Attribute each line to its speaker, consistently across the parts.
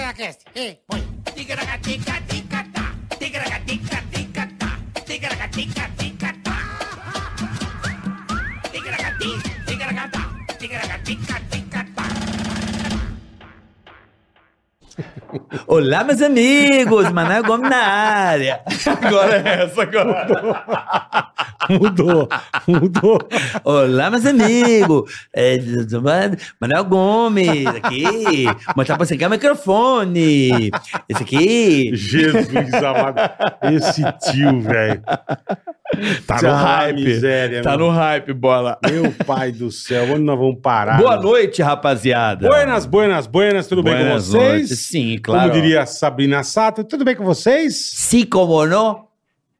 Speaker 1: podcast. Ei, põe. Tigaragatica-ticatá. Tigaragatica-ticatá. Tigaragatica-ticatá. Tigaragati, tigaragatá. Tigaragatica-ticatá.
Speaker 2: Olá, meus amigos! Maná Gomes na área! Agora é essa, agora.
Speaker 3: Mudou, mudou.
Speaker 2: Olá, meus amigos! É, Manuel Gomes, aqui! Mas tá pra secar o microfone! Esse aqui!
Speaker 3: Jesus amado. Esse tio, velho.
Speaker 4: Tá
Speaker 3: Tchau,
Speaker 4: no hype.
Speaker 3: miséria,
Speaker 4: tá
Speaker 3: meu.
Speaker 4: no hype, bola.
Speaker 3: Meu pai do céu, onde nós vamos parar?
Speaker 2: Boa
Speaker 3: meu?
Speaker 2: noite, rapaziada!
Speaker 3: Buenas, buenas, buenas. Tudo bem com
Speaker 2: Buenas
Speaker 3: vocês?
Speaker 2: noites. Sim, claro.
Speaker 3: Como diria Sabrina Sato, tudo bem com vocês?
Speaker 2: Sí, como no?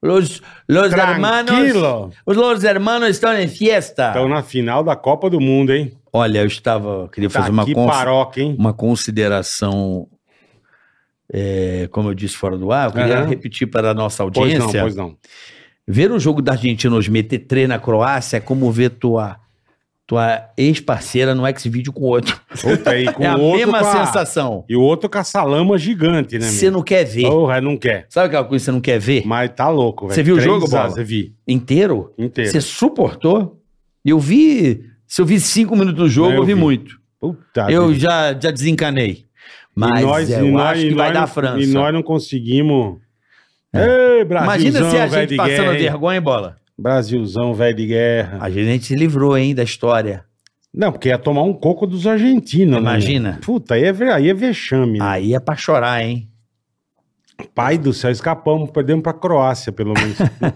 Speaker 2: Los, los hermanos...
Speaker 3: Tranquilo.
Speaker 2: Os Los Hermanos estão em fiesta!
Speaker 3: Estão na final da Copa do Mundo, hein?
Speaker 2: Olha, eu estava... Queria
Speaker 3: Tá
Speaker 2: fazer uma
Speaker 3: aqui
Speaker 2: consulta.
Speaker 3: paroca, hein?
Speaker 2: uma consideração, é, como eu disse fora do ar, eu queria
Speaker 3: Aham.
Speaker 2: repetir para a nossa
Speaker 3: Pois
Speaker 2: audiência.
Speaker 3: não, pois não.
Speaker 2: Ver o jogo da Argentina hoje meter 3 na Croácia é como ver tua, tua ex-parceira no X-Vídeo com outro.
Speaker 3: Puta, e com
Speaker 2: é a
Speaker 3: o outro
Speaker 2: mesma
Speaker 3: com a-
Speaker 2: sensação.
Speaker 3: E o outro com a salama gigante, né,
Speaker 2: Você
Speaker 3: meu?
Speaker 2: não quer ver.
Speaker 3: Porra, não quer.
Speaker 2: Sabe aquela coisa que você não quer ver?
Speaker 3: Mas tá louco, velho.
Speaker 2: Você viu o
Speaker 3: Três
Speaker 2: jogo,
Speaker 3: a-
Speaker 2: Bola?
Speaker 3: Você vi.
Speaker 2: Inteiro?
Speaker 3: Inteiro.
Speaker 2: Você suportou? Eu vi. Se eu vi cinco minutos do jogo,
Speaker 3: É,
Speaker 2: eu,
Speaker 3: eu
Speaker 2: vi
Speaker 3: vi.
Speaker 2: muito.
Speaker 3: Puta
Speaker 2: eu
Speaker 3: vida.
Speaker 2: já, já desencanei. Mas é,
Speaker 3: E nós-
Speaker 2: eu
Speaker 3: e
Speaker 2: acho
Speaker 3: nós-
Speaker 2: que
Speaker 3: e
Speaker 2: vai
Speaker 3: nós
Speaker 2: dar
Speaker 3: não-
Speaker 2: França. É.
Speaker 3: E nós não conseguimos. Ei,
Speaker 2: Imagina
Speaker 3: Brasilzão,
Speaker 2: se a
Speaker 3: velho
Speaker 2: gente
Speaker 3: de
Speaker 2: passando
Speaker 3: guerra. hein?
Speaker 2: vergonha, bola.
Speaker 3: Brasilzão, velho de guerra.
Speaker 2: A gente se livrou, hein, da história.
Speaker 3: Não, porque ia tomar um coco dos argentinos. né?
Speaker 2: Imagina.
Speaker 3: Puta, aí é, ve- aí é vexame. né?
Speaker 2: Aí é pra chorar, hein?
Speaker 3: Pai do céu, escapamos, perdemos pra Croácia, pelo menos.
Speaker 2: Eu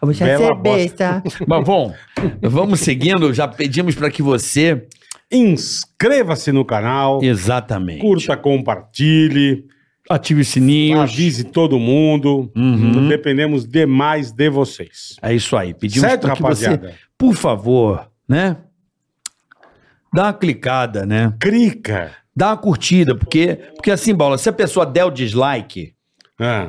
Speaker 2: vou tá? já
Speaker 3: Bela
Speaker 2: ser
Speaker 3: bosta.
Speaker 2: besta. Mas bom, vamos seguindo. Já pedimos pra que você.
Speaker 3: Inscreva-se no canal,
Speaker 2: Exatamente.
Speaker 3: curta, compartilhe,
Speaker 2: Ative o sininho.
Speaker 3: avise todo mundo.
Speaker 2: Uhum.
Speaker 3: Dependemos demais de vocês.
Speaker 2: É isso aí. Pedimos
Speaker 3: certo,
Speaker 2: pra que você,
Speaker 3: rapaziada?
Speaker 2: por favor, né? Dá uma clicada, né?
Speaker 3: Crica.
Speaker 2: Dá uma curtida, porque, porque assim, bola, se a pessoa der o dislike,
Speaker 3: Ah,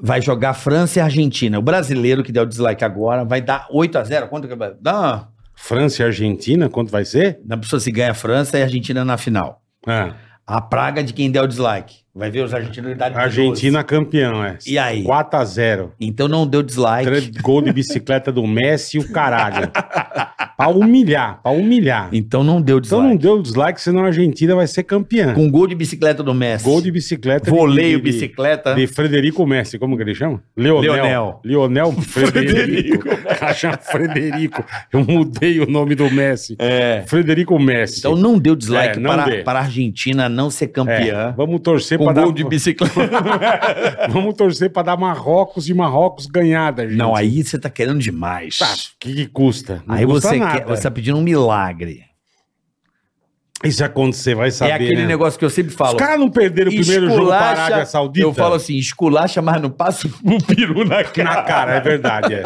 Speaker 2: vai jogar França e Argentina. O brasileiro que der o dislike agora vai dar 8 a 0 Quanto que vai? Dá uma...
Speaker 3: França e Argentina, quanto vai ser?
Speaker 2: Na pessoa se ganha a França e a Argentina na final.
Speaker 3: Ah,
Speaker 2: A praga de quem der o dislike. Vai ver os argentinos da idade de
Speaker 3: Argentina campeão, é.
Speaker 2: E aí?
Speaker 3: 4x0.
Speaker 2: 12. Então não deu dislike.
Speaker 3: Gol de bicicleta do Messi e o caralho. pra humilhar, pra humilhar.
Speaker 2: Então não deu
Speaker 3: Então
Speaker 2: dislike.
Speaker 3: não deu dislike, senão a Argentina vai ser campeã.
Speaker 2: Com gol de bicicleta do Messi.
Speaker 3: Gol de bicicleta. de-
Speaker 2: Voleio
Speaker 3: de- de-
Speaker 2: bicicleta.
Speaker 3: De Frederico Messi, como que ele chama? Leonel.
Speaker 2: Leonel.
Speaker 3: Leonel Frederico. Acha Frederico. Eu mudei o nome do Messi.
Speaker 2: É.
Speaker 3: Frederico Messi.
Speaker 2: Então não deu dislike
Speaker 3: É, não
Speaker 2: para,
Speaker 3: dê.
Speaker 2: para a Argentina não ser
Speaker 3: é,
Speaker 2: campeã.
Speaker 3: vamos torcer
Speaker 2: Com
Speaker 3: pra
Speaker 2: gol
Speaker 3: dar.
Speaker 2: de bicicleta.
Speaker 3: Vamos torcer pra dar Marrocos e Marrocos ganhada, gente.
Speaker 2: não, aí você tá querendo demais.
Speaker 3: Tá, o que, que custa? Não
Speaker 2: aí
Speaker 3: custa
Speaker 2: você,
Speaker 3: nada.
Speaker 2: quer, você tá pedindo um milagre.
Speaker 3: E se acontecer, vai saber.
Speaker 2: é aquele
Speaker 3: né?
Speaker 2: negócio que eu sempre falo.
Speaker 3: Os caras não perderam o primeiro jogo para a Arábia Saudita?
Speaker 2: Eu falo assim, esculacha, mas não passa um peru na cara.
Speaker 3: na cara, é verdade. É.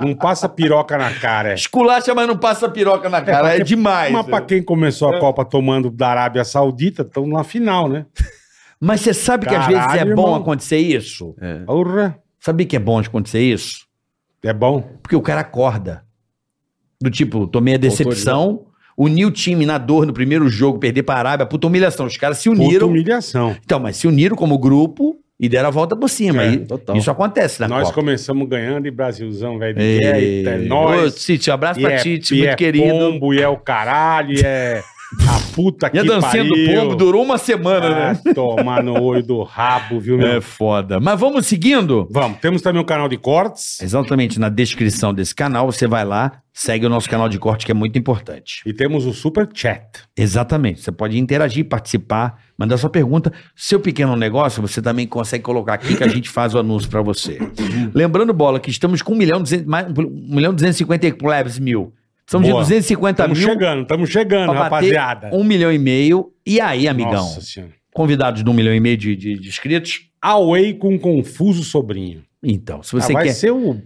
Speaker 3: Não passa piroca na cara. É.
Speaker 2: Esculacha, mas não passa piroca na cara. É, demais.
Speaker 3: Mas pra quem começou a Copa tomando da Arábia Saudita, estão na final, né?
Speaker 2: Mas você sabe que às
Speaker 3: Caralho,
Speaker 2: vezes é bom
Speaker 3: irmão. É.
Speaker 2: acontecer isso?
Speaker 3: Porra,
Speaker 2: Sabe que é bom acontecer isso?
Speaker 3: é bom.
Speaker 2: Porque o cara acorda. Do tipo, tomei a decepção, unir o time na dor no primeiro jogo, perder pra Arábia, puta humilhação. Os caras se
Speaker 3: Puta
Speaker 2: uniram.
Speaker 3: humilhação.
Speaker 2: Então, mas se uniram como grupo e deram a volta por cima.
Speaker 3: É,
Speaker 2: E
Speaker 4: total.
Speaker 2: Isso acontece na
Speaker 3: Nós
Speaker 2: Copa.
Speaker 3: começamos ganhando e Brasilzão, velho. de guerra, Eita, é
Speaker 2: Eita, Ô,
Speaker 3: nóis.
Speaker 2: Tite, um abraço
Speaker 3: E
Speaker 2: pra
Speaker 3: é-
Speaker 2: Tite,
Speaker 3: e
Speaker 2: muito
Speaker 3: é
Speaker 2: querido.
Speaker 3: pombo, e é o caralho, e é a puta que
Speaker 2: E a dancinha do
Speaker 3: pariu.
Speaker 2: pombo durou uma semana,
Speaker 3: Ah,
Speaker 2: né?
Speaker 3: tomar no olho do rabo, viu, É,
Speaker 2: É.
Speaker 3: meu?
Speaker 2: foda. Mas vamos seguindo.
Speaker 3: Vamos, temos também um canal de cortes
Speaker 2: Exatamente na descrição desse canal, você vai lá, segue o nosso canal de corte, que é muito importante.
Speaker 3: e temos o super chat.
Speaker 2: Exatamente. Você pode interagir, participar, mandar sua pergunta. Seu pequeno negócio, você também consegue colocar aqui que a gente faz o anúncio para você. Lembrando, Bola, que estamos com 1 milhão, e 200, mais, 1 milhão e 250 e plebs mil. Estamos
Speaker 3: Boa.
Speaker 2: de 250
Speaker 3: Estamos
Speaker 2: mil
Speaker 3: chegando, estamos chegando,
Speaker 2: pra bater
Speaker 3: rapaziada.
Speaker 2: 1 milhão e meio. E aí, amigão?
Speaker 3: Nossa senhora.
Speaker 2: Convidados de 1 milhão e meio de, de- de inscritos?
Speaker 3: Away com um confuso sobrinho.
Speaker 2: Então, se
Speaker 3: Ah,
Speaker 2: você
Speaker 3: vai
Speaker 2: quer...
Speaker 3: ser o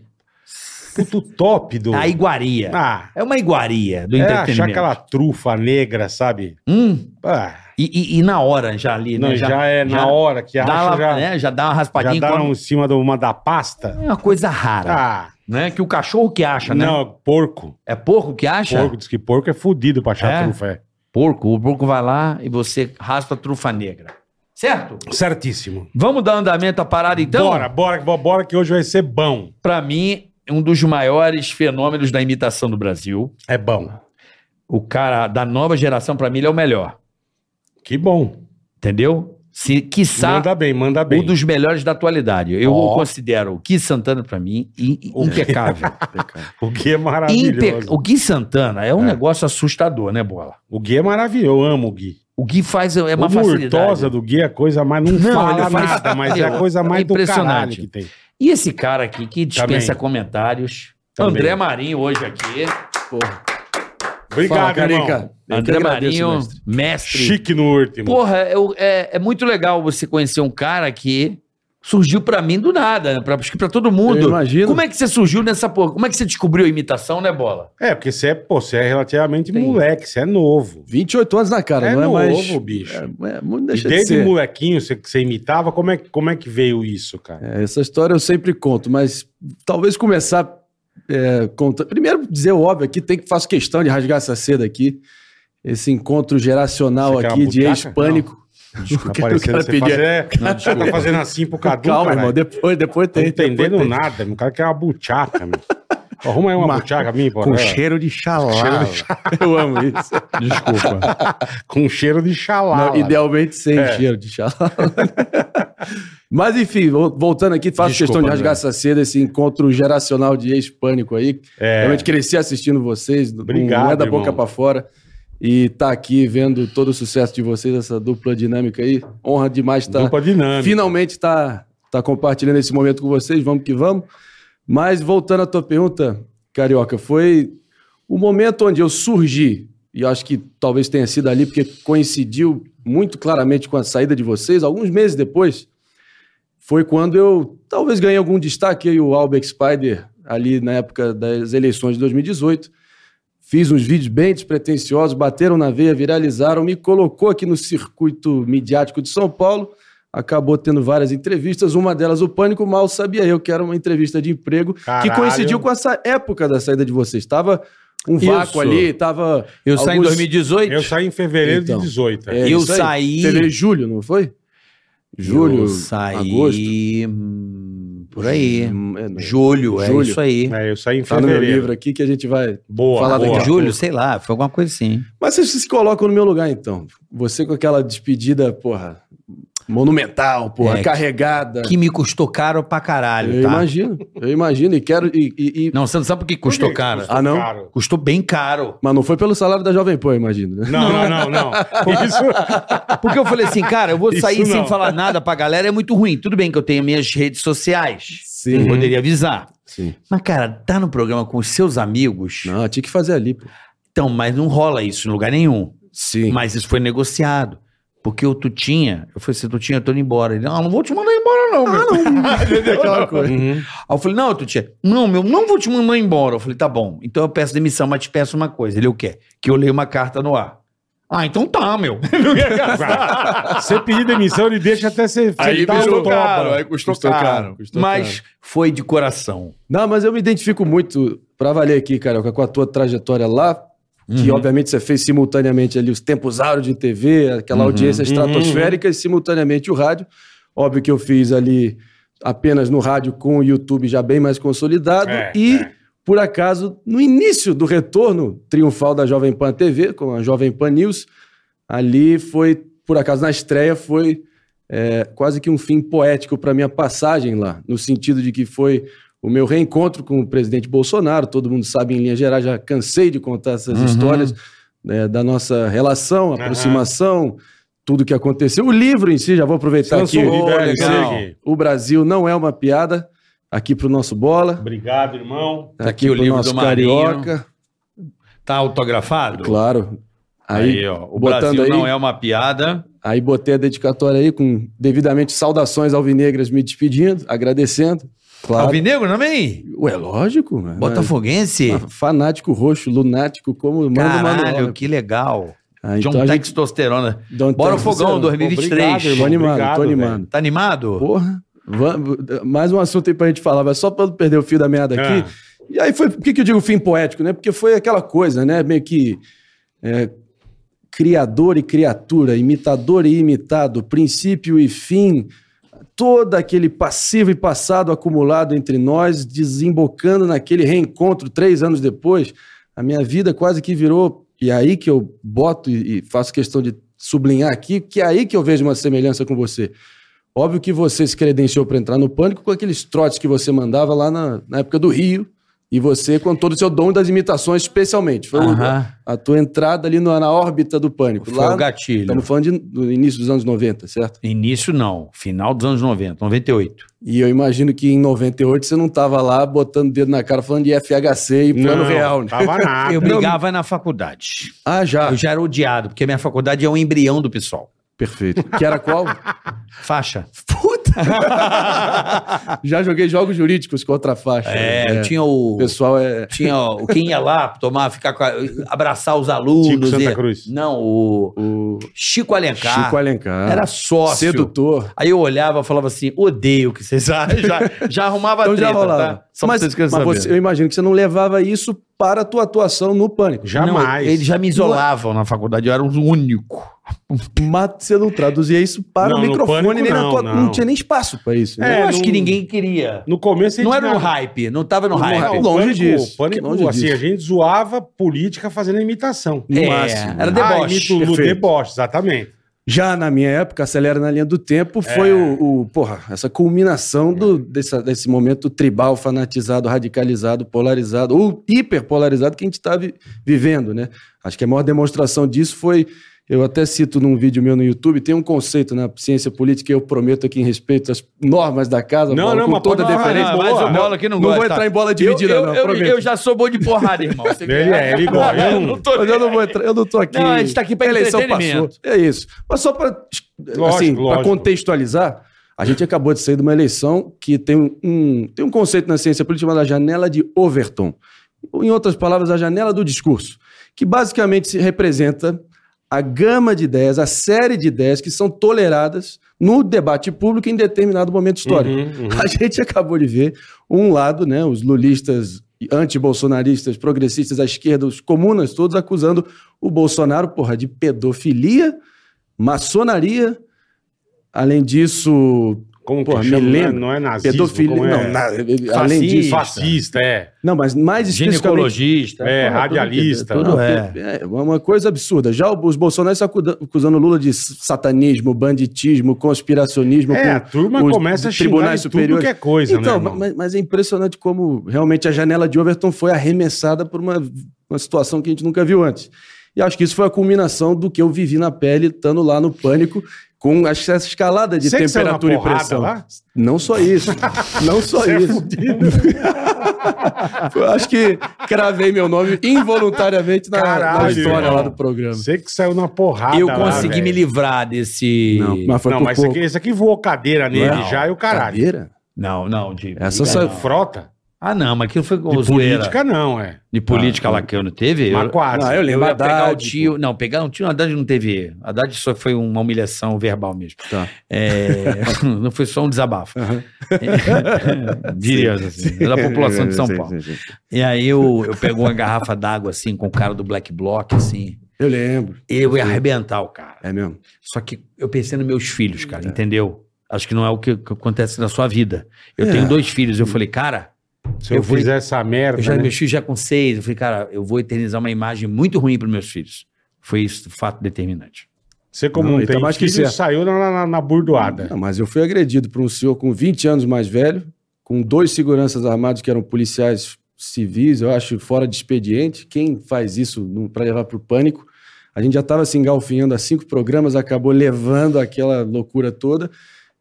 Speaker 3: puto top do.
Speaker 2: A iguaria.
Speaker 3: Ah,
Speaker 2: É uma iguaria do
Speaker 3: é achar
Speaker 2: entretenimento.
Speaker 3: aquela trufa negra, sabe?
Speaker 2: Hum,
Speaker 3: Ah,
Speaker 2: e, e- e na hora já ali,
Speaker 3: não,
Speaker 2: né?
Speaker 3: já, é na
Speaker 2: já
Speaker 3: hora que
Speaker 2: Dá
Speaker 3: acha,
Speaker 2: uma,
Speaker 3: já,
Speaker 2: né, já dá uma
Speaker 3: já
Speaker 2: raspadinha.
Speaker 3: dá
Speaker 2: quando-
Speaker 3: um em cima de uma da pasta.
Speaker 2: É uma coisa rara.
Speaker 3: Ah,
Speaker 2: né? Que o cachorro que acha, né?
Speaker 3: não, porco.
Speaker 2: É porco que acha?
Speaker 3: Porco, diz que porco é fudido pra achar
Speaker 2: É?
Speaker 3: trufa. É.
Speaker 2: Porco. O porco vai lá e você raspa a trufa negra. Certo?
Speaker 3: Certíssimo.
Speaker 2: Vamos dar andamento à parada então?
Speaker 3: bora, bora, bo- bora que hoje vai ser bom.
Speaker 2: Pra mim, um dos maiores fenômenos da imitação do Brasil.
Speaker 3: É bom.
Speaker 2: O cara da nova geração, pra mim, ele é o melhor.
Speaker 3: Que bom.
Speaker 2: Entendeu? Se, quiçá,
Speaker 3: Manda bem, manda bem.
Speaker 2: um dos melhores da atualidade. Eu
Speaker 3: Ó.
Speaker 2: o considero o Gui Santana, pra mim, i- i- impecável.
Speaker 3: O Gui é maravilhoso.
Speaker 2: Impe- O Gui Santana é um
Speaker 3: É.
Speaker 2: negócio assustador, né, Bola?
Speaker 3: O Gui é maravilhoso, eu amo o Gui.
Speaker 2: O Gui faz é uma
Speaker 3: o
Speaker 2: facilidade.
Speaker 3: Murtosa do Gui é a coisa mais. Não,
Speaker 2: Não,
Speaker 3: fala
Speaker 2: ele faz-
Speaker 3: nada, mas é a coisa
Speaker 2: Meu,
Speaker 3: mais
Speaker 2: é
Speaker 3: do caralho
Speaker 2: impressionante.
Speaker 3: que tem.
Speaker 2: E esse cara aqui que dispensa
Speaker 3: Também.
Speaker 2: comentários.
Speaker 3: Também.
Speaker 2: André Marinho hoje aqui.
Speaker 4: Porra.
Speaker 3: Obrigado,
Speaker 4: Fala,
Speaker 3: irmão.
Speaker 4: Carica. Eu que
Speaker 2: André
Speaker 4: agradeço,
Speaker 2: Marinho,
Speaker 4: mestre.
Speaker 2: mestre.
Speaker 3: Chique no último.
Speaker 2: Porra, eu- é, é muito legal você conhecer um cara que surgiu pra mim do nada, né? Pra, acho que pra todo mundo.
Speaker 4: Eu imagino.
Speaker 2: Como é que você surgiu nessa porra? Como é que você descobriu a imitação, né, Bola?
Speaker 3: É, porque você é, pô, você é relativamente
Speaker 2: Tem.
Speaker 3: moleque, você é novo.
Speaker 4: 28 anos na cara,
Speaker 3: é
Speaker 4: não é
Speaker 3: novo,
Speaker 4: mais.
Speaker 3: bicho.
Speaker 4: É, é, muito
Speaker 3: E
Speaker 4: deixa de
Speaker 3: desde
Speaker 4: ser.
Speaker 3: molequinho você, que você imitava, como é, que- como é que veio isso, cara?
Speaker 4: É, essa história eu sempre conto, mas talvez começar é, conta- Primeiro dizer o óbvio aqui, tem que faço questão de rasgar essa seda aqui. Esse encontro geracional
Speaker 3: Você quer
Speaker 4: aqui
Speaker 3: uma
Speaker 4: de
Speaker 3: butaca?
Speaker 4: ex-pânico.
Speaker 3: Tá
Speaker 4: Desculpa,
Speaker 3: parecendo
Speaker 4: cara
Speaker 3: você
Speaker 4: pedia-
Speaker 3: fazer... É, você tá fazendo assim pro Cadu,
Speaker 4: Calma,
Speaker 3: cara.
Speaker 4: irmão, depois, depois
Speaker 3: Não
Speaker 4: tem.
Speaker 3: tô entendendo
Speaker 4: depois tem.
Speaker 3: nada, meu. O cara quer uma buchaca, meu. Arruma aí uma,
Speaker 4: Uma-
Speaker 3: buchaca pra mim, pô.
Speaker 5: Com
Speaker 3: cara.
Speaker 5: cheiro de xalá.
Speaker 3: Cheiro de
Speaker 4: Eu amo isso.
Speaker 3: Desculpa. Com cheiro de xalá.
Speaker 4: Não, idealmente sem
Speaker 3: É.
Speaker 4: cheiro de xalá. Mas enfim, vol- voltando aqui, faço
Speaker 3: Desculpa,
Speaker 4: questão de rasgar
Speaker 3: André.
Speaker 4: essa seda, esse encontro geracional de ex-pânico aí.
Speaker 3: É,
Speaker 4: Realmente cresci assistindo vocês, não-
Speaker 3: Obrigado,
Speaker 4: não é da
Speaker 3: irmão.
Speaker 4: boca pra fora. E tá aqui vendo todo o sucesso de vocês, essa dupla dinâmica aí. Honra demais tá estar
Speaker 3: dupla dinâmica.
Speaker 4: finalmente tá, tá compartilhando esse momento com vocês, vamos que vamos. Mas voltando à tua pergunta, Carioca, foi o momento onde eu surgi, e acho que talvez tenha sido ali, porque coincidiu muito claramente com a saída de vocês, alguns meses depois, foi quando eu talvez ganhei algum destaque, eu e o Albeck Spider, ali na época das eleições de 2018. Fiz uns vídeos bem despretensiosos, bateram na veia, viralizaram, me colocou aqui no circuito midiático de São Paulo acabou tendo várias entrevistas, uma delas o Pânico, mal sabia eu que era uma entrevista de emprego
Speaker 3: Caralho.
Speaker 4: que coincidiu com essa época da saída de vocês. Tava um
Speaker 2: Isso.
Speaker 4: vácuo ali, tava
Speaker 2: Eu
Speaker 4: saí em
Speaker 2: 2018.
Speaker 3: Eu saí em fevereiro
Speaker 4: Então.
Speaker 3: de 18. é.
Speaker 4: É,
Speaker 2: Eu
Speaker 4: isso aí.
Speaker 2: saí-
Speaker 4: Fevereiro, julho, não foi? Julho,
Speaker 2: eu saí...
Speaker 4: agosto.
Speaker 2: hum, Por aí.
Speaker 4: Hum, é, não.
Speaker 2: Julho, é
Speaker 4: Julho.
Speaker 2: isso aí.
Speaker 3: É, eu saí em
Speaker 4: Tá no meu
Speaker 3: fevereiro.
Speaker 4: livro aqui que a gente vai.
Speaker 3: Boa,
Speaker 4: Falar
Speaker 3: boa.
Speaker 4: daqui a
Speaker 2: Julho, sei lá, foi alguma coisa assim.
Speaker 4: Mas vocês se colocam no meu lugar então. Você com aquela despedida, porra, monumental, porra,
Speaker 2: É, que-
Speaker 4: carregada.
Speaker 2: Que me custou caro pra caralho,
Speaker 4: eu
Speaker 2: tá?
Speaker 4: imagino, eu imagino e quero e, e- e-
Speaker 2: Não, você não sabe por que custou
Speaker 3: Por que
Speaker 2: caro?
Speaker 4: Ah, não?
Speaker 3: caro?
Speaker 2: Custou bem caro.
Speaker 4: mas não foi pelo salário da Jovem Pan, eu imagino, né?
Speaker 3: Não, não, não, não. Isso,
Speaker 2: Porque eu falei assim, cara, eu vou
Speaker 3: Isso
Speaker 2: sair sem
Speaker 3: não.
Speaker 2: falar nada pra galera, é muito ruim. Tudo bem que eu tenho minhas redes sociais.
Speaker 4: Sim.
Speaker 2: Poderia avisar.
Speaker 4: Sim.
Speaker 2: Mas, cara, tá no programa com os seus amigos.
Speaker 4: Não, tinha que fazer ali, pô.
Speaker 2: Então, mas não rola isso em lugar nenhum.
Speaker 4: Sim.
Speaker 2: Mas isso foi negociado. Porque o Tutinha, eu falei assim, Tutinha, eu tô indo embora. Ele, "Ah, não, não vou te mandar embora, não, meu.
Speaker 4: aquela coisa.
Speaker 3: Uhum.
Speaker 2: Aí eu falei, não, Tutinha, não, meu, não vou te mandar embora. Eu falei, tá bom, então eu peço demissão, mas te peço uma coisa. Ele, o quê? Que eu leia uma carta no ar. Ah, então tá, meu.
Speaker 3: Você pedir demissão, ele deixa até você
Speaker 4: Aí
Speaker 3: sentar
Speaker 4: custou
Speaker 3: o toba.
Speaker 4: caro, aí custou caro, custou
Speaker 2: mas foi de coração.
Speaker 4: Não, mas eu me identifico muito, pra valer aqui, Carioca, com a tua trajetória lá, que
Speaker 2: Uhum.
Speaker 4: obviamente você fez simultaneamente ali os tempos áureos de TV,
Speaker 3: Uhum.
Speaker 4: aquela audiência estratosférica e simultaneamente o rádio. Óbvio que eu fiz ali apenas no rádio com o YouTube já bem mais consolidado
Speaker 3: É,
Speaker 4: e...
Speaker 3: é.
Speaker 4: Por acaso, no início do retorno triunfal da Jovem Pan TV, com a Jovem Pan News, ali foi, por acaso, na estreia, foi é, quase que um fim poético para minha passagem lá, no sentido de que foi o meu reencontro com o presidente Bolsonaro. Todo mundo sabe, em linha geral, já cansei de contar essas
Speaker 2: Uhum.
Speaker 4: histórias né, da nossa relação, aproximação, tudo que aconteceu. O livro em si, já vou
Speaker 3: Você
Speaker 4: aproveitar aqui.
Speaker 3: lançou um livro,
Speaker 2: Ô,
Speaker 3: é,
Speaker 2: legal.
Speaker 3: segue.
Speaker 4: O Brasil não é uma piada, aqui para o nosso Bola.
Speaker 3: Obrigado, irmão.
Speaker 2: Tá aqui o
Speaker 4: pro
Speaker 2: livro
Speaker 4: nosso
Speaker 2: do Marinho.
Speaker 4: Carioca.
Speaker 2: Tá autografado?
Speaker 4: Claro.
Speaker 2: Aí,
Speaker 4: Aí,
Speaker 2: ó, o
Speaker 4: botando
Speaker 2: Brasil
Speaker 4: aí.
Speaker 2: não é uma piada.
Speaker 4: aí botei a dedicatória aí com devidamente saudações alvinegras me despedindo, agradecendo. Claro.
Speaker 2: Alvinegro também?
Speaker 4: Ué, lógico, mano.
Speaker 2: Botafoguense?
Speaker 4: Mas- Fanático roxo, lunático, como manda o
Speaker 2: Caralho,
Speaker 4: manual.
Speaker 2: que legal.
Speaker 4: Ah,
Speaker 2: John
Speaker 4: a
Speaker 2: tá
Speaker 4: gente- um
Speaker 2: Textosterona.
Speaker 4: Don't
Speaker 2: Bora o
Speaker 4: text-
Speaker 2: fogão 2023.
Speaker 4: né?
Speaker 3: Obrigado,
Speaker 4: Tô
Speaker 3: irmão.
Speaker 4: animado,
Speaker 3: Obrigado,
Speaker 4: tô
Speaker 3: velho.
Speaker 4: animado.
Speaker 2: Tá animado?
Speaker 4: Porra. Vamos, mais um assunto aí pra gente falar, mas só pra não perder o fio da meada aqui.
Speaker 3: Ah.
Speaker 4: E aí foi, por que, que eu digo fim poético, né? Porque foi aquela coisa, né? Meio que é, criador e criatura, imitador e imitado, princípio e fim, todo aquele passivo e passado acumulado entre nós, desembocando naquele reencontro três anos depois, a minha vida quase que virou. E é aí que eu boto e e faço questão de sublinhar aqui, que é aí que eu vejo uma semelhança com você. Óbvio que você se credenciou para entrar no pânico com aqueles trotes que você mandava lá na, na época do Rio. E você, com todo o seu dom das imitações, especialmente. Foi o-
Speaker 2: Aham.
Speaker 4: a tua entrada ali no- na órbita do pânico.
Speaker 2: Foi
Speaker 4: lá,
Speaker 2: o gatilho.
Speaker 4: Estamos falando de- do início dos anos 90, certo?
Speaker 2: Início não, final dos anos 90, 98.
Speaker 4: E eu imagino que em 98 você não estava lá botando o dedo na cara falando de FHC e plano
Speaker 3: Não,
Speaker 4: real. né?
Speaker 3: Tava nada.
Speaker 2: eu brigava na faculdade.
Speaker 4: Ah, já.
Speaker 2: Ah, Eu já era odiado, porque a minha faculdade é um embrião do pessoal.
Speaker 4: Perfeito. Que era qual?
Speaker 2: Faixa.
Speaker 4: já joguei jogos jurídicos contra a faixa.
Speaker 2: É,
Speaker 4: É.
Speaker 2: tinha
Speaker 4: O
Speaker 2: o.
Speaker 4: pessoal é...
Speaker 2: Tinha o quem ia lá tomar, ficar com a- abraçar os alunos.
Speaker 3: Tico Santa
Speaker 2: e-
Speaker 3: Cruz.
Speaker 2: Não, o
Speaker 4: O
Speaker 2: Chico Alencar.
Speaker 4: Chico Alencar.
Speaker 2: Era sócio.
Speaker 4: Sedutor.
Speaker 2: Aí eu olhava e falava assim: odeio o que vocês acham. Já, já arrumava
Speaker 4: Então já
Speaker 2: treta,
Speaker 4: rolava.
Speaker 2: tá? Só pra
Speaker 4: mas
Speaker 2: vocês querem
Speaker 4: mas
Speaker 2: saber.
Speaker 4: você- eu imagino que você não levava isso para a tua atuação no Pânico.
Speaker 3: Jamais.
Speaker 2: Não, eles já me isolavam na faculdade, eu era o único.
Speaker 4: Mas você não traduzia isso para
Speaker 3: Não,
Speaker 4: o
Speaker 3: no
Speaker 4: microfone,
Speaker 3: Pânico
Speaker 4: nem na
Speaker 3: não,
Speaker 4: tua...
Speaker 3: não.
Speaker 4: Não. tinha nem espaço para isso. né?
Speaker 3: É,
Speaker 2: eu acho
Speaker 3: não-
Speaker 2: que ninguém queria.
Speaker 3: No começo a
Speaker 2: Não
Speaker 3: gente
Speaker 2: era no
Speaker 3: ganhava.
Speaker 2: hype, não tava no
Speaker 3: No
Speaker 2: hype.
Speaker 3: hype.
Speaker 4: Longe
Speaker 3: Pânico-
Speaker 4: disso.
Speaker 3: Pânico,
Speaker 4: Longe
Speaker 3: assim,
Speaker 4: disso.
Speaker 3: a gente zoava política fazendo imitação.
Speaker 2: É, era
Speaker 3: Ah,
Speaker 2: deboche.
Speaker 3: imito no
Speaker 4: Perfeito.
Speaker 3: deboche, exatamente.
Speaker 4: Já na minha época, Acelera na Linha do Tempo foi o, o- porra, essa culminação do, dessa- desse, momento tribal, fanatizado, radicalizado, polarizado, ou hiperpolarizado que a gente está vivendo, né? Acho que a maior demonstração disso foi, eu até cito num vídeo meu no YouTube, tem um conceito na ciência política, eu prometo aqui em respeito às normas da casa,
Speaker 3: Não, não,
Speaker 4: com
Speaker 3: mas
Speaker 4: toda
Speaker 3: pode falar,
Speaker 4: deferência.
Speaker 3: não, mas o
Speaker 2: Bola aqui não
Speaker 4: Não vou
Speaker 2: gosta.
Speaker 4: entrar em bola dividida,
Speaker 2: eu, eu,
Speaker 4: não,
Speaker 2: eu,
Speaker 4: prometo.
Speaker 2: eu já sou bom de porrada, irmão. Você
Speaker 3: Ele
Speaker 2: quer?
Speaker 3: é, ele gosta. Eu não-
Speaker 2: tô-
Speaker 4: Mas eu não vou entrar, eu não tô aqui.
Speaker 2: Não, a gente tá aqui pra
Speaker 4: A eleição
Speaker 2: entretenimento.
Speaker 4: passou. É isso. Mas só para assim, pra
Speaker 3: lógico.
Speaker 4: contextualizar, a gente acabou de sair de uma eleição que tem um, um- tem um conceito na ciência política chamado a janela de Overton. Em outras palavras, a janela do discurso, que basicamente se representa a gama de ideias, a série de ideias que são toleradas no debate público em determinado momento histórico.
Speaker 3: Uhum, uhum.
Speaker 4: A gente acabou de ver um lado, né, os lulistas antibolsonaristas, progressistas à esquerda, os comunas todos acusando o Bolsonaro, porra, de pedofilia, maçonaria, além disso,
Speaker 3: Como
Speaker 4: Pô,
Speaker 3: que chama?
Speaker 4: me
Speaker 3: Não é-
Speaker 4: lembra.
Speaker 3: não é nazismo,
Speaker 4: pedofilia,
Speaker 3: como é?
Speaker 4: não, na- eh, além disso,
Speaker 3: Fascista, é.
Speaker 4: não, mas mais especificamente
Speaker 2: Ginecologista.
Speaker 3: É,
Speaker 4: Porra, tudo que-
Speaker 3: radialista.
Speaker 4: tudo-
Speaker 2: Não, é.
Speaker 4: é. é uma coisa absurda. Já os bolsonaristas acuda- acusando Lula de satanismo, banditismo, conspiracionismo,
Speaker 3: É,
Speaker 4: com-
Speaker 3: a turma
Speaker 4: os
Speaker 3: começa a xingar
Speaker 4: tribunais
Speaker 3: de tudo
Speaker 4: superiores.
Speaker 3: que é coisa,
Speaker 4: então,
Speaker 3: né, irmão?
Speaker 4: mas, mas é impressionante como realmente a janela de Overton foi arremessada por uma, uma situação que a gente nunca viu antes. E acho que isso foi a culminação do que eu vivi na pele, estando lá no pânico, com acho que essa escalada é de
Speaker 3: Você que saiu na
Speaker 4: temperatura e
Speaker 3: porrada
Speaker 4: pressão.
Speaker 3: lá? é
Speaker 4: Não só isso. Não só isso. Eu acho que cravei meu nome involuntariamente na, na
Speaker 3: Caralho,
Speaker 4: história
Speaker 3: irmão.
Speaker 4: lá do programa.
Speaker 3: Você que saiu na porrada
Speaker 2: eu
Speaker 3: lá,
Speaker 2: consegui
Speaker 3: velho.
Speaker 2: me livrar desse.
Speaker 4: Não,
Speaker 2: tá, Não,
Speaker 4: mas foi
Speaker 3: Não,
Speaker 4: por
Speaker 3: mas esse
Speaker 4: pouco.
Speaker 3: aqui, esse aqui voou cadeira nele
Speaker 2: Não, Então
Speaker 3: já e o caralho. É.
Speaker 4: Cadeira?
Speaker 2: não, de.
Speaker 4: Essa
Speaker 2: não.
Speaker 4: só-
Speaker 3: Frota?
Speaker 2: Ah, não, mas aquilo foi com
Speaker 3: De política não, é.
Speaker 2: De política lá que eu não teve.
Speaker 3: Mas
Speaker 2: Eu,
Speaker 3: quase.
Speaker 4: Não, eu
Speaker 2: eu
Speaker 4: lembro.
Speaker 2: ia
Speaker 4: Haddad,
Speaker 2: pegar o
Speaker 4: pô.
Speaker 2: tio. Não, pegar um tio, Haddad não teve. Haddad só foi uma humilhação verbal mesmo.
Speaker 4: Tá.
Speaker 2: É, não foi só um desabafo.
Speaker 4: Aham.
Speaker 2: É, diria assim, da população de São
Speaker 4: Sim,
Speaker 2: Paulo.
Speaker 4: sim, sim.
Speaker 2: E aí eu, eu pego uma garrafa d'água assim com o cara do Black Block, assim.
Speaker 4: Eu lembro.
Speaker 2: Eu ia arrebentar o cara.
Speaker 4: É mesmo.
Speaker 2: Só que eu pensei nos meus filhos,
Speaker 4: É.
Speaker 2: cara, entendeu? Acho que não é o que, que acontece na sua vida. Eu
Speaker 4: É.
Speaker 2: tenho dois filhos. Eu falei, cara,
Speaker 3: Se eu,
Speaker 2: eu fui-
Speaker 3: fizer essa
Speaker 2: eu
Speaker 3: merda,
Speaker 2: já,
Speaker 4: Uhum.
Speaker 3: né?
Speaker 2: meus filhos já com seis. Eu falei, cara, eu vou eternizar uma imagem muito ruim para meus filhos. Foi isso, fato determinante.
Speaker 3: você como
Speaker 4: Não,
Speaker 3: não,
Speaker 4: e tá
Speaker 3: tem
Speaker 4: mais que
Speaker 3: filho,
Speaker 4: certo.
Speaker 3: saiu na, na, na burdoada.
Speaker 4: Não, mas eu fui agredido por um senhor com 20 anos mais velho, com dois seguranças armados que eram policiais civis, eu acho, fora de expediente. Quem faz isso para levar para o pânico? A gente já estava se engalfinhando há cinco programas, acabou levando aquela loucura toda.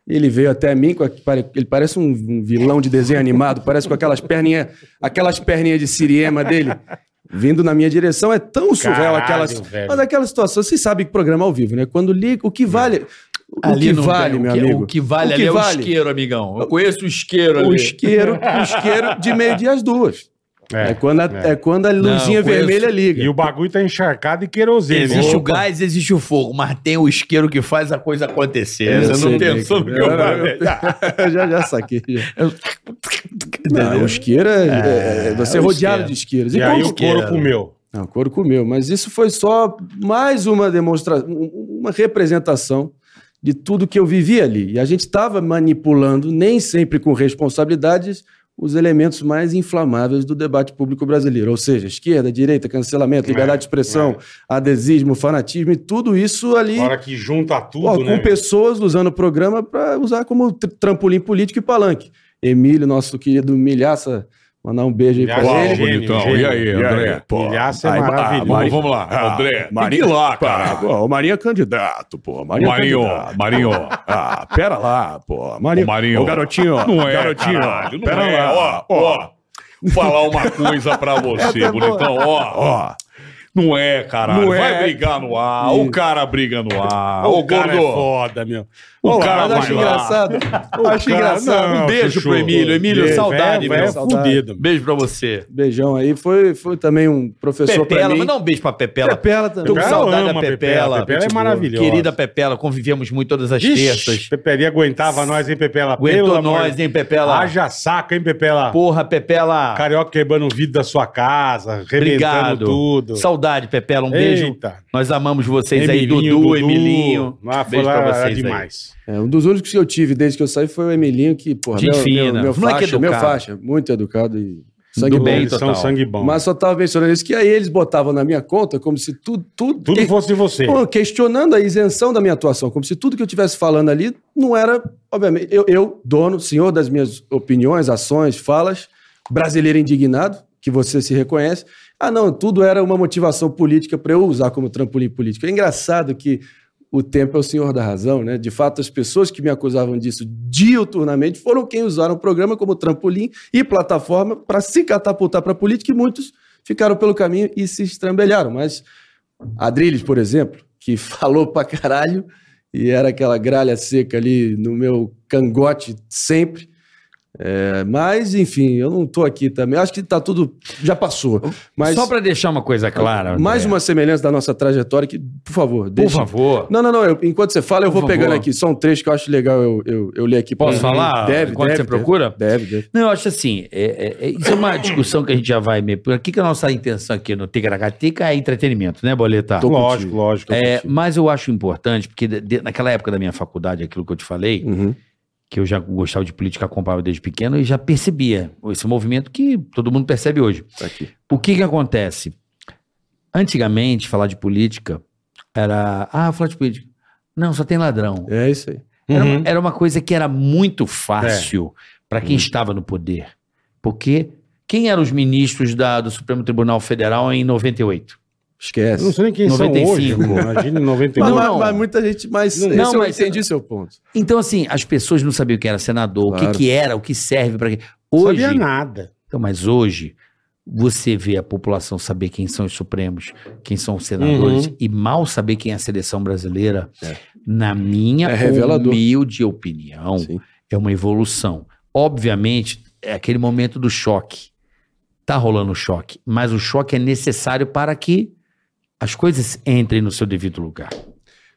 Speaker 4: Ele veio até mim, com a- pare- ele parece um, um vilão de desenho animado, parece com aquelas perninhas, aquelas perninhas de siriema dele. Vindo na minha direção é tão surreal
Speaker 3: Caralho,
Speaker 4: aquelas.
Speaker 3: velho.
Speaker 4: Mas aquela situação, vocês sabem que programa ao vivo, né? Quando liga, o que vale. O que
Speaker 2: não
Speaker 4: vale,
Speaker 2: tem- o
Speaker 4: meu
Speaker 2: que-
Speaker 4: amigo?
Speaker 2: O que vale
Speaker 4: O É
Speaker 2: ali é o isqueiro, amigão. Eu conheço o isqueiro ali.
Speaker 4: O isqueiro, o isqueiro de meio-dia às duas. É,
Speaker 3: É.
Speaker 4: quando a,
Speaker 3: é.
Speaker 4: é quando a luzinha
Speaker 2: eu conheço.
Speaker 4: vermelha liga.
Speaker 3: E o bagulho tá encharcado e querosene.
Speaker 2: Existe o
Speaker 3: Opa.
Speaker 2: gás, existe o fogo, mas tem o isqueiro que faz a coisa acontecer. Você não pensou no que eu falei.
Speaker 4: já, já saquei. já. Não, o isqueiro é, é- é- você é
Speaker 2: o
Speaker 4: rodeado
Speaker 2: É,
Speaker 4: é
Speaker 2: isqueiro.
Speaker 4: de isqueiros. E
Speaker 3: E aí
Speaker 4: como,
Speaker 3: o couro comeu.
Speaker 4: Não, o couro comeu. Mas isso foi só mais uma demonstração, uma representação de tudo que eu vivi ali. E a gente estava manipulando, nem sempre com responsabilidades, os elementos mais inflamáveis do debate público brasileiro. Ou seja, esquerda, direita, cancelamento,
Speaker 3: É,
Speaker 4: liberdade de expressão, adesismo, fanatismo e tudo isso ali.
Speaker 3: Hora que junta tudo,
Speaker 4: Ó,
Speaker 3: né?
Speaker 4: com um pessoas usando o programa para usar como tr- trampolim político e palanque. Emílio, nosso querido Milhaça, mandar um beijo aí
Speaker 3: Milhaça,
Speaker 4: pra
Speaker 5: Uau,
Speaker 4: ele.
Speaker 3: gênio,
Speaker 5: bonitão.
Speaker 3: gênio.
Speaker 5: E aí,
Speaker 3: E
Speaker 5: André?
Speaker 3: aí? Milhaça é
Speaker 5: Aí,
Speaker 3: maravilhoso.
Speaker 5: ah, mas vamos lá, André. Marinho lá, cara.
Speaker 4: o Marinho é candidato, pô.
Speaker 5: Marinho,
Speaker 6: é
Speaker 5: Marinho.
Speaker 4: Ah, pera lá, pô.
Speaker 5: Ô, Marinho. Não é, caralho, não é. Ó, ó. Vou Falar uma coisa pra você,
Speaker 6: é
Speaker 5: bonitão. Ó,
Speaker 4: Ó,
Speaker 5: não é, caralho.
Speaker 3: Não
Speaker 5: Vai
Speaker 3: é.
Speaker 5: brigar no ar. O cara briga no ar.
Speaker 3: o
Speaker 5: Ô,
Speaker 3: cara é
Speaker 5: gordo.
Speaker 3: foda, meu.
Speaker 5: O
Speaker 3: Olá,
Speaker 5: cara
Speaker 4: mas
Speaker 5: vai
Speaker 4: acho
Speaker 5: lá.
Speaker 4: engraçado. acho
Speaker 3: cara-
Speaker 4: engraçado.
Speaker 3: Não,
Speaker 5: Um beijo
Speaker 3: Chuchu.
Speaker 5: pro Emílio. Emílio,
Speaker 3: Velho,
Speaker 5: saudade,
Speaker 3: velho,
Speaker 5: meu.
Speaker 3: é fudido.
Speaker 5: Beijo pra você.
Speaker 4: Um Beijão aí. Foi, foi também um professor pra mim.
Speaker 2: Pepela,
Speaker 4: tá-
Speaker 2: mas dá um beijo pra Pepela.
Speaker 4: Pepela também.
Speaker 2: Tô com
Speaker 3: Pepela
Speaker 2: saudade da
Speaker 3: ama a
Speaker 2: Pepela.
Speaker 3: Pepela. A Pepela é
Speaker 2: Gente boa.
Speaker 3: maravilhosa.
Speaker 2: Querida Pepela, convivemos muito todas as terças.
Speaker 3: Pepeli aguentava nós, hein, Pepela? Pelo
Speaker 2: Aguentou
Speaker 3: amor-
Speaker 2: nós, hein, Pepela?
Speaker 3: Haja saca, hein, Pepela?
Speaker 2: Porra, Pepela.
Speaker 3: Carioca quebrando o vidro da sua casa, arrebentando
Speaker 2: Obrigado.
Speaker 3: tudo.
Speaker 2: Saudade, Pepela. Um beijo.
Speaker 3: Eita.
Speaker 2: Nós amamos vocês aí,
Speaker 3: Emilinho,
Speaker 2: Dudu, Emilinho.
Speaker 3: Ah, foi
Speaker 2: Beijo
Speaker 3: lá,
Speaker 2: pra
Speaker 3: pra
Speaker 2: vocês
Speaker 3: demais.
Speaker 4: É, um dos únicos que eu tive desde que eu saí foi o Emilinho, que, porra,
Speaker 2: Gente
Speaker 4: meu, meu,
Speaker 2: fina.
Speaker 4: meu
Speaker 2: Moleque
Speaker 4: faixa, meu
Speaker 2: educado.
Speaker 4: faixa, muito educado e sangue
Speaker 2: Do
Speaker 4: bom.
Speaker 2: bem,
Speaker 3: Eles são
Speaker 2: total.
Speaker 3: sangue bom.
Speaker 4: Mas só tava mencionando isso, que aí eles botavam na minha conta como se tudo... Tudo,
Speaker 3: Tudo
Speaker 4: que-
Speaker 3: fosse você.
Speaker 4: Pô, questionando a isenção da minha atuação, como se tudo que eu estivesse falando ali não era, obviamente, eu, eu, dono, senhor das minhas opiniões, ações, falas, brasileiro indignado, que você se reconhece. Ah, não, tudo era uma motivação política para eu usar como trampolim político. É engraçado que o tempo é o senhor da razão, né? De fato, as pessoas que me acusavam disso diuturnamente foram quem usaram o programa como trampolim e plataforma para se catapultar para a política e muitos ficaram pelo caminho e se estrambelharam. Mas Adriles, por exemplo, que falou pra caralho e era aquela gralha seca ali no meu cangote sempre. É, mas, enfim, eu não tô aqui também. Acho que tá tudo. Já passou. Mas,
Speaker 2: Só pra deixar uma coisa clara.
Speaker 4: mais
Speaker 2: André.
Speaker 4: uma semelhança da nossa trajetória que, por favor,
Speaker 2: Por
Speaker 4: deixa.
Speaker 2: favor.
Speaker 4: Não, não, não. eu- enquanto você fala, eu
Speaker 2: Por
Speaker 4: vou pegando
Speaker 2: favor.
Speaker 4: aqui. Só um trecho que eu acho legal eu, eu, eu ler aqui. pra
Speaker 2: Posso
Speaker 4: você.
Speaker 2: falar?
Speaker 4: Deve,
Speaker 2: Enquanto
Speaker 4: deve,
Speaker 2: você
Speaker 4: deve.
Speaker 2: procura?
Speaker 4: Deve, deve.
Speaker 2: Não, eu acho assim, é, é, é- isso é uma discussão que a gente já vai meio. Por aqui que é a nossa intenção aqui no Ticaracatica é entretenimento, né, Boleta?
Speaker 4: Tô
Speaker 3: lógico,
Speaker 4: contigo.
Speaker 3: lógico.
Speaker 2: É, mas eu acho importante, porque de- de- naquela época da minha faculdade, aquilo que eu te falei,
Speaker 4: Uhum.
Speaker 2: que eu já gostava de política, acompanhava desde pequeno e já percebia esse movimento que todo mundo percebe hoje.
Speaker 4: Tá aqui.
Speaker 2: O que que acontece? Antigamente, falar de política era. Ah, falar de política. Não, só tem ladrão.
Speaker 4: É isso aí.
Speaker 2: Era,
Speaker 3: Uhum.
Speaker 2: uma, era uma coisa que era muito fácil
Speaker 4: É.
Speaker 2: para
Speaker 4: Uhum.
Speaker 2: quem estava no poder. Porque quem eram os ministros da- do Supremo Tribunal Federal em 98?
Speaker 4: Esquece.
Speaker 3: Eu não sei nem quem são
Speaker 2: 95.
Speaker 3: hoje. pô. Imagina em 91.
Speaker 4: Mas,
Speaker 2: Não,
Speaker 4: mas-
Speaker 2: não.
Speaker 4: mas muita gente. Mas
Speaker 2: Não,
Speaker 4: esse
Speaker 2: não,
Speaker 4: eu
Speaker 2: mas-
Speaker 4: entendi seu ponto.
Speaker 2: Então, assim, as pessoas não sabiam o que era senador, o
Speaker 4: Claro.
Speaker 2: que, que era, o que serve para quê.
Speaker 3: Não
Speaker 2: Hoje,
Speaker 3: sabia nada.
Speaker 2: então, mas hoje, você vê a população saber quem são os Supremos, quem são os senadores, e mal saber quem é a seleção brasileira,
Speaker 4: Uhum. É.
Speaker 2: na minha
Speaker 4: É revelador.
Speaker 2: humilde opinião,
Speaker 4: Sim.
Speaker 2: é uma evolução. Obviamente, é aquele momento do choque. Tá rolando o choque, mas o choque é necessário para que as coisas entrem no seu devido lugar.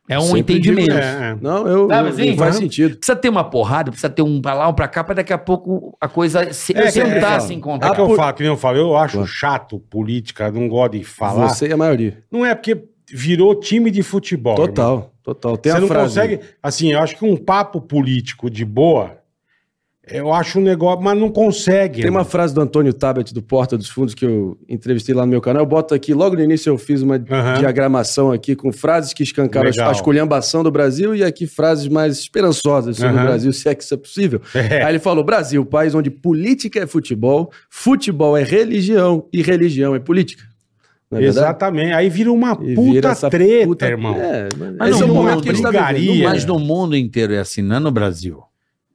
Speaker 2: É um
Speaker 4: Sempre
Speaker 2: entendimento.
Speaker 3: É, é.
Speaker 4: Não, eu,
Speaker 2: Sabe
Speaker 4: eu-
Speaker 2: assim?
Speaker 4: faz
Speaker 2: Uhum.
Speaker 4: sentido.
Speaker 2: Precisa ter uma porrada, precisa ter um pra lá, um pra cá, pra daqui a pouco a coisa se,
Speaker 3: É, que-
Speaker 2: sentar,
Speaker 3: é,
Speaker 2: se
Speaker 3: É
Speaker 2: encontrar.
Speaker 3: que eu falo, que nem eu falo, eu acho
Speaker 4: Claro.
Speaker 3: chato política, não gosto de falar.
Speaker 4: Você e a maioria.
Speaker 3: Não é porque virou time de futebol. irmão.
Speaker 4: Total, total. Tem
Speaker 3: Você
Speaker 4: a
Speaker 3: não
Speaker 4: frase.
Speaker 3: consegue. Assim, eu acho que um papo político de boa, eu acho um negócio, mas não consegue.
Speaker 4: Tem uma
Speaker 3: irmão.
Speaker 4: frase do Antônio Tabet do Porta dos Fundos que eu entrevistei lá no meu canal. Eu boto aqui, logo no início eu fiz uma
Speaker 3: Aham.
Speaker 4: diagramação aqui com frases que escancaram
Speaker 3: Legal.
Speaker 4: a esculhambação do Brasil e aqui frases mais esperançosas sobre
Speaker 3: Aham.
Speaker 4: o Brasil, se é que isso é possível.
Speaker 3: É.
Speaker 4: Aí ele falou: Brasil, país onde política é futebol, futebol é religião e religião é política. Não é verdade?
Speaker 3: Exatamente. Aí vira uma
Speaker 4: E
Speaker 3: puta
Speaker 4: vira essa
Speaker 3: treta,
Speaker 4: puta-
Speaker 3: irmão.
Speaker 4: É,
Speaker 2: Mas
Speaker 4: mas esse é
Speaker 2: não,
Speaker 4: o
Speaker 2: não
Speaker 4: momento que a gente tá
Speaker 3: brigaria.
Speaker 4: vivendo.
Speaker 3: é.
Speaker 2: Mas no mundo inteiro é assim, não é no Brasil.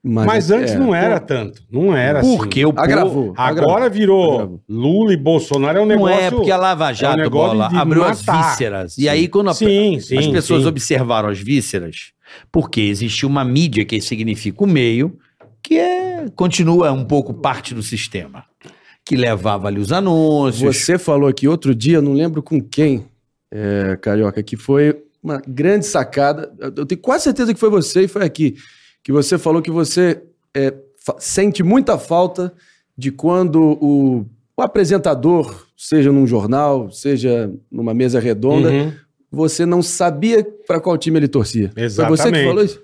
Speaker 4: Mas,
Speaker 3: Mas antes
Speaker 4: é, Tá
Speaker 3: não era tanto. Não era assim.
Speaker 2: Porque
Speaker 4: Ah,
Speaker 2: o povo-
Speaker 4: Agravou.
Speaker 3: Agora
Speaker 4: agravou.
Speaker 3: virou
Speaker 4: Agravou.
Speaker 3: Lula e Bolsonaro é um
Speaker 2: Não
Speaker 3: negócio.
Speaker 2: é, porque a Lava Jato,
Speaker 3: é um negócio
Speaker 2: bola,
Speaker 3: de
Speaker 2: abriu
Speaker 3: matar.
Speaker 2: as vísceras. E aí, quando a-
Speaker 3: Sim, sim.
Speaker 2: as pessoas
Speaker 3: sim.
Speaker 2: observaram as vísceras, porque existiu uma mídia que significa o meio, que é, continua um pouco parte do sistema, que levava ali os anúncios.
Speaker 4: Você falou aqui outro dia, eu não lembro com quem, é, Carioca, que foi uma grande sacada. Eu tenho quase certeza que foi você e foi aqui. Que você falou que você é, fa- sente muita falta de quando o o apresentador, seja num jornal, seja numa mesa redonda,
Speaker 3: Uhum.
Speaker 4: você não sabia para qual time ele torcia. Foi você que
Speaker 3: Exatamente.
Speaker 4: falou isso?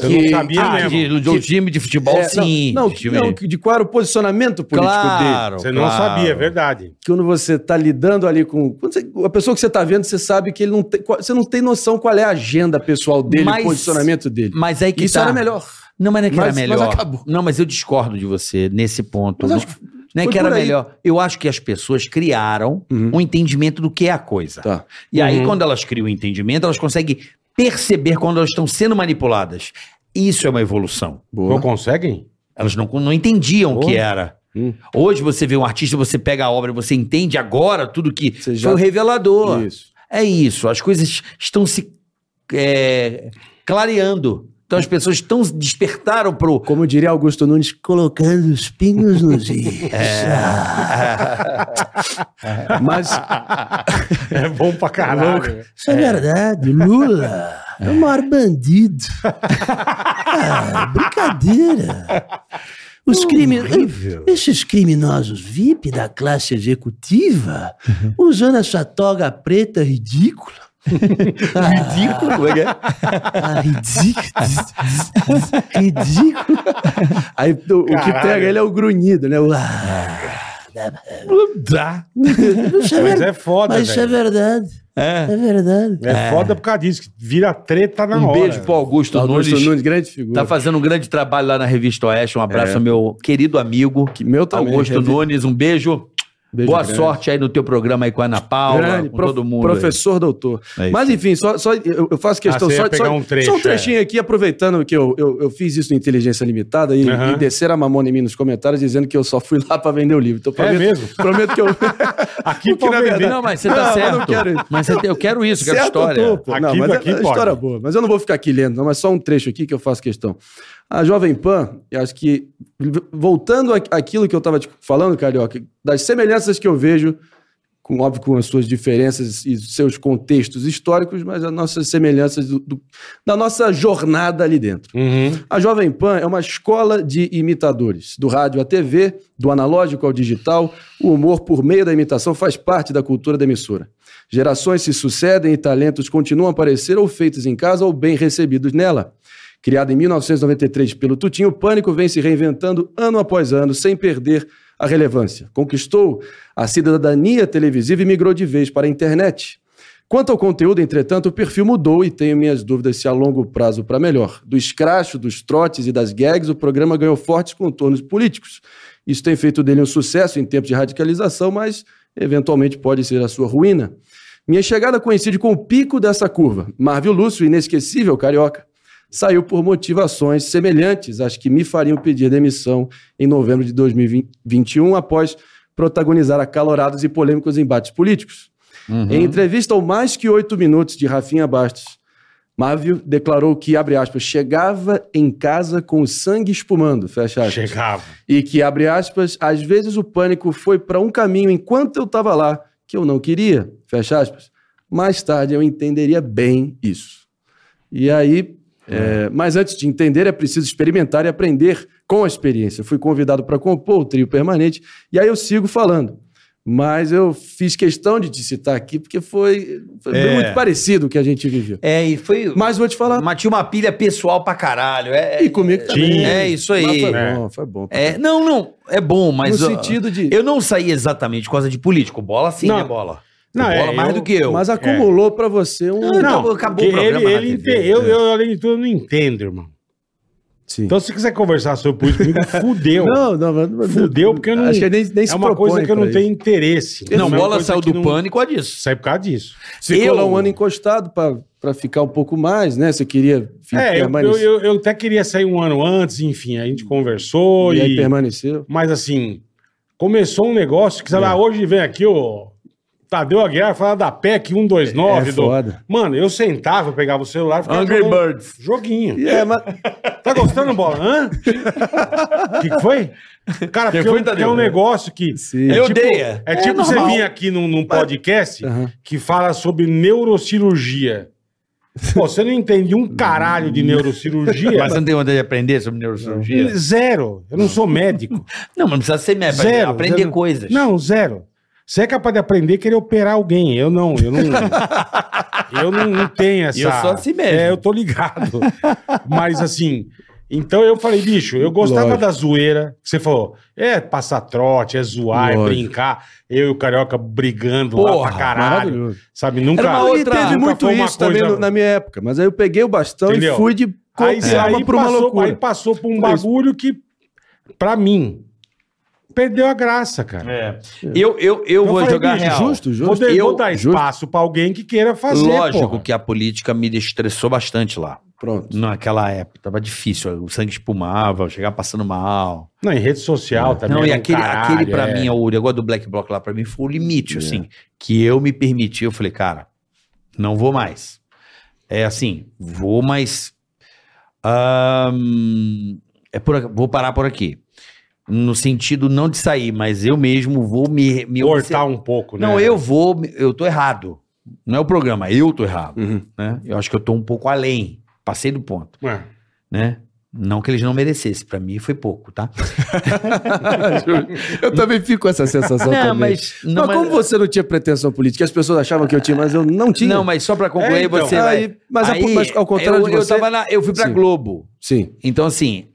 Speaker 3: Eu não sabia
Speaker 2: Ah,
Speaker 3: mesmo.
Speaker 2: de, de um time de futebol,
Speaker 4: É, não,
Speaker 2: sim.
Speaker 4: Não,
Speaker 2: de time-
Speaker 4: não, de qual era o posicionamento político dele.
Speaker 2: claro,
Speaker 3: Você não
Speaker 2: claro.
Speaker 3: sabia, é verdade.
Speaker 4: quando você está lidando ali com. quando você- a pessoa que você está vendo, você sabe que ele não tem. Você não tem noção qual é a agenda pessoal dele,
Speaker 2: Mas-
Speaker 4: o posicionamento dele.
Speaker 2: Mas aí que
Speaker 4: Isso
Speaker 2: tá.
Speaker 4: era melhor.
Speaker 2: Não, mas não é que era
Speaker 4: Mas- mas
Speaker 2: melhor.
Speaker 4: acabou.
Speaker 2: Não, mas eu discordo de você nesse ponto.
Speaker 4: Mas
Speaker 2: Não-
Speaker 4: acho que
Speaker 2: não é
Speaker 4: foi
Speaker 2: que era
Speaker 4: por aí.
Speaker 2: melhor. Eu acho que as pessoas criaram
Speaker 4: Uhum.
Speaker 2: um entendimento do que é a coisa.
Speaker 4: Tá.
Speaker 2: E aí,
Speaker 3: Uhum.
Speaker 2: quando elas criam o entendimento, elas conseguem perceber quando elas estão sendo manipuladas. Isso é uma evolução.
Speaker 3: Não
Speaker 4: Boa.
Speaker 3: conseguem?
Speaker 2: Elas não, não entendiam o que
Speaker 3: Boa.
Speaker 2: era.
Speaker 3: Hum.
Speaker 2: Hoje você vê um artista, você pega a obra, você entende agora tudo que
Speaker 4: Você já-
Speaker 2: foi o revelador.
Speaker 4: Isso.
Speaker 2: É isso. As coisas estão se é, clareando. Então as pessoas estão despertaram pro.
Speaker 4: Como diria Augusto Nunes, colocando os pingos nos is.
Speaker 2: É.
Speaker 4: Mas
Speaker 3: É bom pra caralho.
Speaker 7: Isso é, verdade, Lula é o maior bandido. Ah, brincadeira. Os crime... Esses criminosos VIP da classe executiva, usando essa toga preta ridícula. ridícula? Como é que é? Ah, ridículo. Ridículo.
Speaker 4: aí o, o que
Speaker 3: Caralho.
Speaker 4: pega ele é o grunhido, né? O, ah,
Speaker 7: Isso é
Speaker 3: Mas
Speaker 7: verdade.
Speaker 3: é foda,
Speaker 7: Mas isso é
Speaker 3: velho.
Speaker 7: verdade. É verdade.
Speaker 3: É foda por causa disso, que vira treta na
Speaker 2: Um
Speaker 3: hora.
Speaker 2: beijo pro Augusto,
Speaker 4: Augusto
Speaker 2: Nunes.
Speaker 4: Nunes, grande figura.
Speaker 2: Tá fazendo um grande trabalho lá na Revista Oeste. Um abraço ao meu querido amigo.
Speaker 4: Que meu também.
Speaker 2: Augusto
Speaker 4: É. Revi-
Speaker 2: Nunes, um beijo.
Speaker 4: Beijo
Speaker 2: Boa
Speaker 4: grande.
Speaker 2: sorte aí no teu programa aí com a Ana Paula,
Speaker 4: Grande,
Speaker 2: com
Speaker 4: prof-
Speaker 2: todo mundo. aí.
Speaker 4: Professor doutor.
Speaker 2: É isso
Speaker 4: Mas enfim, só, só- eu eu faço questão
Speaker 3: Ah, você ia
Speaker 4: só, de-
Speaker 3: pegar
Speaker 4: só-
Speaker 3: um trecho,
Speaker 4: só um trechinho aqui, aproveitando que eu, eu, eu fiz isso no Inteligência Limitada e,
Speaker 3: Aham.
Speaker 4: e desceram a mamona em mim nos comentários dizendo que eu só fui lá pra vender o livro. Então, prometo,
Speaker 3: É mesmo?
Speaker 4: Prometo que eu.
Speaker 3: Aqui que na verdade.
Speaker 2: Não, mas você tá
Speaker 4: é Não, mas
Speaker 2: certo.
Speaker 4: eu não quero isso.
Speaker 2: Mas você tem- eu quero isso, quero
Speaker 4: Certo,
Speaker 2: história.
Speaker 4: eu tô, pô. não,
Speaker 3: Aqui-
Speaker 4: mas
Speaker 3: aqui
Speaker 4: é uma
Speaker 3: pode.
Speaker 4: história boa. Mas eu não vou ficar aqui lendo, não, mas só um trecho aqui que eu faço questão. A Jovem Pan, eu acho que, voltando à- àquilo que eu estava te falando, Carioca, das semelhanças que eu vejo, com, óbvio, com as suas diferenças e seus contextos históricos, mas as nossas semelhanças do- do- da nossa jornada ali dentro.
Speaker 3: Uhum.
Speaker 4: A Jovem Pan é uma escola de imitadores, do rádio à TV, do analógico ao digital. O humor por meio da imitação faz parte da cultura da emissora. Gerações se sucedem e talentos continuam a aparecer ou feitos em casa ou bem recebidos nela. Criada em 1993 pelo Tutinho, o Pânico vem se reinventando ano após ano, sem perder a relevância. Conquistou a cidadania televisiva e migrou de vez para a internet. Quanto ao conteúdo, entretanto, o perfil mudou e tenho minhas dúvidas se a longo prazo para melhor. Do escracho, dos trotes e das gags, o programa ganhou fortes contornos políticos. Isso tem feito dele um sucesso em tempos de radicalização, mas eventualmente pode ser a sua ruína. Minha chegada coincide com o pico dessa curva. Marvio Lúcio, inesquecível carioca, saiu por motivações semelhantes às que me fariam pedir demissão em novembro de 2021, após protagonizar acalorados e polêmicos embates políticos. Em entrevista ao Mais Que Oito Minutos de Rafinha Bastos, Mávio declarou que, abre aspas, chegava em casa com o sangue espumando, fecha aspas.
Speaker 3: Chegava.
Speaker 4: E que, abre aspas, às vezes o pânico foi para um caminho enquanto eu estava lá que eu não queria, fecha aspas. Mais tarde eu entenderia bem isso. E aí, é, mas antes de entender, é preciso experimentar e aprender com a experiência. Fui convidado para compor o trio permanente e aí eu sigo falando. Mas eu fiz questão de te citar aqui porque foi, foi
Speaker 2: É.
Speaker 4: muito parecido o que a gente viveu.
Speaker 2: É, e foi. Mas,
Speaker 4: Mas vou te falar.
Speaker 2: tinha uma pilha pessoal pra caralho. É,
Speaker 4: e comigo também.
Speaker 2: é isso aí.
Speaker 4: Mas foi
Speaker 3: É.
Speaker 4: bom, foi bom.
Speaker 2: É, não, não. É bom, mas.
Speaker 4: no
Speaker 2: ó,
Speaker 4: sentido de.
Speaker 2: Eu não saí exatamente por causa de político. Bola sim,
Speaker 3: Não.
Speaker 2: né, bola?
Speaker 3: Não,
Speaker 2: O bola
Speaker 3: é,
Speaker 2: mais
Speaker 3: eu-
Speaker 2: do que eu.
Speaker 4: Mas acumulou pra você um.
Speaker 2: Não, acabou- acabou
Speaker 3: porque
Speaker 2: o programa
Speaker 3: Ele,
Speaker 2: na
Speaker 3: ele
Speaker 2: TV,
Speaker 3: ente- eu,
Speaker 2: né?
Speaker 3: eu, além de tudo, não entendo, irmão.
Speaker 4: Sim.
Speaker 3: Então, se você quiser conversar sobre isso comigo, fudeu.
Speaker 4: não, não, mas- mas-
Speaker 3: Fudeu, porque eu não.
Speaker 4: Acho que nem, nem se
Speaker 3: é uma
Speaker 4: propõe
Speaker 3: coisa que eu
Speaker 4: pra
Speaker 3: não
Speaker 4: isso.
Speaker 3: tenho interesse.
Speaker 2: não,
Speaker 3: É uma
Speaker 2: bola
Speaker 3: coisa
Speaker 2: saiu
Speaker 3: que
Speaker 2: do
Speaker 3: não-
Speaker 2: pânico a disso.
Speaker 3: Sai por causa disso.
Speaker 4: Você ficou
Speaker 2: Eu-
Speaker 4: lá um ano encostado pra, pra ficar um pouco mais, né? Você queria fi-
Speaker 3: É, eu, eu,
Speaker 4: permanecer.
Speaker 3: eu- eu até queria sair um ano antes, enfim, a gente conversou
Speaker 4: e
Speaker 3: e.
Speaker 4: aí permaneceu.
Speaker 3: Mas assim, começou um negócio que, sei lá, hoje vem aqui o Tadeu Aguiar falar da PEC 129.
Speaker 4: É
Speaker 3: do-
Speaker 4: foda.
Speaker 3: Mano, eu sentava, eu pegava o celular e ficava jogando-
Speaker 2: Birds.
Speaker 3: Joguinho.
Speaker 4: E é, mas-
Speaker 3: Tá gostando, bola? Hã? O que, que foi? Cara, porque
Speaker 2: foi,
Speaker 3: é um-
Speaker 2: Tadeu?
Speaker 3: é um negócio que.
Speaker 4: Sim.
Speaker 3: É
Speaker 2: Eu
Speaker 3: tipo,
Speaker 2: odeia.
Speaker 3: É tipo você vir aqui num, num podcast
Speaker 4: Aham.
Speaker 3: que fala sobre neurocirurgia. Pô, você não entende um caralho de neurocirurgia.
Speaker 2: Hum. Mas você não tem vontade de aprender sobre neurocirurgia?
Speaker 3: Zero. Eu não sou médico.
Speaker 2: Não, mas não precisa ser médico.
Speaker 3: Zero.
Speaker 2: aprender
Speaker 3: zero.
Speaker 2: coisas.
Speaker 3: Não, zero. Você é capaz de aprender e querer operar alguém. Eu não, eu não. eu não, não tenho essa.
Speaker 2: Eu sou assim mesmo.
Speaker 3: É, eu tô ligado. Mas assim. Então eu falei, bicho, eu gostava
Speaker 4: Lógico.
Speaker 3: da zoeira. que Você falou, é passar trote, é zoar,
Speaker 4: Lógico.
Speaker 3: é brincar. Eu e o Carioca brigando lá pra caralho.
Speaker 4: maravilhoso.
Speaker 3: Sabe, nunca.
Speaker 2: Era uma
Speaker 4: Ele
Speaker 2: outra-
Speaker 4: teve
Speaker 3: nunca
Speaker 4: muito
Speaker 3: foi uma
Speaker 4: isso também
Speaker 3: coisa-
Speaker 4: no- na minha época, mas aí eu peguei o bastão
Speaker 3: Entendeu?
Speaker 4: e fui de
Speaker 3: Aí,
Speaker 4: copiar
Speaker 3: aí,
Speaker 4: pra É, uma
Speaker 3: passou, aí
Speaker 4: loucura.
Speaker 3: passou por um
Speaker 4: Foi isso.
Speaker 3: bagulho que, pra mim, perdeu a graça, cara.
Speaker 2: É. Eu, eu, eu vou
Speaker 3: falei,
Speaker 2: jogar
Speaker 3: bicho,
Speaker 2: real.
Speaker 4: justo, justo.
Speaker 3: Vou, de- vou
Speaker 4: Eu-
Speaker 3: dar
Speaker 4: justo.
Speaker 3: espaço pra alguém que queira fazer,
Speaker 2: Lógico
Speaker 3: é porra.
Speaker 2: que a política me estressou bastante lá.
Speaker 4: Pronto.
Speaker 2: Naquela época, tava difícil. O sangue espumava, eu chegava passando mal.
Speaker 3: Não, em rede social também.
Speaker 2: não, e
Speaker 3: era um
Speaker 2: aquele,
Speaker 3: caralho,
Speaker 2: aquele pra
Speaker 3: é.
Speaker 2: mim, o negócio do Black Block lá pra mim foi o limite, assim. Que eu me permiti, eu falei, cara, não vou mais. É assim, vou, mas. ahn, é por, aqui- vou parar por aqui. No sentido não de sair, mas eu mesmo vou me. me
Speaker 3: Cortar um pouco, né?
Speaker 2: Não, eu vou, eu tô errado. Não é o programa, eu tô errado,
Speaker 3: Uhum.
Speaker 2: né? Eu acho que eu tô um pouco além, passei do ponto,
Speaker 3: É.
Speaker 2: né? Não que eles não merecessem, pra mim foi pouco, tá?
Speaker 4: eu também fico com essa sensação também.
Speaker 2: não, é-
Speaker 4: mas, como você não tinha pretensão política, as pessoas achavam que eu tinha, mas eu não tinha.
Speaker 2: Não, mas só pra concluir,
Speaker 3: É, então.
Speaker 2: você
Speaker 4: Aí-
Speaker 2: vai...
Speaker 4: mas a- mas ao contrário
Speaker 2: eu,
Speaker 4: de
Speaker 2: eu
Speaker 4: você-
Speaker 2: tava na- eu fui pra
Speaker 4: Sim.
Speaker 2: Globo,
Speaker 4: Sim.
Speaker 2: então assim,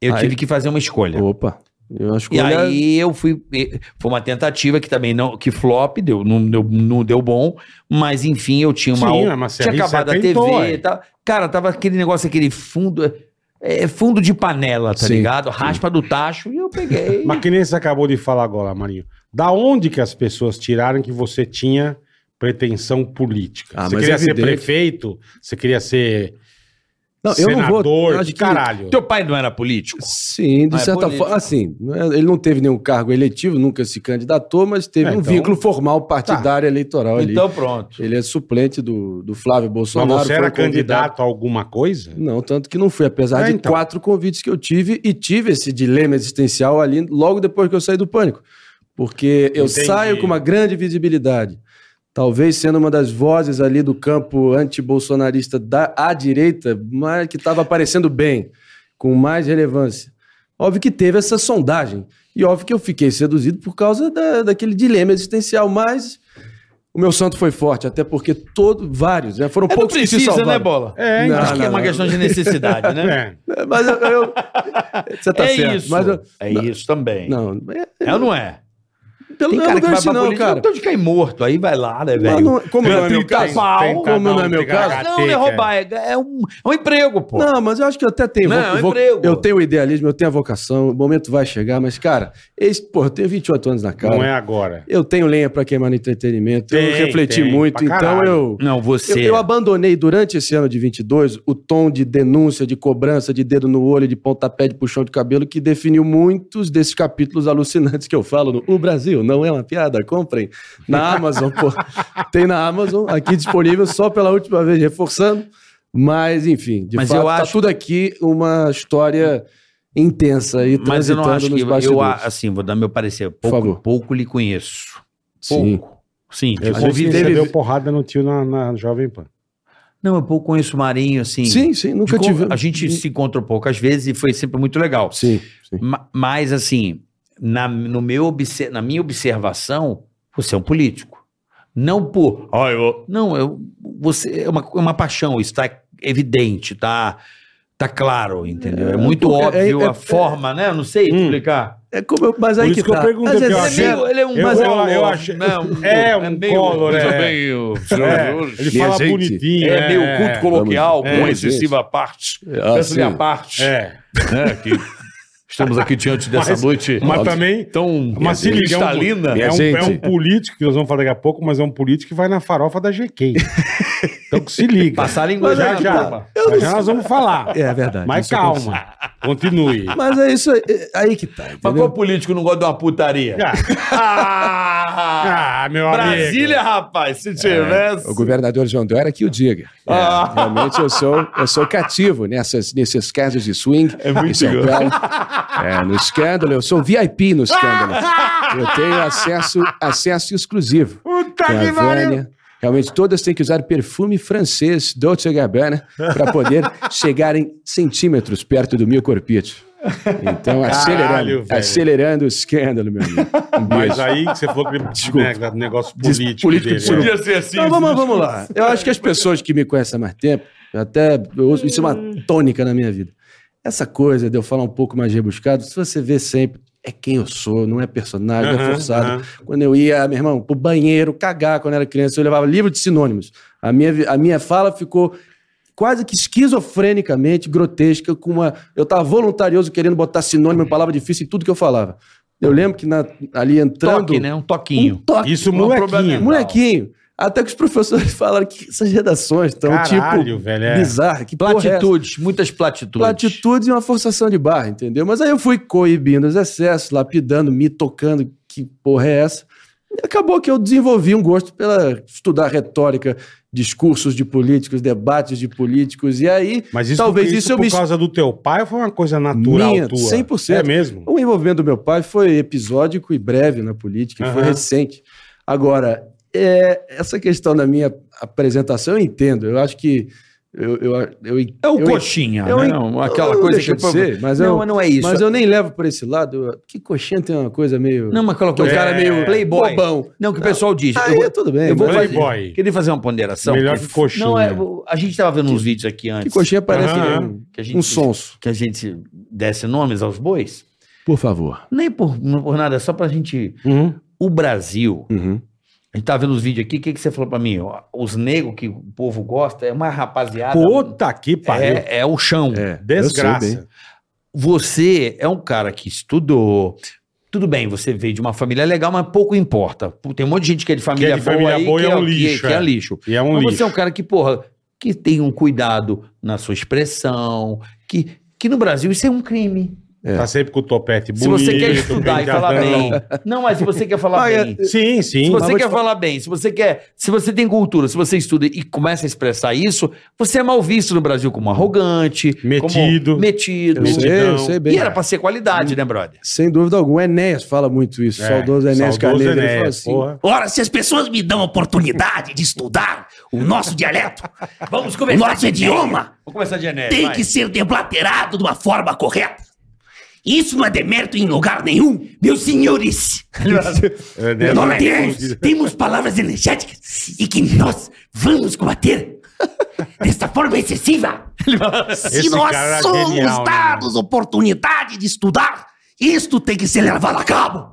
Speaker 2: eu
Speaker 4: Aí-
Speaker 2: tive que fazer uma escolha.
Speaker 3: É.
Speaker 4: Opa. Eu acho que
Speaker 2: E
Speaker 4: olha-
Speaker 2: aí eu fui. e- Foi uma tentativa que também não. Que flop, deu, não, deu, não deu bom. Mas enfim, eu tinha uma.
Speaker 4: é.
Speaker 3: Sim, é, mas você-
Speaker 2: tinha
Speaker 3: aí você
Speaker 2: acabado a
Speaker 3: tentou,
Speaker 2: TV
Speaker 3: é.
Speaker 2: e tal. Cara, tava aquele negócio, aquele fundo. É, fundo de panela, tá
Speaker 4: Sim,
Speaker 2: ligado? Raspa do tacho e eu peguei.
Speaker 3: Mas que nem você acabou de falar agora, Marinho. Da onde que as pessoas tiraram que você tinha pretensão política?
Speaker 4: Ah,
Speaker 3: você
Speaker 4: mas
Speaker 3: queria
Speaker 4: é
Speaker 3: ser
Speaker 4: evidente.
Speaker 3: prefeito? Você queria ser
Speaker 4: Não, eu não vou.
Speaker 3: senador?
Speaker 4: eu acho
Speaker 3: que
Speaker 4: que-
Speaker 3: caralho.
Speaker 2: Teu pai não era político?
Speaker 4: Sim, de
Speaker 2: Ah, é
Speaker 4: certa
Speaker 2: político.
Speaker 4: forma. Assim, não é- ele não teve nenhum cargo eletivo, nunca se candidatou, mas teve
Speaker 3: É,
Speaker 4: um
Speaker 3: então-
Speaker 4: vínculo formal partidário eleitoral ali.
Speaker 2: Então pronto.
Speaker 4: Ele é suplente do, do Flávio
Speaker 3: Mas
Speaker 4: Bolsonaro.
Speaker 3: você
Speaker 4: foi
Speaker 3: era
Speaker 4: convidado-
Speaker 3: candidato a alguma coisa?
Speaker 4: Não, tanto que não fui, apesar
Speaker 3: É,
Speaker 4: de
Speaker 3: então.
Speaker 4: quatro convites que eu tive e tive esse dilema existencial ali logo depois que eu saí do pânico. Porque eu
Speaker 3: Entendi.
Speaker 4: saio com uma grande visibilidade, talvez sendo uma das vozes ali do campo anti-bolsonarista da à direita, mas que estava aparecendo bem, com mais relevância. Óbvio que teve essa sondagem. E óbvio que eu fiquei seduzido por causa da- daquele dilema existencial, mas o meu santo foi forte, até porque todos, vários, né? Foram poucos que se salvaram.
Speaker 2: bola?
Speaker 3: É,
Speaker 4: Não,
Speaker 3: então.
Speaker 2: Acho que é uma
Speaker 4: não.
Speaker 2: questão de necessidade, né?
Speaker 3: É.
Speaker 4: É, Mas eu. eu- você tá
Speaker 2: é
Speaker 4: certo.
Speaker 2: isso.
Speaker 4: Mas eu,
Speaker 2: É isso também.
Speaker 4: não, é,
Speaker 2: É ou não é?
Speaker 4: pelo
Speaker 2: Tem
Speaker 4: eu
Speaker 2: cara
Speaker 4: não
Speaker 2: que vai
Speaker 4: ganho
Speaker 2: pra
Speaker 4: não,
Speaker 2: política,
Speaker 4: cara.
Speaker 2: então de cair morto, aí vai lá, né, velho?
Speaker 4: Mas não- como não é meu
Speaker 2: Trinta
Speaker 4: caso?
Speaker 2: pau.
Speaker 3: Tem cada
Speaker 4: Como não é
Speaker 3: um,
Speaker 4: meu
Speaker 3: tem cada
Speaker 4: caso?
Speaker 2: Não, não é
Speaker 3: gateca.
Speaker 2: roubar, é, é um, é um emprego, pô.
Speaker 4: Não, mas eu acho que eu até tenho.
Speaker 2: Não,
Speaker 4: vo-
Speaker 2: é um
Speaker 4: vo-
Speaker 2: emprego.
Speaker 4: eu tenho o idealismo, eu tenho a vocação, o momento vai chegar, mas, cara, esse, porra, eu tenho 28 anos na cara.
Speaker 3: Não é agora.
Speaker 4: Eu tenho lenha pra queimar no entretenimento, eu
Speaker 3: Tem,
Speaker 4: refleti
Speaker 3: tem,
Speaker 4: muito,
Speaker 3: pra
Speaker 4: então
Speaker 3: caralho.
Speaker 4: eu.
Speaker 2: Não,
Speaker 4: Eu,
Speaker 2: você.
Speaker 4: eu abandonei durante esse ano de 22 o tom de denúncia, de cobrança, de dedo no olho, de pontapé, de puxão de cabelo, que definiu muitos desses capítulos alucinantes que eu falo no O Brasil Não É Uma Piada, comprem na Amazon. pô. Tem na Amazon, aqui disponível só pela última vez, reforçando. Mas, enfim, de
Speaker 2: Mas
Speaker 4: fato,
Speaker 2: eu
Speaker 4: tá
Speaker 2: acho-
Speaker 4: tudo aqui uma história intensa e
Speaker 2: mas eu não acho que.
Speaker 4: nos
Speaker 2: Eu, a-
Speaker 4: bastidores.
Speaker 2: assim, vou dar meu parecer.
Speaker 4: favor.
Speaker 2: Pouco, pouco lhe conheço.
Speaker 4: Sim. É,
Speaker 2: Pouco.
Speaker 3: Eu
Speaker 2: Sim, tipo,
Speaker 3: sei que você
Speaker 4: teve-
Speaker 3: deu porrada no tio na, na Jovem Pan.
Speaker 2: Não, eu pouco conheço o Marinho, assim.
Speaker 4: sim, sim,
Speaker 2: de
Speaker 4: nunca
Speaker 2: con-
Speaker 4: tive.
Speaker 2: A gente se encontrou poucas vezes e foi sempre muito legal.
Speaker 4: Sim, sim.
Speaker 2: Ma- Mas, assim, na, no meu, obse- na minha observação, você é um político. Não por.
Speaker 5: Ah, eu...
Speaker 2: Não, eu, você é uma, é uma paixão, isso tá evidente, tá, tá claro, entendeu? É, muito
Speaker 4: porque é-
Speaker 2: óbvio
Speaker 4: é-
Speaker 2: a forma, né? Eu não sei explicar.
Speaker 4: É como eu- mas aí
Speaker 3: Por isso
Speaker 4: que,
Speaker 3: que eu
Speaker 4: tá.
Speaker 3: perguntei,
Speaker 4: Às vezes
Speaker 3: porque Hum. eu
Speaker 4: é
Speaker 3: achei-
Speaker 4: meio-
Speaker 2: ele é um,
Speaker 3: eu-
Speaker 2: mas é
Speaker 3: eu-
Speaker 2: um-
Speaker 3: eu achei-
Speaker 2: não,
Speaker 3: É um
Speaker 2: meio-
Speaker 3: Collor,
Speaker 5: Muito
Speaker 3: é.
Speaker 5: bem, o senhor
Speaker 3: É,
Speaker 5: Jorge.
Speaker 3: ele
Speaker 4: Minha
Speaker 3: fala
Speaker 4: gente,
Speaker 3: bonitinho.
Speaker 5: É meio
Speaker 3: culto
Speaker 5: culto coloquial,
Speaker 4: É,
Speaker 5: com
Speaker 4: gente.
Speaker 5: excessiva parte.
Speaker 2: é
Speaker 4: Ah,
Speaker 5: Excessiva
Speaker 2: assim.
Speaker 4: sim.
Speaker 5: parte.
Speaker 3: É.
Speaker 5: né, que estamos aqui diante dessa
Speaker 3: Mas-
Speaker 5: noite
Speaker 3: Mas também.
Speaker 5: tão
Speaker 3: Mas se liga, é um-
Speaker 5: cristalina.
Speaker 3: É um,
Speaker 4: Minha
Speaker 3: é um
Speaker 4: gente.
Speaker 3: político, que nós vamos falar daqui a pouco, mas é um político que vai na farofa da GQ. Então que se liga.
Speaker 2: Passar a linguagem é um
Speaker 3: Já,
Speaker 2: na
Speaker 3: já.
Speaker 2: turma.
Speaker 3: Mas já nós vamos falar.
Speaker 4: É verdade.
Speaker 3: Mas
Speaker 4: isso aconteceu.
Speaker 3: calma. Continue.
Speaker 4: Mas é isso aí, é aí que tá.
Speaker 2: Mas
Speaker 4: entendeu?
Speaker 2: qual político não gosta de uma putaria? Ah,
Speaker 3: Ah, meu
Speaker 2: Brasília, rapaz, se tivesse.
Speaker 4: O governador João Dória que o diga. É,
Speaker 3: Ah.
Speaker 4: Realmente eu sou, eu sou cativo nessas, nesses casos de swing é muito em São Paulo. É, no escândalo, eu sou VIP no escândalo. Eu tenho acesso, acesso exclusivo.
Speaker 3: amigo. Puta
Speaker 4: Com a
Speaker 3: que pariu.
Speaker 4: Vânia, Realmente, todas têm que usar perfume francês Dolce Gabbana para poder chegarem centímetros perto do meu corpite. Então, acelerando,
Speaker 3: velho.
Speaker 4: acelerando o escândalo, meu amigo. Um
Speaker 3: Mas
Speaker 4: beijo.
Speaker 3: aí que você falou que ele- né, negócio
Speaker 4: Diz-
Speaker 3: político,
Speaker 4: político
Speaker 3: dele. né?
Speaker 4: desculpa.
Speaker 5: Podia ser assim.
Speaker 4: Então, vamos, vamos lá. Eu acho que as pessoas que me conhecem há mais tempo, eu até eu uso isso é uma tônica na minha vida. Essa coisa de eu falar um pouco mais rebuscado, se você vê sempre, é quem eu sou, não é personagem, não é
Speaker 3: Aham,
Speaker 4: forçado.
Speaker 3: aham.
Speaker 4: Quando eu ia, meu irmão, pro banheiro, cagar quando era criança, eu levava livro de sinônimos. A minha, vi- a minha fala ficou quase que esquizofrenicamente grotesca, com uma. Eu tava voluntarioso querendo botar sinônimo e palavra difícil em tudo que eu falava. Eu lembro que na- ali entrando.
Speaker 2: Toque, né? Um
Speaker 4: Um
Speaker 2: toquinho.
Speaker 4: toque,
Speaker 3: Isso,
Speaker 4: uma
Speaker 3: molequinho.
Speaker 4: Molequinho. Até que os professores falaram que essas redações estão,
Speaker 3: Caralho,
Speaker 4: tipo,
Speaker 3: velho, é.
Speaker 4: bizarras. Que porra é essa?
Speaker 2: Platitudes, muitas platitudes.
Speaker 4: Platitudes e uma forçação de barra, entendeu? Mas aí eu fui coibindo os excessos, lapidando, me tocando, que porra é essa? E acabou que eu desenvolvi um gosto pela estudar retórica, discursos de políticos, debates de políticos, e aí
Speaker 3: Mas isso,
Speaker 4: talvez isso, eu
Speaker 3: por
Speaker 4: me
Speaker 3: causa do teu pai ou foi uma coisa natural
Speaker 4: Minha,
Speaker 3: tua?
Speaker 4: 100%.
Speaker 3: É mesmo?
Speaker 4: O envolvimento do meu pai foi episódico e breve na política, e foi
Speaker 3: Aham.
Speaker 4: recente. Agora, é, essa questão da minha apresentação eu entendo. Eu acho que. Eu, eu, eu,
Speaker 2: É o
Speaker 4: eu-
Speaker 2: coxinha,
Speaker 4: eu-
Speaker 2: né?
Speaker 4: eu-
Speaker 2: Aquela
Speaker 4: eu
Speaker 2: coisa
Speaker 4: deixo
Speaker 2: que...
Speaker 4: de ser, mas
Speaker 2: não,
Speaker 4: eu-
Speaker 2: mas não é isso.
Speaker 4: Mas eu nem levo por esse lado. eu- Que coxinha tem uma coisa meio.
Speaker 2: Não, mas aquela
Speaker 4: que o
Speaker 2: coisa...
Speaker 3: É.
Speaker 4: cara é meio
Speaker 2: Playboy.
Speaker 4: bobão.
Speaker 2: Não, que o pessoal diz.
Speaker 4: Aí
Speaker 2: eu vou-
Speaker 4: é tudo bem.
Speaker 2: eu vou
Speaker 3: né?
Speaker 4: mas-
Speaker 2: fazer-
Speaker 3: Playboy.
Speaker 2: Queria fazer uma ponderação.
Speaker 3: Melhor que coxinha.
Speaker 2: Não, é, a gente estava vendo uns vídeos aqui
Speaker 4: Que
Speaker 2: antes.
Speaker 4: coxinha parece
Speaker 3: Aham.
Speaker 4: um-
Speaker 2: que a gente,
Speaker 4: um sonso.
Speaker 2: Que a gente desse nomes aos bois.
Speaker 4: Por favor.
Speaker 2: Nem por, não por nada, é só pra gente...
Speaker 3: Uhum.
Speaker 2: O Brasil...
Speaker 4: Uhum.
Speaker 2: A gente tá vendo os vídeos aqui, o que, que você falou pra mim? Ó, Os negros que o povo gosta, é uma rapaziada...
Speaker 3: Puta que pariu.
Speaker 2: é, é o chão.
Speaker 4: É, eu sei bem.
Speaker 3: Desgraça.
Speaker 2: você é um cara que estudou. Tudo bem, você veio de uma família legal, mas pouco importa. Pô, Tem um monte de gente que é de família,
Speaker 3: Que é de família
Speaker 2: aí,
Speaker 3: boa
Speaker 2: que
Speaker 3: e é um
Speaker 2: que-
Speaker 3: lixo,
Speaker 2: que é
Speaker 3: é.
Speaker 2: lixo.
Speaker 3: E é um
Speaker 2: mas
Speaker 3: lixo.
Speaker 2: você é um cara que, porra, que tem um cuidado na sua expressão, que, que no Brasil isso é um crime.
Speaker 4: É.
Speaker 3: Tá sempre com o topete bonito.
Speaker 2: se você quer estudar e falar
Speaker 3: pentadão.
Speaker 2: bem. Não, mas se você quer falar
Speaker 4: Ah, é-
Speaker 2: bem.
Speaker 3: Sim, sim.
Speaker 2: Se
Speaker 4: mas
Speaker 2: você
Speaker 4: vou te
Speaker 2: quer
Speaker 4: falar-
Speaker 2: falar bem, se você quer, se você tem cultura, se você estuda e começa a expressar isso, você é mal visto no Brasil como arrogante,
Speaker 3: Metido.
Speaker 2: como metido.
Speaker 4: Eu sei, eu
Speaker 3: Multidão.
Speaker 4: sei bem.
Speaker 2: e era pra ser qualidade, né, brother?
Speaker 4: Sem dúvida alguma. O Enéas fala muito isso.
Speaker 3: É,
Speaker 4: Saudoso Enéas
Speaker 3: saudoso
Speaker 4: Carneiro. ele
Speaker 3: Enéas,
Speaker 4: fala assim,
Speaker 3: porra.
Speaker 1: Ora, se as pessoas me dão a oportunidade de estudar o nosso dialeto, vamos conversar. É, O nosso idioma
Speaker 2: Vou começar de Enéas.
Speaker 1: tem
Speaker 2: vai.
Speaker 1: que ser deblaterado de uma forma correta. Isso não é demérito em lugar nenhum, meus senhores.
Speaker 3: É, né?
Speaker 1: Nós temos, temos palavras energéticas e que nós vamos combater desta forma excessiva.
Speaker 3: Esse
Speaker 1: Se nós
Speaker 3: cara é
Speaker 1: somos
Speaker 3: genial, né,
Speaker 1: dados oportunidade de estudar, isto tem que ser levado a cabo.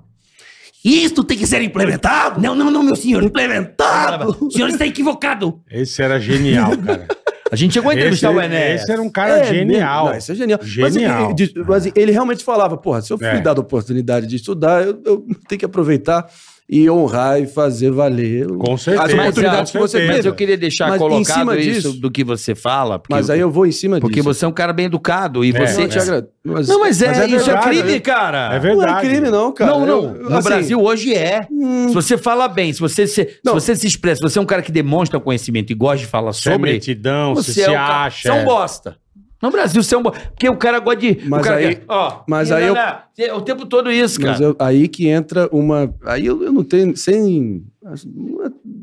Speaker 1: Isto tem que ser implementado. Não, não, não, meu senhor. Implementado. O senhor está equivocado.
Speaker 3: Esse era genial, cara.
Speaker 2: A gente chegou a entrevistar
Speaker 3: esse,
Speaker 2: o Enéas.
Speaker 3: esse era um cara
Speaker 4: É,
Speaker 3: genial.
Speaker 4: Não, isso é genial.
Speaker 3: Genial.
Speaker 4: Mas, ele, mas ele realmente falava, porra, se eu fui
Speaker 3: É.
Speaker 4: dado a oportunidade de estudar, eu, eu tenho que aproveitar e honrar e fazer valer o-
Speaker 3: Com certeza.
Speaker 4: as
Speaker 3: Mas,
Speaker 4: oportunidades
Speaker 3: com
Speaker 4: que você
Speaker 3: certeza.
Speaker 2: Mas
Speaker 4: teve.
Speaker 2: eu queria deixar
Speaker 4: Mas em
Speaker 2: colocado
Speaker 4: cima
Speaker 2: isso
Speaker 4: disso-
Speaker 2: do que você fala. Porque,
Speaker 4: Mas aí eu vou em cima
Speaker 2: porque
Speaker 4: disso.
Speaker 2: você é um cara bem educado e
Speaker 3: É,
Speaker 2: você.
Speaker 4: Não, eu te agradeço. Mas-
Speaker 2: Não, mas é,
Speaker 3: Mas é
Speaker 2: isso
Speaker 3: verdade,
Speaker 2: é crime,
Speaker 3: é-
Speaker 2: cara.
Speaker 3: É
Speaker 4: Não é
Speaker 3: verdade.
Speaker 4: crime, não, cara.
Speaker 2: não, não.
Speaker 4: Eu-
Speaker 2: no
Speaker 4: assim,
Speaker 2: Brasil hoje é. Se você fala bem, se você se, se
Speaker 4: Não.
Speaker 2: você se expressa, se você é um cara que demonstra conhecimento e gosta de falar
Speaker 3: Você é
Speaker 2: sobre.
Speaker 3: metidão, você,
Speaker 2: você
Speaker 3: se
Speaker 2: é um cara-
Speaker 3: acha.
Speaker 2: você é um
Speaker 3: é.
Speaker 2: bosta. No Brasil, você é um bosta. Porque o cara gosta de.
Speaker 4: Mas
Speaker 2: o cara
Speaker 4: aí-
Speaker 2: quer- ó,
Speaker 4: mas
Speaker 2: e
Speaker 4: aí eu-
Speaker 2: lá, lá, O tempo todo isso, cara.
Speaker 4: Mas eu- aí que entra uma. Aí eu, eu não tenho. Sem.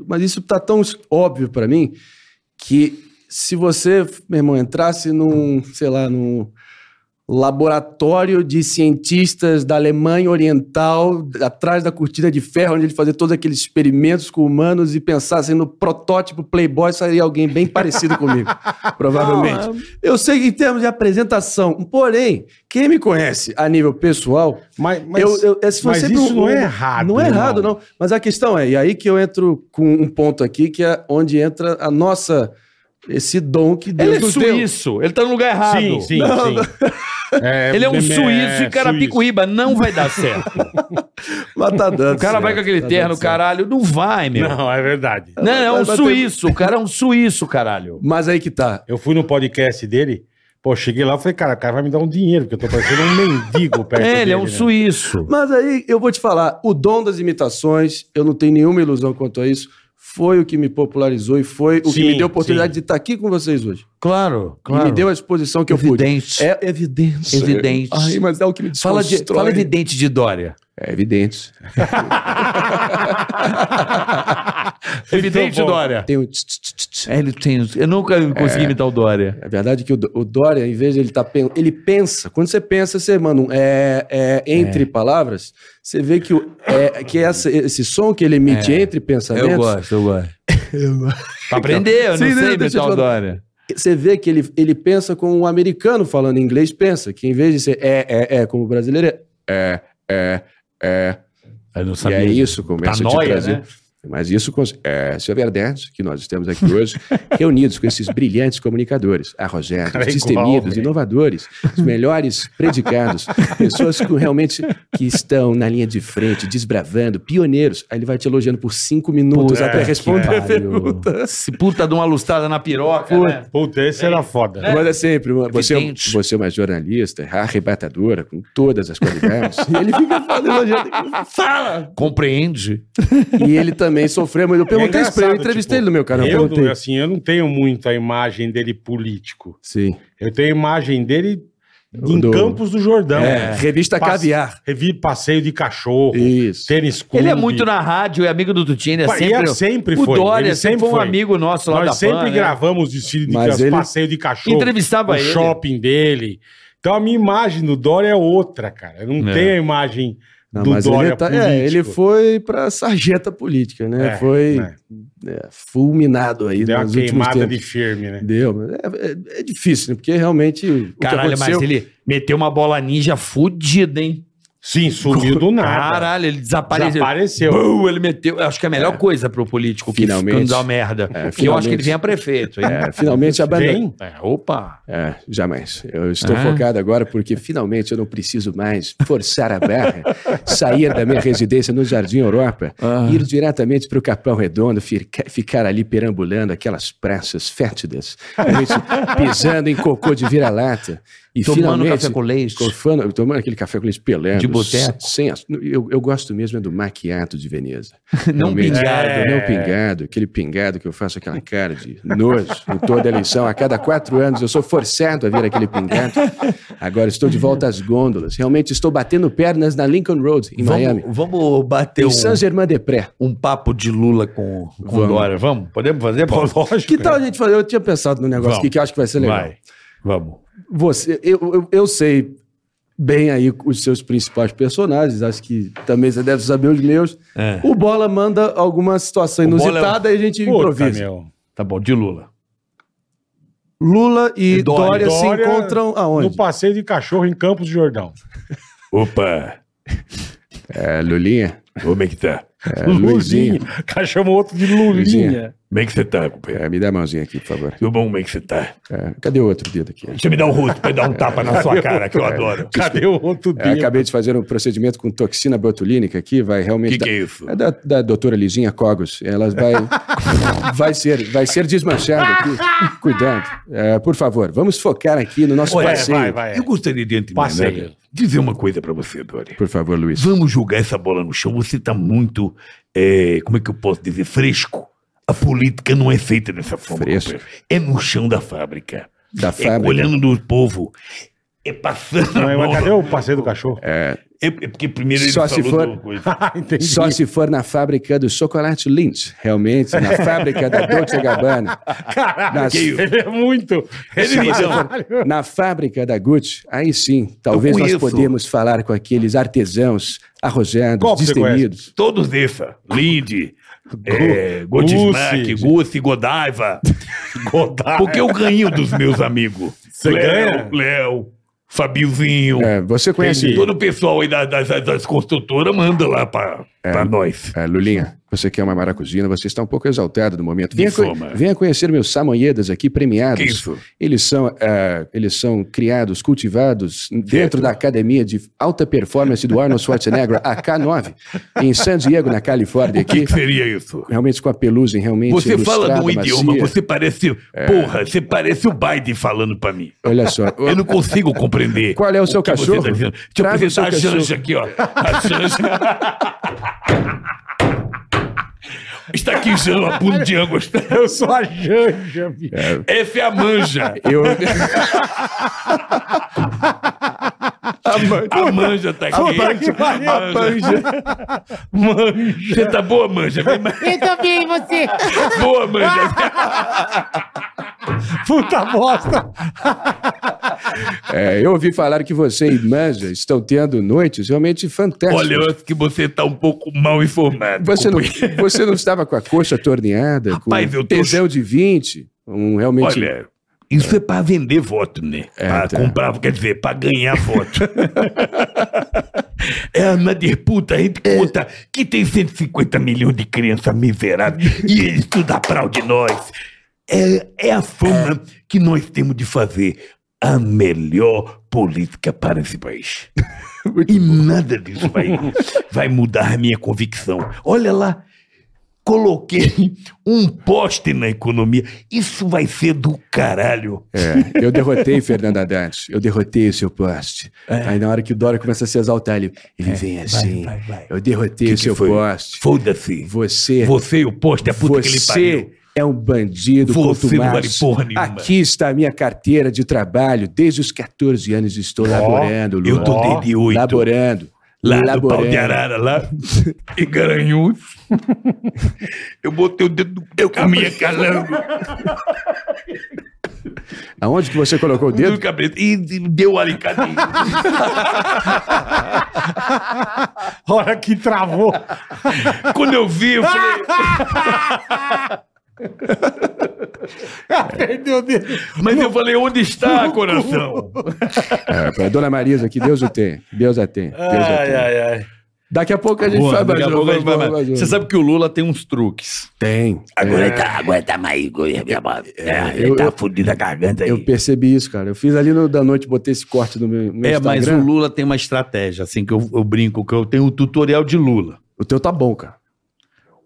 Speaker 4: Mas isso tá tão óbvio pra mim que se você, meu irmão, entrasse num, sei lá, num laboratório de cientistas da Alemanha Oriental, atrás da cortina de ferro, onde eles faziam todos aqueles experimentos com humanos e pensassem no protótipo Playboy, sairia alguém bem parecido comigo, provavelmente. Eu sei que em termos de apresentação, porém, quem me conhece a nível pessoal,
Speaker 3: Mas, mas-
Speaker 4: eu- eu- esse foi
Speaker 3: mas
Speaker 4: sempre
Speaker 3: isso
Speaker 4: um-
Speaker 3: não é
Speaker 4: um-
Speaker 3: errado.
Speaker 4: Não é
Speaker 3: irmão.
Speaker 4: errado, não. Mas a questão é, e aí que eu entro com um ponto aqui, que é onde entra a nossa, esse dom que Deus
Speaker 2: Ele é
Speaker 4: nos deu.
Speaker 2: suíço, ele tá no lugar errado.
Speaker 3: Sim, sim, sim.
Speaker 2: Ele é um suíço e
Speaker 3: suíço.
Speaker 2: Carapicuíba não vai dar certo.
Speaker 4: Mas tá dando
Speaker 2: O cara vai com aquele
Speaker 4: tá
Speaker 2: terno,
Speaker 4: dando certo.
Speaker 2: caralho, não vai, meu. Não,
Speaker 3: Não, é verdade.
Speaker 2: não, é um
Speaker 4: Vai bater-
Speaker 2: suíço, o cara é um suíço, caralho.
Speaker 4: Mas aí que tá.
Speaker 3: Eu fui no podcast dele, pô, cheguei lá e falei, cara, o cara vai me dar um dinheiro, porque eu tô parecendo um mendigo perto dele.
Speaker 2: Ele é um
Speaker 3: né?
Speaker 2: suíço.
Speaker 4: Mas aí eu vou te falar, o dom das imitações, eu não tenho nenhuma ilusão quanto a isso, foi o que me popularizou e foi o
Speaker 3: Sim,
Speaker 4: que me deu a oportunidade de
Speaker 3: sim.
Speaker 4: estar aqui com vocês hoje.
Speaker 2: Claro,
Speaker 4: E me deu a exposição que
Speaker 2: evidente.
Speaker 4: eu pude. É evidente.
Speaker 2: Evidente.
Speaker 4: Ai, mas é o que me
Speaker 2: fala, de,
Speaker 4: desconstrói.
Speaker 2: fala evidente de Dória.
Speaker 4: É evidente.
Speaker 2: Evidente
Speaker 3: bom.
Speaker 2: Dória.
Speaker 8: Tem um tch, tch, tch, tch.
Speaker 2: É, ele tem. Eu nunca
Speaker 4: É.
Speaker 2: consegui imitar o Dória.
Speaker 8: A verdade é que o, Dó- o Dória, em vez de ele estar pen... ele pensa. Quando você pensa, você manda um é, é, entre palavras, você vê que, o, é, que essa- esse som que ele emite entre pensamentos,
Speaker 2: Eu gosto, eu gosto. Pra aprender, eu não
Speaker 8: Sim, né?
Speaker 2: sei
Speaker 8: Deixa eu
Speaker 2: imitar
Speaker 8: te
Speaker 2: o
Speaker 8: falar.
Speaker 2: Dória.
Speaker 8: você vê que ele, ele pensa como um americano falando inglês pensa, que em vez de ser é, é, é, como o brasileiro é, é, é, é.
Speaker 2: Eu não
Speaker 8: E
Speaker 2: sabia.
Speaker 8: é isso, começa a te
Speaker 2: nóia,
Speaker 8: trazer.
Speaker 2: né?
Speaker 8: Mas isso, cons- é, isso é verdade, que nós estamos aqui hoje reunidos com esses brilhantes comunicadores, arrojados,
Speaker 3: Cara, é igual,
Speaker 8: destemidos,
Speaker 3: velho.
Speaker 8: inovadores, os melhores predicados, pessoas que realmente que estão na linha de frente, desbravando, pioneiros. Aí ele vai te elogiando por cinco minutos
Speaker 3: Puta
Speaker 8: até
Speaker 3: que
Speaker 8: responder a
Speaker 2: pariu.
Speaker 8: pergunta.
Speaker 2: Se puta de uma lustrada na piroca, né?
Speaker 3: Puta, esse era foda.
Speaker 8: Mas é sempre, uma- você, é um-
Speaker 2: Evidente.
Speaker 8: você é uma jornalista arrebatadora, com todas as qualidades. e ele fica falando, elogiando. fala!
Speaker 2: Compreende?
Speaker 8: E ele também sofreu, mas eu perguntei isso pra ele, eu
Speaker 3: engraçado,
Speaker 8: entrevistei
Speaker 3: tipo,
Speaker 8: ele no meu canal. eu
Speaker 3: eu,
Speaker 8: perguntei.
Speaker 3: não- assim, eu não tenho muito a imagem dele político.
Speaker 8: Sim.
Speaker 3: Eu tenho a imagem dele em
Speaker 8: Do-
Speaker 3: Campos do Jordão.
Speaker 8: É, revista
Speaker 3: Passe-
Speaker 8: Caviar.
Speaker 3: Revi passeio de cachorro,
Speaker 8: Isso.
Speaker 3: tênis clube.
Speaker 2: Ele é muito na rádio, é amigo do Tutini, é
Speaker 3: Ué, e
Speaker 2: sempre.
Speaker 3: é sempre
Speaker 2: o
Speaker 3: foi,
Speaker 2: Dória
Speaker 3: ele
Speaker 2: sempre
Speaker 3: sempre
Speaker 2: foi um
Speaker 3: foi.
Speaker 2: amigo nosso lá da
Speaker 3: Nós sempre
Speaker 2: PAN, né?
Speaker 3: gravamos desfile de
Speaker 8: Mas
Speaker 3: cas-
Speaker 8: ele-
Speaker 3: passeio de cachorro.
Speaker 2: Entrevistava
Speaker 3: o
Speaker 2: ele.
Speaker 3: shopping dele. Então a minha imagem do Dória é outra, cara. Eu não
Speaker 2: É.
Speaker 3: tenho a imagem
Speaker 8: Não,
Speaker 3: do
Speaker 8: mas
Speaker 3: Dória
Speaker 8: ele, tá-
Speaker 3: político.
Speaker 8: é, ele foi pra sarjeta política, né?
Speaker 3: É,
Speaker 8: foi
Speaker 3: né?
Speaker 8: é, fulminado aí
Speaker 3: Deu uma
Speaker 8: nos últimos
Speaker 3: queimada de
Speaker 8: tempos.
Speaker 3: firme, né?
Speaker 8: Deu, mas é, é- é difícil, né? Porque realmente o que
Speaker 2: Caralho,
Speaker 8: aconteceu...
Speaker 2: mas ele meteu uma bola ninja fudida, hein?
Speaker 3: Sim, sumiu do nada.
Speaker 2: Caralho, ele desapareceu.
Speaker 3: Desapareceu.
Speaker 2: Bum, ele meteu. Eu acho que é a melhor coisa pro político que
Speaker 8: Finalmente.
Speaker 2: quando dá merda.
Speaker 8: É,
Speaker 2: Porque eu acho que ele
Speaker 8: finalmente.
Speaker 2: vem a prefeito. hein?
Speaker 8: é, finalmente abandonou.
Speaker 3: Vem?
Speaker 2: É, opa.
Speaker 8: É, jamais. Eu estou
Speaker 2: Ah.
Speaker 8: focado agora porque finalmente eu não preciso mais forçar a barra, sair da minha residência no Jardim Europa,
Speaker 2: Ah.
Speaker 8: ir diretamente para o Capão Redondo, fica- ficar ali perambulando aquelas praças fétidas, a gente pisando em cocô de vira-lata. E
Speaker 2: Tomando
Speaker 8: finalmente,
Speaker 2: café com leite.
Speaker 8: Cofando, tomando aquele café com leite pelando.
Speaker 2: De boteco.
Speaker 8: Sem, aç- eu, eu gosto mesmo é do maquiato de Veneza.
Speaker 2: Não
Speaker 8: Realmente,
Speaker 2: pingado.
Speaker 8: É. Não pingado. Aquele pingado que eu faço aquela cara de nojo em toda eleição. A cada quatro anos eu sou forçado a ver aquele pingado. Agora estou de volta às gôndolas. Realmente estou batendo pernas na Lincoln Road, em Miami.
Speaker 2: Vamos, vamos bater
Speaker 8: Em
Speaker 2: um,
Speaker 8: Saint-Germain-des-Prés.
Speaker 2: um papo de Lula com, com
Speaker 8: Vamos.
Speaker 2: Dória. Vamos? Podemos fazer? Paulo? tá
Speaker 8: Que
Speaker 3: Lógico.
Speaker 8: tal a gente fazer? Eu tinha pensado num negócio
Speaker 2: Vamos.
Speaker 8: aqui que eu acho que vai ser legal.
Speaker 2: Vai. Vamos.
Speaker 8: Você, eu, eu, eu sei bem aí os seus principais personagens. Acho que também você deve saber os meus.
Speaker 2: É.
Speaker 8: O Bola manda alguma situação
Speaker 2: O Bola é um-
Speaker 8: inusitada e a gente
Speaker 3: Puta,
Speaker 8: improvisa.
Speaker 3: meu.
Speaker 2: Tá bom, de Lula.
Speaker 8: Lula e,
Speaker 2: E
Speaker 8: Dória,
Speaker 2: Dória.
Speaker 3: Dória
Speaker 8: se encontram aonde?
Speaker 3: No passeio de cachorro em Campos do Jordão.
Speaker 5: Opa,
Speaker 8: É, Lulinha.
Speaker 5: como é que tá?
Speaker 8: É, Luizinho.
Speaker 3: O cara chamou outro de Lulinha.
Speaker 8: Luizinho.
Speaker 5: Como é que você tá, companheiro?
Speaker 8: É, me dá a mãozinha aqui, por favor.
Speaker 5: Tudo bom, como é que você tá?
Speaker 8: É, cadê o outro dedo aqui? É,
Speaker 5: Deixa eu me dar um rosto pra eu dar um tapa na sua cara, que eu adoro.
Speaker 3: Cadê o outro
Speaker 8: É,
Speaker 3: dele?
Speaker 8: acabei de fazer um procedimento com toxina botulínica aqui, vai
Speaker 5: O
Speaker 8: realmente...
Speaker 5: que, que
Speaker 8: dar-
Speaker 5: é isso?
Speaker 8: É da, da doutora Lizinha Cogos. Ela vai, vai ser, vai ser desmanchada aqui. Cuidado. É, por favor, vamos focar aqui no nosso
Speaker 5: Olha,
Speaker 8: passeio.
Speaker 3: Vai, vai.
Speaker 5: Eu gostaria de antemano
Speaker 1: né?
Speaker 3: Passeio.
Speaker 5: dizer uma coisa pra você, Dori.
Speaker 8: Por favor, Luiz.
Speaker 5: Vamos jogar essa bola no chão. Você tá muito, é, como é que eu posso dizer, fresco. A política não é feita dessa forma.
Speaker 8: Fresco.
Speaker 5: companheiro. É no chão da fábrica.
Speaker 8: Da
Speaker 5: É
Speaker 8: fábrica.
Speaker 5: olhando do povo. É passando a
Speaker 3: Mas, mas
Speaker 5: mão
Speaker 3: cadê o passeio do cachorro?
Speaker 5: É é porque primeiro ele
Speaker 8: Só se
Speaker 5: falou
Speaker 8: for-
Speaker 5: do coisa.
Speaker 3: Ah, entendi.
Speaker 8: Só se for na fábrica do chocolate Lindt, realmente, na fábrica da Dolce Gabbana.
Speaker 3: Caralho,
Speaker 8: Nas-
Speaker 3: que isso? ele é muito.
Speaker 5: Ele me deu.
Speaker 8: Na fábrica da Gucci, aí sim, talvez
Speaker 5: Eu
Speaker 8: nós
Speaker 5: conheço.
Speaker 8: podemos falar com aqueles artesãos arrojados,
Speaker 3: Qual que você
Speaker 8: destemidos.
Speaker 5: Todos essa. Lindy, é, Godismack,
Speaker 3: Gussi.
Speaker 5: Gussi, Godiva.
Speaker 3: Godard.
Speaker 5: Porque eu ganho dos meus amigos.
Speaker 3: Você ganha?
Speaker 5: Léo, Léo, Fabiozinho.
Speaker 8: É, você conhece.
Speaker 3: Entendi.
Speaker 5: Todo o pessoal aí da- das, das, das construtoras manda lá pra, pra nós.
Speaker 8: É, Lulinha, você quer uma maracujina, você está um pouco exaltado no momento. Venha,
Speaker 5: Isso,
Speaker 8: co-
Speaker 5: mano.
Speaker 8: venha conhecer meus samoyedas aqui premiados.
Speaker 5: Que isso?
Speaker 8: Eles são, é, eles são criados, cultivados dentro da academia de alta performance do Arnold Schwarzenegger, a K9, em San Diego, na Califórnia.
Speaker 5: O que,
Speaker 8: Aqui,
Speaker 5: que seria isso?
Speaker 8: realmente com a pelugem, realmente.
Speaker 5: Você fala
Speaker 8: ilustrada,
Speaker 5: num idioma,
Speaker 8: macia. É.
Speaker 5: você parece. Porra, você parece o Biden falando pra mim.
Speaker 8: Olha só.
Speaker 5: Eu não consigo compreender.
Speaker 8: Qual é o seu
Speaker 5: que você
Speaker 8: cachorro?
Speaker 5: tá dizendo. Deixa eu
Speaker 8: Traga o seu
Speaker 5: apresentar a
Speaker 8: cachorro.
Speaker 5: Xanja aqui, ó. A Xanja. Está aqui Jean, a bunda de Angus.
Speaker 3: Eu sou a Janja, bicho.
Speaker 5: Essa é a manja.
Speaker 8: Eu...
Speaker 5: A manja tá aqui. A manja. Manja. Você tá boa, manja? Vem mais.
Speaker 9: Eu tô bem, e você?
Speaker 5: Boa, manja.
Speaker 3: Puta bosta.
Speaker 4: É, eu ouvi falar que você e Manja estão tendo noites realmente fantásticas.
Speaker 5: Olha, eu acho que você tá um pouco mal informado.
Speaker 4: Você não,
Speaker 5: companheiro.
Speaker 4: você não estava com a coxa torneada,
Speaker 5: Rapaz,
Speaker 4: com
Speaker 5: eu
Speaker 4: um
Speaker 5: tô-
Speaker 4: tesão de 20, um realmente...
Speaker 5: Olha, isso é pra vender voto, né?
Speaker 4: É,
Speaker 5: pra
Speaker 4: tá.
Speaker 5: comprar, quer dizer, pra ganhar voto. é, na disputa, a gente
Speaker 4: É.
Speaker 5: conta que tem 150 milhões de crianças miseráveis e eles tudo aplaudem de nós. É, é a fama que nós temos de fazer a melhor política para esse país. e nada disso vai, vai mudar a minha convicção. Olha lá, coloquei um poste na economia. Isso vai ser do caralho.
Speaker 4: É, eu derrotei Fernando Haddad, eu derrotei o seu poste. Aí na hora que o Dória começa a se exaltar, ele, ele vem assim,
Speaker 5: É. vai, vai.
Speaker 4: eu derrotei
Speaker 5: Que
Speaker 4: o
Speaker 5: que
Speaker 4: seu
Speaker 5: foi?
Speaker 4: poste.
Speaker 5: Foda-se.
Speaker 4: Você,
Speaker 5: Você e o poste, é a puta que ele
Speaker 4: você
Speaker 5: pariu.
Speaker 4: é um bandido
Speaker 5: Você não
Speaker 4: contumaz.
Speaker 5: vale porra nenhuma.
Speaker 4: Aqui está a minha carteira de trabalho, desde os 14 anos estou laborando, Lula.
Speaker 5: eu tô desde oito.
Speaker 4: Laborando.
Speaker 5: Lá do pau de
Speaker 4: laborando.
Speaker 5: arara, lá em Garanhuns. Eu botei o dedo no... Eu comia calango
Speaker 4: Aonde que você colocou o
Speaker 5: no
Speaker 4: dedo?
Speaker 5: cabelo e deu o alicate.
Speaker 3: Hora que travou.
Speaker 5: Quando eu vi, eu falei...
Speaker 3: Perdeu o dedo.
Speaker 5: Mas eu falei, onde está, coração?
Speaker 4: É, pra Dona Marisa, que Deus o tem. Deus a tem. Deus a
Speaker 5: Ai,
Speaker 4: tem.
Speaker 5: ai, ai.
Speaker 4: Daqui a pouco a gente
Speaker 2: Boa,
Speaker 4: vai
Speaker 2: daqui a
Speaker 4: mais
Speaker 2: pouco a gente vai
Speaker 4: vamos,
Speaker 2: mais.
Speaker 4: vamos,
Speaker 2: Você sabe que o Lula tem uns truques.
Speaker 4: Tem.
Speaker 1: Agora tá, agora tá mais. É, é, ele
Speaker 4: eu-
Speaker 1: tá
Speaker 4: eu-
Speaker 1: fudido a garganta aí.
Speaker 4: Eu percebi isso, cara. Eu fiz ali no da noite, botei esse corte no meu, no meu
Speaker 2: É, mas o
Speaker 4: Instagram.
Speaker 2: Lula tem uma estratégia, assim, que eu, eu brinco, que eu tenho um tutorial de Lula.
Speaker 4: O teu tá bom, cara.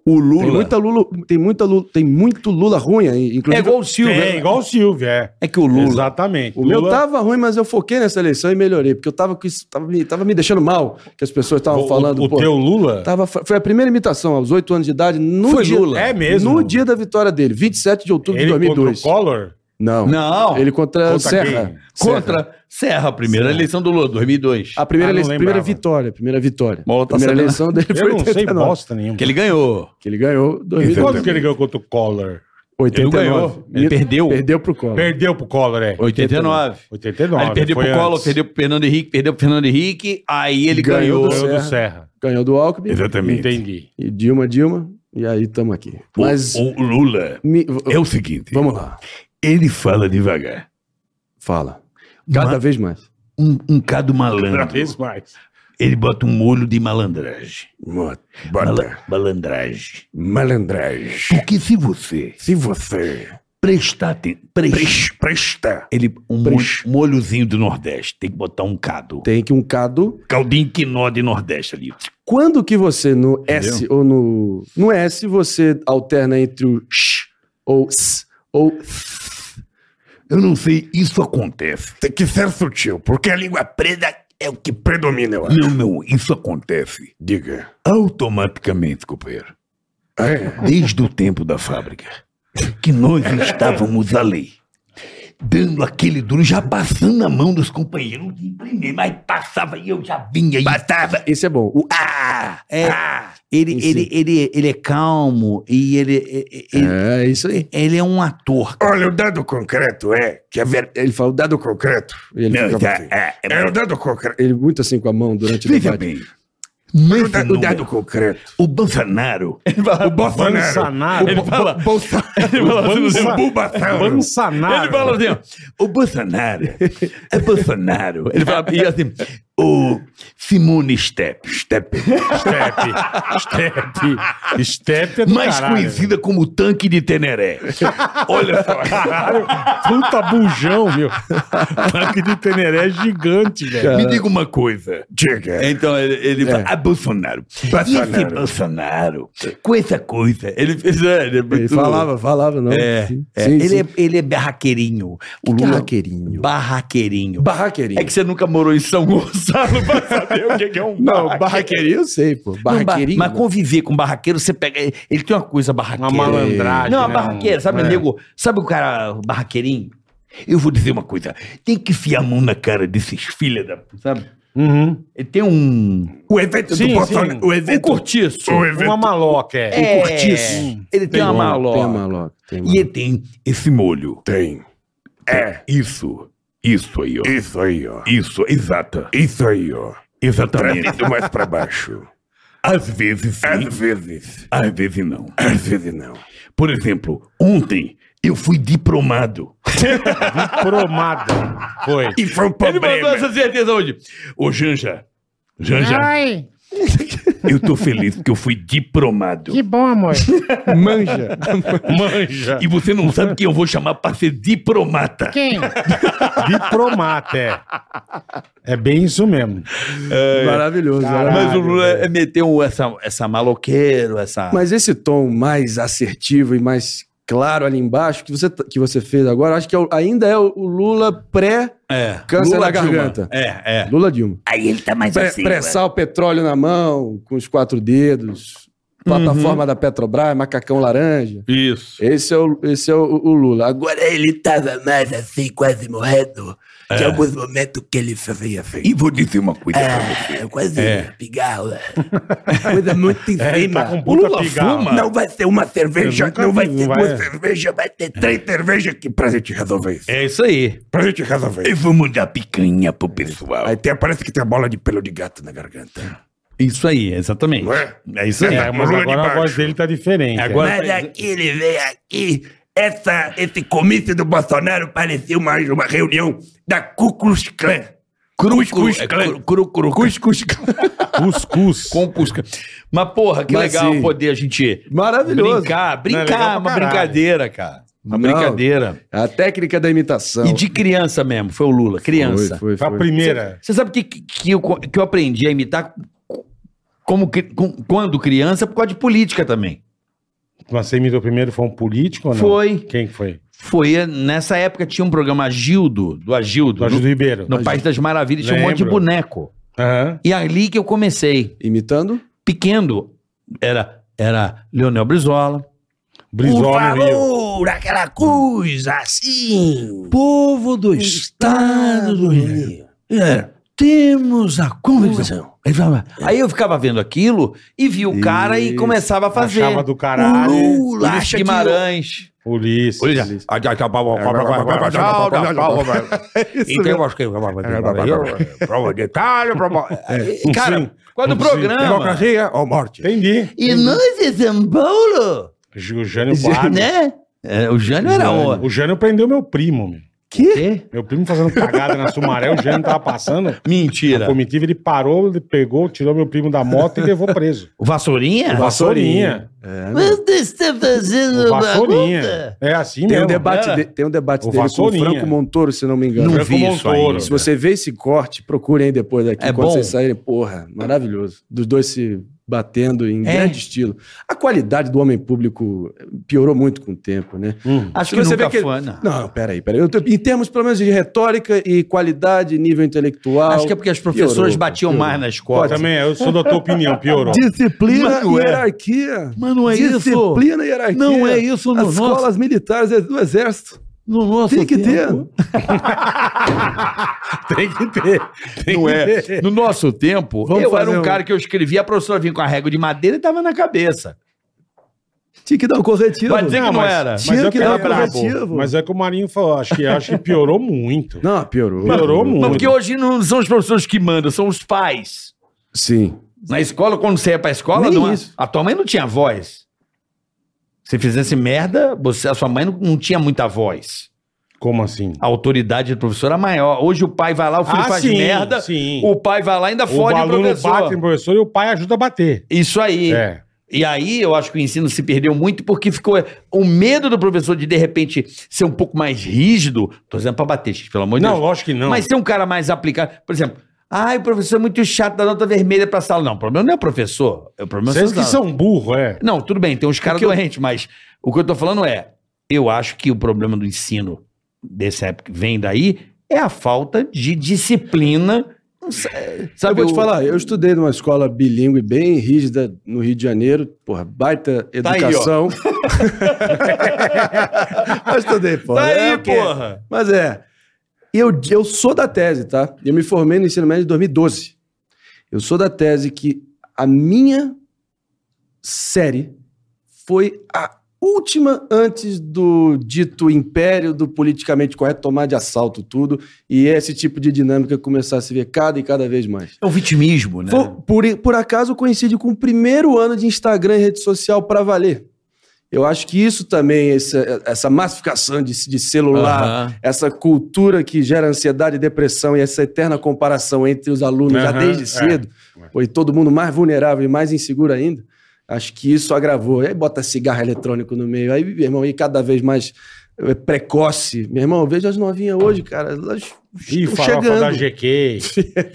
Speaker 2: O Lula
Speaker 4: Tem muita Lula, tem muita Lula, tem muito Lula ruim aí,
Speaker 2: é
Speaker 4: inclusive.
Speaker 2: igual o Silvio.
Speaker 3: É igual o Silvio, é.
Speaker 2: É que o Lula,
Speaker 3: Exatamente.
Speaker 4: O meu tá-
Speaker 3: Lula-
Speaker 4: tava ruim, mas eu foquei nessa eleição e melhorei, porque eu tava com isso, tava me, tava me deixando mal, que as pessoas estavam
Speaker 3: o-
Speaker 4: falando,
Speaker 3: O,
Speaker 4: pô,
Speaker 3: teu Lula?
Speaker 4: tava, fa- foi a primeira imitação aos 8 anos de idade no
Speaker 2: Foi
Speaker 4: dia,
Speaker 2: Lula.
Speaker 3: É mesmo.
Speaker 4: no dia da vitória dele, 27 de outubro
Speaker 3: ele
Speaker 4: de
Speaker 3: contra
Speaker 4: 2002.
Speaker 3: o Collor?
Speaker 4: Não.
Speaker 2: Não.
Speaker 4: Ele contra,
Speaker 3: Contra
Speaker 4: Serra.
Speaker 3: quem?
Speaker 4: Serra.
Speaker 2: contra Serra, a primeira eleição do Lula, 2002.
Speaker 4: A primeira,
Speaker 3: Ah, não
Speaker 4: eleição,
Speaker 3: lembrava.
Speaker 4: primeira vitória, primeira vitória.
Speaker 2: Bola tá
Speaker 4: primeira eleição
Speaker 2: sabendo.
Speaker 4: dele
Speaker 3: Eu
Speaker 4: foi
Speaker 3: não sei
Speaker 4: 89,
Speaker 3: bosta nenhuma.
Speaker 2: Que ele ganhou.
Speaker 4: que ele ganhou
Speaker 3: E Quando que
Speaker 4: 2002.
Speaker 3: ele ganhou contra o Collor?
Speaker 4: 89.
Speaker 2: Ele ganhou. Ele perdeu.
Speaker 4: Perdeu pro Collor.
Speaker 3: Perdeu pro Collor, é.
Speaker 2: 89.
Speaker 3: 89.
Speaker 9: Ah,
Speaker 2: Aí ele perdeu
Speaker 3: foi
Speaker 2: pro Collor,
Speaker 3: antes.
Speaker 2: perdeu pro Fernando Henrique, perdeu pro Fernando Henrique, aí ele
Speaker 4: Ganhou
Speaker 2: ganhou.
Speaker 4: do
Speaker 3: Ganhou do
Speaker 4: Serra.
Speaker 3: Serra.
Speaker 4: Ganhou do Alckmin.
Speaker 3: Entendi.
Speaker 4: E Dilma, Dilma. E aí estamos aqui.
Speaker 5: O-
Speaker 4: Mas...
Speaker 5: O, Lula
Speaker 4: me-
Speaker 5: é o seguinte.
Speaker 4: Vamos lá.
Speaker 5: Ele fala devagar.
Speaker 4: Fala. Cada
Speaker 5: Uma-
Speaker 4: vez mais.
Speaker 5: Um, um
Speaker 3: Cada
Speaker 5: cado malandro.
Speaker 3: vez mais.
Speaker 5: Ele bota um molho de malandragem.
Speaker 4: Mo-
Speaker 5: Mala- malandragem.
Speaker 4: Malandragem.
Speaker 5: Porque se você
Speaker 4: Se você...
Speaker 5: prestar atenção. Presta. Ele, um
Speaker 4: Pres-
Speaker 5: mo- molhozinho do Nordeste. Tem que botar um cado.
Speaker 4: Tem que um cado...
Speaker 5: Caldinho quinó de Nordeste ali.
Speaker 4: Quando que você no S ou no... No S você alterna entre o X ou S ou...
Speaker 5: Eu não sei, isso acontece. Tem que ser sutil, porque a língua preta é o que predomina. Eu Não, não, isso acontece.
Speaker 4: Diga.
Speaker 5: Automaticamente, companheiro.
Speaker 4: É.
Speaker 5: Desde o tempo da fábrica, que nós estávamos ali, dando aquele duro, já passando a mão dos companheiros de primeiro, mas passava e eu já vinha e batava.
Speaker 4: Esse é bom. O
Speaker 5: Ah!
Speaker 2: É,
Speaker 5: Ah!
Speaker 2: ele,
Speaker 4: Esse-
Speaker 2: ele, ele, ele é calmo e ele, ele, ele-
Speaker 4: É, isso aí.
Speaker 2: ele é um ator.
Speaker 5: Olha, o dado concreto é que a verdade.
Speaker 4: Ele fala o dado concreto. E Ele,
Speaker 5: Não,
Speaker 4: fica-
Speaker 5: tá, é, é, o dado concreto.
Speaker 4: ele muito assim com a mão durante o
Speaker 5: Veja
Speaker 4: debate.
Speaker 5: bem. Mas
Speaker 1: O da-
Speaker 5: não
Speaker 1: o dado
Speaker 5: é.
Speaker 1: concreto.
Speaker 5: O Bolsonaro. o Bolsonaro.
Speaker 3: Bansanaro.
Speaker 5: Ele fala. Ele
Speaker 3: Bolsa-
Speaker 5: fala. O
Speaker 3: é
Speaker 5: Bolsonaro.
Speaker 3: Bansanaro.
Speaker 5: Ele fala assim, ó, o Bolsonaro é Bolsonaro. Ele fala e assim, o Simone Step, Step,
Speaker 3: Step. Step é do
Speaker 5: mais
Speaker 3: caralho.
Speaker 5: conhecida como tanque de Teneré. Olha só,
Speaker 3: Caralho, puta bujão, meu. Tanque de Teneré é gigante, velho.
Speaker 5: me diga uma coisa.
Speaker 1: Diga.
Speaker 5: Então ele, ele
Speaker 4: É.
Speaker 5: fala, ah, Bolsonaro. E esse
Speaker 1: Bolsonaro.
Speaker 5: Bolsonaro, com essa coisa, ele fez. é, Ele, é
Speaker 4: Ele
Speaker 5: muito-
Speaker 4: falava, falava, não.
Speaker 2: É,
Speaker 4: Sim,
Speaker 2: É,
Speaker 4: sim,
Speaker 2: ele,
Speaker 4: sim.
Speaker 2: É, ele é barraqueirinho. O
Speaker 4: Que
Speaker 2: Lula
Speaker 4: barraqueirinho.
Speaker 2: barraqueirinho.
Speaker 4: Barraqueirinho.
Speaker 2: É que você nunca morou em São Gonçalo pra saber o que que é um
Speaker 4: Não, barraqueirinho eu sei, pô.
Speaker 2: Não, ba-
Speaker 4: Barraqueirinho. né?
Speaker 2: mas conviver com barraqueiro, você pega. Ele tem uma coisa barraqueira.
Speaker 3: Uma malandragem.
Speaker 2: Não, a
Speaker 3: né?
Speaker 2: barraqueira, sabe,
Speaker 3: É.
Speaker 2: nego? Sabe o cara barraqueirinho?
Speaker 5: Eu vou dizer uma coisa. Tem que enfiar a mão na cara desses filha da. Sabe?
Speaker 3: Uhum.
Speaker 2: Ele tem um.
Speaker 1: O evento
Speaker 3: Sim,
Speaker 1: do Bolsonaro.
Speaker 3: sim.
Speaker 1: O
Speaker 2: Um
Speaker 1: evento.
Speaker 2: cortiço.
Speaker 3: Uma maloca, é.
Speaker 2: É,
Speaker 1: cortiço.
Speaker 2: Ele tem, uma
Speaker 4: Tem
Speaker 2: maloca.
Speaker 4: maloca. Tem
Speaker 5: E
Speaker 4: maloca.
Speaker 5: ele tem esse molho.
Speaker 3: Tem.
Speaker 5: É. Isso. Isso aí, ó.
Speaker 3: Isso aí, ó.
Speaker 5: Isso, exata.
Speaker 3: Isso aí, ó.
Speaker 5: Exatamente.
Speaker 3: Trazido mais pra baixo.
Speaker 5: Às vezes sim,
Speaker 3: Às vezes.
Speaker 5: às vezes não.
Speaker 3: Às vezes não.
Speaker 5: Por exemplo, ontem eu fui diplomado.
Speaker 3: Cromada. Foi.
Speaker 5: E foi um
Speaker 2: Ele mandou
Speaker 5: problema.
Speaker 2: essa certeza hoje.
Speaker 5: Ô, Janja. Janja.
Speaker 10: Ah.
Speaker 5: Eu tô feliz porque eu fui diplomado.
Speaker 4: Manja.
Speaker 3: Manja.
Speaker 5: E você não sabe quem eu vou chamar pra ser diplomata.
Speaker 3: Diplomata, é. É bem isso mesmo.
Speaker 2: É.
Speaker 4: Maravilhoso. né?
Speaker 3: Caralho.
Speaker 4: maravilhoso.
Speaker 2: Mas o Lula é meteu um- essa, essa maloqueiro,
Speaker 7: Ah.
Speaker 2: essa.
Speaker 4: Mas esse tom mais assertivo e mais claro ali embaixo que você, que você fez agora, acho que é o- ainda é o o Lula pré-câncer
Speaker 2: é.
Speaker 4: na
Speaker 2: Dilma.
Speaker 4: garganta.
Speaker 2: É, é.
Speaker 4: Lula Dilma.
Speaker 1: Aí ele tá mais
Speaker 4: Pre-
Speaker 1: assim.
Speaker 4: pressar o petróleo na mão, com os quatro dedos,
Speaker 7: Uhum.
Speaker 4: plataforma da Petrobras, macacão laranja.
Speaker 2: Isso.
Speaker 4: Esse é o, esse é o, o Lula. Agora,
Speaker 7: Agora ele tava mais assim, quase morrendo.
Speaker 4: É.
Speaker 7: Tinha alguns momentos que ele fazia assim.
Speaker 5: E vou dizer uma coisa pra você.
Speaker 7: Ah, quase
Speaker 4: É.
Speaker 7: pigarro. Coisa muito em
Speaker 3: Ele
Speaker 7: cima.
Speaker 3: tá com puta
Speaker 5: É, Lula
Speaker 3: pigarro.
Speaker 5: fuma?
Speaker 7: Não vai ser uma cerveja,
Speaker 3: Eu nunca
Speaker 7: não vai
Speaker 3: vi, um
Speaker 7: ser
Speaker 3: vai-
Speaker 7: duas cervejas, vai ter três cervejas que pra gente resolver isso.
Speaker 2: É isso aí.
Speaker 7: Pra gente resolver
Speaker 5: Eu vou mandar picanha pro pessoal.
Speaker 7: Aí tem, parece que tem bola de pelo de gato na garganta.
Speaker 2: Isso aí, exatamente.
Speaker 5: Ué?
Speaker 2: É isso aí.
Speaker 3: É, mas
Speaker 5: Lula
Speaker 3: agora
Speaker 5: de
Speaker 3: a
Speaker 5: baixo.
Speaker 3: voz dele tá diferente.
Speaker 2: Agora-
Speaker 7: Mas aqui ele veio aqui, essa, esse comício do Bolsonaro parecia uma, uma reunião da Ku Klux Klan.
Speaker 5: Cuscuz
Speaker 2: É,
Speaker 5: Clan.
Speaker 2: cru- cru- cru-
Speaker 5: Cuscuz
Speaker 3: é. Cuscuz.
Speaker 2: Com Cusca. Mas, porra, que
Speaker 4: Mas
Speaker 2: legal
Speaker 4: sim.
Speaker 2: poder a gente
Speaker 4: maravilhoso.
Speaker 2: brincar,
Speaker 3: Não, é legal
Speaker 2: brincar,
Speaker 3: pra
Speaker 2: uma
Speaker 3: caralho.
Speaker 2: brincadeira, cara. Uma
Speaker 4: Não.
Speaker 2: brincadeira.
Speaker 4: A técnica da imitação.
Speaker 2: E de criança mesmo, foi o Lula, criança.
Speaker 4: Foi, foi,
Speaker 3: Foi a
Speaker 4: foi.
Speaker 3: primeira.
Speaker 2: Você sabe que, que, que eu, co- que eu aprendi a imitar como, cri- com- quando criança por causa de política também.
Speaker 3: Mas Você imitou primeiro, foi um político ou não?
Speaker 2: Foi.
Speaker 3: Quem foi?
Speaker 2: Foi nessa época tinha um programa Agildo, do Agildo,
Speaker 3: Do Ajudo
Speaker 2: no,
Speaker 3: Ribeiro.
Speaker 2: no País das Maravilhas, tinha um monte de
Speaker 3: Lembro.
Speaker 2: boneco.
Speaker 3: Aham.
Speaker 2: E é ali que eu comecei,
Speaker 4: Imitando?
Speaker 2: pequeno, era era Leonel Brizola.
Speaker 3: Brizola
Speaker 1: Por
Speaker 3: no Rio.
Speaker 1: favor, aquela coisa assim.
Speaker 7: Povo
Speaker 5: Um
Speaker 7: do
Speaker 1: Estado do Rio. É, temos a convenção.
Speaker 2: Ele falava- Aí eu ficava vendo aquilo e via o cara e
Speaker 4: Isso.
Speaker 2: começava a fazer.
Speaker 3: Achava do
Speaker 1: O
Speaker 3: caralho.
Speaker 1: Lula
Speaker 2: Ulisses
Speaker 1: acha que...
Speaker 2: Guimarães.
Speaker 3: Polícia.
Speaker 2: Olha,
Speaker 6: tá Então, é
Speaker 5: É, Prova de talho, prova...
Speaker 2: Cara, quando o
Speaker 3: Sim.
Speaker 6: É,
Speaker 2: programa.
Speaker 5: Democracia ou morte?
Speaker 3: Entendi.
Speaker 2: E nós de São Paulo,
Speaker 3: O Jânio Quadro.
Speaker 2: né? É, o Jânio era o.
Speaker 3: O Jânio prendeu meu primo, meu.
Speaker 2: Quê?
Speaker 3: Meu primo fazendo cagada na Sumaré, o Jânio tava passando. A
Speaker 2: Mentira.
Speaker 3: comitiva, ele parou, ele pegou, tirou meu primo da moto e levou preso.
Speaker 2: O Vassourinha?
Speaker 3: Vassourinha.
Speaker 4: É, né?
Speaker 7: Mas você está
Speaker 3: O
Speaker 7: fazendo
Speaker 3: Vassourinha. É assim
Speaker 4: Tem um
Speaker 3: mesmo.
Speaker 4: debate,
Speaker 2: era?
Speaker 4: de- tem um debate
Speaker 3: O
Speaker 4: dele com o
Speaker 3: Vassourinha.
Speaker 4: Franco Montoro, se não me engano.
Speaker 2: Não
Speaker 3: Franco
Speaker 2: vi isso
Speaker 3: Montoro.
Speaker 2: ainda.
Speaker 4: Se você vê esse corte, procurem depois daqui.
Speaker 2: É
Speaker 4: quando
Speaker 2: bom?
Speaker 4: vocês saírem, porra, maravilhoso. Dos dois se batendo em
Speaker 2: É?
Speaker 4: grande estilo. A qualidade do homem público piorou muito com o tempo, né?
Speaker 3: Hum.
Speaker 2: Acho
Speaker 4: Se
Speaker 2: que
Speaker 4: você
Speaker 2: nunca
Speaker 4: vê que-
Speaker 2: foi, não.
Speaker 4: Não, peraí, peraí. Eu tô- em termos, pelo menos, de retórica e qualidade, nível intelectual.
Speaker 2: Acho que é porque as professoras
Speaker 4: Piorou,
Speaker 2: batiam
Speaker 4: piorou.
Speaker 2: mais na escola.
Speaker 3: Também, eu sou da tua opinião, piorou.
Speaker 4: Disciplina
Speaker 2: Mas não
Speaker 4: e
Speaker 2: é.
Speaker 4: hierarquia.
Speaker 2: Mas não é isso.
Speaker 4: Disciplina e hierarquia.
Speaker 2: Não é isso no
Speaker 4: As
Speaker 2: nosso,
Speaker 4: escolas militares é do exército.
Speaker 2: no nosso
Speaker 4: Tem que ter.
Speaker 2: tempo.
Speaker 3: Tem que ter. Tem
Speaker 2: Não
Speaker 3: que
Speaker 2: é.
Speaker 3: ter.
Speaker 2: No nosso tempo,
Speaker 4: Vamos
Speaker 2: eu era
Speaker 4: fazer
Speaker 2: um
Speaker 4: um-
Speaker 2: cara que eu escrevia, a professora vinha com a régua de madeira e tava na cabeça.
Speaker 4: Tinha que dar um corretivo.
Speaker 2: Vai dizer que não
Speaker 5: tipo,
Speaker 2: era.
Speaker 3: Mas
Speaker 4: Tinha que
Speaker 3: é que
Speaker 4: dar
Speaker 3: era
Speaker 4: um
Speaker 3: brabo.
Speaker 4: corretivo.
Speaker 3: Mas é que o Marinho falou, acho que, acho que piorou muito.
Speaker 4: Não, piorou.
Speaker 3: Piorou muito.
Speaker 2: Mas porque hoje não são os professores que mandam, são os pais.
Speaker 4: Sim.
Speaker 2: Na escola, quando você ia pra escola,
Speaker 4: Nem
Speaker 2: não, é?
Speaker 4: isso.
Speaker 2: a tua mãe não tinha voz. Se fizesse merda, você, a sua mãe não, não tinha muita voz.
Speaker 3: Como assim?
Speaker 2: A autoridade do professor era maior. Hoje o pai vai lá, o filho faz merda,
Speaker 3: Ah, sim.
Speaker 2: o pai vai lá e ainda
Speaker 3: O,
Speaker 2: fode o, é
Speaker 3: aluno
Speaker 2: professor.
Speaker 3: bate no professor e o pai ajuda a bater.
Speaker 2: Isso aí.
Speaker 3: É.
Speaker 2: E aí eu acho que o ensino se perdeu muito porque ficou o medo do professor de de repente ser um pouco mais rígido. Tô dizendo pra bater, gente, pelo amor de
Speaker 3: não,
Speaker 2: Deus.
Speaker 3: lógico que não.
Speaker 2: Mas ser um cara mais aplicado, por exemplo, ai, o professor é muito chato da nota vermelha pra sala. Não, o problema não é o professor. É o problema
Speaker 3: Vocês
Speaker 2: é
Speaker 3: que são burros, é.
Speaker 2: Não, tudo bem, tem uns caras doentes, mas o que eu tô falando é, eu acho que o problema do ensino dessa época que vem daí é a falta de disciplina. Não sei,
Speaker 4: Eu
Speaker 2: Sabe,
Speaker 4: vou te
Speaker 2: o-
Speaker 4: falar, eu estudei numa escola bilíngue bem rígida no Rio de Janeiro, porra, baita
Speaker 2: Tá aí, ó.
Speaker 4: educação. eu estudei, porra.
Speaker 2: Tá aí,
Speaker 4: É,
Speaker 2: porra.
Speaker 4: Mas é, Eu, eu sou da tese, tá? Eu me formei no ensino médio em 2012. Eu sou da tese que a minha série foi a última antes do dito império do politicamente correto tomar de assalto tudo e esse tipo de dinâmica começar a se ver cada e cada vez mais.
Speaker 2: É um vitimismo, né?
Speaker 4: Foi- por, por acaso coincide com o primeiro ano de Instagram e rede social para valer. Eu acho que isso também, essa, essa massificação de, de celular,
Speaker 2: Aham.
Speaker 4: essa cultura que gera ansiedade e depressão e essa eterna comparação entre os alunos já
Speaker 3: Aham,
Speaker 4: desde
Speaker 3: é.
Speaker 4: cedo, foi todo mundo mais vulnerável e mais inseguro ainda. Acho que isso agravou. Aí bota cigarro eletrônico no meio, aí, meu irmão, e cada vez mais eh, precoce. Meu irmão, veja as novinhas hoje, cara. Elas
Speaker 3: Ih,
Speaker 4: estão
Speaker 3: farofa da
Speaker 4: chegando.
Speaker 3: GQ.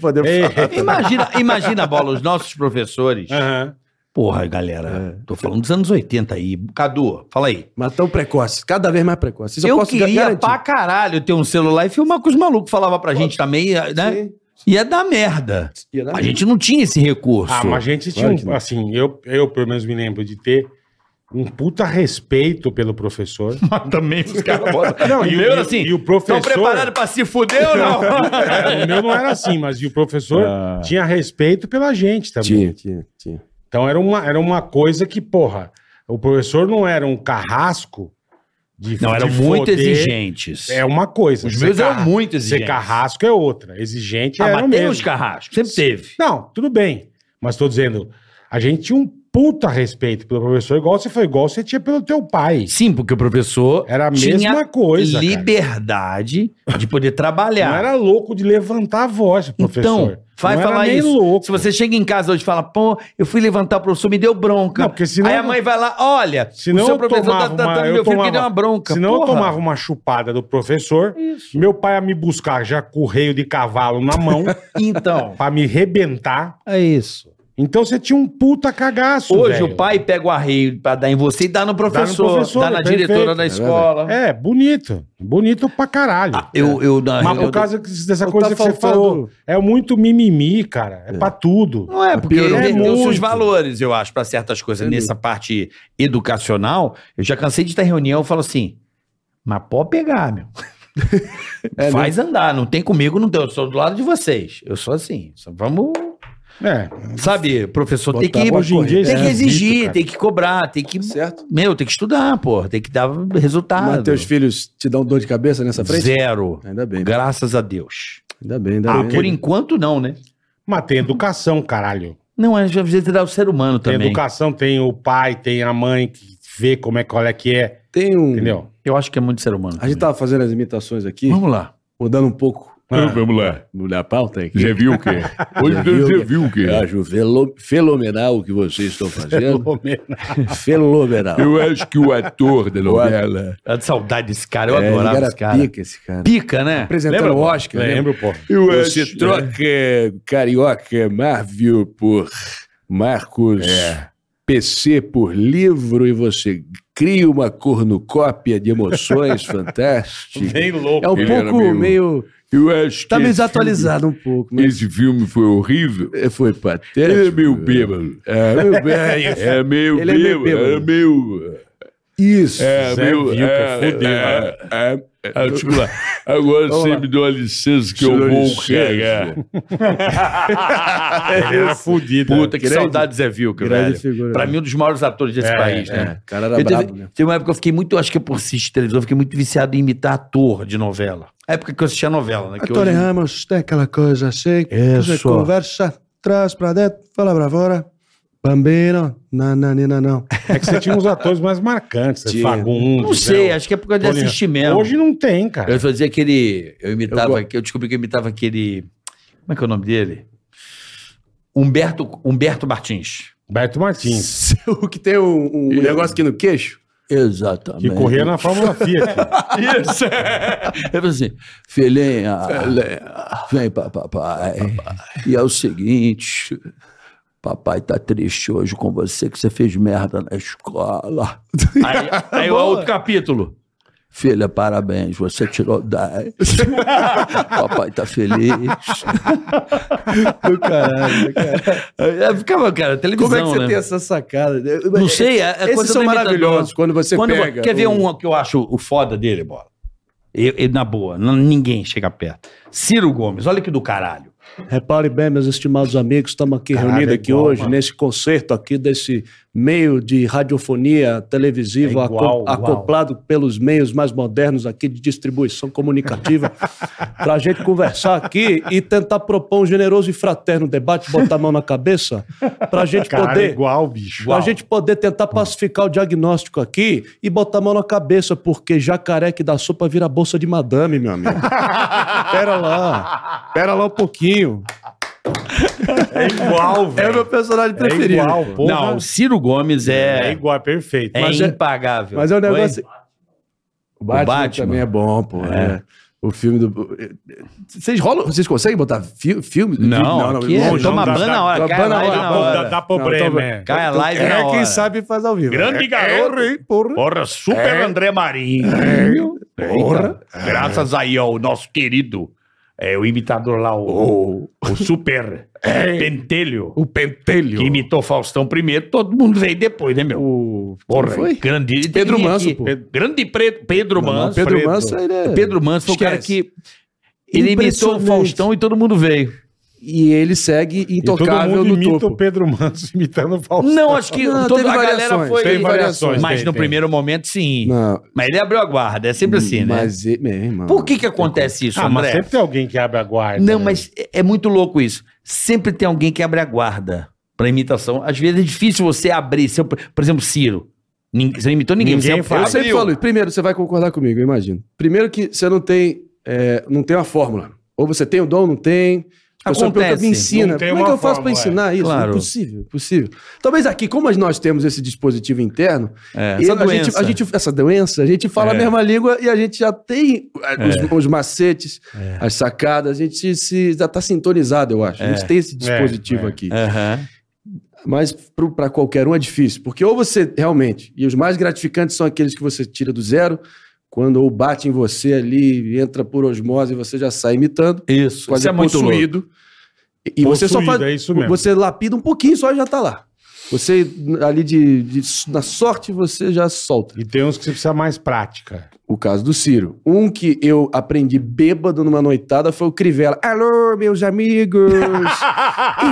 Speaker 4: Poder falar.
Speaker 3: Ei.
Speaker 2: Imagina, imagina, Bola, os nossos professores.
Speaker 4: É,
Speaker 3: Aham. Ah,
Speaker 2: Porra, galera, tô falando dos anos 80 aí. Cadu, fala aí.
Speaker 4: Mas tão precoce, cada vez mais precoce. Isso eu,
Speaker 2: Eu,
Speaker 4: posso
Speaker 2: queria
Speaker 4: garantir.
Speaker 2: pra caralho ter um celular e filmar com os malucos, falava pra gente também, né?
Speaker 4: Sim. né?
Speaker 2: Ia dar merda.
Speaker 4: Ia dar
Speaker 2: A gente não tinha esse recurso.
Speaker 3: Ah, mas a gente tinha,
Speaker 4: Claro que
Speaker 3: um,
Speaker 4: não.
Speaker 3: assim, eu, eu pelo menos me lembro de ter um puta respeito pelo professor.
Speaker 5: Ah,
Speaker 2: também os caras botam.
Speaker 3: Não,
Speaker 2: O
Speaker 3: e o-
Speaker 2: meu era
Speaker 3: e-
Speaker 2: assim,
Speaker 3: e o
Speaker 2: Estão
Speaker 3: professor-
Speaker 2: preparados pra se fuder ou não?
Speaker 3: É, o meu não era assim, mas e o professor
Speaker 4: Ah.
Speaker 3: tinha respeito pela gente também.
Speaker 4: Tinha, tinha, tinha.
Speaker 3: Então era uma, era uma coisa que, porra, o professor não era um carrasco de
Speaker 2: não, eram
Speaker 3: de
Speaker 2: muito
Speaker 3: foder.
Speaker 2: exigentes.
Speaker 3: É uma coisa.
Speaker 2: Os
Speaker 3: Ser
Speaker 2: meus eram
Speaker 3: carra-
Speaker 2: muito
Speaker 3: Ser
Speaker 2: exigentes.
Speaker 3: carrasco é outra. Exigente
Speaker 2: ah,
Speaker 3: era
Speaker 2: mas
Speaker 3: mesmo.
Speaker 2: tem os carrascos, sempre teve.
Speaker 3: Não, tudo bem. Mas tô dizendo, a gente tinha um puta respeito pelo professor, igual você foi, igual você tinha pelo teu pai.
Speaker 2: Sim, porque o professor
Speaker 3: Era a
Speaker 2: tinha
Speaker 3: mesma coisa. cara.
Speaker 2: liberdade de poder
Speaker 3: Não
Speaker 2: trabalhar.
Speaker 3: era louco de levantar a voz, professor.
Speaker 2: Então, vai
Speaker 3: não
Speaker 2: falar
Speaker 3: era nem
Speaker 2: isso.
Speaker 3: louco.
Speaker 2: Se você chega em casa hoje e fala, pô, eu fui levantar o professor, me deu bronca.
Speaker 3: Não, porque senão-
Speaker 2: Aí a mãe vai lá, olha,
Speaker 3: Senão
Speaker 2: o seu
Speaker 3: eu
Speaker 2: professor tá
Speaker 3: tomava uma-
Speaker 2: tratando
Speaker 3: eu
Speaker 2: meu filho que
Speaker 3: tomava-
Speaker 2: deu uma bronca.
Speaker 3: Senão eu
Speaker 2: Porra.
Speaker 3: tomava uma chupada do professor, meu pai ia me buscar já com o reio de cavalo na mão,
Speaker 2: Então,
Speaker 3: pra me rebentar.
Speaker 2: é isso.
Speaker 3: Então você tinha um puta cagaço,
Speaker 2: Hoje
Speaker 3: velho.
Speaker 2: o pai pega o arreio pra dar em você e dá no professor, dá,
Speaker 3: professor,
Speaker 2: na
Speaker 3: é
Speaker 2: diretora
Speaker 3: perfeito.
Speaker 2: da
Speaker 4: É
Speaker 2: escola.
Speaker 3: É, bonito. Bonito pra caralho.
Speaker 2: Ah, Eu, eu, na-
Speaker 3: Mas
Speaker 2: eu-
Speaker 3: por causa que- dessa
Speaker 4: Ou
Speaker 3: coisa
Speaker 4: tá
Speaker 3: que você
Speaker 4: faltando-
Speaker 3: falou, é muito mimimi, cara. É, pra tudo.
Speaker 2: Não é, porque
Speaker 4: piorou
Speaker 2: ele perdeu
Speaker 3: muito.
Speaker 2: seus valores, eu acho, pra certas coisas.
Speaker 4: Entendi.
Speaker 2: Nessa parte educacional, eu já cansei de estar em reunião e falo assim, mas pode pegar, meu.
Speaker 4: É, né?
Speaker 2: Faz andar, não tem comigo, não tem. Eu sou do lado de vocês. Eu sou assim. só vamos.
Speaker 3: É.
Speaker 2: Sabe, professor, tem
Speaker 4: Botar
Speaker 2: que,
Speaker 4: pra
Speaker 3: hoje em
Speaker 4: correr.
Speaker 3: dia
Speaker 2: tem que
Speaker 3: é
Speaker 4: né,
Speaker 3: esquisito,
Speaker 2: exigir,
Speaker 3: cara.
Speaker 2: tem que cobrar, tem que.
Speaker 4: Certo?
Speaker 2: Meu, tem que estudar, porra. Tem que dar resultado.
Speaker 4: Mas teus filhos te dão dor de cabeça nessa frente?
Speaker 2: Zero.
Speaker 4: Ainda bem,
Speaker 2: Graças a Deus.
Speaker 4: ainda bem, ainda
Speaker 2: Ah,
Speaker 4: bem.
Speaker 2: por enquanto, não, né?
Speaker 3: Mas tem educação, caralho.
Speaker 2: Não, às vezes dá o ser humano
Speaker 3: Tem
Speaker 2: também.
Speaker 3: educação, tem o pai, tem a mãe que vê como é, qual é que é,
Speaker 4: Tem um...
Speaker 3: entendeu?
Speaker 2: Eu acho que é muito ser humano.
Speaker 4: A gente
Speaker 2: também.
Speaker 4: tava fazendo as imitações aqui,
Speaker 2: Vamos lá.
Speaker 4: mudando um pouco
Speaker 3: Ah,
Speaker 5: Então, Vamos lá.
Speaker 4: da pauta aqui.
Speaker 5: Já viu o quê? Hoje
Speaker 4: Já
Speaker 5: você
Speaker 4: viu? Ah,
Speaker 5: viu o quê?
Speaker 4: Eu acho felo- fenomenal o que vocês estão fazendo. fenomenal.
Speaker 5: Eu acho que o ator da novela.
Speaker 2: A saudade desse cara, eu
Speaker 4: É, ele
Speaker 2: adorava
Speaker 4: era
Speaker 2: esse cara. Pica,
Speaker 4: pica esse cara.
Speaker 2: né?
Speaker 4: Apresentando
Speaker 2: Lembra?
Speaker 4: o Oscar, né? lembra?
Speaker 3: lembro, pô.
Speaker 5: Eu
Speaker 4: Você
Speaker 5: acho-
Speaker 4: troca
Speaker 5: é, Carioca Marvel por Marcos
Speaker 4: É.
Speaker 5: PC por livro e você cria uma cornucópia de emoções fantásticas.
Speaker 3: Bem louco.
Speaker 4: É um
Speaker 5: Ele era
Speaker 4: pouco
Speaker 5: meio-
Speaker 4: meio...
Speaker 5: Eu acho
Speaker 4: Tá
Speaker 5: que
Speaker 4: meio
Speaker 5: esse
Speaker 4: desatualizado um pouco,
Speaker 5: filme-
Speaker 4: mas...
Speaker 5: Esse filme foi horrível.
Speaker 4: É, Foi patético.
Speaker 5: Ele é meio bêbado. Ah,
Speaker 4: É, meu bem, é isso.
Speaker 5: É meio
Speaker 4: Ele é meio
Speaker 5: bêbado. É meio.
Speaker 4: Isso.
Speaker 5: É
Speaker 3: Zé
Speaker 5: meio.
Speaker 3: Vilca,
Speaker 5: é,
Speaker 3: fudeu,
Speaker 5: é,
Speaker 3: né?
Speaker 5: é, é, tipo lá. Agora você me dá uma licença que eu
Speaker 4: Senhor
Speaker 5: vou
Speaker 4: licença.
Speaker 5: cagar.
Speaker 3: Era fudido.
Speaker 2: Puta, que
Speaker 4: Ah, é. Grande-
Speaker 2: saudade do Zé Vilca,
Speaker 4: grande
Speaker 2: velho.
Speaker 4: figura,
Speaker 2: pra
Speaker 4: né?
Speaker 2: mim, um dos maiores atores desse país,
Speaker 4: É,
Speaker 2: né?
Speaker 4: o cara era
Speaker 2: Eu teve,
Speaker 4: brabo, né?
Speaker 2: teve uma época que eu fiquei muito, acho que é por assistir televisão, eu fiquei muito viciado em imitar ator de novela. A época que eu assistia novela, né? Que
Speaker 4: Tony
Speaker 2: hoje-
Speaker 4: Ramos tem aquela coisa assim,
Speaker 2: É,
Speaker 4: você
Speaker 2: só.
Speaker 4: conversa, traz pra dentro, fala pra fora, bambino, nananina não.
Speaker 3: É que você tinha uns atores mais marcantes, né?
Speaker 4: Tinha.
Speaker 3: Fagundes.
Speaker 2: Não sei,
Speaker 3: né?
Speaker 2: acho que é por causa de
Speaker 3: Tony-
Speaker 2: assistir mesmo.
Speaker 3: Hoje não tem, cara.
Speaker 2: Eu fazia aquele. Eu
Speaker 4: Eu
Speaker 2: imitava.
Speaker 4: go-
Speaker 2: Eu, descobri que eu imitava aquele. Como é que é o nome dele? Humberto, Humberto Martins.
Speaker 3: Beto Martins,
Speaker 4: o que tem um, um negócio aqui no queixo?
Speaker 3: que
Speaker 2: Exatamente.
Speaker 3: corria na Fórmula Fiat.
Speaker 2: Isso! Eu falei assim, filhinha, vem papai. E é o seguinte, papai tá triste hoje com você que você fez merda na escola. Aí, aí o outro capítulo. Filha, parabéns, você tirou 10. papai tá feliz.
Speaker 4: Do caralho, cara.
Speaker 2: Eu ficava, cara, televisão,
Speaker 4: Como é que você
Speaker 2: né?
Speaker 4: tem essa sacada?
Speaker 2: Não sei, é, é coisa
Speaker 4: Esses são
Speaker 2: do imitador.
Speaker 4: maravilhosos, quando você
Speaker 5: um
Speaker 2: Quando-
Speaker 4: pega...
Speaker 2: quer ver
Speaker 4: o-
Speaker 2: um que eu acho o foda dele, Bola? Eu, eu, na boa, n- ninguém chega perto. Ciro Gomes, olha que do caralho.
Speaker 4: Repare bem, meus estimados amigos, estamos aqui
Speaker 2: Caralho,
Speaker 4: reunidos
Speaker 2: é
Speaker 4: aqui
Speaker 2: igual,
Speaker 4: hoje,
Speaker 2: mano.
Speaker 4: nesse concerto aqui desse meio de radiofonia televisiva
Speaker 3: É igual,
Speaker 4: aco-
Speaker 3: igual.
Speaker 4: acoplado pelos meios mais modernos aqui de distribuição comunicativa, para a gente conversar aqui e tentar propor um generoso e fraterno debate, botar a mão na cabeça, para a gente
Speaker 3: Cara, é
Speaker 4: poder
Speaker 3: igual, bicho.
Speaker 4: Pra gente poder tentar pacificar o diagnóstico aqui e botar a mão na cabeça, porque jacaré que dá sopa vira bolsa de madame, meu amigo. pera lá. Pera lá um pouquinho.
Speaker 3: É igual,
Speaker 4: É o
Speaker 3: velho.
Speaker 4: meu personagem
Speaker 3: É
Speaker 4: preferido.
Speaker 3: igual, porra.
Speaker 2: Não, o Ciro Gomes
Speaker 3: é
Speaker 2: é,
Speaker 3: igual, é perfeito.
Speaker 2: é,
Speaker 3: Mas é-
Speaker 2: impagável.
Speaker 4: Mas é um negócio. O
Speaker 2: Batman.
Speaker 4: também é bom, pô. É. O filme do. Vocês rolam? Vocês conseguem botar fi- filme?
Speaker 2: Não, aqui é-
Speaker 4: longe.
Speaker 2: toma
Speaker 3: não, dá-
Speaker 2: ban na hora,
Speaker 4: dá-
Speaker 2: cai
Speaker 4: ban
Speaker 2: a
Speaker 4: na
Speaker 2: live
Speaker 4: hora,
Speaker 2: na
Speaker 4: ban-
Speaker 2: hora.
Speaker 3: dá- dá problema, é.
Speaker 2: Cai a live na
Speaker 4: É
Speaker 2: hora.
Speaker 4: quem sabe faz ao vivo.
Speaker 5: Grande garoto.
Speaker 4: É, porra. É.
Speaker 5: Porra, super André Marinho. Porra. Graças aí ao nosso querido, é, o imitador lá, o, o super Pentelho,
Speaker 4: É. O pentelho.
Speaker 5: que imitou Faustão primeiro, todo mundo veio depois, né, meu?
Speaker 4: O...
Speaker 5: Porra,
Speaker 4: Quem foi?
Speaker 5: grande.
Speaker 4: Pedro
Speaker 5: Ele vinha
Speaker 4: Manso,
Speaker 5: aqui.
Speaker 4: pô.
Speaker 5: Grande Pre- Pedro
Speaker 4: Não,
Speaker 5: Manso.
Speaker 4: Pedro
Speaker 5: Preto.
Speaker 4: Manso, ele é...
Speaker 2: Pedro Manso foi o cara
Speaker 4: Esquece.
Speaker 2: que. Ele imitou o
Speaker 4: Impressionante.
Speaker 2: Faustão e todo mundo veio.
Speaker 4: E ele segue
Speaker 3: E todo
Speaker 4: intocável
Speaker 3: mundo
Speaker 4: no
Speaker 3: imita o
Speaker 4: topo.
Speaker 3: Pedro Manso imitando o Faustão.
Speaker 2: Não, acho que
Speaker 4: Não,
Speaker 2: toda
Speaker 4: teve
Speaker 2: a galera
Speaker 4: variações,
Speaker 2: foi.
Speaker 3: teve variações,
Speaker 2: Mas
Speaker 3: tem,
Speaker 2: no
Speaker 3: tem.
Speaker 2: primeiro momento, sim.
Speaker 4: Não,
Speaker 2: Mas ele abriu a guarda, é sempre assim, né?
Speaker 4: mas ele, meu irmão.
Speaker 2: Por que que acontece isso,
Speaker 3: Ah, mas
Speaker 2: André?
Speaker 3: sempre tem alguém que abre a guarda.
Speaker 2: Não,
Speaker 3: né?
Speaker 2: mas é- é muito louco isso. Sempre tem alguém que abre a guarda pra imitação. Às vezes é difícil você abrir. Seu, por exemplo, Ciro. Nin- Você não imitou ninguém.
Speaker 3: Ninguém
Speaker 2: você é um
Speaker 3: fala.
Speaker 4: Eu sempre falo isso. Primeiro, você vai concordar comigo, eu imagino. Primeiro que você não tem, é, não tem uma fórmula. Ou você tem o dom, não tem. A pessoa
Speaker 2: Acontece.
Speaker 4: pergunta, me
Speaker 3: Não
Speaker 4: ensina.
Speaker 3: tem
Speaker 4: Como é que
Speaker 3: uma
Speaker 4: eu faço
Speaker 3: fórmula,
Speaker 4: para ensinar isso?
Speaker 2: Claro.
Speaker 4: Impossível, impossível. Talvez aqui, como nós temos esse dispositivo interno,
Speaker 2: É,
Speaker 4: e
Speaker 2: essa
Speaker 4: a
Speaker 2: doença. É.
Speaker 4: gente- a gente- essa doença, a gente fala a mesma língua e a gente já tem é, os, os macetes,
Speaker 2: É.
Speaker 4: as sacadas, a gente se, se- já está sintonizado, eu acho. A gente tem esse dispositivo
Speaker 3: é.
Speaker 4: aqui.
Speaker 2: Aham.
Speaker 4: Mas para qualquer um é difícil, porque ou você realmente, e os mais gratificantes são aqueles que você tira do zero, quando ou bate em você ali, entra por osmose e você já sai imitando,
Speaker 2: Isso.
Speaker 4: quase
Speaker 2: Isso é muito louco.
Speaker 4: possuído. E, e você só
Speaker 3: Possuído,
Speaker 4: faz,
Speaker 3: é isso mesmo.
Speaker 4: você lapida um pouquinho só e já tá lá. Você ali de, de- na sorte você já solta.
Speaker 3: E tem uns que você precisa mais prática.
Speaker 4: O caso do Ciro. Um que eu aprendi bêbado numa noitada foi o Crivella. Alô, meus amigos!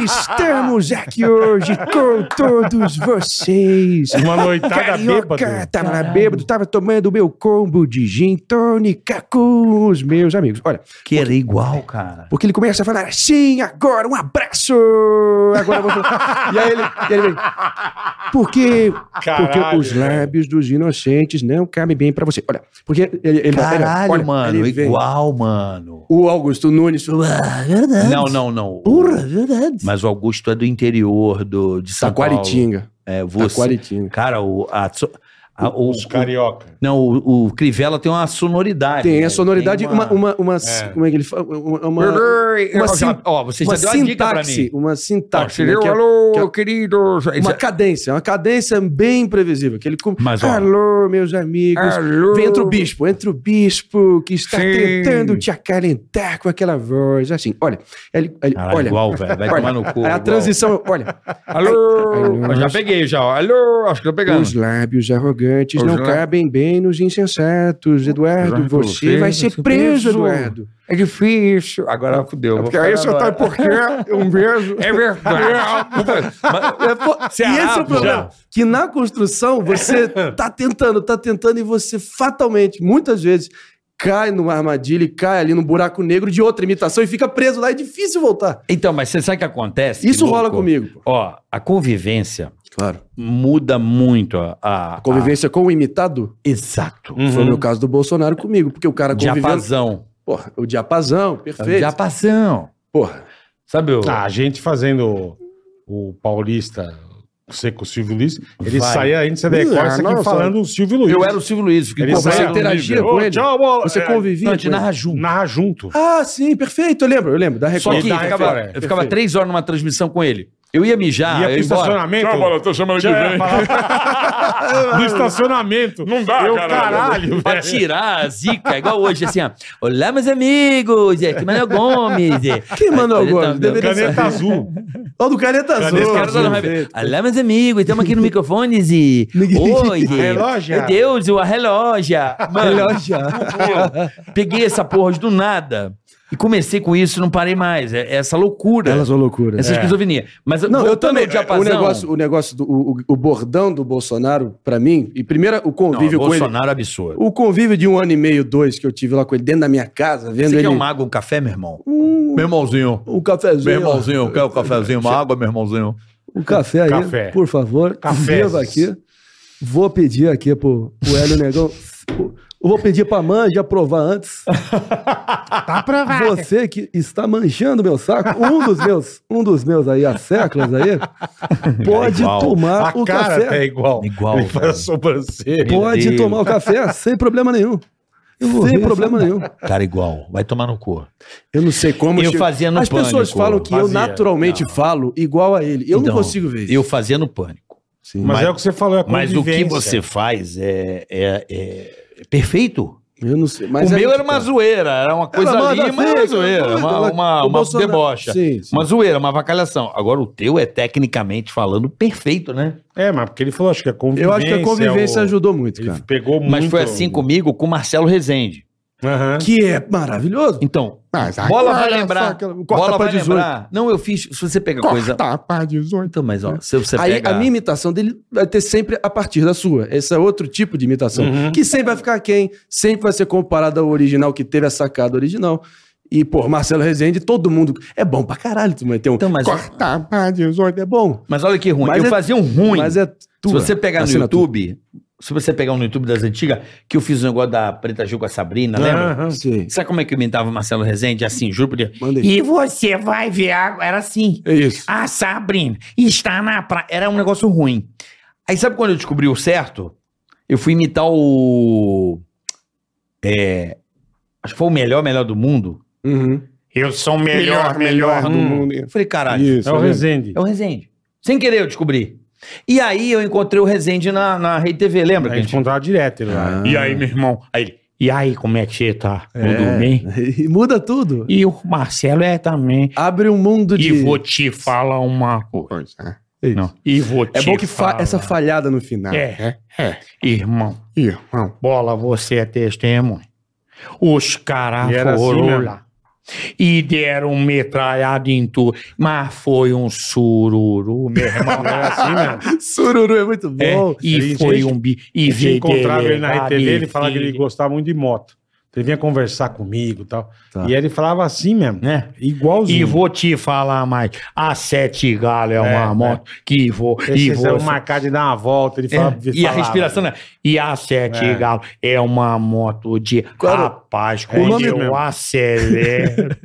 Speaker 4: Estamos aqui hoje com todos vocês.
Speaker 3: Uma noitada
Speaker 4: Carioca,
Speaker 3: bêbada.
Speaker 4: tava na bêbado, tava tomando meu combo de gin tônica com os meus amigos. Olha,
Speaker 2: Que era igual, cara.
Speaker 4: porque ele começa a falar assim, agora um abraço. Agora eu vou... e aí ele, e ele vem, porque, porque
Speaker 3: Caralho,
Speaker 4: os lábios dos inocentes não cabem bem pra você. Olha, porque ele... ele- ele-
Speaker 2: Caralho,
Speaker 4: olha,
Speaker 2: mano.
Speaker 4: ele vem.
Speaker 2: Igual, mano.
Speaker 4: O Augusto Nunes falou, ah, verdade.
Speaker 2: Não, não, não.
Speaker 4: verdade.
Speaker 2: Mas o Augusto é do interior do, de
Speaker 4: Tá
Speaker 2: São Paulo.
Speaker 4: Taquaritinga.
Speaker 2: É, você.
Speaker 4: Taquaritinga.
Speaker 2: Cara, o, a, so- a- o,
Speaker 3: Os carioca.
Speaker 2: não, o, o Crivella tem uma sonoridade.
Speaker 4: Tem
Speaker 2: né?
Speaker 4: a sonoridade, uma... uma, uma,
Speaker 3: É.
Speaker 4: Como é que ele fala? Uma-
Speaker 2: Uma,
Speaker 4: uma uma
Speaker 2: Ó, já-
Speaker 4: sin-
Speaker 2: ó, você
Speaker 4: uma
Speaker 2: já deu uma dica pra
Speaker 4: sintaxe,
Speaker 2: mim.
Speaker 4: uma
Speaker 2: Ó,
Speaker 4: sintaxe,
Speaker 2: você
Speaker 4: né,
Speaker 2: viu?
Speaker 4: que é
Speaker 2: Alô,
Speaker 4: que é-
Speaker 2: querido.
Speaker 4: uma cadência, uma cadência bem imprevisível, que ele com...
Speaker 2: Mas, ó.
Speaker 4: alô, meus amigos,
Speaker 2: Alô.
Speaker 4: Vem, entra o bispo, entra o bispo que está
Speaker 2: Sim.
Speaker 4: tentando te acalentar com aquela voz, assim, olha, ele, ele-
Speaker 2: Caralho,
Speaker 4: olha,
Speaker 2: igual, velho. Vai
Speaker 4: olha, é
Speaker 2: tomar no cu.
Speaker 4: a
Speaker 2: igual. Tá
Speaker 4: transição, olha,
Speaker 2: Alô.
Speaker 4: Alô.
Speaker 2: Eu já peguei, já. ó. Alô. Acho que eu tô pegando.
Speaker 4: os lábios arrogantes
Speaker 2: Os
Speaker 4: não
Speaker 2: lá-
Speaker 4: cabem bem nos insensatos, Eduardo,
Speaker 2: Eduardo,
Speaker 4: você vai ser preso, Eduardo.
Speaker 2: É difícil. Agora
Speaker 4: É
Speaker 2: fudeu. Porque aí você tá por
Speaker 4: Um beijo.
Speaker 2: É verdade.
Speaker 4: É, pô,
Speaker 2: Você é
Speaker 4: e esse é o
Speaker 2: rápido,
Speaker 4: problema. Que na construção você tá tentando, tá tentando e você fatalmente, muitas vezes, cai numa armadilha e cai ali num buraco negro de outra imitação e fica preso lá. É difícil voltar.
Speaker 2: então, mas você sabe o que acontece? Que
Speaker 4: Isso rola
Speaker 2: louco.
Speaker 4: comigo. pô.
Speaker 2: Ó, a convivência
Speaker 4: Claro.
Speaker 2: muda muito a... a
Speaker 4: A convivência com o imitado
Speaker 2: a- Exato.
Speaker 3: Uhum.
Speaker 4: foi no caso do Bolsonaro comigo, porque o cara convivendo...
Speaker 2: Diapasão.
Speaker 4: Porra, o diapasão, perfeito.
Speaker 2: Diapasão.
Speaker 4: Porra.
Speaker 2: Sabe o...
Speaker 3: Ah, a gente fazendo o, o paulista você com o Silvio Luiz, ele
Speaker 2: Vai.
Speaker 3: saía ainda se decosta
Speaker 4: Ah,
Speaker 3: aqui
Speaker 4: nossa.
Speaker 3: falando o Silvio Luiz.
Speaker 2: Eu era o Silvio Luiz. Fiquei
Speaker 3: Ele
Speaker 4: Pô,
Speaker 2: com
Speaker 4: você
Speaker 3: saía no
Speaker 4: interagia
Speaker 3: nível.
Speaker 4: com
Speaker 3: Ô,
Speaker 4: ele?
Speaker 3: tchau, bola.
Speaker 4: Você
Speaker 3: É,
Speaker 4: convivia
Speaker 2: Não, a
Speaker 4: com
Speaker 2: gente
Speaker 4: ele?
Speaker 2: narra junto.
Speaker 3: Narra junto.
Speaker 4: Ah, sim, perfeito. Eu lembro, eu lembro. Da
Speaker 2: Só
Speaker 4: Record.
Speaker 2: que
Speaker 3: Ele dá
Speaker 2: ficava-
Speaker 3: referência.
Speaker 2: eu ficava três horas numa transmissão com ele. Eu ia mijar,
Speaker 3: Ia
Speaker 2: eu
Speaker 3: pro
Speaker 2: ia embora.
Speaker 3: é estacionamento.
Speaker 9: tô chamando
Speaker 3: Já ia falar- no estacionamento.
Speaker 9: Não dá,
Speaker 3: Eu,
Speaker 9: caralho.
Speaker 3: caralho,
Speaker 2: Pra
Speaker 3: velho.
Speaker 2: tirar a zica, igual hoje, assim, ó. Olá, meus amigos, aqui Manuel Gomes.
Speaker 4: Quem mandou
Speaker 2: Aí,
Speaker 4: agora?
Speaker 2: tá-
Speaker 4: Deveria
Speaker 3: Caneta
Speaker 4: saber.
Speaker 3: azul.
Speaker 4: Ó, do caneta azul.
Speaker 2: Os caras lá no Hype. tá Olá, meus amigos, estamos aqui no microfone. Oi.
Speaker 3: A relógio?
Speaker 2: Meu Deus, a relógia. Mano,
Speaker 4: Relógio.
Speaker 2: peguei essa porra do nada e comecei com isso, não parei mais. É, é essa loucura.
Speaker 4: Elas são loucura. né?
Speaker 2: essa esquizofrenia. Mas
Speaker 4: Não, eu
Speaker 2: voltando
Speaker 4: também. É,
Speaker 2: ao
Speaker 4: O
Speaker 2: diapasão-
Speaker 4: negócio, o negócio do o, o- o bordão do Bolsonaro, pra mim, e primeiro o
Speaker 2: Não,
Speaker 4: convívio com ele.
Speaker 2: Bolsonaro é absurdo.
Speaker 4: O convívio de um ano e meio, dois, que eu tive lá com ele dentro da minha casa, vendo
Speaker 2: Você
Speaker 4: ele.
Speaker 2: quer uma água, um café, meu irmão? Meu irmãozinho.
Speaker 4: Um cafezinho.
Speaker 2: Meu
Speaker 4: ó.
Speaker 2: irmãozinho, quer um cafezinho, uma água, meu irmãozinho?
Speaker 4: Um café aí,
Speaker 3: Café.
Speaker 4: por favor.
Speaker 3: Cafés.
Speaker 4: Viva aqui. Vou pedir aqui pro, pro Hélio Negão. Eu Vou pedir pra Manja aprovar antes.
Speaker 11: Tá aprovado.
Speaker 4: Você que está manchando meu saco, um dos meus, um dos meus aí, há séculos aí, pode
Speaker 2: igual.
Speaker 4: tomar
Speaker 3: A
Speaker 4: Ah, o
Speaker 3: cara
Speaker 4: café.
Speaker 3: até é igual.
Speaker 2: Igual,
Speaker 3: Ele faz a
Speaker 2: velho.
Speaker 3: sobrancelha.
Speaker 4: Pode
Speaker 2: Deus.
Speaker 4: tomar o café sem problema nenhum. sem problema nenhum.
Speaker 2: Cara, igual. Vai tomar no cu.
Speaker 4: Eu não sei como
Speaker 2: Eu
Speaker 4: che-
Speaker 2: fazia no
Speaker 4: As pessoas
Speaker 2: Pânico,
Speaker 4: falam que eu
Speaker 3: fazia.
Speaker 4: naturalmente falo igual a ele. Eu
Speaker 2: Então,
Speaker 4: não consigo ver isso.
Speaker 2: Eu fazia no pânico.
Speaker 4: Sim.
Speaker 3: Mas, é o que você falou, é a
Speaker 2: Mas o que
Speaker 3: convivência.
Speaker 2: você faz é, é- é perfeito.
Speaker 4: Eu não sei. Mas
Speaker 2: o
Speaker 4: aí
Speaker 2: meu
Speaker 4: que
Speaker 2: era uma
Speaker 4: tá.
Speaker 2: zoeira, era uma coisa
Speaker 4: manda
Speaker 2: ali, mas era uma
Speaker 4: fica,
Speaker 2: zoeira,
Speaker 4: doido,
Speaker 2: uma,
Speaker 4: ela-
Speaker 2: uma,
Speaker 4: o
Speaker 2: uma
Speaker 4: Bolsonaro-
Speaker 2: debocha.
Speaker 4: Sim, sim.
Speaker 2: Uma zoeira, uma vacalhação. Agora o teu é tecnicamente falando perfeito, né?
Speaker 3: É, mas porque ele falou, acho que a convivência.
Speaker 4: Eu acho que a convivência
Speaker 3: é o-
Speaker 4: ajudou muito,
Speaker 3: Ele
Speaker 4: cara.
Speaker 3: pegou muito.
Speaker 2: Mas foi assim comigo com o Marcelo Rezende.
Speaker 3: Aham.
Speaker 4: Que é maravilhoso.
Speaker 2: Então,
Speaker 11: Mas
Speaker 2: bola vai
Speaker 11: agora é
Speaker 2: lembrar.
Speaker 11: só aquela-
Speaker 2: bola
Speaker 11: Corta pra
Speaker 2: vai
Speaker 11: 18.
Speaker 2: lembrar. Não, eu fiz. Se você pega coisa.
Speaker 11: Corta pra 18.
Speaker 2: Então, mas ó, se você
Speaker 4: Aí
Speaker 2: pega.
Speaker 4: a minha imitação dele vai ter sempre a partir da sua. Esse é outro tipo de imitação. Que sempre vai ficar quem? Sempre vai ser comparado ao original que teve a sacada original. E, pô, Marcelo Rezende, todo mundo. É bom pra caralho, tu vai ter um.
Speaker 2: Então, mas,
Speaker 11: Corta pra 18.
Speaker 4: Corta, é bom.
Speaker 2: mas olha que ruim.
Speaker 4: Mas
Speaker 2: eu
Speaker 4: é-
Speaker 2: fazia um ruim.
Speaker 4: Mas é
Speaker 2: Se
Speaker 4: tua.
Speaker 2: você pegar no
Speaker 4: Assinatura.
Speaker 2: YouTube, se você pegar um no YouTube das antigas, que eu fiz o negócio da Preta Gil com a Sabrina, lembra?
Speaker 3: Aham.
Speaker 4: Sim.
Speaker 2: Sabe como é que eu imitava o Marcelo Rezende? Assim, juro por Deus.
Speaker 4: Manda aí.
Speaker 2: E você vai ver agora. Era assim.
Speaker 4: É isso.
Speaker 2: A Sabrina está na praia. Era um negócio ruim. Aí sabe quando eu descobri o certo? Eu fui imitar o. É. Acho que foi o melhor, melhor do mundo.
Speaker 4: Uhum. Hum.
Speaker 9: Eu sou o
Speaker 11: Melhor, melhor do mundo.
Speaker 2: Eu falei, caralho.
Speaker 4: Isso.
Speaker 3: Uhum. É o
Speaker 4: né?
Speaker 3: Rezende.
Speaker 2: É o Rezende. Sem querer eu descobri. E aí eu encontrei o Rezende na, na Rede TV, lembra?
Speaker 3: A
Speaker 2: que a
Speaker 3: gente
Speaker 2: gente...
Speaker 3: encontrava direto ele lá.
Speaker 4: Ah.
Speaker 9: E aí, meu irmão? Aí ele, e aí, como é que você tá? Tudo
Speaker 4: É.
Speaker 9: bem?
Speaker 4: E muda tudo.
Speaker 9: E o Marcelo é também.
Speaker 4: Abre um mundo de.
Speaker 9: E vou te falar uma coisa.
Speaker 11: Coisa.
Speaker 4: É isso.
Speaker 9: E vou te
Speaker 4: É bom que fa-
Speaker 9: falar.
Speaker 4: essa falhada no final.
Speaker 9: É, é. Irmão,
Speaker 11: Irmão.
Speaker 9: bola, você é testemunho. Os caras
Speaker 3: E era assim
Speaker 9: foram
Speaker 3: mesmo.
Speaker 9: lá. E deram metralhada em tudo. Mas foi um sururu, meu irmão.
Speaker 3: Era assim mesmo.
Speaker 4: Sururu é muito
Speaker 9: É,
Speaker 4: bom.
Speaker 9: e
Speaker 3: gente,
Speaker 9: foi
Speaker 3: gente,
Speaker 9: um bi.
Speaker 3: A
Speaker 9: E
Speaker 3: gente
Speaker 9: veio
Speaker 3: encontrava ele na
Speaker 9: delegado,
Speaker 3: RTV, ele
Speaker 9: e
Speaker 3: falava que ele
Speaker 9: filho.
Speaker 3: gostava muito de moto. Ele vinha conversar comigo e tal.
Speaker 4: Tá.
Speaker 3: E aí ele falava assim mesmo.
Speaker 9: Né?
Speaker 3: Igualzinho.
Speaker 9: E vou te falar mais. A Sete Galo é uma
Speaker 4: né?
Speaker 3: É,
Speaker 9: moto que vou. E,
Speaker 4: é
Speaker 3: Eles
Speaker 9: vou
Speaker 3: precisavam marcar de dar uma volta. Ele
Speaker 9: É,
Speaker 3: falava,
Speaker 9: e a respiração, né? E a Sete
Speaker 3: É.
Speaker 9: Galo é uma moto de
Speaker 4: Cara,
Speaker 9: rapaz.
Speaker 3: é
Speaker 9: Quando
Speaker 3: isso
Speaker 9: eu
Speaker 3: mesmo.
Speaker 9: acelero.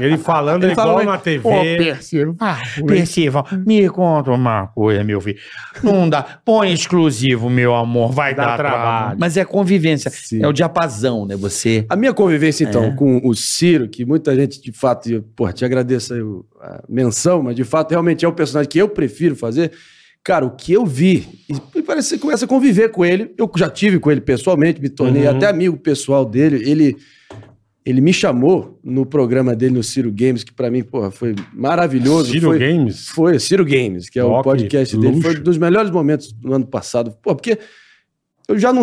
Speaker 3: Ele falando
Speaker 4: Ele
Speaker 3: igual
Speaker 4: falava,
Speaker 3: na
Speaker 9: Ô,
Speaker 3: TV.
Speaker 4: é
Speaker 9: Percival,
Speaker 4: Ah,
Speaker 9: Ah, Percival, me conta uma coisa, meu filho. Não dá. Põe exclusivo, meu amor. Vai
Speaker 3: Dá
Speaker 9: dar trabalho.
Speaker 3: trabalho.
Speaker 2: Mas é convivência.
Speaker 4: Sim.
Speaker 2: É o diapasão, né? Você.
Speaker 4: A minha convivência, então, com o Ciro, que muita gente, de fato, e eu, pô, te agradeço aí o- a menção, mas de fato, realmente é o personagem que eu prefiro fazer. Cara, o que eu vi, e e parece que você começa a conviver com ele. Eu já tive com ele pessoalmente, me tornei até amigo pessoal dele. Ele, ele me chamou no programa dele, no Ciro Games, que pra mim, porra, foi maravilhoso.
Speaker 3: Ciro
Speaker 4: foi,
Speaker 3: Games.
Speaker 4: Foi, Ciro Games, que é o
Speaker 3: Rock,
Speaker 4: podcast dele. Foi
Speaker 3: luxo.
Speaker 4: um dos melhores momentos do ano passado. Pô, porque eu já não.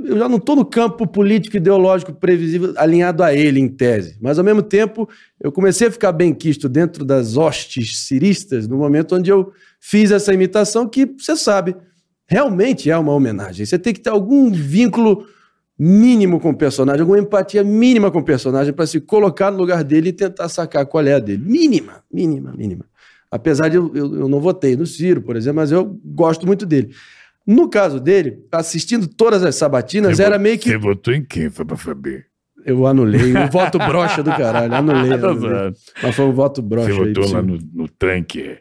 Speaker 4: Eu já não tô no campo político, ideológico, previsível, alinhado a ele, em tese. Mas, ao mesmo tempo, eu comecei a ficar bem quisto dentro das hostes ciristas no momento onde eu fiz essa imitação, que você sabe, realmente é uma homenagem. Você tem que ter algum vínculo mínimo com o personagem, alguma empatia mínima com o personagem para se colocar no lugar dele e tentar sacar qual é a dele. Mínima, mínima, mínima. Apesar de eu, eu, eu não votei no Ciro, por exemplo, mas eu gosto muito dele. No caso dele, assistindo todas as sabatinas, era meio que.
Speaker 9: Você votou em quem, só pra saber?
Speaker 4: Eu anulei, o voto brocha do caralho. Anulei. anulei. Mas foi um voto brocha.
Speaker 9: Você
Speaker 4: aí,
Speaker 9: votou lá
Speaker 4: possível.
Speaker 9: no, no tanque.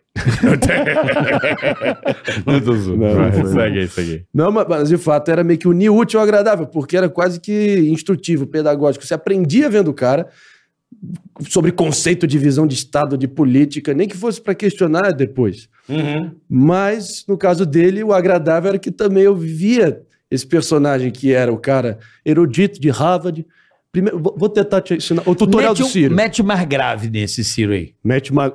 Speaker 9: Não tô zoando.
Speaker 4: Não,
Speaker 9: Vai,
Speaker 4: não foi,
Speaker 9: Segue aí, segue aí.
Speaker 4: Não, mas, mas de fato era meio que unir o útil ao agradável, porque era quase que instrutivo, pedagógico. Você aprendia vendo o cara, sobre conceito de visão de Estado, de política, nem que fosse para questionar depois.
Speaker 3: Uhum.
Speaker 4: Mas, no caso dele, o agradável era que também eu via esse personagem que era o cara erudito de Harvard. Primeiro, vou vou tentar te ensinar. O tutorial
Speaker 2: mete
Speaker 4: do
Speaker 2: um-
Speaker 4: Ciro.
Speaker 2: mete mais grave nesse Ciro aí.
Speaker 4: Mete uma.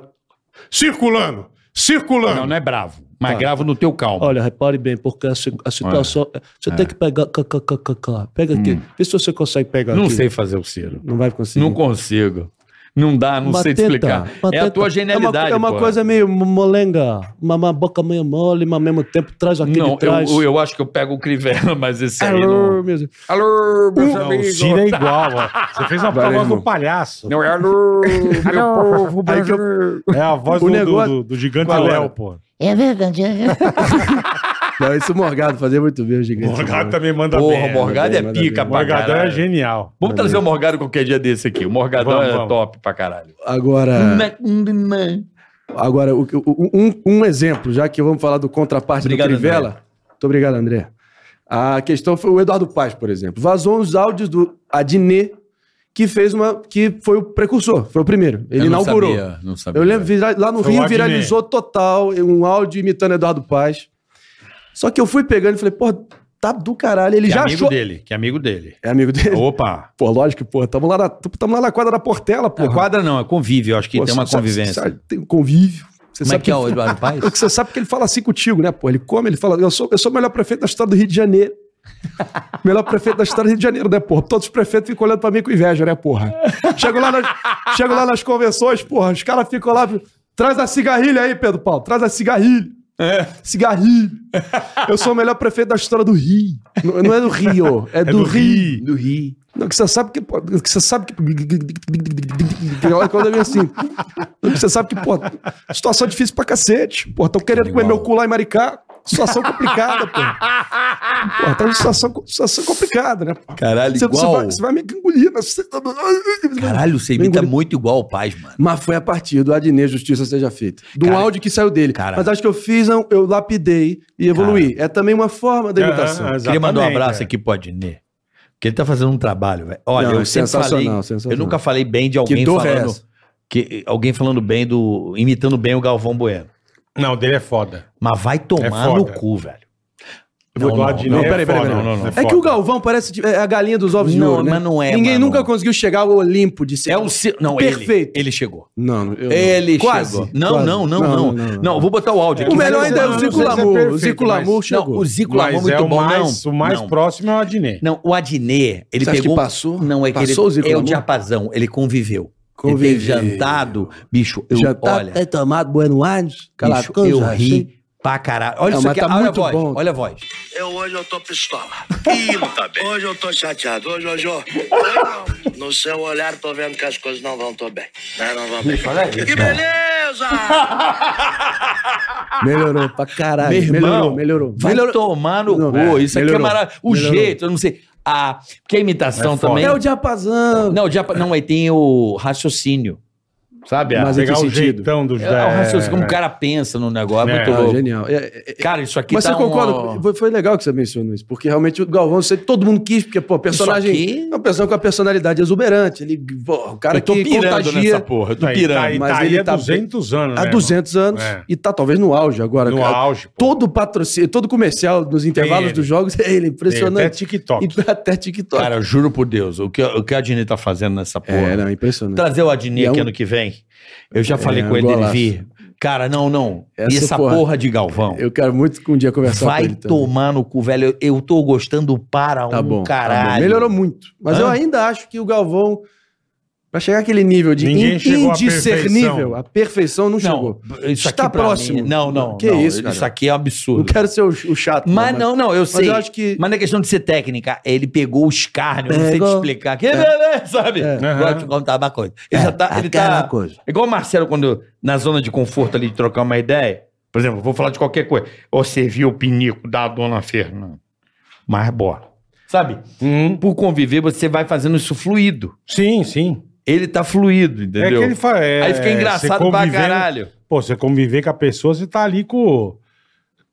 Speaker 11: Circulando! Circulando!
Speaker 2: Não, não é bravo. Mas
Speaker 4: Tá.
Speaker 2: grave no teu calmo.
Speaker 4: Olha, repare bem, porque a, si- a situação. Você tem que pegar. kkkk. Pega aqui. Vê se você consegue pegar
Speaker 2: não
Speaker 4: aqui.
Speaker 2: sei fazer o Ciro.
Speaker 4: Não vai conseguir.
Speaker 2: Não consigo. Não
Speaker 4: Ah,
Speaker 2: dá, não sei te explicar. é a tua genialidade.
Speaker 4: É uma,
Speaker 2: pô.
Speaker 4: coisa meio molenga. Uma, uma boca meio mole, mas ao mesmo tempo traz aquele
Speaker 2: Não,
Speaker 4: trás.
Speaker 2: eu, eu acho que eu pego o Crivella, mas esse aí não.
Speaker 4: Alô, meu Deus.
Speaker 2: Alô, meus
Speaker 3: Não, o Ciro é igual, ó. Você fez a voz do palhaço.
Speaker 2: Não é alô, meu povo
Speaker 4: Aí que eu-
Speaker 2: brasileiro.
Speaker 3: É a voz
Speaker 4: O
Speaker 3: do,
Speaker 4: negócio-
Speaker 3: do- do gigante
Speaker 4: Agora.
Speaker 3: Léo, pô.
Speaker 12: É verdade.
Speaker 4: Não, isso o Morgado fazia muito bem, o gigante. né?
Speaker 3: Morgado também manda
Speaker 2: Porra,
Speaker 3: bem.
Speaker 2: o Morgado é
Speaker 4: manda bem,
Speaker 2: pica
Speaker 4: manda
Speaker 2: pra
Speaker 3: Morgadão é
Speaker 2: caralho.
Speaker 3: genial.
Speaker 2: Vamos trazer o Morgado qualquer dia desse aqui. O Morgadão
Speaker 3: Vamos,
Speaker 2: é
Speaker 3: vamos.
Speaker 2: top pra caralho.
Speaker 4: Agora, agora o que- o- o- um, um exemplo, já que vamos falar do contraparte
Speaker 2: Obrigado,
Speaker 4: do Crivella. Muito obrigado, André. A questão foi o Eduardo Paz, por exemplo. Vazou uns áudios do Adnet, que fez uma. que foi o precursor, foi o primeiro. Ele
Speaker 2: Eu não
Speaker 4: inaugurou.
Speaker 2: sabia, não sabia.
Speaker 4: Eu lembro, vira- lá no
Speaker 2: um
Speaker 3: Foi o
Speaker 4: Rio
Speaker 3: Adnet.
Speaker 4: viralizou total um áudio imitando Eduardo Paz. Só que eu fui pegando e falei, pô, tá do caralho. Ele
Speaker 9: Que é
Speaker 4: já
Speaker 9: amigo
Speaker 4: achou.
Speaker 9: dele, que é amigo dele.
Speaker 4: É amigo dele.
Speaker 9: Opa.
Speaker 4: Pô, lógico, pô. Tamo lá na, tamo lá na quadra da Portela, pô.
Speaker 2: Não, quadra não, é convívio. Eu acho que
Speaker 4: Pô,
Speaker 2: tem uma
Speaker 4: você sabe-
Speaker 2: convivência.
Speaker 4: sabe- tem um convívio. Você
Speaker 2: Como é
Speaker 4: sabe
Speaker 2: que é o
Speaker 4: ele-
Speaker 2: Eduardo Paes?
Speaker 4: É que você sabe que ele fala assim contigo, né, pô? Ele come, ele fala, eu sou, eu sou o melhor prefeito da história do Rio de Janeiro. Melhor prefeito da história do Rio de Janeiro, né, porra? Todos os prefeitos ficam olhando pra mim com inveja, né, porra? Chego lá nas, chego lá nas convenções, porra, os caras ficam lá, traz a cigarrilha aí, Pedro Paulo, traz a cigarrilha. É. Cigarrilho. Eu sou o melhor prefeito da história do Rio. Não, não é do Rio, é, do, Rio. Do Rio. Não, que você sabe que. pô, Que você sabe que. Olha quando eu venho assim. Não, que você sabe que, pô, situação difícil pra cacete. Pô, estão querendo comer meu cu lá em Maricá. Situação complicada, pô. Pô, tá uma situação, situação complicada, né? pô?
Speaker 2: Caralho,
Speaker 4: Você, você,
Speaker 2: igual.
Speaker 4: vai, você vai me engolir. né? Você-
Speaker 2: Caralho, você imita
Speaker 4: Engoli-
Speaker 2: muito igual o Paz, mano.
Speaker 4: Mas foi a partir do Adnet Justiça Seja Feita. Do
Speaker 2: Cara,
Speaker 4: áudio que saiu dele.
Speaker 2: cara.
Speaker 4: Mas acho que eu fiz, um- eu lapidei e evoluí. É também uma forma da
Speaker 3: Aham,
Speaker 4: imitação.
Speaker 3: aham.
Speaker 2: Queria mandar um
Speaker 3: Exatamente,
Speaker 2: abraço
Speaker 3: é.
Speaker 2: aqui pro Adnet. Porque ele tá fazendo um trabalho, velho. Olha,
Speaker 4: Não, é
Speaker 2: eu sempre falei.
Speaker 4: sensacional, sensacional.
Speaker 2: Eu nunca falei bem de alguém
Speaker 4: Que dor é
Speaker 2: falando.
Speaker 4: essa?
Speaker 2: que, alguém falando bem do. imitando bem o Galvão Bueno.
Speaker 3: Não, o dele é foda.
Speaker 2: Mas vai tomar
Speaker 3: foda.
Speaker 2: no cu, velho.
Speaker 3: O
Speaker 2: Não,
Speaker 3: Eduardo
Speaker 2: não,
Speaker 3: Diniz
Speaker 2: não,
Speaker 3: é
Speaker 2: peraí, peraí,
Speaker 3: foda.
Speaker 2: peraí. Não, não, não.
Speaker 4: É que o Galvão parece de- é a galinha dos ovos de
Speaker 2: Não,
Speaker 4: ouro, né?
Speaker 2: mas não é,
Speaker 4: Ninguém
Speaker 2: mano.
Speaker 4: nunca conseguiu chegar ao Olimpo de ser...
Speaker 2: É o seu. Não,
Speaker 4: Perfeito.
Speaker 2: ele. Ele chegou.
Speaker 4: Não, eu...
Speaker 2: Ele
Speaker 4: Quase.
Speaker 2: chegou. Não,
Speaker 4: Quase.
Speaker 2: não, não, não, não, vou botar o áudio
Speaker 4: O
Speaker 2: aqui.
Speaker 4: melhor
Speaker 2: Mas-
Speaker 4: ainda é
Speaker 2: não,
Speaker 4: o
Speaker 2: não,
Speaker 4: Zico
Speaker 2: não,
Speaker 3: sei se é
Speaker 4: Lamour. O
Speaker 3: perfeito,
Speaker 4: Zico
Speaker 3: mas-
Speaker 4: Lamour
Speaker 2: Não,
Speaker 4: chegou.
Speaker 2: o Zico Lamão
Speaker 3: Mas
Speaker 2: muito
Speaker 3: é o
Speaker 2: bom,
Speaker 3: mais,
Speaker 2: não.
Speaker 3: o mais
Speaker 2: não.
Speaker 3: próximo é o Adnet.
Speaker 2: Não, o Adnet, ele
Speaker 4: Você acha que
Speaker 2: pegou.
Speaker 4: passou?
Speaker 2: Não, é que
Speaker 4: Passou o
Speaker 2: ele
Speaker 4: Zico
Speaker 2: é o
Speaker 4: Lamour?
Speaker 2: diapasão, ele conviveu. Ele
Speaker 4: Conviveu. tá
Speaker 2: teve jantado, bicho, eu, olha,
Speaker 4: tem tomado Bueno Aires?
Speaker 2: bicho, eu ri pra caralho. Olha
Speaker 4: Não,
Speaker 2: isso
Speaker 4: mas
Speaker 2: aqui,
Speaker 4: tá
Speaker 2: olha a
Speaker 4: muito
Speaker 2: voz,
Speaker 4: bom.
Speaker 2: olha a voz.
Speaker 13: Eu hoje eu tô pistola. Ih, não tá bem. Hoje eu tô chateado. Hoje, hoje, ó. Hoje não. No seu olhar, tô vendo que as coisas não vão tão bem. Né? Não, não vão bem. Que beleza!
Speaker 4: Melhorou pra caralho.
Speaker 2: Meu irmão,
Speaker 4: melhorou, melhorou.
Speaker 2: Vai
Speaker 4: Ah! melhorou.
Speaker 2: tomar no
Speaker 4: Não,
Speaker 2: cu,
Speaker 4: é,
Speaker 2: isso aqui é
Speaker 4: melhorou.
Speaker 2: maravilhoso. O
Speaker 4: Melhorou.
Speaker 2: jeito, eu não sei. A, porque a imitação
Speaker 3: É foda.
Speaker 2: também...
Speaker 4: É o diapasão.
Speaker 2: Não, o diapa... não, aí tem o raciocínio. Sabe? a-
Speaker 4: Mas em que
Speaker 3: Pegar o
Speaker 4: sentido?
Speaker 3: jeitão do
Speaker 2: É, o raciocínio, como o cara pensa no negócio, é
Speaker 3: É.
Speaker 2: muito
Speaker 4: Ah,
Speaker 2: louco.
Speaker 4: genial. É, é, é-
Speaker 2: Cara, isso aqui
Speaker 4: Mas
Speaker 2: tá
Speaker 4: você concorda?
Speaker 2: um-
Speaker 4: Foi- Foi legal que você mencionou isso, porque realmente o Galvão, você- todo mundo quis, porque, pô, personagem.
Speaker 2: aqui-
Speaker 4: É um personagem com a personalidade exuberante. Ele, pô, o cara
Speaker 2: Eu tô
Speaker 4: que
Speaker 2: pirando
Speaker 4: contagia
Speaker 2: nessa porra, eu tô
Speaker 3: Aí,
Speaker 2: pirando.
Speaker 3: tá aí,
Speaker 4: mas
Speaker 3: tá aí
Speaker 2: é
Speaker 4: ele
Speaker 3: há
Speaker 4: tá
Speaker 3: 200 anos,
Speaker 4: há
Speaker 3: né,
Speaker 4: 200 anos
Speaker 3: É.
Speaker 4: e tá talvez no auge agora.
Speaker 3: No
Speaker 4: cara.
Speaker 3: auge, pô.
Speaker 4: Todo patrocínio, todo comercial nos intervalos
Speaker 3: ele.
Speaker 4: dos jogos é ele,
Speaker 3: irmão? Tem Até
Speaker 4: impressionante.
Speaker 3: TikTok.
Speaker 4: E até TikTok.
Speaker 2: Cara, eu juro por Deus, o que, o que a Adnet tá fazendo nessa porra.
Speaker 4: é, não, impressionante.
Speaker 2: Trazer o Adnet
Speaker 4: E é
Speaker 2: aqui
Speaker 4: um-
Speaker 2: ano que vem. Eu já
Speaker 4: é
Speaker 2: falei com
Speaker 4: um
Speaker 2: ele, ele
Speaker 4: golaço.
Speaker 2: vir. Cara, não, não.
Speaker 4: Essa
Speaker 2: Essa porra,
Speaker 4: porra-
Speaker 2: de Galvão.
Speaker 4: Eu quero muito que um dia conversar
Speaker 2: Vai
Speaker 4: com ele. também.
Speaker 2: tomar no cu, velho. Eu, eu tô gostando
Speaker 4: Tá
Speaker 2: para
Speaker 4: bom.
Speaker 2: um
Speaker 4: tá bom.
Speaker 2: caralho.
Speaker 4: Melhorou muito. Mas
Speaker 2: Hã?
Speaker 4: eu ainda acho que o Galvão. Pra chegar àquele nível de
Speaker 3: Ninguém
Speaker 4: in-
Speaker 3: chegou à
Speaker 4: indiscernível,
Speaker 3: perfeição.
Speaker 4: a perfeição não, chegou.
Speaker 2: Não, isso
Speaker 4: Está
Speaker 2: aqui pra
Speaker 4: próximo.
Speaker 2: mim- não, não.
Speaker 4: Que
Speaker 2: não,
Speaker 4: isso, cara?
Speaker 2: Isso aqui é um
Speaker 4: Não
Speaker 2: absurdo.
Speaker 4: quero ser o, o chato.
Speaker 2: Mas não, não, eu sei.
Speaker 4: Mas eu acho que.
Speaker 2: Mas não é questão de ser técnica, ele pegou o escárnio, eu não sei te
Speaker 4: Pegou. É.
Speaker 2: explicar. Que beleza, sabe? Agora te contar uma coisa. Ele já tá. Ele tá
Speaker 4: coisa.
Speaker 2: igual o Marcelo, quando na zona de conforto ali de trocar uma ideia. Por exemplo, vou falar de qualquer coisa.
Speaker 9: Você viu o pinico da dona Fernanda. Mas bora.
Speaker 2: Sabe?
Speaker 3: Uhum.
Speaker 2: Por conviver, você vai fazendo isso fluido.
Speaker 3: Sim, sim.
Speaker 2: Ele tá fluido,
Speaker 3: É
Speaker 2: entendeu?
Speaker 3: que ele fa- é,
Speaker 2: Aí fica engraçado
Speaker 3: você
Speaker 2: pra
Speaker 3: convivendo-
Speaker 2: caralho.
Speaker 3: Pô, você conviver com a pessoa, você tá ali com,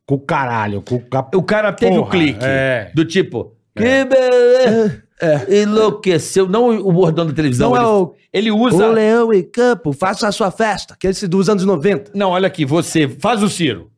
Speaker 3: com o caralho, com a
Speaker 2: O cara teve o
Speaker 3: porra,
Speaker 2: clique.
Speaker 3: É.
Speaker 2: Do tipo, que beleza. Enlouqueceu. Não o bordão da televisão.
Speaker 4: Não é o-
Speaker 2: ele, ele usa.
Speaker 4: Ô leão em campo, faça a sua festa. Que é esse dos anos 90.
Speaker 2: Não, olha aqui, você. Faz o Ciro.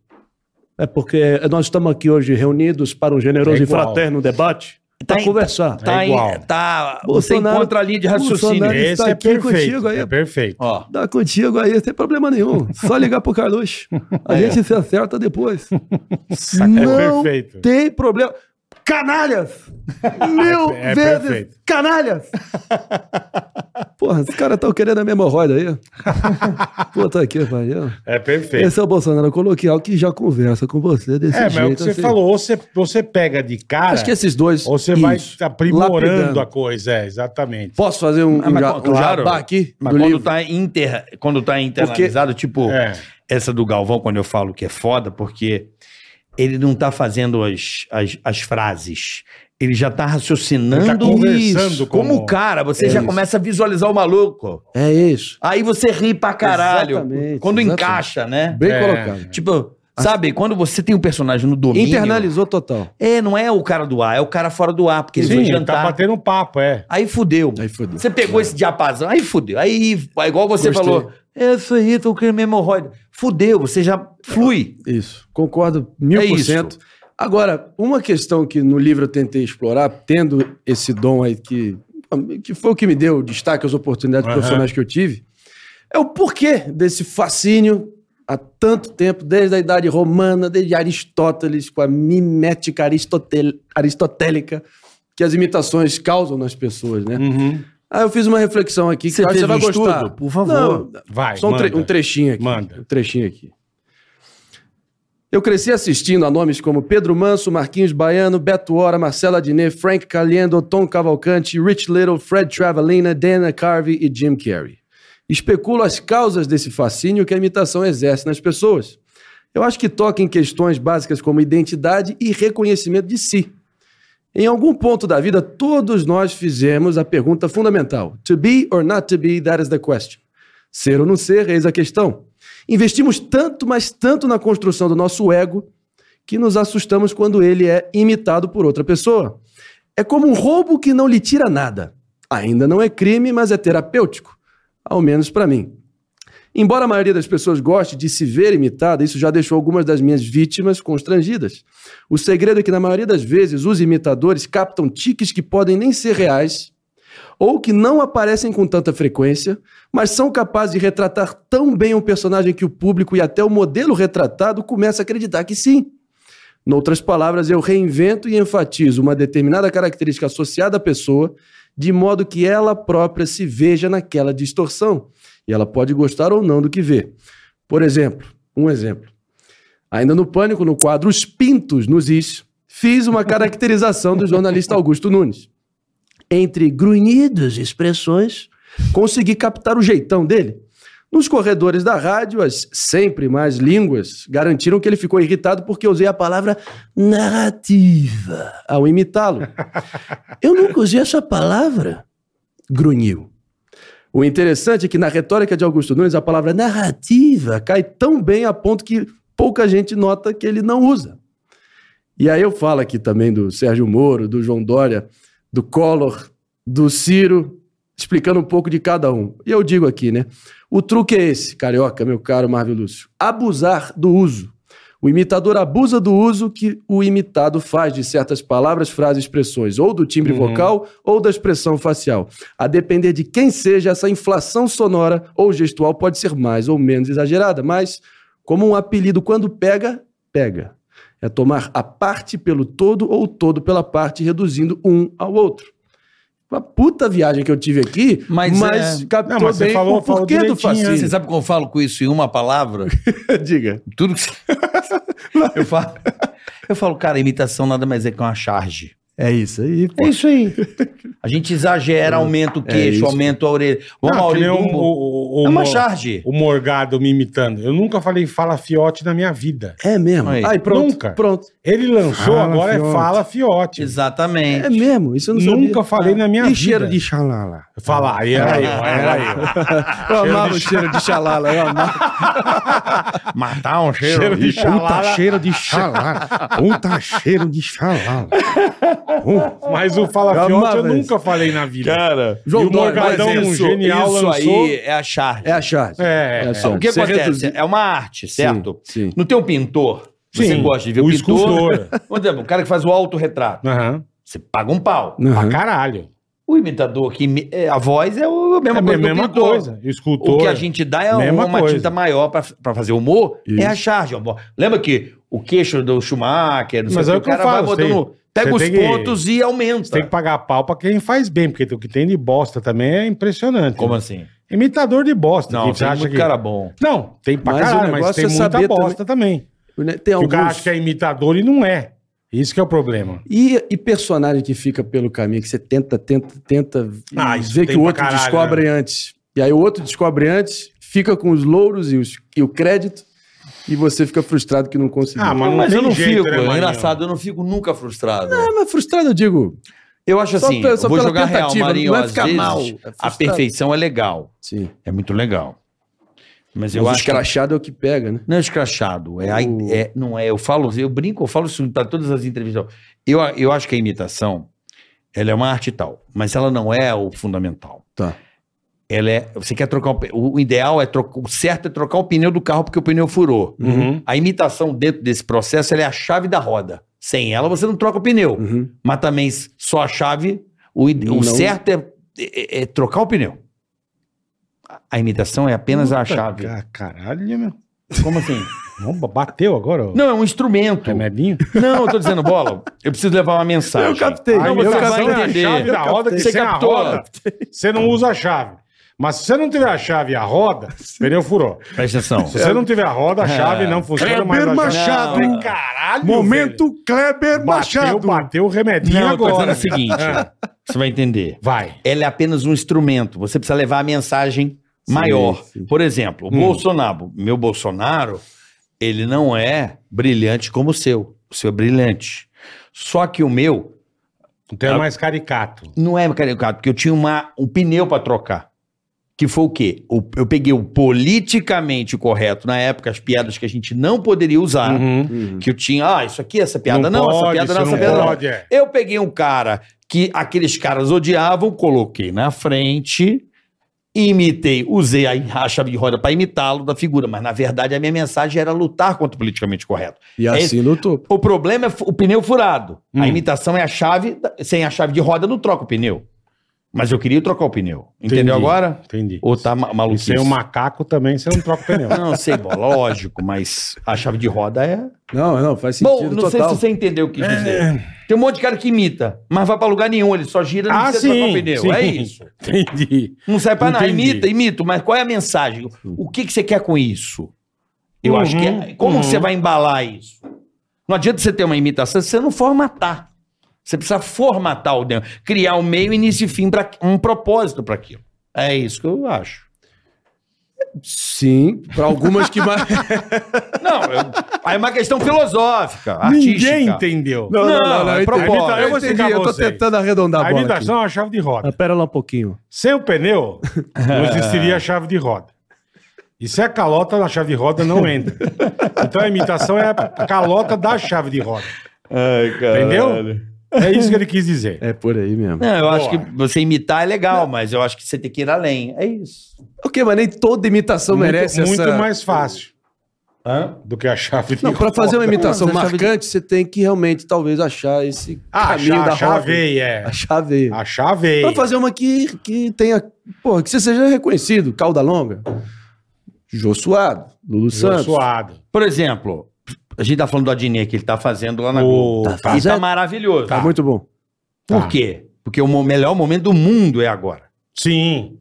Speaker 4: É porque nós estamos aqui hoje reunidos para um generoso
Speaker 3: É
Speaker 4: e
Speaker 3: igual.
Speaker 4: fraterno debate para
Speaker 2: em-
Speaker 4: conversar.
Speaker 2: Tá, em-
Speaker 3: é igual.
Speaker 2: tá Você
Speaker 4: Bolsonaro-
Speaker 2: encontra a linha de raciocínio.
Speaker 4: Bolsonaro-
Speaker 3: Esse
Speaker 4: está
Speaker 3: é
Speaker 4: aqui
Speaker 3: perfeito.
Speaker 4: contigo aí.
Speaker 3: É perfeito.
Speaker 2: Ó.
Speaker 4: Dá Ah, contigo aí, sem problema nenhum. Só ligar pro Carlos. A gente se acerta depois. Não
Speaker 3: É perfeito.
Speaker 4: tem problema. Canalhas! Mil
Speaker 3: É- é
Speaker 4: vezes
Speaker 3: perfeito.
Speaker 4: canalhas! Porra, os caras estão querendo a minha hemorroida aí. Puta que pariu.
Speaker 3: É perfeito.
Speaker 4: Esse é o Bolsonaro coloquial que já conversa com você desse
Speaker 3: É, mas
Speaker 4: jeito.
Speaker 3: é o que você
Speaker 4: assim.
Speaker 3: falou. Ou você, você pega de cara,
Speaker 4: Acho que esses dois.
Speaker 3: ou você vai
Speaker 4: Isso.
Speaker 3: aprimorando
Speaker 4: Lapidando.
Speaker 3: a coisa. É, exatamente.
Speaker 4: Posso fazer um,
Speaker 2: Ah,
Speaker 4: um,
Speaker 2: mas
Speaker 4: ja-
Speaker 2: co-
Speaker 4: um
Speaker 2: claro.
Speaker 4: jabá aqui
Speaker 2: Mas
Speaker 4: do
Speaker 2: quando
Speaker 4: livro?
Speaker 2: tá, inter, quando tá internalizado, tipo,
Speaker 3: É.
Speaker 2: essa do Galvão, quando eu falo que é foda, porque ele não tá fazendo as, as, as frases. Ele já tá raciocinando.
Speaker 3: Ele tá conversando
Speaker 2: isso.
Speaker 3: como-
Speaker 2: como o cara, você
Speaker 4: É
Speaker 2: já
Speaker 4: isso.
Speaker 2: começa a visualizar o maluco.
Speaker 4: É isso.
Speaker 2: Aí você ri pra caralho.
Speaker 4: Exatamente,
Speaker 2: quando
Speaker 4: exatamente.
Speaker 2: encaixa, né?
Speaker 4: Bem
Speaker 3: É.
Speaker 4: colocado.
Speaker 2: Tipo, sabe, quando você tem um personagem no domínio.
Speaker 4: Internalizou total.
Speaker 2: É, não é o cara do ar, é o cara fora do ar, porque ele
Speaker 3: Sim,
Speaker 2: foi
Speaker 3: ele tá
Speaker 2: jantar.
Speaker 3: batendo um papo, é.
Speaker 2: Aí fudeu.
Speaker 4: Aí fodeu.
Speaker 2: Você pegou esse diapasão, aí fudeu. Aí, é igual você
Speaker 4: Gostei.
Speaker 2: falou, é isso aí, tô com hemorroida. Fudeu, você já flui.
Speaker 4: Isso. Concordo mil
Speaker 2: É
Speaker 4: por
Speaker 2: isso.
Speaker 4: cento. Agora, uma questão que no livro eu tentei explorar, tendo esse dom aí que, que foi o que me deu o destaque, as oportunidades
Speaker 3: Aham.
Speaker 4: profissionais que eu tive, é o porquê desse fascínio há tanto tempo, desde a idade romana, desde Aristóteles, com a mimética aristotel- aristotélica que as imitações causam nas pessoas, né?
Speaker 2: Uhum.
Speaker 4: Aí eu fiz uma reflexão aqui que eu acho que você vai gostar.
Speaker 2: um por favor.
Speaker 4: Não,
Speaker 3: Vai,
Speaker 4: só um, tre-
Speaker 3: manda.
Speaker 4: um trechinho aqui.
Speaker 3: Manda.
Speaker 4: Um trechinho aqui. Eu cresci assistindo a nomes como Pedro Manso, Marquinhos Baiano, Beto Ora, Marcela Diné, Frank Caliendo, Tom Cavalcante, Rich Little, Fred Travelina, Dana Carvey e Jim Carrey. Especulo as causas desse fascínio que a imitação exerce nas pessoas. Eu acho que toca em questões básicas como identidade e reconhecimento de si. Em algum ponto da vida, todos nós fizemos a pergunta fundamental: To be or not to be, that is the question. Ser ou não ser, eis a questão. Investimos tanto, mas tanto na construção do nosso ego que nos assustamos quando ele é imitado por outra pessoa. É como um roubo que não lhe tira nada. Ainda não é crime, mas é terapêutico. Ao menos para mim. Embora a maioria das pessoas goste de se ver imitada, isso já deixou algumas das minhas vítimas constrangidas. O segredo é que, na maioria das vezes, os imitadores captam tiques que podem nem ser reais ou que não aparecem com tanta frequência, mas são capazes de retratar tão bem um personagem que o público e até o modelo retratado começa a acreditar que sim. Noutras palavras, eu reinvento e enfatizo uma determinada característica associada à pessoa, de modo que ela própria se veja naquela distorção. E ela pode gostar ou não do que vê. Por exemplo, um exemplo. Ainda no Pânico, no quadro Os Pintos nos Is, fiz uma caracterização do jornalista Augusto Nunes. Entre grunhidos e expressões, consegui captar o jeitão dele. Nos corredores da rádio, as sempre mais línguas garantiram que ele ficou irritado porque usei a palavra narrativa ao imitá-lo. Eu nunca usei essa palavra, grunhiu. O interessante é que na retórica de Augusto Nunes, a palavra narrativa cai tão bem a ponto que pouca gente nota que ele não usa. E aí eu falo aqui também do Sérgio Moro, do João Dória, do Collor, do Ciro, explicando um pouco de cada um. E eu digo aqui, né? O truque é esse, carioca, meu caro Marvel Lúcio. Abusar do uso. O imitador abusa do uso que o imitado faz de certas palavras, frases, expressões, ou do timbre vocal ou da expressão facial. A depender de quem seja, essa inflação sonora ou gestual pode ser mais ou menos exagerada, mas como um apelido, quando pega, pega. É tomar a parte pelo todo ou o todo pela parte, reduzindo um ao outro. Uma puta viagem que eu tive aqui,
Speaker 2: Mas
Speaker 4: mas,
Speaker 2: é-
Speaker 4: captou
Speaker 3: Não, mas você
Speaker 4: bem
Speaker 3: falou-
Speaker 4: o porquê
Speaker 3: falou
Speaker 4: do
Speaker 3: direitinho,
Speaker 2: Você
Speaker 4: fascínio.
Speaker 2: sabe como eu falo com isso em uma palavra?
Speaker 4: Diga.
Speaker 2: Tudo que você... eu, falo, eu falo, cara, imitação nada mais é que uma charge.
Speaker 4: É isso aí.
Speaker 2: É isso aí. A gente exagera, aumenta o
Speaker 4: É
Speaker 2: queixo,
Speaker 4: isso.
Speaker 2: aumenta a orelha. Ô,
Speaker 4: um
Speaker 3: Não, que
Speaker 2: Mauri
Speaker 3: nem um o,
Speaker 2: Dumbo,
Speaker 3: o, o,
Speaker 2: É
Speaker 3: Mo-
Speaker 2: uma charge.
Speaker 3: o Morgado me imitando. Eu nunca falei fala fiote na minha vida.
Speaker 4: É mesmo.
Speaker 2: Aí.
Speaker 4: Aí, pronto.
Speaker 3: Nunca.
Speaker 4: Pronto.
Speaker 3: Ele lançou,
Speaker 11: Fala
Speaker 3: agora é
Speaker 11: fiote.
Speaker 3: fala fiote.
Speaker 2: Exatamente.
Speaker 4: É mesmo. Isso eu não sabia. Ah,
Speaker 3: Nunca falei na minha
Speaker 11: E
Speaker 3: vida.
Speaker 11: cheiro de xalala.
Speaker 3: Falar, aí
Speaker 4: É.
Speaker 3: era eu, era eu.
Speaker 4: Eu amava o cheiro de xalala. Eu amava.
Speaker 9: Matar um cheiro.
Speaker 11: de xalala. Puta cheiro de xalala. Puta cheiro de xalala.
Speaker 3: Mas o fala
Speaker 4: Eu
Speaker 3: fiote
Speaker 4: amava
Speaker 3: eu
Speaker 4: isso.
Speaker 3: nunca falei na vida.
Speaker 2: Cara,
Speaker 3: E o
Speaker 4: Dória,
Speaker 3: Morgadão
Speaker 4: mas isso-
Speaker 3: genial
Speaker 2: isso
Speaker 3: lançou.
Speaker 2: aí é a charge.
Speaker 4: É a charge.
Speaker 3: É,
Speaker 4: só.
Speaker 2: O que
Speaker 4: Você
Speaker 2: acontece?
Speaker 4: reduz-
Speaker 2: É uma arte, certo?
Speaker 4: Sim, sim.
Speaker 2: No teu pintor, você
Speaker 3: Sim,
Speaker 2: gosta de ver o,
Speaker 3: o
Speaker 2: pintor.
Speaker 3: escultor.
Speaker 2: Por exemplo, o cara que faz o autorretrato.
Speaker 3: Aham.
Speaker 2: Você paga um pau.
Speaker 4: Aham.
Speaker 3: Pra caralho.
Speaker 2: O imitador que imi- é, a voz é o- a mesma
Speaker 3: É a
Speaker 2: coisa do
Speaker 3: mesma
Speaker 2: pintor.
Speaker 3: coisa. O escultor.
Speaker 2: O que a gente dá é
Speaker 3: Mesma
Speaker 2: uma
Speaker 3: coisa.
Speaker 2: tinta maior pra pra fazer humor, é a charge. ó. Bom, Lembra que o queixo do Schumacher, não sei
Speaker 3: Mas é
Speaker 2: o que,
Speaker 3: o
Speaker 2: o
Speaker 3: que eu
Speaker 2: cara vai
Speaker 3: falo, você
Speaker 2: botando.
Speaker 3: você
Speaker 2: pega os
Speaker 3: tem que-
Speaker 2: pontos e aumenta.
Speaker 3: Tem que pagar pau pra quem faz bem, porque o que tem de bosta também é impressionante.
Speaker 2: Como assim?
Speaker 3: Imitador de bosta.
Speaker 2: Não,
Speaker 3: que você
Speaker 2: tem
Speaker 3: acha
Speaker 2: muito
Speaker 3: que...
Speaker 2: cara bom.
Speaker 3: Não, tem pra
Speaker 4: Mas o
Speaker 3: caralho, mas
Speaker 4: negócio
Speaker 3: tem
Speaker 4: é
Speaker 3: muita
Speaker 4: saber
Speaker 3: bosta também.
Speaker 4: Tem
Speaker 3: Que o cara
Speaker 4: alguns...
Speaker 3: acha que é imitador e não é. Isso que é o problema.
Speaker 4: E, e personagem que fica pelo caminho, que você tenta, tenta, tenta e
Speaker 3: Ah, isso
Speaker 4: vê que
Speaker 3: tem
Speaker 4: o
Speaker 3: pra
Speaker 4: outro
Speaker 3: caralho, né?
Speaker 4: descobre antes. E aí o outro descobre antes, fica com os louros e, os- e o crédito, e você fica frustrado que não conseguiu.
Speaker 3: Ah,
Speaker 4: Ah,
Speaker 3: mas não
Speaker 2: Mas
Speaker 3: tem
Speaker 2: eu não
Speaker 3: jeito,
Speaker 2: fico,
Speaker 3: né,
Speaker 2: é
Speaker 3: Marinho?
Speaker 2: engraçado, eu não fico nunca frustrado.
Speaker 4: Ah, mas frustrado eu digo.
Speaker 2: Eu acho
Speaker 4: Só
Speaker 2: assim,
Speaker 4: pe-
Speaker 2: eu
Speaker 4: só
Speaker 2: vou
Speaker 4: pela
Speaker 2: jogar real,
Speaker 4: tentativa,
Speaker 2: Marinho,
Speaker 4: não é
Speaker 2: às
Speaker 4: ficar
Speaker 2: vezes
Speaker 4: mal, é
Speaker 2: a
Speaker 4: frustrado.
Speaker 2: perfeição é legal,
Speaker 4: Sim.
Speaker 2: é muito legal. Mas eu
Speaker 4: mas o
Speaker 2: acho que
Speaker 4: escrachado é o que pega, né?
Speaker 2: Não é escrachado, é, a-
Speaker 4: O-
Speaker 2: é- não é. Eu falo, eu brinco, eu falo isso para todas as entrevistas. Eu, eu acho que a imitação, ela é uma arte e tal, mas ela não é o fundamental.
Speaker 4: Tá.
Speaker 2: Ela é, você quer trocar o, pe- o o ideal é trocar, o certo é trocar o pneu do carro porque o pneu furou.
Speaker 3: Uhum.
Speaker 2: A imitação dentro desse processo, ela é a chave da roda. Sem ela você não troca o pneu,
Speaker 4: Uhum.
Speaker 2: mas também s- só a chave, o, ide- o
Speaker 4: Não.
Speaker 2: certo é, é- é trocar o pneu. A- A imitação é apenas a chave.
Speaker 3: Ah, caralho, meu. Como assim? Bomba, bateu agora? Não.
Speaker 2: Não, é um instrumento.
Speaker 3: Remedinho?
Speaker 2: Não, eu tô dizendo, bola, eu preciso levar uma mensagem.
Speaker 4: Eu captei.
Speaker 2: Não,
Speaker 3: Aí
Speaker 2: você
Speaker 3: eu
Speaker 2: vai
Speaker 3: captei a chave
Speaker 2: entender.
Speaker 3: da roda que
Speaker 2: Você
Speaker 3: sem a
Speaker 2: captou?
Speaker 3: roda, Você não usa a chave. Mas se você não tiver a chave e a roda, o pneu furou.
Speaker 2: Presta atenção.
Speaker 3: Se você não tiver a roda, a
Speaker 2: É.
Speaker 3: chave não funciona mais.
Speaker 11: Kleber
Speaker 3: a chave-
Speaker 11: Machado.
Speaker 3: Não, falei, Caralho, velho.
Speaker 11: Momento Kleber
Speaker 3: Bateu,
Speaker 11: Machado.
Speaker 3: bateu o remedinho
Speaker 2: Não, eu tô dizendo
Speaker 3: agora.
Speaker 2: o seguinte, você vai entender.
Speaker 3: Vai.
Speaker 2: Ela é apenas um instrumento, você precisa levar a mensagem maior. Por exemplo, o Bolsonaro, meu Bolsonaro, ele não é brilhante como o seu. O seu é brilhante. Só que o meu Tá.
Speaker 3: Então é mais caricato.
Speaker 2: não é caricato, porque eu tinha uma, um pneu pra trocar. Que foi o quê? O- eu peguei o politicamente correto na época, as piadas que a gente não poderia usar.
Speaker 4: Uhum.
Speaker 2: Que eu tinha, ah, isso aqui, essa piada não, essa
Speaker 3: pode,
Speaker 2: piada não,
Speaker 3: isso
Speaker 2: essa piada não.
Speaker 3: pode, é.
Speaker 2: Eu peguei um cara que aqueles caras odiavam, coloquei na frente, imitei, usei a, a chave de roda para imitá-lo da figura, mas na verdade a minha mensagem era lutar contra o politicamente correto.
Speaker 4: E
Speaker 2: É
Speaker 4: assim no topo.
Speaker 2: O problema é fu- o pneu furado.
Speaker 3: Hum.
Speaker 2: A imitação é a chave, da- sem a chave de roda não troca o pneu. Mas eu queria trocar o pneu. Entendeu
Speaker 3: Entendi. é
Speaker 2: agora?
Speaker 3: Entendi.
Speaker 2: Ou tá ma
Speaker 3: E
Speaker 2: maluquice?
Speaker 3: sem o macaco também, você não troca o pneu.
Speaker 2: Não sei, bom, lógico, mas a chave de roda é
Speaker 4: Não, não, faz
Speaker 2: Bom,
Speaker 4: sentido
Speaker 2: não sei
Speaker 4: total.
Speaker 2: se você entendeu o que eu
Speaker 3: É.
Speaker 2: quis dizer. Tem um monte de cara que imita, mas vai pra lugar nenhum, ele só gira e não
Speaker 3: Ah,
Speaker 2: precisa trocar
Speaker 3: sim,
Speaker 2: o pneu.
Speaker 3: sim.
Speaker 2: É isso.
Speaker 3: Entendi.
Speaker 2: Não serve pra nada.
Speaker 3: Entendi.
Speaker 2: Imita, imito, mas qual é a mensagem? O que, que você quer com isso? Eu
Speaker 3: Uhum,
Speaker 2: acho que é. Como
Speaker 3: uhum.
Speaker 2: você vai embalar isso? Não adianta você ter uma imitação se você não formatar. Você precisa formatar o dentro, criar um meio, início e fim, pra, um propósito para aquilo. É isso que eu acho.
Speaker 4: Sim, pra algumas que mais.
Speaker 2: Não, eu- aí é uma questão filosófica, artística.
Speaker 3: Ninguém entendeu.
Speaker 4: Não, não, não, não,
Speaker 2: é
Speaker 4: eu entendi.
Speaker 2: propósito.
Speaker 3: Eu vou explicar
Speaker 4: eu tô
Speaker 3: pra vocês.
Speaker 4: tentando arredondar a
Speaker 3: A
Speaker 4: bola. aqui.
Speaker 3: imitação é a chave de roda.
Speaker 4: Ah, pera lá um pouquinho.
Speaker 3: Sem o pneu, não existiria a chave de roda. E se é calota na chave de roda, não entra. Então a imitação é a calota da chave de roda. Entendeu? É isso que ele quis dizer.
Speaker 4: É por aí mesmo.
Speaker 2: Não, eu acho que
Speaker 3: Boa.
Speaker 2: você imitar é legal, mas eu acho que você tem que ir além. É isso.
Speaker 4: Ok, mas nem toda imitação
Speaker 3: muito,
Speaker 4: merece
Speaker 3: muito
Speaker 4: essa...
Speaker 3: mais fácil do que a chave de
Speaker 4: Não, pra fazer uma
Speaker 3: roda.
Speaker 4: imitação
Speaker 2: Não, mas a chave de-
Speaker 4: marcante, você tem que realmente, talvez, achar esse
Speaker 3: Ah, a
Speaker 4: caminho
Speaker 3: chave,
Speaker 4: da
Speaker 3: a
Speaker 4: roda.
Speaker 3: chave é.
Speaker 4: A chave.
Speaker 3: A chave
Speaker 4: Pra fazer uma que, que tenha... Porra, que você seja reconhecido. Calda Longa. Jô Suado. Lulu Santos.
Speaker 3: suado.
Speaker 2: Por exemplo, a gente tá falando do Adnet que ele tá fazendo lá na Globo.
Speaker 3: O...
Speaker 4: Tá.
Speaker 2: Isso
Speaker 4: fazendo?
Speaker 2: tá maravilhoso.
Speaker 4: Tá muito bom.
Speaker 2: Por quê? Porque o mo- melhor momento do mundo é agora.
Speaker 3: Sim,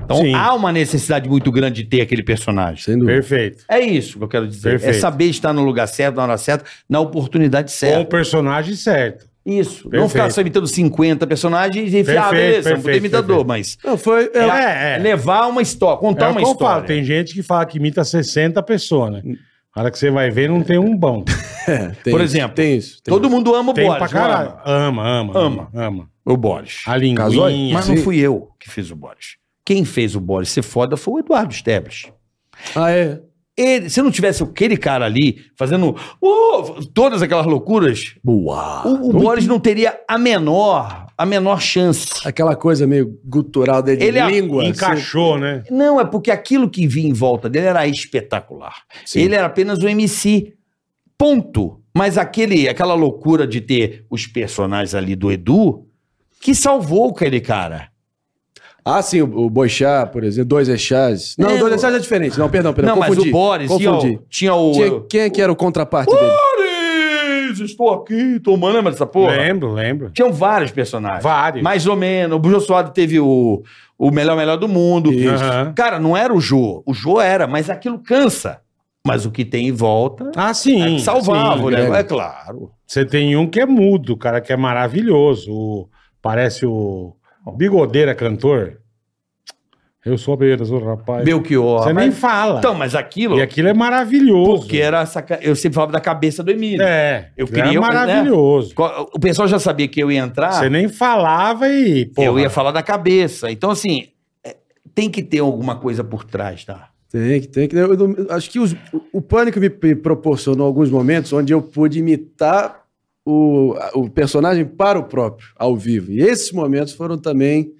Speaker 2: Então
Speaker 3: Sim.
Speaker 2: há uma necessidade muito grande de ter aquele personagem.
Speaker 4: Sem dúvida.
Speaker 3: perfeito.
Speaker 2: É isso que eu quero dizer. É
Speaker 3: Perfeito.
Speaker 2: saber estar no lugar certo, na hora certa, na oportunidade
Speaker 3: Com o
Speaker 2: certa.
Speaker 3: personagem certo.
Speaker 2: Isso. Não
Speaker 3: Perfeito.
Speaker 2: ficar só imitando 50 personagens e enfiar, ah,
Speaker 3: Perfeito,
Speaker 2: beleza, não tem
Speaker 3: perfeito,
Speaker 2: imitador, mas.
Speaker 4: Não, foi. eu-
Speaker 3: É, é.
Speaker 2: Levar uma história, contar
Speaker 3: é o
Speaker 2: uma
Speaker 3: que eu falo,
Speaker 2: história.
Speaker 3: tem gente que fala que imita 60 pessoas, né? Na hora que você vai ver, não tem um bom.
Speaker 2: Tá
Speaker 4: é, tem
Speaker 2: Por
Speaker 4: isso,
Speaker 2: exemplo,
Speaker 4: Tem isso. tem
Speaker 2: Todo mundo ama o
Speaker 3: Tem
Speaker 2: Boris.
Speaker 3: pra
Speaker 2: não ama?
Speaker 3: caralho. Ama, ama, ama, ama.
Speaker 2: O Boris.
Speaker 3: A linguinha.
Speaker 2: Mas não fui eu que fiz o Boris. Quem fez o Boris ser foda foi o Eduardo Stebles.
Speaker 4: isso. Ah, é.
Speaker 2: Ele, se não tivesse aquele cara ali fazendo uh, todas aquelas loucuras,
Speaker 4: Boa.
Speaker 2: o, o Boris não teria a menor, a menor chance.
Speaker 4: Aquela coisa meio gutural dele de
Speaker 2: Ele é-
Speaker 4: língua. assim.
Speaker 3: Encaixou, né?
Speaker 2: Não, é porque aquilo que vinha em volta dele era espetacular.
Speaker 4: Sim.
Speaker 2: Ele era apenas um MC. Ponto. Mas aquele, aquela loucura de ter os personagens ali do Edu que salvou aquele cara.
Speaker 4: Ah, sim, o, o Boixá, por exemplo. Dois Exás. Não,
Speaker 2: É,
Speaker 4: dois
Speaker 2: o-
Speaker 4: Exás é diferente. Não, perdão, perdão.
Speaker 2: não, mas
Speaker 4: confundi,
Speaker 2: o Boris tinha o-
Speaker 4: Confundi.
Speaker 2: tinha o.
Speaker 4: Tinha- quem é que era o contraparte dele?
Speaker 2: Boris, estou aqui, tomando lembra dessa porra.
Speaker 3: Lembro, lembro.
Speaker 2: Tinham vários personagens.
Speaker 3: Vários.
Speaker 2: Mais ou menos. O Jô Soares teve o, o melhor melhor do mundo.
Speaker 4: Isso.
Speaker 3: Aham.
Speaker 2: Cara, não era o Jô. O Jô era, mas aquilo cansa. Mas o que tem em volta
Speaker 3: Ah, sim.
Speaker 2: salvava,
Speaker 3: sim.
Speaker 2: né?
Speaker 4: Greg.
Speaker 2: É claro.
Speaker 3: Você tem um que é mudo, cara, que é maravilhoso. O- parece o o Bigodeira cantor. Eu sou apenas o rapaz.
Speaker 2: Belchior.
Speaker 3: É. Você
Speaker 2: mas-
Speaker 3: nem fala.
Speaker 2: Então, mas aquilo.
Speaker 3: e aquilo é maravilhoso.
Speaker 2: Porque era essa. ca- Eu sempre falava da cabeça do Emílio.
Speaker 3: É, eu
Speaker 2: Eu queria- né?
Speaker 3: era maravilhoso.
Speaker 2: Co- O pessoal já sabia que eu ia entrar.
Speaker 3: Você nem falava e. Porra,
Speaker 2: Eu ia falar da cabeça. Então, assim, é, tem que ter alguma coisa por trás, tá?
Speaker 4: Tem que, tem que. eu não- acho que os- o Pânico me, me proporcionou alguns momentos onde eu pude imitar o, o personagem para o próprio, ao vivo. E esses momentos foram também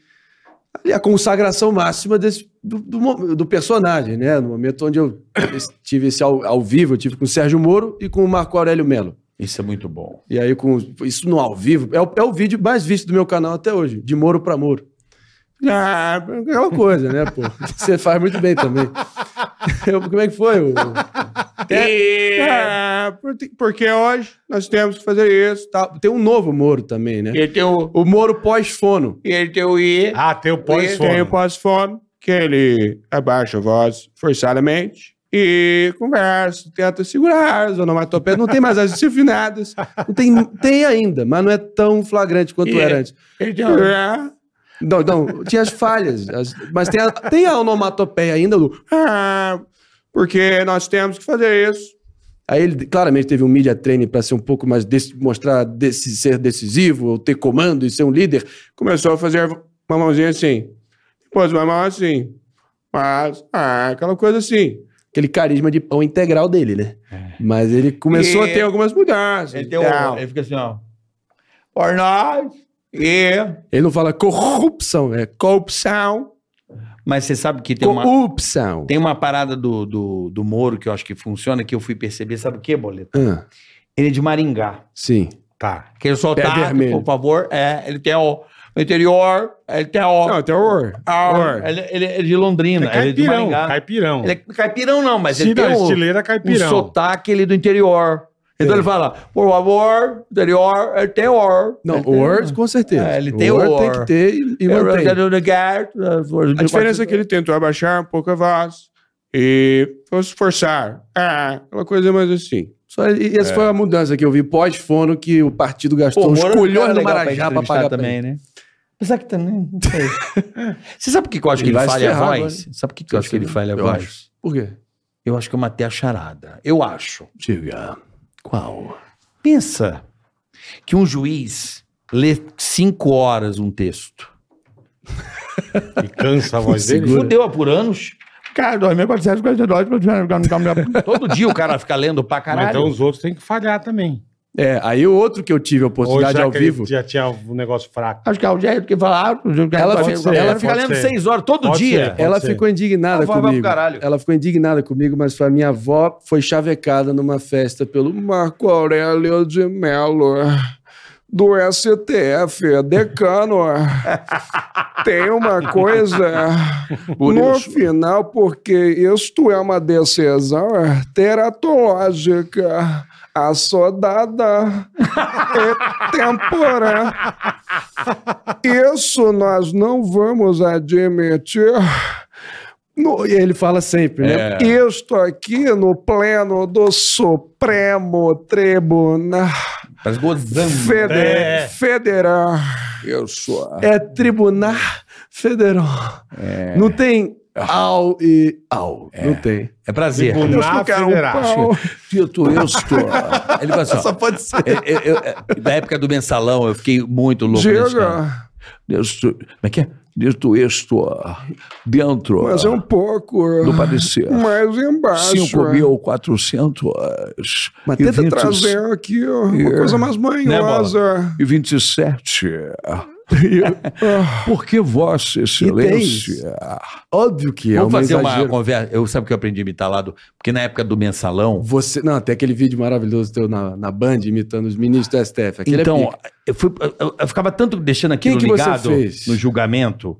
Speaker 4: ali, a consagração máxima desse, do, do mo- do personagem, né? No momento onde eu tive esse ao, ao vivo, eu tive com o Sérgio Moro e com o Marco Aurélio Melo.
Speaker 2: Isso é muito bom.
Speaker 4: E aí, com os- isso no ao vivo, é o, é o vídeo mais visto do meu canal até hoje, de Moro pra Moro. Ah, aquela coisa, né, pô? Você faz muito bem também. Eu, como é que foi? o- É, por- porque hoje nós temos que fazer isso. Tal. Tem um novo Moro também, né?
Speaker 9: Ele tem o,
Speaker 4: O Moro pós-fono.
Speaker 9: ele tem o I.
Speaker 3: Ah, tem o
Speaker 12: Tem o
Speaker 3: pós-fone.
Speaker 12: pós-fono, que ele abaixa a voz forçadamente e conversa, tenta segurar as onomatopeias.
Speaker 4: Não tem mais as desafinadas. Não tem, tem ainda, mas não é tão flagrante quanto
Speaker 12: é
Speaker 4: era antes.
Speaker 12: Ele tem o- Ah,
Speaker 4: Não, não, tinha as falhas, as- mas tem a, tem a onomatopeia ainda, Lu.
Speaker 12: ah, porque nós temos que fazer isso.
Speaker 4: Aí ele claramente teve um media training para ser um pouco mais desse, mostrar desse, ser decisivo, ou ter comando e ser um líder.
Speaker 12: Começou a fazer uma mãozinha assim, depois uma mão assim, mas ah, aquela coisa assim.
Speaker 4: Aquele carisma de pão integral dele, né? Mas ele começou
Speaker 12: E um-
Speaker 4: a ter alguma.
Speaker 12: algumas mudanças.
Speaker 9: Ele tem o.
Speaker 2: um-
Speaker 12: tal.
Speaker 9: Ele fica assim, ó. Por nós. E.
Speaker 4: Ele não fala corrupção, é
Speaker 12: Corrupção.
Speaker 2: Mas você sabe que tem uma.
Speaker 4: corrupção.
Speaker 2: Tem uma parada do, do, do Moro que eu acho que funciona, que eu fui perceber, sabe o que, Boleto?
Speaker 4: Ah,
Speaker 2: Ele é de Maringá.
Speaker 4: sim.
Speaker 3: Tá.
Speaker 2: Que ele
Speaker 4: Pé
Speaker 2: soltar,
Speaker 4: vermelho.
Speaker 2: por favor. É, ele tem o o interior, ele tem o.
Speaker 4: Não, terror.
Speaker 2: Ah, ele, ele é de Londrina,
Speaker 3: É
Speaker 2: ele é de
Speaker 3: caipirão,
Speaker 2: Maringá.
Speaker 3: caipirão.
Speaker 2: Ele é caipirão, não, mas ele
Speaker 3: Se da
Speaker 9: um-
Speaker 2: tem o,
Speaker 3: estileira,
Speaker 2: o
Speaker 3: é caipirão.
Speaker 2: sotaque ele é do interior. Então ele fala, por favor, interior, ele tem or.
Speaker 4: Não,
Speaker 2: Ele tem-
Speaker 4: or, com certeza.
Speaker 2: É, ele tem or.
Speaker 4: tem que ter e, e
Speaker 2: Ele tem
Speaker 4: mantém.
Speaker 2: do lugar, das-
Speaker 12: A diferença é que ele tentou abaixar um pouco a voz e fosse forçar. Ah, aquela coisa mais assim.
Speaker 4: Só- e e essa foi a mudança que eu vi pós-fono que o partido gastou
Speaker 2: É. Pô,
Speaker 4: uns
Speaker 2: Moro é um cara
Speaker 4: colhões no
Speaker 2: legal pra
Speaker 4: Marajá pra
Speaker 2: entrevistar
Speaker 4: pagar pra
Speaker 2: também, né? Apesar que também, não sei. Você sabe por que que eu acho que
Speaker 4: Ele
Speaker 2: ele,
Speaker 4: vai se
Speaker 2: falha a
Speaker 4: ferrar agora,
Speaker 2: voz? Sabe por que que eu acho que ele falha a
Speaker 4: Eu
Speaker 2: voz?
Speaker 4: acho. Por quê?
Speaker 2: Eu acho que eu matei a charada. Eu acho.
Speaker 4: Diga. Qual?
Speaker 2: Pensa que um juiz lê cinco horas um texto.
Speaker 3: E cansa a voz dele.
Speaker 2: Fudeu é por anos.
Speaker 12: Cara, 2.442,
Speaker 2: Todo dia o cara fica lendo pra
Speaker 3: Mas então
Speaker 2: caralho.
Speaker 3: os outros têm que falhar também.
Speaker 4: É, aí o outro que eu tive a
Speaker 3: Ou
Speaker 4: oportunidade
Speaker 3: será
Speaker 4: ao
Speaker 3: que ele
Speaker 4: vivo.
Speaker 3: Já tinha um negócio fraco.
Speaker 12: acho que é o jeito que
Speaker 9: "Ah,
Speaker 12: falaram.
Speaker 4: Ela,
Speaker 2: Ela, assim,
Speaker 4: fi-
Speaker 3: ser,
Speaker 2: ela
Speaker 3: é,
Speaker 2: fica
Speaker 3: pode
Speaker 2: lendo
Speaker 3: ser.
Speaker 2: seis horas todo
Speaker 3: É, Pode
Speaker 2: Um dia.
Speaker 3: ser.
Speaker 4: ela
Speaker 3: ser.
Speaker 4: ficou indignada
Speaker 2: A vó vai pro
Speaker 4: comigo.
Speaker 2: caralho.
Speaker 4: Ela ficou indignada comigo, mas foi a minha avó foi chavecada numa festa pelo Marco Aurélio de Mello do STF, é decano. Tem uma coisa no final, porque isto é uma decisão teratológica assodada e temporã. Isso nós não vamos admitir. No- e ele fala sempre, né? Isto aqui no pleno do Supremo Tribunal
Speaker 2: Parece gozando.
Speaker 12: Fede-
Speaker 3: É.
Speaker 12: Federal. Eu sou. a-
Speaker 4: É Tribunal Federal. Não tem ao e ao. Não tem.
Speaker 2: É prazer.
Speaker 12: Deus
Speaker 3: Tribunal
Speaker 12: não quer um
Speaker 3: Federal.
Speaker 12: pau.
Speaker 2: Tito, eu estou. Ele fala assim, ó, é,
Speaker 12: Só pode ser.
Speaker 2: eu- eu- eu- da época do mensalão, eu fiquei muito louco. nesse cara.
Speaker 12: Chega.
Speaker 2: Deus, tu- como é que é? Deus, tu estou dentro
Speaker 12: Mas é um pouco.
Speaker 2: do parecer.
Speaker 12: Mais embaixo. é.
Speaker 2: 5.400
Speaker 12: Mas
Speaker 2: e
Speaker 12: tenta
Speaker 2: 20
Speaker 12: trazer aqui ó, uma
Speaker 2: Yeah.
Speaker 12: coisa mais manhosa.
Speaker 2: e 27. Por que Vossa Excelência?
Speaker 4: Ah, Óbvio que é.
Speaker 2: Vamos
Speaker 4: um
Speaker 2: fazer uma
Speaker 4: exagero.
Speaker 2: conversa. Eu sabe o que eu aprendi a imitar lá do. Porque na época do mensalão,
Speaker 4: Você, não, tem aquele vídeo maravilhoso teu na, na Band imitando os ministros do STF. Aquele é
Speaker 2: Então,
Speaker 4: pica.
Speaker 2: eu, fui- eu- eu ficava tanto deixando aquilo
Speaker 4: que você
Speaker 2: ligado
Speaker 4: fez?
Speaker 2: no julgamento,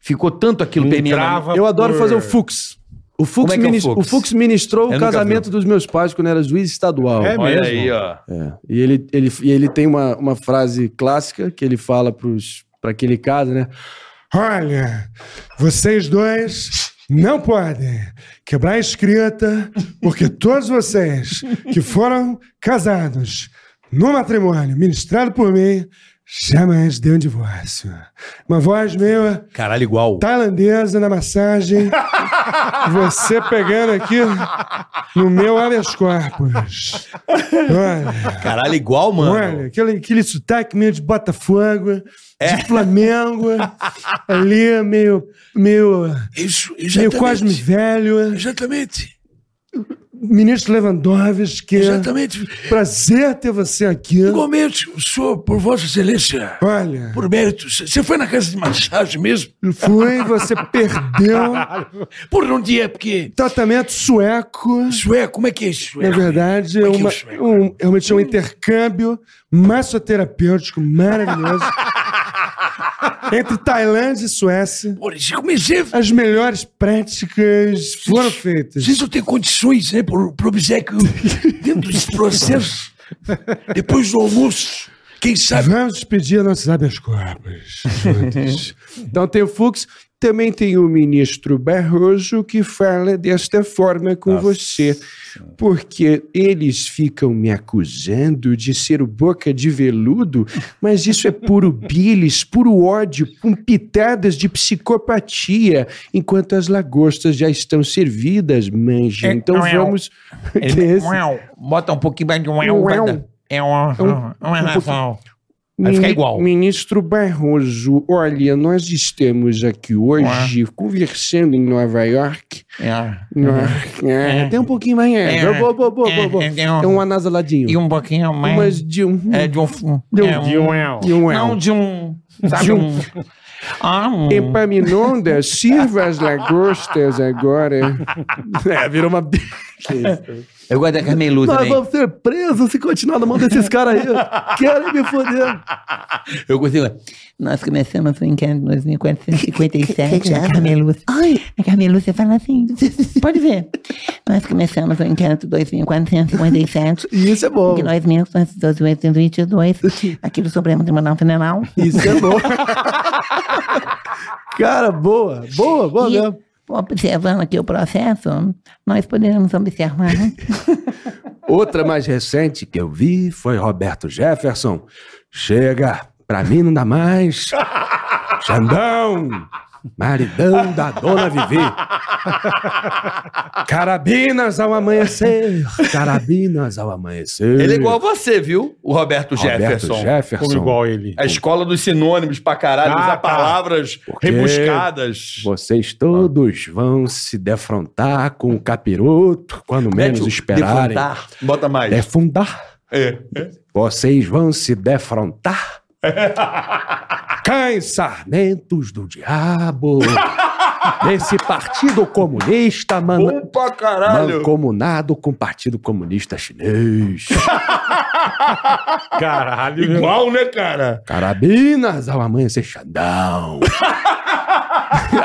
Speaker 2: ficou tanto aquilo permeando.
Speaker 3: Entrava
Speaker 4: eu adoro
Speaker 3: por-
Speaker 4: fazer o Fux. O Fux,
Speaker 2: Como é que é o
Speaker 4: minis-
Speaker 2: Fux?
Speaker 4: o Fux ministrou
Speaker 2: Eu
Speaker 4: o
Speaker 2: nunca
Speaker 4: casamento dos meus pais quando era juiz estadual.
Speaker 3: É
Speaker 2: Olha
Speaker 3: mesmo.
Speaker 2: aí, ó.
Speaker 4: É. E ele, ele, e ele tem uma, uma frase clássica que ele fala para aquele caso, né?
Speaker 11: Olha, vocês dois não podem quebrar a escrita, porque todos vocês que foram casados no matrimônio ministrado por mim jamais deu um divórcio. Uma voz meio
Speaker 2: Caralho, igual.
Speaker 11: tailandesa na massagem, você pegando aqui no meu habeas corpus. Olha.
Speaker 2: Caralho, igual, mano.
Speaker 11: Olha, aquele, aquele sotaque meio de Botafogo, de Flamengo, ali meio, meio,
Speaker 13: Isso,
Speaker 11: meio
Speaker 10: tá
Speaker 13: exatamente.
Speaker 11: Cosme Velho,
Speaker 13: Exatamente.
Speaker 11: ministro
Speaker 2: É.
Speaker 11: Lewandowski,
Speaker 10: tá-
Speaker 13: Exatamente.
Speaker 11: prazer ter você aqui.
Speaker 13: Igualmente, o senhor, por Vossa Excelência,
Speaker 11: Olha,
Speaker 13: por mérito, você foi na casa de massagem mesmo?
Speaker 11: foi, você perdeu
Speaker 13: Por onde é? Porque.
Speaker 11: tratamento sueco,
Speaker 13: Sué, como é que é isso?
Speaker 11: na
Speaker 13: sueco?
Speaker 11: verdade, é
Speaker 13: Como é que é
Speaker 11: uma,
Speaker 13: o sueco?
Speaker 11: um, realmente é um intercâmbio massoterapêutico maravilhoso entre Tailândia e Suécia.
Speaker 13: Olha, se comecei.
Speaker 11: As melhores práticas foram feitas.
Speaker 13: Vocês não têm condições, né? Por, por obsequio dentro desse processo. Depois do almoço, quem sabe.
Speaker 11: Vamos pedir nossos habeas corpus. juntos.
Speaker 12: Então tem o Fux. Também tem o ministro Barroso que fala desta forma com você. Porque eles ficam me acusando de ser o boca de veludo, mas isso é puro bilis, puro ódio, com pitadas de psicopatia, enquanto as lagostas já estão servidas, manja. Então vamos. Que é esse?
Speaker 9: Bota um pouquinho mais de um.
Speaker 12: Uau. um
Speaker 9: É uma. Uma razão. Vai ficar igual.
Speaker 12: Ministro Barroso, olha, nós estamos aqui hoje conversando em Nova York.
Speaker 9: É.
Speaker 12: York, é,
Speaker 9: É.
Speaker 12: Tem um pouquinho mais. É.
Speaker 9: É.
Speaker 12: Boa, boa, boa, boa, boa.
Speaker 9: É,
Speaker 12: Tem
Speaker 9: é, é um-
Speaker 12: um
Speaker 9: E
Speaker 12: anasaladinho.
Speaker 9: um pouquinho mais.
Speaker 12: Mas de um.
Speaker 9: É de um. De
Speaker 12: um-
Speaker 9: é,
Speaker 3: De um é.
Speaker 12: De um
Speaker 9: Não,
Speaker 12: L.
Speaker 9: de um. Sabe,
Speaker 12: De
Speaker 9: um. Ah, um.
Speaker 12: Epaminondas, sirva as lagostas agora.
Speaker 4: É, virou uma.
Speaker 2: Eu gosto da Carmen Luz
Speaker 4: Nós
Speaker 2: também.
Speaker 4: vamos ser presos é se continuar na mão desses caras aí. Querem me foder.
Speaker 2: Eu gostei. né?
Speaker 14: Nós começamos o encanto em 1957. né? A Camelúcia. A Camelúcia fala assim. Pode ver. Nós começamos o encanto em 2457.
Speaker 4: E isso é bom.
Speaker 14: Em 1922, aqui do Supremo Tribunal Federal.
Speaker 4: Isso é bom. Cara, boa. Boa, boa
Speaker 14: E,
Speaker 4: mesmo.
Speaker 14: observando aqui o processo, nós poderemos observar
Speaker 4: Outra mais recente que eu vi foi Roberto Jefferson. Chega, pra mim não dá mais. Xandão, maridão da dona Vivi. Carabinas ao amanhecer, carabinas ao amanhecer.
Speaker 2: Ele é igual a você, viu? O Roberto,
Speaker 4: Roberto
Speaker 2: Jefferson.
Speaker 3: Como
Speaker 4: Jefferson.
Speaker 3: igual ele.
Speaker 2: A escola dos sinônimos pra caralho,
Speaker 3: Ah,
Speaker 2: usar
Speaker 3: tá.
Speaker 2: palavras
Speaker 4: quê?
Speaker 2: rebuscadas.
Speaker 4: Vocês todos vão se defrontar com o capiroto quando menos
Speaker 2: Mete o
Speaker 4: esperarem.
Speaker 2: defrontar. Bota mais.
Speaker 4: É. Defundar. Vocês vão se defrontar. Cães sarmentos do diabo. Desse Partido Comunista man...
Speaker 2: Bom pra caralho.
Speaker 4: mancomunado com o Partido Comunista Chinês.
Speaker 3: Caralho.
Speaker 5: Igual, né, cara?
Speaker 4: Carabinas ao amanhecer, Xandão.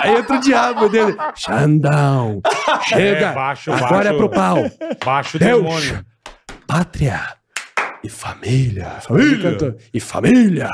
Speaker 4: Aí entra o diabo dele. Xandão. Chega.
Speaker 3: É, baixo,
Speaker 4: agora
Speaker 3: baixo.
Speaker 4: é pro pau.
Speaker 3: Baixo o
Speaker 4: Deus.
Speaker 3: demônio.
Speaker 4: Pátria. E família. Família. E família.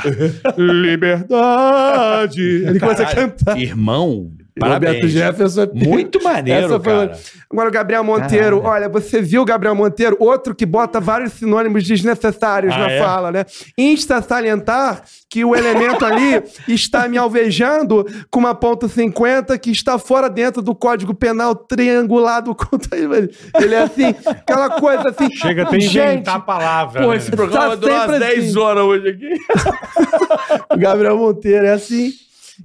Speaker 12: Liberdade.
Speaker 4: Ele começa a
Speaker 2: Caralho.
Speaker 4: cantar.
Speaker 2: Irmão, Parabéns.
Speaker 4: Roberto Jefferson.
Speaker 2: Muito maneiro,
Speaker 4: Essa
Speaker 2: cara.
Speaker 12: Agora o Gabriel Monteiro. Olha, você viu o Gabriel Monteiro? Outro que bota vários sinônimos desnecessários
Speaker 4: Ah,
Speaker 12: na
Speaker 4: é?
Speaker 12: fala, né? Insta salientar que o elemento ali está me alvejando com uma ponto 50 que está fora dentro do Código Penal triangulado. contra ele. Ele é assim, aquela coisa assim.
Speaker 3: Chega até inventar a palavra.
Speaker 12: pô,
Speaker 3: né?
Speaker 12: esse programa Tá durou umas sempre 10 assim.
Speaker 2: horas hoje aqui.
Speaker 12: O Gabriel Monteiro é assim.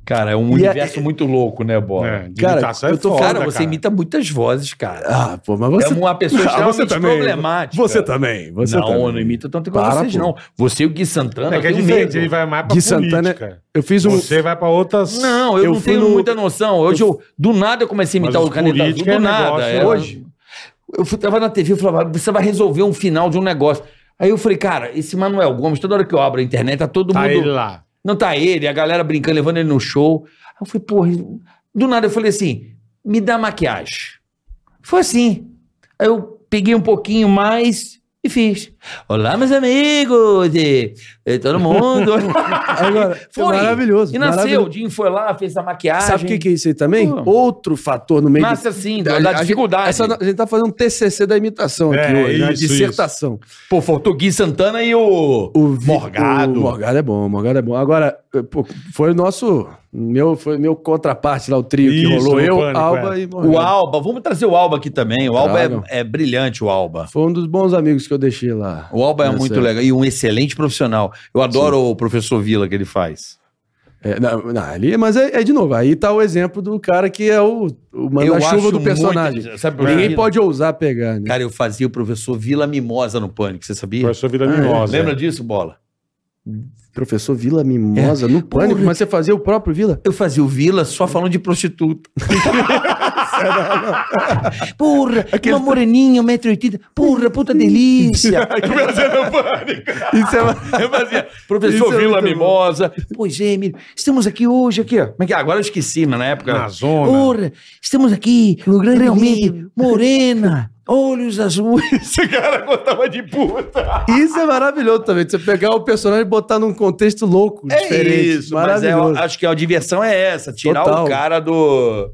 Speaker 2: Cara, é um
Speaker 12: E é-
Speaker 2: universo muito louco, né, Bola?
Speaker 12: Cara, imitação é eu tô- foda,
Speaker 2: cara, você
Speaker 12: cara.
Speaker 2: imita muitas vozes, cara.
Speaker 12: Ah, pô, mas você-
Speaker 2: É uma pessoa
Speaker 12: Ah,
Speaker 2: extremamente
Speaker 12: você também.
Speaker 2: problemática.
Speaker 12: Você tá também, você
Speaker 2: não,
Speaker 12: também.
Speaker 2: eu não imito tanto igual
Speaker 12: Para,
Speaker 2: vocês,
Speaker 12: pô.
Speaker 2: não. Você e o Gui Santana,
Speaker 3: É que é
Speaker 2: eu tenho
Speaker 3: diferente,
Speaker 2: medo.
Speaker 3: ele vai mais pra
Speaker 2: Gui
Speaker 3: política.
Speaker 4: é-
Speaker 2: Santana,
Speaker 12: eu fiz um-
Speaker 3: Você vai pra outras...
Speaker 2: Não, eu, não
Speaker 3: fui
Speaker 2: tenho
Speaker 3: no-
Speaker 2: muita noção. Hoje, eu, do nada, eu comecei a
Speaker 3: Mas
Speaker 2: imitar
Speaker 3: os
Speaker 2: o Caneta Azul.
Speaker 3: políticos é
Speaker 2: Do nada.
Speaker 3: negócio,
Speaker 2: era-
Speaker 3: hoje.
Speaker 2: Eu fui, tava na TV e falava, você vai resolver um final de um negócio. Aí eu falei, cara, esse Manuel Gomes, toda hora que eu abro a internet, tá todo
Speaker 3: Tá
Speaker 2: mundo...
Speaker 3: ele lá.
Speaker 2: Não tá ele, a galera brincando, levando ele no show. Aí eu falei, porra... Do nada eu falei assim, me dá maquiagem. Foi assim. Aí eu peguei um pouquinho mais e fiz. Olá, meus amigos! E, e todo mundo!
Speaker 4: Agora,
Speaker 2: foi.
Speaker 4: maravilhoso,
Speaker 2: E nasceu.
Speaker 4: maravilhoso.
Speaker 2: O Dinho foi lá, fez a maquiagem.
Speaker 4: Sabe o que, que é isso aí também? Outro fator no meio.
Speaker 2: Nasce assim, da-
Speaker 4: A-
Speaker 2: da
Speaker 4: a gente-
Speaker 2: dificuldade.
Speaker 4: essa- a gente tá fazendo um TCC da imitação aqui hoje, né? dissertação.
Speaker 2: Pô, faltou Gui Santana e o,
Speaker 4: o
Speaker 2: Morgado.
Speaker 4: O Morgado é bom, o Morgado é bom. Agora, eh, pô, foi o nosso. Meu, foi meu contraparte lá, o trio que rolou. Eu, Alba e Morgado.
Speaker 2: O Alba, vamos trazer o Alba aqui também. O Alba
Speaker 4: Traga.
Speaker 2: é, é brilhante, o Alba.
Speaker 4: Foi um dos bons amigos que eu deixei lá.
Speaker 2: O Alba é
Speaker 4: Nessa-
Speaker 2: muito legal e um excelente profissional. Eu adoro o professor Vila que ele faz.
Speaker 4: É, não, não, ali, mas é, é de novo, aí tá o exemplo do cara que é o, o
Speaker 2: acho
Speaker 4: manda-chuva do personagem.
Speaker 2: muito- sabe por quê?
Speaker 4: Ninguém pode ousar pegar, né?
Speaker 2: Cara, eu fazia o professor Vila Mimosa no Pânico, você sabia? Professor
Speaker 3: Vila
Speaker 4: Mimosa,
Speaker 2: Lembra
Speaker 4: é.
Speaker 2: disso, Bola?
Speaker 4: Professor Vila Mimosa, no pânico,
Speaker 2: Porra.
Speaker 4: mas você fazia o próprio Vila?
Speaker 2: Eu fazia o Vila só falando de prostituta. Porra,
Speaker 4: tá-
Speaker 2: uma moreninha, 1,80m. Porra, puta delícia.
Speaker 4: tá Isso é
Speaker 2: Eu fazia, professor
Speaker 4: Isso é
Speaker 2: Vila
Speaker 4: muito bom.
Speaker 2: Mimosa. Pois é, Emílio. Estamos aqui hoje, aqui, ó. Como é que é? Agora eu esqueci, mas na
Speaker 4: É.
Speaker 2: época.
Speaker 3: Na zona.
Speaker 2: Porra, estamos aqui, Oh, realmente, morena, olhos azuis. Esse cara gostava de puta.
Speaker 4: Isso é maravilhoso também. Você pegar o personagem e botar num contexto louco,
Speaker 2: É
Speaker 4: diferente.
Speaker 2: isso, mas é,
Speaker 4: maravilhoso.
Speaker 2: eu acho que a diversão é essa, tirar
Speaker 4: Total.
Speaker 2: o cara do...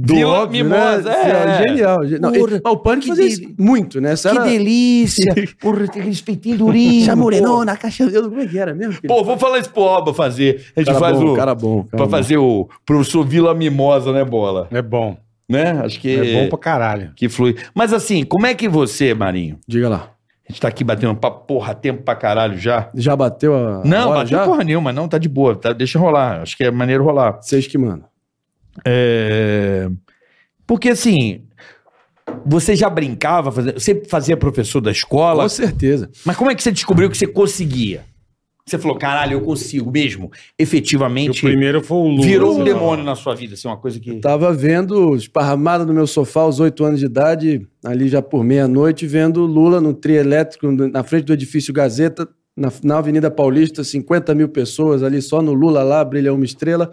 Speaker 4: Do
Speaker 2: Vila
Speaker 4: óbvio,
Speaker 2: Mimosa,
Speaker 4: né?
Speaker 2: é.
Speaker 4: Genial. gen- Não,
Speaker 2: Porra,
Speaker 4: e- mas o Pânico
Speaker 2: que
Speaker 4: fazia isso muito, né? Essa
Speaker 14: Que
Speaker 4: era-
Speaker 14: delícia! Porra, tem aquele peitinho durinho.
Speaker 4: Já morenou
Speaker 14: na caixa.
Speaker 4: Como é que era mesmo?
Speaker 2: Pô, vou falar isso pro Alba fazer. A gente
Speaker 4: Cara
Speaker 2: faz
Speaker 4: bom,
Speaker 2: o.
Speaker 4: cara bom, cara
Speaker 2: pra
Speaker 4: bom.
Speaker 2: fazer o professor Vila Mimosa, né, Bola?
Speaker 3: É bom.
Speaker 2: Né? Acho que.
Speaker 3: É bom pra caralho.
Speaker 2: Que flui. Mas assim, como é que você, Marinho?
Speaker 4: Diga lá.
Speaker 2: A gente tá aqui batendo papo, porra, tempo pra caralho já.
Speaker 4: Já bateu a.
Speaker 2: Não,
Speaker 4: hora
Speaker 2: bateu
Speaker 4: já?
Speaker 2: porra nenhuma, não, tá de boa. tá- deixa rolar. Acho que é maneiro rolar.
Speaker 4: Vocês que mandam.
Speaker 2: É, Porque assim. Você já brincava, fazia- você fazia professor da escola?
Speaker 4: Com certeza.
Speaker 2: Mas como é que você descobriu que você conseguia? Você falou, caralho, eu consigo mesmo. Efetivamente.
Speaker 3: O primeiro foi o Lula.
Speaker 2: Virou um
Speaker 4: né?
Speaker 3: sei
Speaker 2: demônio na sua vida, assim, uma coisa que.
Speaker 4: Tava vendo, esparramado no meu sofá aos oito anos de idade, ali já por meia-noite, vendo Lula no trio elétrico, na frente do edifício Gazeta, na, na Avenida Paulista, 50 mil pessoas ali, só no Lula lá, brilha uma estrela.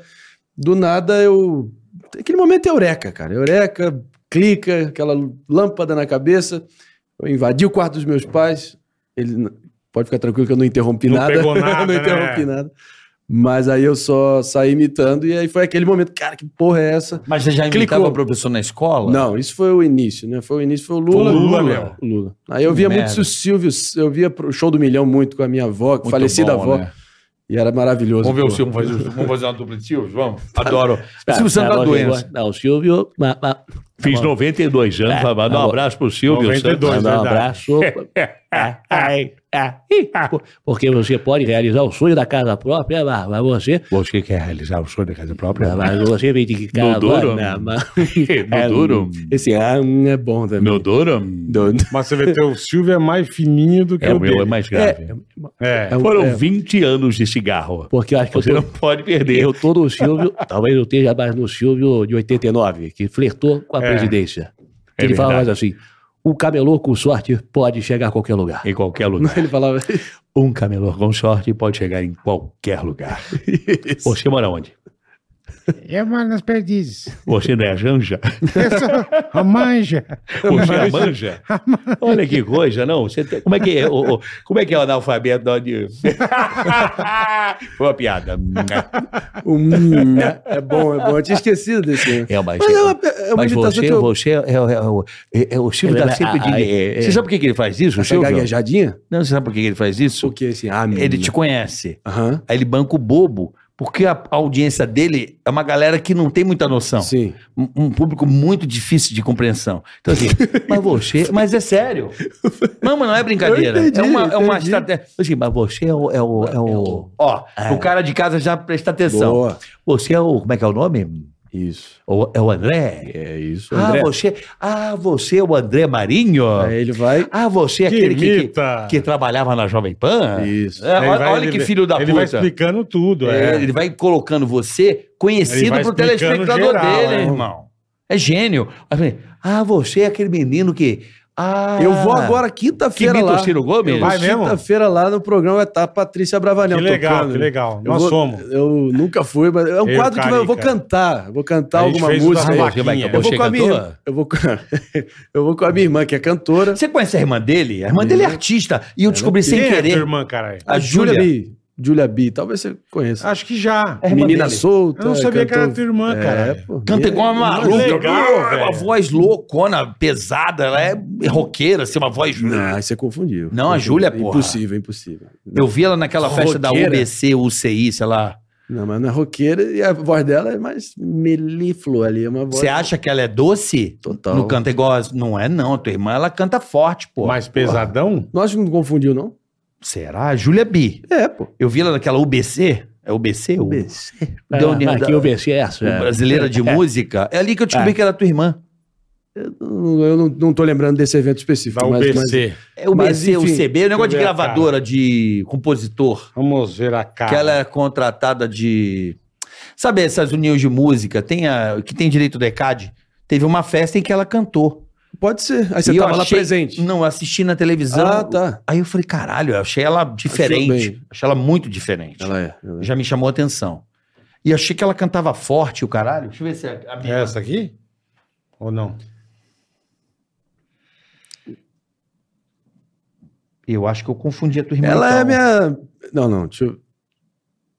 Speaker 4: Do nada eu. Aquele momento é eureka, cara. Eureka, clica, aquela lâmpada na cabeça. Eu invadi o quarto dos meus pais. Ele. n- Pode ficar tranquilo que eu não interrompi
Speaker 3: Não
Speaker 4: nada.
Speaker 3: pegou nada,
Speaker 4: não
Speaker 3: né?
Speaker 4: interrompi nada. Mas aí eu só saí imitando, e aí foi aquele momento, cara, que porra é essa?
Speaker 2: Mas você já imitava
Speaker 4: Clicou.
Speaker 2: o professor na escola?
Speaker 4: Não, isso foi o início, né? Foi o início, foi o Lula.
Speaker 3: Foi o Lula,
Speaker 4: Lula. O Lula. Aí eu
Speaker 2: Que
Speaker 4: via
Speaker 2: merda.
Speaker 4: muito o Silvio, eu via o show do Milhão muito com a minha avó,
Speaker 2: Muito
Speaker 4: falecida
Speaker 2: bom,
Speaker 4: avó.
Speaker 2: né?
Speaker 4: E era maravilhoso.
Speaker 2: Vamos ver
Speaker 4: pô.
Speaker 2: o Silvio fazer, vamos fazer uma dupla de Silvio? Vamos. Adoro.
Speaker 4: Ah,
Speaker 2: Silvio Santos
Speaker 4: tá
Speaker 2: da
Speaker 4: bom,
Speaker 2: doença.
Speaker 4: Não, o Silvio. ma- ma- Tá
Speaker 5: Fiz 92 anos, vai mandar um
Speaker 4: É, bom.
Speaker 5: abraço pro Silvio
Speaker 3: 92,
Speaker 5: Santos.
Speaker 4: Mandar um
Speaker 3: verdade.
Speaker 4: abraço. Ah, ai, ah, ih, ah, por- Porque você pode realizar o sonho da casa própria, mas mas você.
Speaker 5: Você quer realizar o sonho da casa própria?
Speaker 4: Mas você vem de
Speaker 5: No duro?
Speaker 4: caravana, mas-
Speaker 5: No duro?
Speaker 4: É, Esse ah, hum, é bom também.
Speaker 5: No duro?
Speaker 4: Do-
Speaker 3: Mas você vê que o Silvio é mais fininho do que
Speaker 5: É,
Speaker 3: o
Speaker 5: o meu é
Speaker 3: dele.
Speaker 5: mais grave.
Speaker 3: É.
Speaker 4: é um-
Speaker 5: Foram
Speaker 4: é,
Speaker 5: 20 anos de cigarro.
Speaker 4: Porque eu acho que eu
Speaker 5: Você
Speaker 4: tô,
Speaker 5: não pode perder.
Speaker 4: Eu tô no Silvio, talvez eu esteja mais no Silvio de 89, que flertou com a
Speaker 3: É.
Speaker 4: presidência.
Speaker 5: É
Speaker 4: ele falava mais
Speaker 5: verdade.
Speaker 4: assim: o camelô com sorte pode chegar a qualquer lugar.
Speaker 5: Em qualquer lugar.
Speaker 4: Ele falava.
Speaker 5: Um camelô com sorte pode chegar em qualquer lugar. Você mora onde?
Speaker 10: Eu moro nas É perdizes.
Speaker 2: Você não é a Janja?
Speaker 10: Eu sou a manja.
Speaker 2: Você é a Manja? Olha que coisa, não. Você tem- Como é que é? o- o- Como é que é o analfabeto? lá de- Foi uma piada.
Speaker 4: O hum, é, é bom, é bom. Eu tinha esquecido desse.
Speaker 2: É, mas,
Speaker 4: Mas é uma-
Speaker 2: é
Speaker 4: é uma
Speaker 2: mas
Speaker 4: imitação
Speaker 2: você,
Speaker 4: que eu-
Speaker 2: você é, é- é o- é- é o Silvio
Speaker 4: Ele-
Speaker 2: dá sempre de...
Speaker 4: ah, é- é-
Speaker 2: você sabe por que que ele faz isso,
Speaker 4: Essa
Speaker 2: Silvio?
Speaker 4: gaguejadinha?
Speaker 2: Não, você sabe por que que ele faz isso?
Speaker 4: Porque assim,
Speaker 2: Ele te conhece. Aí ele banca o bobo, porque a a audiência dele é uma galera que não tem muita noção.
Speaker 4: Sim.
Speaker 2: Um, um público muito difícil de compreensão. Então assim, mas você... Mas é sério. Não, mas não é brincadeira.
Speaker 5: Eu entendi,
Speaker 2: é uma, é uma
Speaker 5: entendi.
Speaker 2: estratégia. Assim, mas você é o... É o, é o ó, o cara de casa já presta atenção.
Speaker 5: Boa.
Speaker 2: Você é o... Como é que é o nome?
Speaker 4: Isso.
Speaker 2: é o André?
Speaker 4: É isso,
Speaker 2: Ah, você, ah, você é o André Marinho?
Speaker 4: Aí ele vai.
Speaker 2: Ah, você é
Speaker 4: Que
Speaker 2: aquele que, que,
Speaker 4: imita.
Speaker 2: que trabalhava na Jovem Pan?
Speaker 4: Isso.
Speaker 2: É,
Speaker 4: Ele
Speaker 2: olha
Speaker 4: vai-
Speaker 2: olha que
Speaker 4: ele-
Speaker 2: filho da
Speaker 4: ele
Speaker 2: puta.
Speaker 4: vai explicando
Speaker 3: tudo, é.
Speaker 2: Ele vai colocando você
Speaker 3: Ele
Speaker 2: conhecido
Speaker 3: vai
Speaker 2: pro
Speaker 3: explicando
Speaker 2: telespectador
Speaker 3: geral,
Speaker 2: dele,
Speaker 3: é.
Speaker 2: irmão. É gênio. Aí vem, Ah, você é aquele menino que. Ah,
Speaker 4: Eu vou agora quinta-feira
Speaker 2: Que
Speaker 4: lá.
Speaker 2: imita o Ciro Gomes?
Speaker 4: Eu vou Quinta-feira lá no programa vai estar a Patrícia Bravanel.
Speaker 3: Que legal,
Speaker 4: tocando. né?
Speaker 3: que legal.
Speaker 4: Eu
Speaker 3: Nós
Speaker 4: vou-
Speaker 3: somos.
Speaker 4: Eu nunca fui, mas é um
Speaker 3: Eu,
Speaker 4: quadro que vai- eu vou
Speaker 3: Carica.
Speaker 4: cantar. Eu Vou cantar
Speaker 3: A gente
Speaker 4: alguma
Speaker 3: fez o da
Speaker 4: música.
Speaker 3: Vaquinha.
Speaker 4: Eu vou
Speaker 3: Você
Speaker 4: com a minha
Speaker 3: cantou?
Speaker 4: irmã. Eu vou, com... eu vou com a minha irmã, que é cantora.
Speaker 2: Você conhece a irmã dele? A irmã dele é artista. E eu descobri sem
Speaker 4: Quem Uhum. é a
Speaker 2: querer.
Speaker 4: tua
Speaker 3: irmã, caralho?
Speaker 4: A,
Speaker 2: A
Speaker 4: Júlia
Speaker 2: Júlia.
Speaker 4: B. Júlia B. Talvez você conheça.
Speaker 3: Acho que já.
Speaker 4: É irmã Menina
Speaker 2: dele.
Speaker 4: solta.
Speaker 2: Eu não sabia que era tua irmã,
Speaker 4: É,
Speaker 2: cara.
Speaker 4: pô.
Speaker 2: Canta igual uma
Speaker 3: Tá
Speaker 4: Minha-
Speaker 2: maluca.
Speaker 4: Legal,
Speaker 2: é uma
Speaker 4: velho.
Speaker 2: voz loucona, pesada. Ela é roqueira, assim, uma voz.
Speaker 4: Não, você confundiu. É
Speaker 2: Não, a Júlia, porra.
Speaker 4: Impossível, impossível.
Speaker 2: Eu vi ela naquela festa da
Speaker 4: Roqueira.
Speaker 2: UBC, UCI, sei lá.
Speaker 4: Não, mas na roqueira e a voz dela é mais melíflua ali, é uma voz.
Speaker 2: Você acha que ela é doce? Total. Não canta igual. as- Não é, não. Tua irmã, ela canta forte, pô.
Speaker 3: Mais pesadão?
Speaker 4: Não acho que não confundiu, não.
Speaker 2: Será? A Júlia B.
Speaker 4: É, pô.
Speaker 2: Eu vi ela naquela UBC. É UBC?
Speaker 4: UBC.
Speaker 2: Da
Speaker 4: Ah,
Speaker 2: União
Speaker 4: ah,
Speaker 2: da-
Speaker 4: que UBC é essa?
Speaker 2: O Brasileira de
Speaker 4: É.
Speaker 2: Música. É ali que eu descobri
Speaker 4: É.
Speaker 2: que era tua irmã.
Speaker 4: Eu, não- eu não, não tô lembrando desse evento específico.
Speaker 2: Da
Speaker 4: mas,
Speaker 2: UBC.
Speaker 4: Mas,
Speaker 2: É o
Speaker 4: mas,
Speaker 2: BC, o
Speaker 4: enfim.
Speaker 2: CB, é um negócio de
Speaker 4: Deixa eu ver a
Speaker 2: gravadora, de compositor.
Speaker 3: Vamos ver a cara.
Speaker 2: Que ela é contratada de. Sabe essas uniões de música? Tem a, que tem direito do ECAD? Teve uma festa em que ela cantou.
Speaker 4: Pode ser. Aí você
Speaker 2: E eu
Speaker 4: tava lá
Speaker 2: achei-
Speaker 4: presente.
Speaker 2: Não, eu assisti na televisão.
Speaker 4: Ah, tá.
Speaker 2: Aí eu falei, caralho, eu achei ela diferente.
Speaker 4: bem.
Speaker 2: Achei ela muito diferente.
Speaker 4: Ela é. ela é.
Speaker 2: Já me chamou a atenção. E achei que ela cantava forte, o caralho. Deixa eu ver se é a
Speaker 3: É
Speaker 2: minha.
Speaker 3: essa aqui? Ou não?
Speaker 2: Eu acho que eu confundi a tua irmã.
Speaker 4: Ela é
Speaker 2: então.
Speaker 4: minha. Não, não, deixa eu.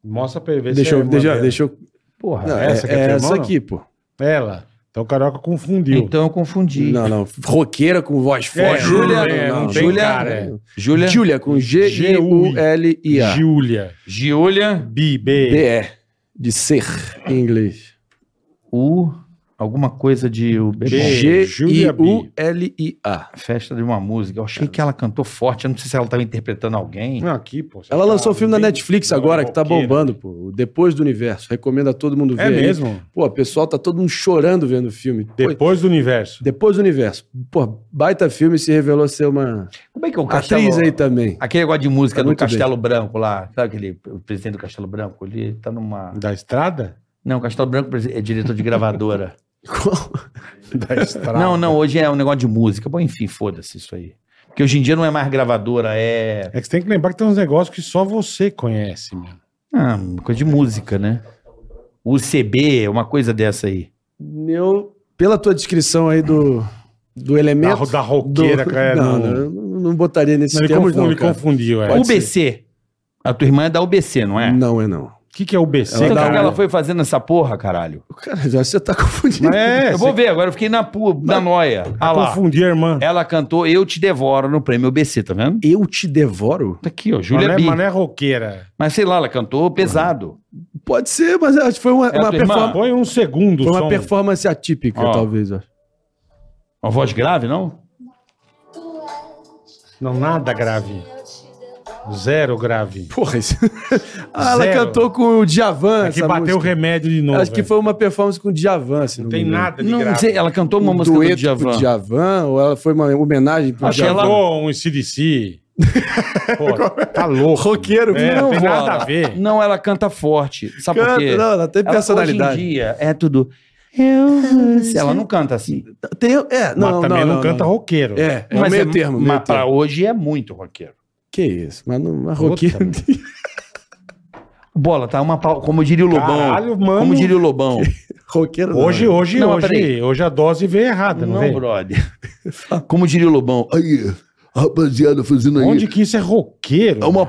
Speaker 3: Mostra pra ele ver
Speaker 4: Deixa
Speaker 3: se é
Speaker 4: eu.
Speaker 3: irmã
Speaker 4: Deixa,
Speaker 3: dela.
Speaker 4: deixa eu.
Speaker 2: Porra,
Speaker 4: Não,
Speaker 3: essa
Speaker 4: é-
Speaker 3: que
Speaker 4: é
Speaker 3: é tua irmã
Speaker 4: essa
Speaker 3: ou não?
Speaker 4: aqui, pô.
Speaker 3: Ela. Então o Carioca confundiu.
Speaker 2: Então eu confundi.
Speaker 4: Não, não. Roqueira com voz forte.
Speaker 3: É, Júlia, é, não tem
Speaker 4: Júlia-
Speaker 3: cara, é.
Speaker 2: Júlia.
Speaker 4: Júlia com G-U-L-I-A.
Speaker 3: Júlia.
Speaker 2: Giulia.
Speaker 3: B,
Speaker 4: D-E. De ser em inglês.
Speaker 2: U. Alguma coisa de U.
Speaker 3: É, Júlia B.
Speaker 4: G-I-U-L-I-A.
Speaker 2: Festa de uma música. Eu achei que ela cantou forte. Eu não sei se ela estava interpretando alguém.
Speaker 3: Não, aqui, pô.
Speaker 4: Ela lançou um filme na Netflix agora, que tá
Speaker 3: roqueira.
Speaker 4: bombando, pô. O Depois do Universo. Recomendo a todo mundo ver.
Speaker 3: É
Speaker 4: aí.
Speaker 3: mesmo?
Speaker 4: Pô, o pessoal tá todo mundo chorando vendo o filme. Pô,
Speaker 3: Depois do universo.
Speaker 4: Depois do Universo. Pô, baita filme se revelou ser uma
Speaker 2: Como é que é o Castelo...
Speaker 4: atriz aí também.
Speaker 2: Aquele negócio de música
Speaker 4: Tá
Speaker 2: do
Speaker 4: muito
Speaker 2: Castelo Branco lá. Sabe aquele o presidente do Castelo Branco? Ele tá numa...
Speaker 3: Da estrada?
Speaker 2: Não, Castelo Branco presi- é diretor de gravadora.
Speaker 3: Da estrada.
Speaker 2: não, não. Hoje é um negócio de música. Bom, enfim, foda-se isso aí. Porque hoje em dia não é mais gravadora, é...
Speaker 3: É que você tem que lembrar que tem uns negócios que só você conhece, mano.
Speaker 2: Ah, coisa de música, né? UCB, uma coisa dessa aí.
Speaker 4: Eu, pela tua descrição aí do, do elemento.
Speaker 3: Ah, Da- da roqueira,
Speaker 4: do-
Speaker 3: cara,
Speaker 4: Não,
Speaker 3: não-
Speaker 4: não, eu não, não botaria nesse
Speaker 3: Não, ele
Speaker 4: termo.
Speaker 3: confu- ele confundiu, é.
Speaker 2: UBC. A tua irmã é da UBC, não é?
Speaker 4: Não é, não.
Speaker 3: O que, que é o BC?
Speaker 2: Então, o que
Speaker 3: cara?
Speaker 2: que ela foi fazendo essa porra, caralho?
Speaker 4: Cara, já você tá confundindo.
Speaker 3: É,
Speaker 2: eu vou ver, agora eu fiquei na, pu- na noia.
Speaker 4: tá
Speaker 2: Ah lá.
Speaker 3: Confundi a irmã.
Speaker 2: Ela cantou Eu Te Devoro no prêmio BC, tá vendo?
Speaker 4: Eu te devoro?
Speaker 2: Tá aqui, ó,
Speaker 3: Mas não
Speaker 2: Júlia
Speaker 3: é-
Speaker 2: B.
Speaker 3: Mas não é roqueira.
Speaker 2: Mas sei lá, ela cantou pesado.
Speaker 4: Pode ser, mas acho que foi uma,
Speaker 2: É a
Speaker 4: uma
Speaker 2: tua irmã?
Speaker 4: performance.
Speaker 3: Põe um segundo
Speaker 4: Foi
Speaker 3: som.
Speaker 4: uma performance atípica,
Speaker 2: Ó.
Speaker 4: talvez. ó.
Speaker 2: Uma voz grave, não?
Speaker 3: Não, nada grave. Zero grave.
Speaker 4: Porra, isso... Ah, ela
Speaker 3: Zero.
Speaker 4: cantou com o Djavan.
Speaker 3: É que
Speaker 4: essa
Speaker 3: bateu o
Speaker 4: música.
Speaker 3: remédio de novo.
Speaker 4: Acho que
Speaker 3: velho.
Speaker 4: foi uma performance com o Djavan, se não,
Speaker 3: Não tem
Speaker 4: me engano.
Speaker 3: nada de
Speaker 2: Não
Speaker 3: grave.
Speaker 2: sei, ela cantou uma
Speaker 4: Um
Speaker 2: música do
Speaker 4: dueto com
Speaker 2: Djavan.
Speaker 4: o Djavan, ou ela foi uma homenagem pro
Speaker 2: Acho que
Speaker 4: Djavan.
Speaker 2: ela-
Speaker 3: Pô, um CDC. Pô, tá louco.
Speaker 4: Roqueiro,
Speaker 3: É, não tem
Speaker 2: vó,
Speaker 3: nada
Speaker 2: ela-
Speaker 3: a ver.
Speaker 2: Não, ela canta forte. Sabe por
Speaker 4: Canta,
Speaker 2: quê?
Speaker 4: não, ela tem personalidade.
Speaker 2: Ah, Hoje em dia é tudo... Eu... Ela não canta assim.
Speaker 4: Tem, é, não,
Speaker 3: mas também não,
Speaker 4: não
Speaker 3: canta roqueiro.
Speaker 4: É, é o meio
Speaker 2: é-
Speaker 4: termo.
Speaker 2: mas
Speaker 4: Meio
Speaker 2: pra
Speaker 4: termo.
Speaker 2: hoje é muito roqueiro.
Speaker 4: Que isso, mas não, mas roqueiro.
Speaker 2: Bola, tá uma pau, como diria o Lobão.
Speaker 3: Caralho, mano.
Speaker 2: Como diria o Lobão.
Speaker 4: Roqueiro
Speaker 3: Hoje, hoje,
Speaker 2: Não, mas peraí.
Speaker 3: hoje, hoje a dose veio errada, não,
Speaker 2: Não,
Speaker 3: veio?
Speaker 2: brother. Como diria o Lobão. Aí, rapaziada, fazendo aí.
Speaker 3: Onde que isso é roqueiro?
Speaker 2: É uma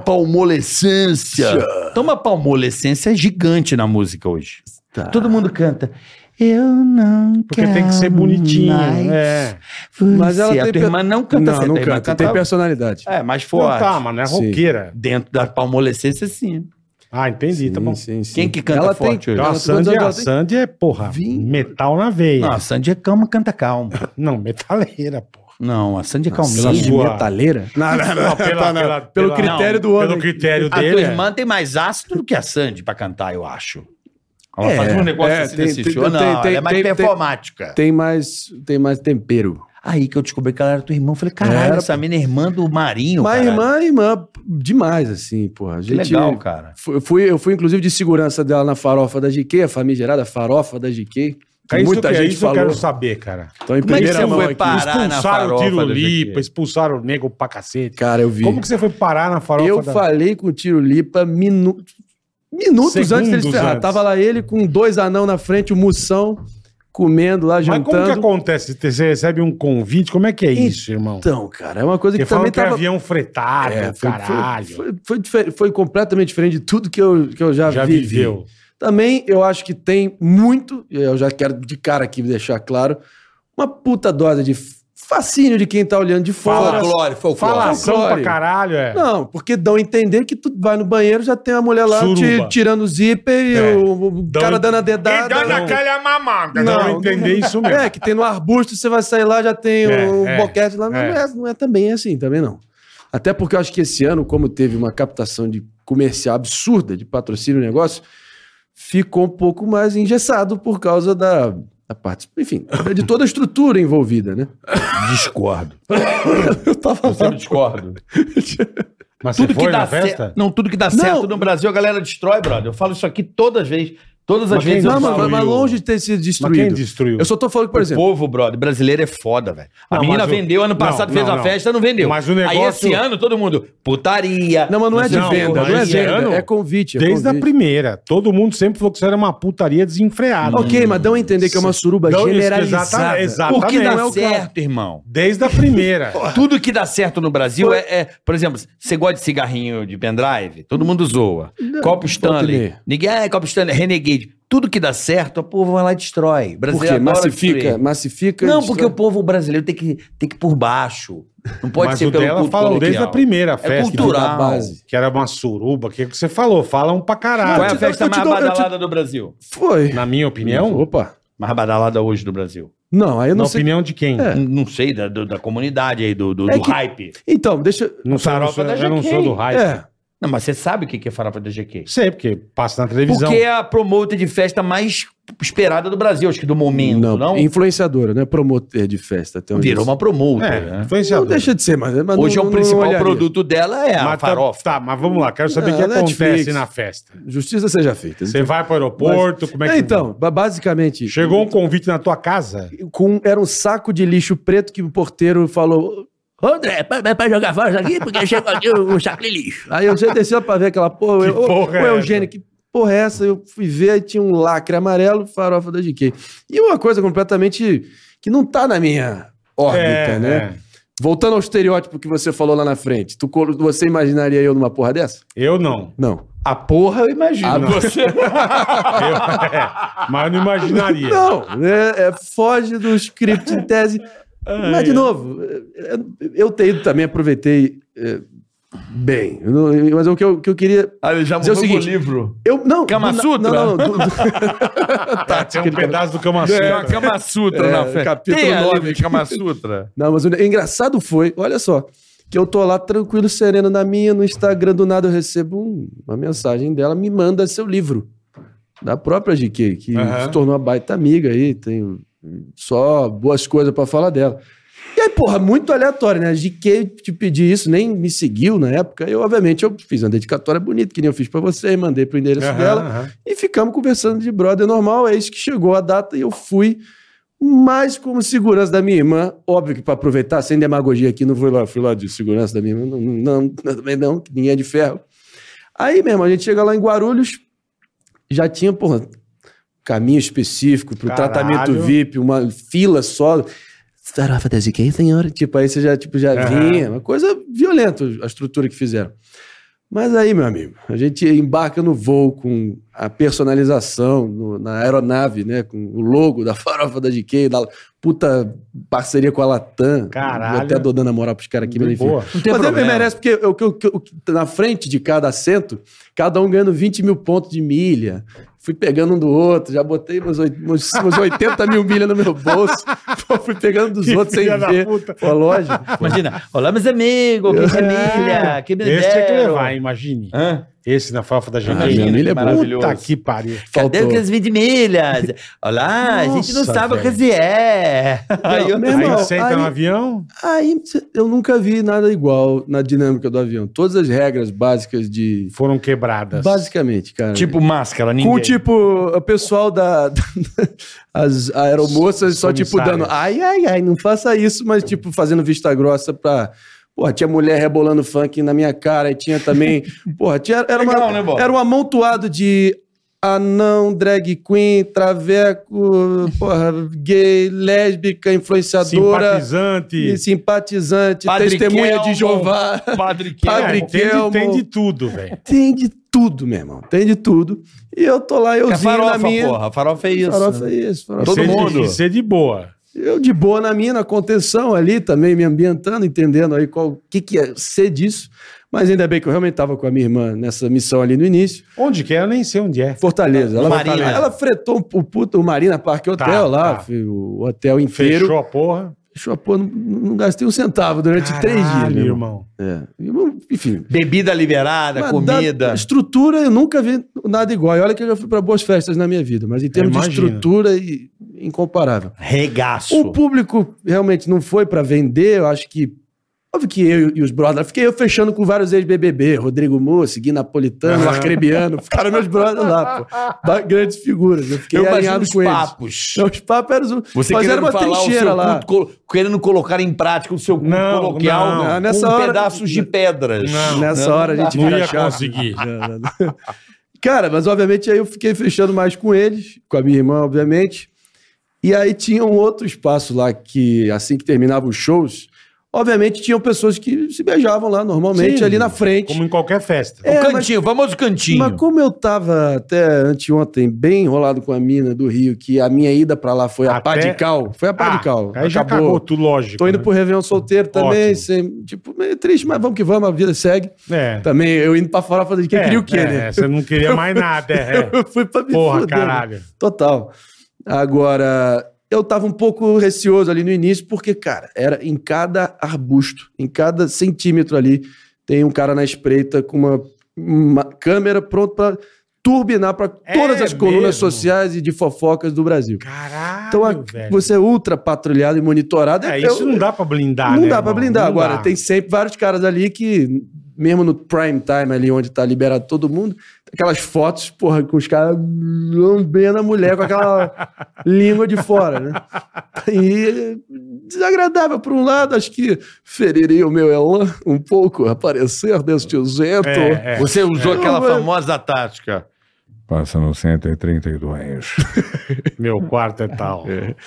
Speaker 2: palmolescência. Então, uma palmolescência é gigante na música hoje. Todo mundo canta. Eu não
Speaker 3: Porque tem que ser
Speaker 2: quero
Speaker 3: bonitinho,
Speaker 2: mais
Speaker 3: é.
Speaker 2: você. a tua irmã não canta
Speaker 4: Não,
Speaker 2: assim, a
Speaker 4: não
Speaker 2: tua irmã
Speaker 4: canta. Tem
Speaker 2: canta-
Speaker 4: personalidade.
Speaker 2: É, mais forte.
Speaker 3: tá, mas não é
Speaker 2: Sim.
Speaker 3: roqueira.
Speaker 2: Dentro da palmolescência, sim.
Speaker 3: Ah, entendi, tá bom.
Speaker 2: Quem que canta
Speaker 3: ela
Speaker 2: forte
Speaker 3: tem,
Speaker 2: hoje?
Speaker 3: A
Speaker 2: Ela-
Speaker 3: Sandy,
Speaker 2: ela
Speaker 3: a
Speaker 2: tem-
Speaker 3: Sandy é, porra, metal na veia.
Speaker 2: Não, a Sandy é calma, canta calmo.
Speaker 3: Não, metaleira, porra.
Speaker 2: Não, a Sandy é
Speaker 3: Nossa,
Speaker 2: calminha.
Speaker 3: ela é sua- metaleira?
Speaker 2: Não, não, não,
Speaker 3: Não, pela-
Speaker 2: tá, não.
Speaker 3: pela- pelo critério do homem. A é.
Speaker 2: A
Speaker 3: tua
Speaker 2: irmã tem mais ácido do que a Sandy pra cantar, eu acho. Ela faz um negócio assim desse show. não, ela é mais performática.
Speaker 4: Tem mais, tem mais tempero.
Speaker 2: Aí que eu descobri que ela era tua irmã. Eu falei, Caralho, essa mina é irmã do Marinho,
Speaker 4: Mas
Speaker 2: caralho.
Speaker 4: irmã, irmã, demais, assim, porra. A
Speaker 2: Que
Speaker 4: gente,
Speaker 2: legal, cara.
Speaker 4: Fu- Eu fui, eu fui, inclusive, de segurança dela na farofa da GQ, a famigerada farofa da GQ. que
Speaker 3: É isso
Speaker 4: muita
Speaker 3: que, é
Speaker 4: gente
Speaker 3: isso que eu
Speaker 4: falou.
Speaker 3: quero saber, cara.
Speaker 4: Então, em
Speaker 2: é
Speaker 4: primeira mão aqui.
Speaker 3: Expulsaram o Tiro Lipa, expulsaram o Nego pra cacete. Cara, eu vi. Como que você foi parar na farofa
Speaker 4: Eu
Speaker 3: da-
Speaker 4: falei com o Tiro Lipa minu- minutos antes deles
Speaker 3: Segundos
Speaker 4: ferrar.
Speaker 3: antes.
Speaker 4: Tava lá ele com dois anão na frente, o Moção comendo lá,
Speaker 3: Mas como que
Speaker 4: jantando.
Speaker 3: acontece? Você recebe um convite? Como é que é isso, irmão?
Speaker 4: Então, cara, é uma coisa que
Speaker 3: Porque falam
Speaker 4: também
Speaker 3: que é
Speaker 4: tava-
Speaker 3: avião fretado,
Speaker 4: É, foi- foi-
Speaker 3: caralho.
Speaker 4: Foi, foi difer- foi completamente diferente de tudo que eu, que eu já,
Speaker 3: Já
Speaker 4: vivi.
Speaker 3: viveu.
Speaker 4: Também eu acho que tem muito, e eu já quero de cara aqui deixar claro, uma puta dose de fascínio de quem tá olhando de fora.
Speaker 2: Folclore, folclore.
Speaker 3: Falação
Speaker 4: Folclore.
Speaker 3: pra caralho, é.
Speaker 4: Não, porque dão a entender que tu vai no banheiro já tem a mulher lá
Speaker 3: Suruba.
Speaker 4: te tirando o zíper e
Speaker 3: É.
Speaker 4: o, o
Speaker 3: Dão-
Speaker 4: cara dando a dedada.
Speaker 3: é mamada. né?
Speaker 4: Não,
Speaker 3: Não, entender isso mesmo.
Speaker 4: É, que tem no arbusto, você vai sair lá, já tem
Speaker 3: É,
Speaker 4: o
Speaker 3: é,
Speaker 4: boquete lá. Não,
Speaker 3: é.
Speaker 4: é, não é também assim, também não. Até porque eu acho que esse ano, como teve uma captação de comercial absurda de patrocínio e negócio, ficou um pouco mais engessado por causa da, da parte, enfim, de toda a estrutura envolvida, né?
Speaker 2: Discordo. Eu discordo.
Speaker 3: Mas
Speaker 2: tudo
Speaker 3: você foi
Speaker 2: que dá
Speaker 3: na
Speaker 4: é
Speaker 3: festa?
Speaker 2: certo- Não, tudo que dá certo no Brasil, a galera destrói, brother. Eu falo isso aqui todas as vezes. Todas as
Speaker 4: Mas quem
Speaker 2: vezes eu
Speaker 4: não, mas-
Speaker 2: falo.
Speaker 4: mas longe de ter sido destruído.
Speaker 2: quem destruiu?
Speaker 4: Eu só tô falando, que, por
Speaker 2: o
Speaker 4: exemplo.
Speaker 2: povo, brother, brasileiro é foda, velho. A
Speaker 4: Não,
Speaker 2: menina
Speaker 4: mas o-
Speaker 2: vendeu ano
Speaker 4: Não,
Speaker 2: passado,
Speaker 4: não,
Speaker 2: fez uma
Speaker 4: não.
Speaker 2: festa, não vendeu.
Speaker 4: Mas o
Speaker 2: Aí
Speaker 4: negócio-
Speaker 2: esse ano todo mundo, putaria.
Speaker 4: Não, mas não é de venda, não é
Speaker 2: porraria.
Speaker 4: venda, é convite. é
Speaker 3: Desde
Speaker 4: convite.
Speaker 3: a primeira. Todo mundo sempre falou que isso era uma putaria desenfreada.
Speaker 4: Ok, mas dão a entender que é uma suruba
Speaker 3: Dão isso,
Speaker 4: generalizada.
Speaker 3: exatamente, exatamente.
Speaker 2: O Ah, que
Speaker 3: Não é
Speaker 2: dá
Speaker 3: o caso.
Speaker 2: certo, irmão?
Speaker 3: Desde a primeira.
Speaker 2: Tudo que dá certo no Brasil é, é- Por exemplo, você gosta de cigarrinho de pendrive? Todo mundo zoa. copo Stanley. Ninguém. Ah, é copo Stanley, Renegade. Tudo que dá certo, o povo vai lá e destrói. O
Speaker 4: Por
Speaker 2: Brasileiro
Speaker 4: quê?
Speaker 2: adora
Speaker 4: Massifica,
Speaker 2: destruir.
Speaker 4: massifica.
Speaker 2: Não,
Speaker 4: destrói.
Speaker 2: porque o povo brasileiro tem que, tem que ir por baixo. Não pode
Speaker 3: Mas
Speaker 2: ser
Speaker 3: o
Speaker 2: pelo
Speaker 3: dela
Speaker 2: culto
Speaker 3: falam
Speaker 2: coloquial.
Speaker 3: desde a primeira festa.
Speaker 2: É
Speaker 3: que era
Speaker 2: cultural.
Speaker 3: base. Que era uma suruba, que é o que você falou. Falam pra caralho.
Speaker 2: Qual é a festa mais badalada do Brasil?
Speaker 4: Foi.
Speaker 3: Na minha opinião?
Speaker 4: Opa.
Speaker 2: Mais badalada hoje do Brasil.
Speaker 4: Não, aí eu não
Speaker 2: Na
Speaker 4: sei.
Speaker 3: opinião de quem?
Speaker 4: É.
Speaker 2: Não sei, da, do- da comunidade aí, do, do,
Speaker 4: É
Speaker 2: do
Speaker 4: que-
Speaker 2: hype.
Speaker 4: Então, deixa.
Speaker 3: Não sou, não sou- eu não sou do hype.
Speaker 4: É.
Speaker 2: Não, mas você sabe o que que é farofa da GQ?
Speaker 3: Sei, porque passa na televisão.
Speaker 2: Porque é a promoter de festa mais esperada do Brasil, acho que do momento, não? então,
Speaker 4: Influenciadora, né? Promotor de festa. Até onde
Speaker 2: Virou
Speaker 4: eu sei.
Speaker 2: uma promoter,
Speaker 4: É,
Speaker 2: né?
Speaker 4: Não deixa de ser, mas. mas
Speaker 2: Hoje
Speaker 4: não-
Speaker 2: é o
Speaker 4: não
Speaker 2: principal
Speaker 4: olharia.
Speaker 2: produto dela é a
Speaker 3: Mas tá-
Speaker 2: farofa.
Speaker 3: Tá, mas vamos lá. Quero saber o
Speaker 4: Ah,
Speaker 3: que acontece
Speaker 4: Netflix.
Speaker 3: na festa.
Speaker 4: Justiça seja feita.
Speaker 3: Você vai pro aeroporto, como é que...
Speaker 4: Então, ba- basicamente.
Speaker 3: Chegou um convite na tua casa?
Speaker 4: com Era um saco de lixo preto que o porteiro falou.
Speaker 14: Ô, André, pra, pra jogar fora aqui, porque chegou aqui o, o saco de lixo.
Speaker 4: Aí eu já desci pra ver aquela porra.
Speaker 14: Que
Speaker 4: eu, ô,
Speaker 14: porra
Speaker 4: ô,
Speaker 14: é
Speaker 4: Eugênio, que porra é essa? Eu fui ver aí tinha um lacre amarelo, farofa da GK. E uma coisa completamente que não tá na minha órbita,
Speaker 3: É,
Speaker 4: né?
Speaker 3: é.
Speaker 4: Voltando ao estereótipo que você falou lá na frente, tu, colo- você imaginaria eu numa porra dessa?
Speaker 3: Eu não.
Speaker 4: Não.
Speaker 2: A porra eu imagino.
Speaker 4: Ah, não.
Speaker 3: é. Mas eu não imaginaria.
Speaker 4: Não, é, é- foge do script em tese. Mas, de novo, é- é- eu ter ido também, aproveitei é, bem. Eu não- Mas o que eu, o que eu queria.
Speaker 2: Ah, ele já
Speaker 4: dizer é o
Speaker 2: mudou pro
Speaker 4: seguinte,
Speaker 2: livro.
Speaker 4: Eu, não,
Speaker 2: Kama
Speaker 4: do-
Speaker 2: Sutra? Tá,
Speaker 4: Não, não, do-
Speaker 3: Tem um pedaço do Kama Sutra.
Speaker 2: É, uma Kama Sutra
Speaker 4: É,
Speaker 2: na festa.
Speaker 4: capítulo
Speaker 2: Tem a
Speaker 4: nove.
Speaker 2: livro de Kama Sutra.
Speaker 4: Não, mas o ne- engraçado foi, olha só, que eu tô lá tranquilo, sereno na minha, no Instagram, do nada eu recebo um- uma mensagem dela, me manda seu livro. Da própria GK, que
Speaker 3: Aham.
Speaker 4: se tornou uma baita amiga aí, tenho só boas coisas pra falar dela. E aí, porra, muito aleatório, né? A GK te pedi isso, nem me seguiu na época. Eu, obviamente, eu fiz uma dedicatória bonita, que nem eu fiz pra você, mandei pro endereço
Speaker 3: Aham,
Speaker 4: dela.
Speaker 3: aham.
Speaker 4: E ficamos conversando de brother normal. É isso que chegou a data e eu fui. Mas como segurança da minha irmã, óbvio que para aproveitar, sem demagogia aqui, não fui lá, fui lá de segurança da minha irmã, não, não, não, também não, que ninguém é de ferro. Aí, mesmo, a gente chega lá em Guarulhos, já tinha, porra, caminho específico pro
Speaker 12: Caralho.
Speaker 4: tratamento VIP, uma fila só. Farofa da GK, senhor? Tipo, aí você já, tipo, já
Speaker 12: Aham.
Speaker 4: vinha. Uma coisa violenta a estrutura que fizeram. Mas aí, meu amigo, a gente embarca no voo com a personalização no- na aeronave, né? Com o logo da farofa da GK, da puta parceria com a Latam.
Speaker 3: Caralho.
Speaker 4: Eu até tô dando a moral pros caras aqui, mas enfim.
Speaker 3: Boa. Não tem
Speaker 4: mas ele
Speaker 3: problema.
Speaker 4: merece, porque o que- o que- o que- na frente de cada assento, cada um ganhando 20 mil pontos de milha. Fui pegando um do outro, já botei umas, oit- umas, umas 80 mil milhas no meu bolso. Pô, fui pegando dos outros sem
Speaker 9: filha da
Speaker 4: ver. É.
Speaker 9: puta.
Speaker 4: Pô, lógico.
Speaker 2: Imagina, olá meus amigos, que família, que me
Speaker 3: Esse tinha É. que
Speaker 2: deram.
Speaker 3: levar, hein? imagine. Esse na fafa da gente.
Speaker 2: Ah, minha milha é maravilhoso.
Speaker 3: Puta que pariu.
Speaker 2: Cadê
Speaker 3: Faltou.
Speaker 2: aquelas 20 milhas? Olá, a gente não
Speaker 3: Nossa,
Speaker 2: sabe o que
Speaker 3: velho.
Speaker 2: se é.
Speaker 4: Não,
Speaker 2: eu-
Speaker 4: meu irmão, aí-
Speaker 3: avião?
Speaker 4: Aí cê- eu nunca vi nada igual na dinâmica do avião. Todas as regras básicas de.
Speaker 3: Foram quebradas.
Speaker 4: Basicamente, cara.
Speaker 9: Tipo máscara, ninguém.
Speaker 4: Com tipo, o pessoal da. da- as aeromoças só, tipo,
Speaker 9: comissárias.
Speaker 4: dando. Ai, ai, ai, não faça isso, mas, tipo, fazendo vista grossa pra. Porra, tinha mulher rebolando funk na minha cara e tinha também. Porra, tinha, era, uma,
Speaker 9: Legal, né, Bola?
Speaker 4: era um amontoado de anão, drag queen, traveco, porra, gay, lésbica, influenciadora.
Speaker 3: Simpatizante.
Speaker 4: E simpatizante, testemunha de Jeová.
Speaker 9: Padre
Speaker 4: É, Padre
Speaker 3: Tem de-
Speaker 4: Kelmo.
Speaker 3: Tem de tudo, velho.
Speaker 4: Tem de tudo, meu irmão. Tem de tudo. E eu tô lá, eu
Speaker 2: É
Speaker 4: na
Speaker 2: farofa,
Speaker 4: minha.
Speaker 2: porra. Farofa é isso.
Speaker 4: Farofa é isso. farofa
Speaker 2: Todo
Speaker 4: é isso.
Speaker 2: mundo.
Speaker 3: Isso é de boa.
Speaker 4: Eu de boa na minha, na contenção ali também, me ambientando, entendendo aí qual, o que que é ser disso. Mas ainda bem que eu realmente tava com a minha irmã nessa missão ali no início.
Speaker 3: Onde que é? Eu nem sei onde é.
Speaker 4: Fortaleza. Ela,
Speaker 3: Marina.
Speaker 4: ela fretou o puto, o Marina Park Hotel
Speaker 3: Tá,
Speaker 4: lá,
Speaker 3: tá.
Speaker 4: fi, o hotel inteiro.
Speaker 3: Fechou a porra.
Speaker 4: Fechou a porra, não, não gastei um centavo durante três dias, meu irmão. É. Enfim.
Speaker 2: Bebida liberada,
Speaker 4: Mas da-
Speaker 2: É comida.
Speaker 4: estrutura, eu nunca vi nada igual. E olha que eu já fui para boas festas na minha vida,
Speaker 2: É,
Speaker 4: mas em termos de
Speaker 2: Imagino.
Speaker 4: estrutura, e- incomparável.
Speaker 2: É Regaço.
Speaker 4: O público realmente não foi para vender, eu acho que. Óbvio que eu e os brothers. Fiquei eu fechando com vários ex-BBB, Rodrigo Mussi, Gui Napolitano,
Speaker 12: Aham.
Speaker 4: Arcrebiano. Ficaram meus brothers lá, pô. Ba- Grandes figuras. Eu fiquei
Speaker 2: Eu imagino
Speaker 4: alinhado
Speaker 2: os
Speaker 4: com
Speaker 2: papos.
Speaker 4: eles. Não, Os papos eram. mas
Speaker 2: Você
Speaker 4: era
Speaker 2: querendo
Speaker 4: uma
Speaker 2: falar o seu
Speaker 4: trincheira lá.
Speaker 2: culto, colo- querendo colocar em prática o seu culto
Speaker 4: Não,
Speaker 2: coloquial
Speaker 4: não.
Speaker 2: com
Speaker 4: Ah,
Speaker 2: um
Speaker 4: Nessa hora-
Speaker 2: pedaços de pedras.
Speaker 4: Nessa hora a gente
Speaker 2: não
Speaker 4: vira
Speaker 2: ia
Speaker 4: chato.
Speaker 2: conseguir.
Speaker 4: Não, não, não. Cara, mas obviamente aí eu fiquei fechando mais com eles, com a minha irmã, obviamente. E aí tinha um outro espaço lá que, assim que terminavam os shows, obviamente tinham pessoas que se beijavam lá normalmente,
Speaker 3: Sim,
Speaker 4: ali na frente.
Speaker 3: Como em qualquer festa.
Speaker 4: É, mas-
Speaker 2: famoso cantinho.
Speaker 4: Mas como eu tava até anteontem bem enrolado com a mina do Rio, que a minha ida pra lá foi a pá de cal. Foi a pá de cal.
Speaker 3: Ah, Aí já
Speaker 4: Acabou.
Speaker 3: cagou tudo, lógico.
Speaker 4: Tô indo
Speaker 3: né?
Speaker 4: pro Réveillon solteiro também,
Speaker 3: Ótimo.
Speaker 4: sem, tipo, meio triste, mas vamos que vamos, a vida segue.
Speaker 3: É.
Speaker 4: Também eu indo pra fora fazer quem
Speaker 3: É,
Speaker 4: queria o quê,
Speaker 3: é,
Speaker 4: né?
Speaker 3: você não queria mais nada, é.
Speaker 4: eu fui pra me
Speaker 3: Porra,
Speaker 4: fuder, né?
Speaker 3: caralho.
Speaker 4: Total. Agora, eu tava um pouco receoso ali no início, porque, cara, era em cada arbusto, em cada centímetro ali, tem um cara na espreita com uma, uma câmera pronto pra turbinar pra
Speaker 3: É
Speaker 4: todas as colunas sociais e de fofocas do Brasil. Caralho, então, a-
Speaker 3: velho.
Speaker 4: você é ultra patrulhado e monitorado.
Speaker 3: É, isso não dá pra blindar,
Speaker 4: Não
Speaker 3: né,
Speaker 4: dá pra
Speaker 3: irmão?
Speaker 4: blindar.
Speaker 3: Não
Speaker 4: Agora,
Speaker 3: dá. É,
Speaker 4: tem sempre vários caras ali que, mesmo no prime time ali, onde tá liberado todo mundo, tem aquelas fotos, porra, com os caras lambendo a mulher com aquela língua de fora, né? E desagradável por um lado, acho que feriria o meu elan um pouco aparecer deste jeito.
Speaker 9: É, é. Você usou
Speaker 4: Eu,
Speaker 9: aquela
Speaker 4: mas-
Speaker 9: famosa tática.
Speaker 8: Passa no 132.
Speaker 3: Meu quarto é tal.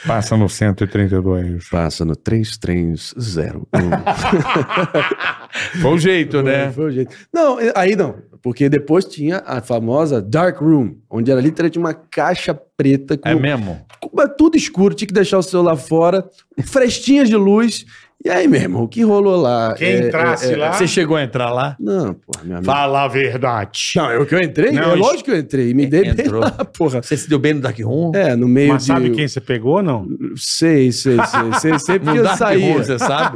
Speaker 8: Passa no 132.
Speaker 4: Passa no 3301.
Speaker 2: Foi o jeito, né?
Speaker 4: um. Foi o jeito. Não, é, aí não. Porque depois tinha a famosa Dark Room, onde era literalmente uma caixa preta com.
Speaker 9: É mesmo?
Speaker 4: com- mas tudo escuro, tinha que deixar o celular fora, frestinhas de luz. E aí, meu irmão, o que rolou lá? É,
Speaker 9: Quem entrasse lá- Você
Speaker 2: chegou a entrar lá?
Speaker 4: Não, porra, meu amigo.
Speaker 2: tá? Fala a verdade.
Speaker 4: Não, eu que eu entrei?
Speaker 2: Não,
Speaker 4: é
Speaker 2: isso-
Speaker 4: lógico que eu entrei. Me dei bem
Speaker 2: Entrou.
Speaker 4: lá, porra.
Speaker 2: Você se deu bem no Dark Room?
Speaker 4: É, no meio
Speaker 3: Mas
Speaker 4: de...
Speaker 3: sabe quem você pegou, não?
Speaker 4: Sei, sei, sei, sei, sei porque eu saí.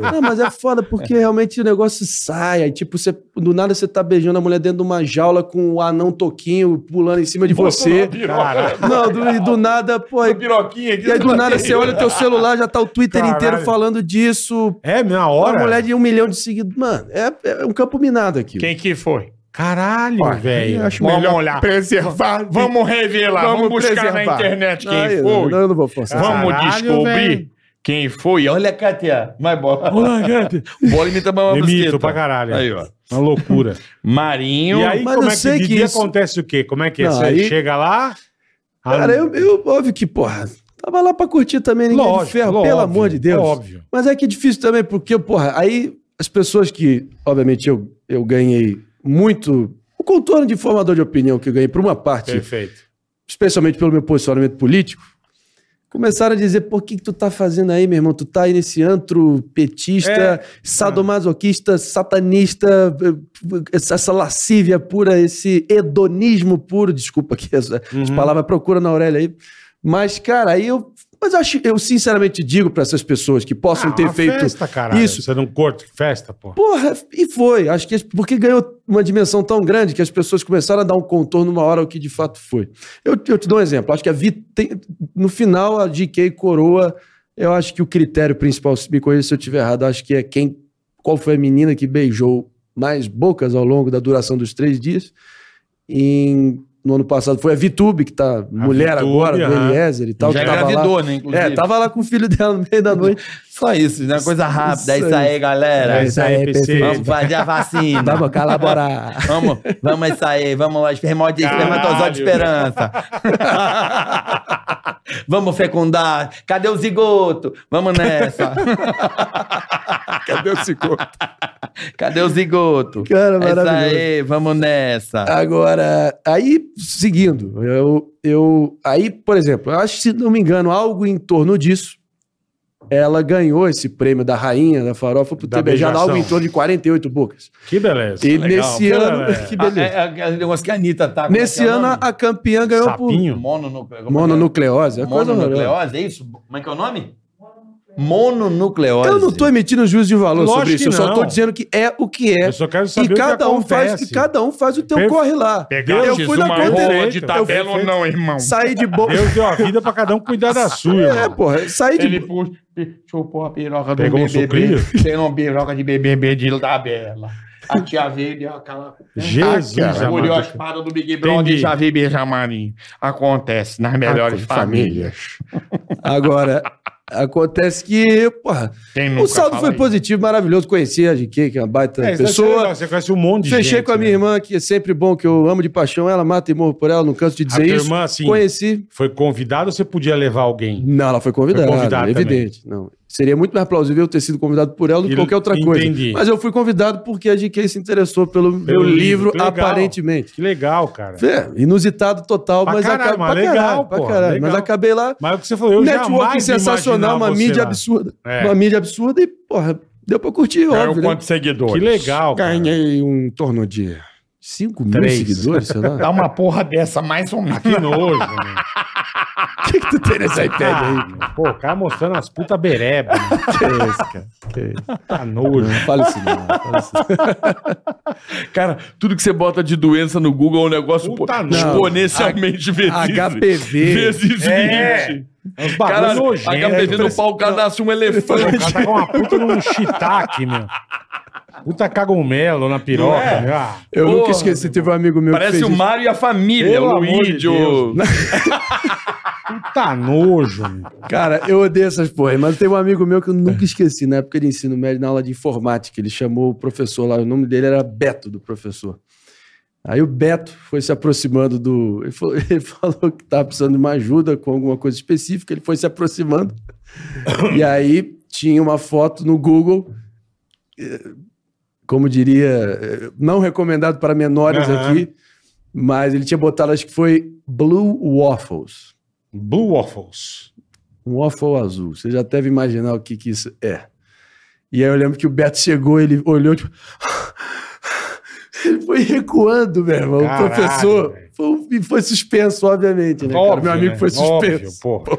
Speaker 4: Não, mas é foda porque realmente o negócio sai. Aí, tipo, você, do nada você tá beijando a mulher dentro de uma jaula com o anão toquinho pulando em cima de você.
Speaker 9: piroca.
Speaker 4: Não, do, e do nada, pô. aí-
Speaker 9: piroquinha aqui. tá
Speaker 4: E aí do nada você olha o teu celular, já tá o Twitter
Speaker 9: Caralho.
Speaker 4: inteiro falando disso.
Speaker 3: É, na
Speaker 9: hora?
Speaker 4: Uma mulher de um milhão de seguidores. Mano, é, é um campo minado aqui.
Speaker 9: Quem que foi?
Speaker 3: Caralho,
Speaker 9: velho.
Speaker 4: acho
Speaker 9: Vamos
Speaker 4: melhor
Speaker 9: olhar.
Speaker 4: preservar.
Speaker 9: Vamos revelar. Vamos, buscar na
Speaker 4: preservar.
Speaker 9: internet quem
Speaker 4: Não, eu-
Speaker 9: foi.
Speaker 4: não, eu não vou forçar.
Speaker 9: Vamos
Speaker 4: Caralho,
Speaker 9: descobrir
Speaker 4: velho.
Speaker 9: Quem foi? Olha, Kátia. Mais bola.
Speaker 3: Olá, Kátia.
Speaker 9: Bola imita uma
Speaker 3: Imito pra caralho.
Speaker 9: Aí, ó.
Speaker 3: Uma loucura.
Speaker 9: Marinho.
Speaker 3: E aí, como é que, de dia acontece o quê? Como é que é?
Speaker 4: Não,
Speaker 3: Você
Speaker 4: aí-
Speaker 3: chega lá. ah,
Speaker 4: Cara, eu, eu- óbvio que, porra, tava lá pra curtir também, ninguém
Speaker 3: Lógico,
Speaker 4: de ferro,
Speaker 3: lógico,
Speaker 4: pelo amor de Deus.
Speaker 3: óbvio.
Speaker 4: Mas é que é difícil também, porque, porra, aí as pessoas que, obviamente, eu, eu ganhei muito. O contorno de formador de opinião que eu ganhei, por uma parte,
Speaker 3: Perfeito.
Speaker 4: especialmente pelo meu posicionamento político, começaram a dizer, por que, que tu tá fazendo aí, meu irmão? Tu tá aí nesse antro petista,
Speaker 3: É.
Speaker 4: sadomasoquista, satanista, essa, essa lascívia pura, esse hedonismo puro, desculpa aqui essa as
Speaker 3: Uhum.
Speaker 4: palavras, procura na orelha aí. Mas, cara, aí eu... Mas eu acho- eu sinceramente digo para essas pessoas que possam
Speaker 3: Ah,
Speaker 4: ter
Speaker 3: uma
Speaker 4: feito
Speaker 3: festa, caralho.
Speaker 4: isso,
Speaker 3: Você não corta festa, pô.
Speaker 4: Porra, e foi. Acho que as- porque ganhou uma dimensão tão grande que as pessoas começaram a dar um contorno uma hora ao que de fato foi. Eu, eu te dou um exemplo. Acho que a Vi tem- no final a GK coroa. Eu acho que o critério principal, se me corrija se eu estiver errado, acho que é quem qual foi a menina que beijou mais bocas ao longo da duração dos três dias. Em- no ano passado foi a Vitube, que tá mulher
Speaker 2: Vitube,
Speaker 4: agora, do
Speaker 2: aham.
Speaker 4: Eliezer e tal.
Speaker 2: Já
Speaker 4: que tava
Speaker 2: engravidou,
Speaker 4: lá.
Speaker 2: né, inclusive.
Speaker 4: É, tava lá com o filho dela no meio da noite.
Speaker 2: Só isso, né? Coisa rápida.
Speaker 4: Isso
Speaker 2: É isso aí,
Speaker 4: aí.
Speaker 2: galera.
Speaker 4: É isso aí, PC.
Speaker 2: Vamos fazer a vacina.
Speaker 4: Vamos colaborar.
Speaker 2: Vamos, vamos isso aí. Vamos lá, espermode- espermatozoide de esperança. vamos fecundar. Cadê o zigoto? Vamos nessa.
Speaker 4: Cadê o zigoto?
Speaker 2: Cadê o zigoto?
Speaker 4: Cara,
Speaker 2: É
Speaker 4: maravilhoso.
Speaker 2: isso aí, vamos nessa.
Speaker 3: Ah,
Speaker 4: Agora, aí, seguindo, eu, eu. Aí, por exemplo, eu acho que, se não me engano, algo em torno disso, ela ganhou esse prêmio da rainha da farofa por
Speaker 3: Da
Speaker 4: ter beijado
Speaker 3: beijação.
Speaker 4: algo em torno de 48 bocas.
Speaker 3: Que beleza.
Speaker 4: E
Speaker 2: é Legal.
Speaker 4: nesse
Speaker 2: Pô,
Speaker 4: ano.
Speaker 2: é.
Speaker 4: Que beleza.
Speaker 2: Ah, é, é, é o negócio que a Anitta tá. como é
Speaker 4: nesse
Speaker 2: que é o
Speaker 4: ano,
Speaker 2: nome?
Speaker 4: a campeã ganhou
Speaker 2: Sapinho?
Speaker 4: por.
Speaker 2: Mononucle-
Speaker 4: Mononucleose. É coisa horrorosa.
Speaker 2: Mononucleose, é isso? Como é que é o nome? Mononucleose.
Speaker 4: Eu não tô emitindo juízo de valor
Speaker 2: Lógico
Speaker 4: sobre isso. Eu
Speaker 2: que
Speaker 4: só
Speaker 2: não.
Speaker 4: tô dizendo que é o que é.
Speaker 2: Eu só quero saber o
Speaker 4: e
Speaker 2: que
Speaker 4: cada um faz
Speaker 2: acontece.
Speaker 4: E cada um faz o teu
Speaker 3: Perfe-
Speaker 4: corre lá.
Speaker 3: é. Pegar
Speaker 4: eu
Speaker 3: Jesus,
Speaker 4: fui na
Speaker 3: uma
Speaker 4: conta
Speaker 3: rola
Speaker 4: direita.
Speaker 3: de tabela
Speaker 4: Eu fui-
Speaker 3: ou não, irmão?
Speaker 4: Saí de boa.
Speaker 3: Deus deu a vida pra cada um cuidar da sua,
Speaker 4: É,
Speaker 3: irmão.
Speaker 4: porra. Saí de
Speaker 9: Ele puxa, chupou a piroca do
Speaker 3: Pegou um
Speaker 9: BBB.
Speaker 3: sucrilho?
Speaker 9: Pegou uma piroca de BBB de tabela. A tia veio deu aquela...
Speaker 3: Jesus,
Speaker 9: Ah, cara, Molhou a
Speaker 3: amado. É,
Speaker 9: espada do Big Brother
Speaker 3: Entendi.
Speaker 9: e já veio beijar Marinho. Acontece nas melhores
Speaker 2: Ah,
Speaker 4: Aco-
Speaker 9: famílias.
Speaker 4: Agora, acontece que, porra, o
Speaker 3: Hum,
Speaker 9: nunca
Speaker 4: saldo
Speaker 9: fala
Speaker 4: foi
Speaker 9: isso?
Speaker 4: positivo, maravilhoso. Conheci a GK, que é uma baita
Speaker 3: É, isso deve ser
Speaker 4: pessoa.
Speaker 3: legal, Você conhece um monte de
Speaker 4: Fechei
Speaker 3: gente,
Speaker 4: com a minha irmã, que é sempre bom, que eu amo de paixão. Ela mata e morro por ela, não canso de
Speaker 3: A
Speaker 4: dizer
Speaker 3: tua
Speaker 4: isso.
Speaker 3: irmã, assim,
Speaker 4: Conheci.
Speaker 3: foi convidado ou você podia levar alguém?
Speaker 4: Não, ela foi convidada.
Speaker 3: Foi convidada
Speaker 4: evidente. Não. Seria muito mais plausível eu ter sido convidado por ela do que
Speaker 3: E-
Speaker 4: qualquer outra coisa.
Speaker 3: entendi.
Speaker 4: Mas eu fui convidado porque a GK se interessou pelo, meu livro,
Speaker 3: que legal.
Speaker 4: aparentemente.
Speaker 3: Que legal, cara.
Speaker 4: É, inusitado total,
Speaker 3: Pra
Speaker 4: mas
Speaker 3: caralho,
Speaker 4: acaba-
Speaker 3: mas
Speaker 4: pra
Speaker 3: legal,
Speaker 4: caralho, pra
Speaker 3: pô,
Speaker 4: caralho.
Speaker 3: legal.
Speaker 4: Mas acabei lá. Um
Speaker 3: Mas é o que você falou, eu
Speaker 4: Networking
Speaker 3: jamais
Speaker 4: sensacional,
Speaker 3: imaginava
Speaker 4: uma
Speaker 3: você
Speaker 4: mídia
Speaker 3: lá.
Speaker 4: absurda.
Speaker 3: É.
Speaker 4: Uma mídia absurda e, porra, deu pra curtir, óbvio. né?
Speaker 9: seguidores?
Speaker 3: Que legal, cara.
Speaker 12: Ganhei um torno de
Speaker 4: 5 mil
Speaker 3: Três.
Speaker 4: seguidores, sei lá.
Speaker 9: Dá uma porra dessa, mais ou menos.
Speaker 3: Que nojo, mano.
Speaker 4: O um que, que tu tem nesse iPad aí?
Speaker 3: Ah, Pô, o cara mostrando as puta bereba. né?
Speaker 4: Que é isso, cara? Que é isso?
Speaker 3: Tá nojo.
Speaker 4: Não fala isso, não. Fala isso.
Speaker 2: Cara, tudo que você bota de doença no Google é um negócio
Speaker 3: Puta
Speaker 2: pô-
Speaker 3: não.
Speaker 2: exponencialmente vezes.
Speaker 4: HPV.
Speaker 2: Vezes
Speaker 3: É.
Speaker 2: 20.
Speaker 3: É uns bagulho
Speaker 2: Cara,
Speaker 3: nojento.
Speaker 2: HPV no pau, o cara nasce um
Speaker 3: O
Speaker 2: elefante.
Speaker 3: cara tá com uma puta num shiitake, meu. Puta cagumelo na piroca.
Speaker 2: Não é?
Speaker 3: meu. Ah,
Speaker 4: Eu nunca
Speaker 2: Porra,
Speaker 4: esqueci, teve um amigo meu que
Speaker 2: Parece
Speaker 4: fez
Speaker 2: o
Speaker 4: isso.
Speaker 2: Mário e a família,
Speaker 3: Pelo
Speaker 2: o
Speaker 3: amor de
Speaker 2: Luigi.
Speaker 3: Deus.
Speaker 2: o-
Speaker 3: Puta nojo, meu.
Speaker 4: Cara, eu odeio essas porra, mas tem um amigo meu que eu nunca esqueci, na época de ensino médio, na aula de informática, ele chamou o professor lá, o nome dele era Beto, do professor. Aí o Beto foi se aproximando do... Ele falou, ele falou que estava precisando de uma ajuda com alguma coisa específica, ele foi se aproximando, e aí tinha uma foto no Google, eh, como diria, eh, não recomendado para menores
Speaker 3: Aham.
Speaker 4: aqui, mas ele tinha botado, acho que foi Blue Waffles
Speaker 3: Blue Waffles.
Speaker 4: um waffle azul. Você já deve imaginar o que, que isso é. E aí eu lembro que o Beto chegou, ele olhou, tipo. Ele foi recuando, meu irmão. o
Speaker 3: Caralho,
Speaker 4: professor
Speaker 3: velho.
Speaker 4: foi, um, e foi suspenso, obviamente, né? cara?
Speaker 3: Óbvio,
Speaker 4: Meu amigo
Speaker 3: né?
Speaker 4: foi
Speaker 3: Óbvio,
Speaker 4: suspenso.
Speaker 3: porra.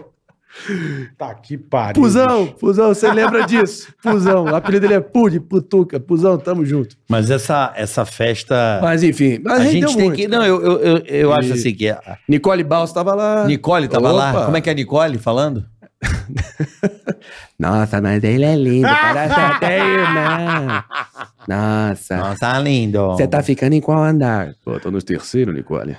Speaker 3: Tá que pariu.
Speaker 4: Pusão,
Speaker 3: bicho.
Speaker 4: Pusão, você lembra disso? Pusão. O apelido dele é Pude, Putuca. Pusão, tamo junto.
Speaker 2: Mas essa, essa festa.
Speaker 4: Mas enfim, mas
Speaker 2: a
Speaker 4: rendeu
Speaker 2: gente tem
Speaker 4: muito.
Speaker 2: que. Não, eu, eu, eu, eu
Speaker 4: E-
Speaker 2: acho assim que. A
Speaker 4: Nicole Baus tava lá.
Speaker 2: Nicole tava lá.
Speaker 4: Opa.
Speaker 2: Como é que é a Nicole falando?
Speaker 14: Nossa, mas ele é lindo, parece até irmã. Nossa,
Speaker 2: Nossa, Tá lindo.
Speaker 4: tá
Speaker 14: você tá ficando em qual andar?
Speaker 4: Pô, tô nos terceiro, Nicole.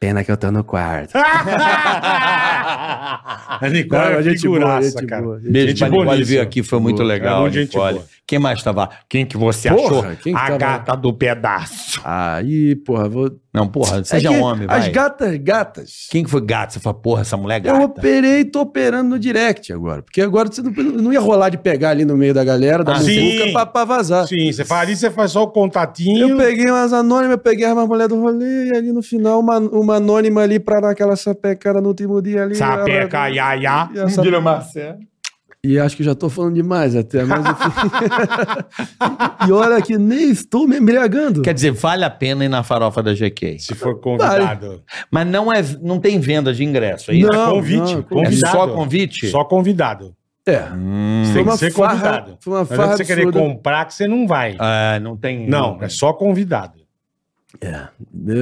Speaker 4: Pena que eu tô no quarto.
Speaker 3: A Nicole
Speaker 2: Não,
Speaker 3: é
Speaker 2: gente boa,
Speaker 3: figuraça,
Speaker 2: gente
Speaker 3: cara.
Speaker 2: boa, gente Beijo pra Nicole,
Speaker 3: boníssima.
Speaker 2: veio aqui, foi muito
Speaker 3: Boa, cara,
Speaker 2: legal,
Speaker 3: muito gente
Speaker 2: Nicole.
Speaker 3: boa.
Speaker 2: Quem mais tava? Quem que você
Speaker 3: Porra,
Speaker 2: achou?
Speaker 3: quem que
Speaker 2: a
Speaker 3: tava?
Speaker 2: gata do pedaço.
Speaker 4: Aí, porra, vou...
Speaker 2: Não, porra, seja um
Speaker 4: É que
Speaker 2: homem, vai.
Speaker 4: As gatas, gatas.
Speaker 2: Quem que foi gato? Você falou, porra, essa mulher é
Speaker 4: Eu
Speaker 2: gata.
Speaker 4: operei e tô operando no direct agora. Porque agora você não, não ia rolar de pegar ali no meio da galera, da
Speaker 3: Ah,
Speaker 4: muvuca,
Speaker 3: sim.
Speaker 4: pra, pra vazar.
Speaker 3: Sim, você faz ali, você faz só o contatinho.
Speaker 4: Eu peguei umas anônimas, eu peguei umas mulheres do rolê, e ali no final, uma, uma anônima ali pra dar aquela sapecada no último dia ali.
Speaker 3: Sapeca, ia, ia.
Speaker 4: E essa-
Speaker 3: Vira Marcelo.
Speaker 4: E acho que já tô falando demais até, mas enfim. e olha que nem estou me embriagando.
Speaker 2: Quer dizer, vale a pena ir na farofa da GK. Se
Speaker 3: for
Speaker 4: convidado.
Speaker 2: Mas não, é, não tem venda de ingresso, é isso?
Speaker 4: Não,
Speaker 2: é
Speaker 4: convite, não,
Speaker 2: É
Speaker 4: convidado.
Speaker 2: só convite?
Speaker 3: Só convidado.
Speaker 4: É.
Speaker 3: Você
Speaker 4: Foi
Speaker 3: tem
Speaker 4: uma
Speaker 3: que ser
Speaker 4: farra-
Speaker 3: convidado.
Speaker 4: foi uma
Speaker 3: Não adianta
Speaker 4: farra
Speaker 3: você querer
Speaker 4: absurda.
Speaker 3: comprar que você não vai.
Speaker 9: Ah,
Speaker 2: É, não tem...
Speaker 3: Não, é só convidado.
Speaker 4: É,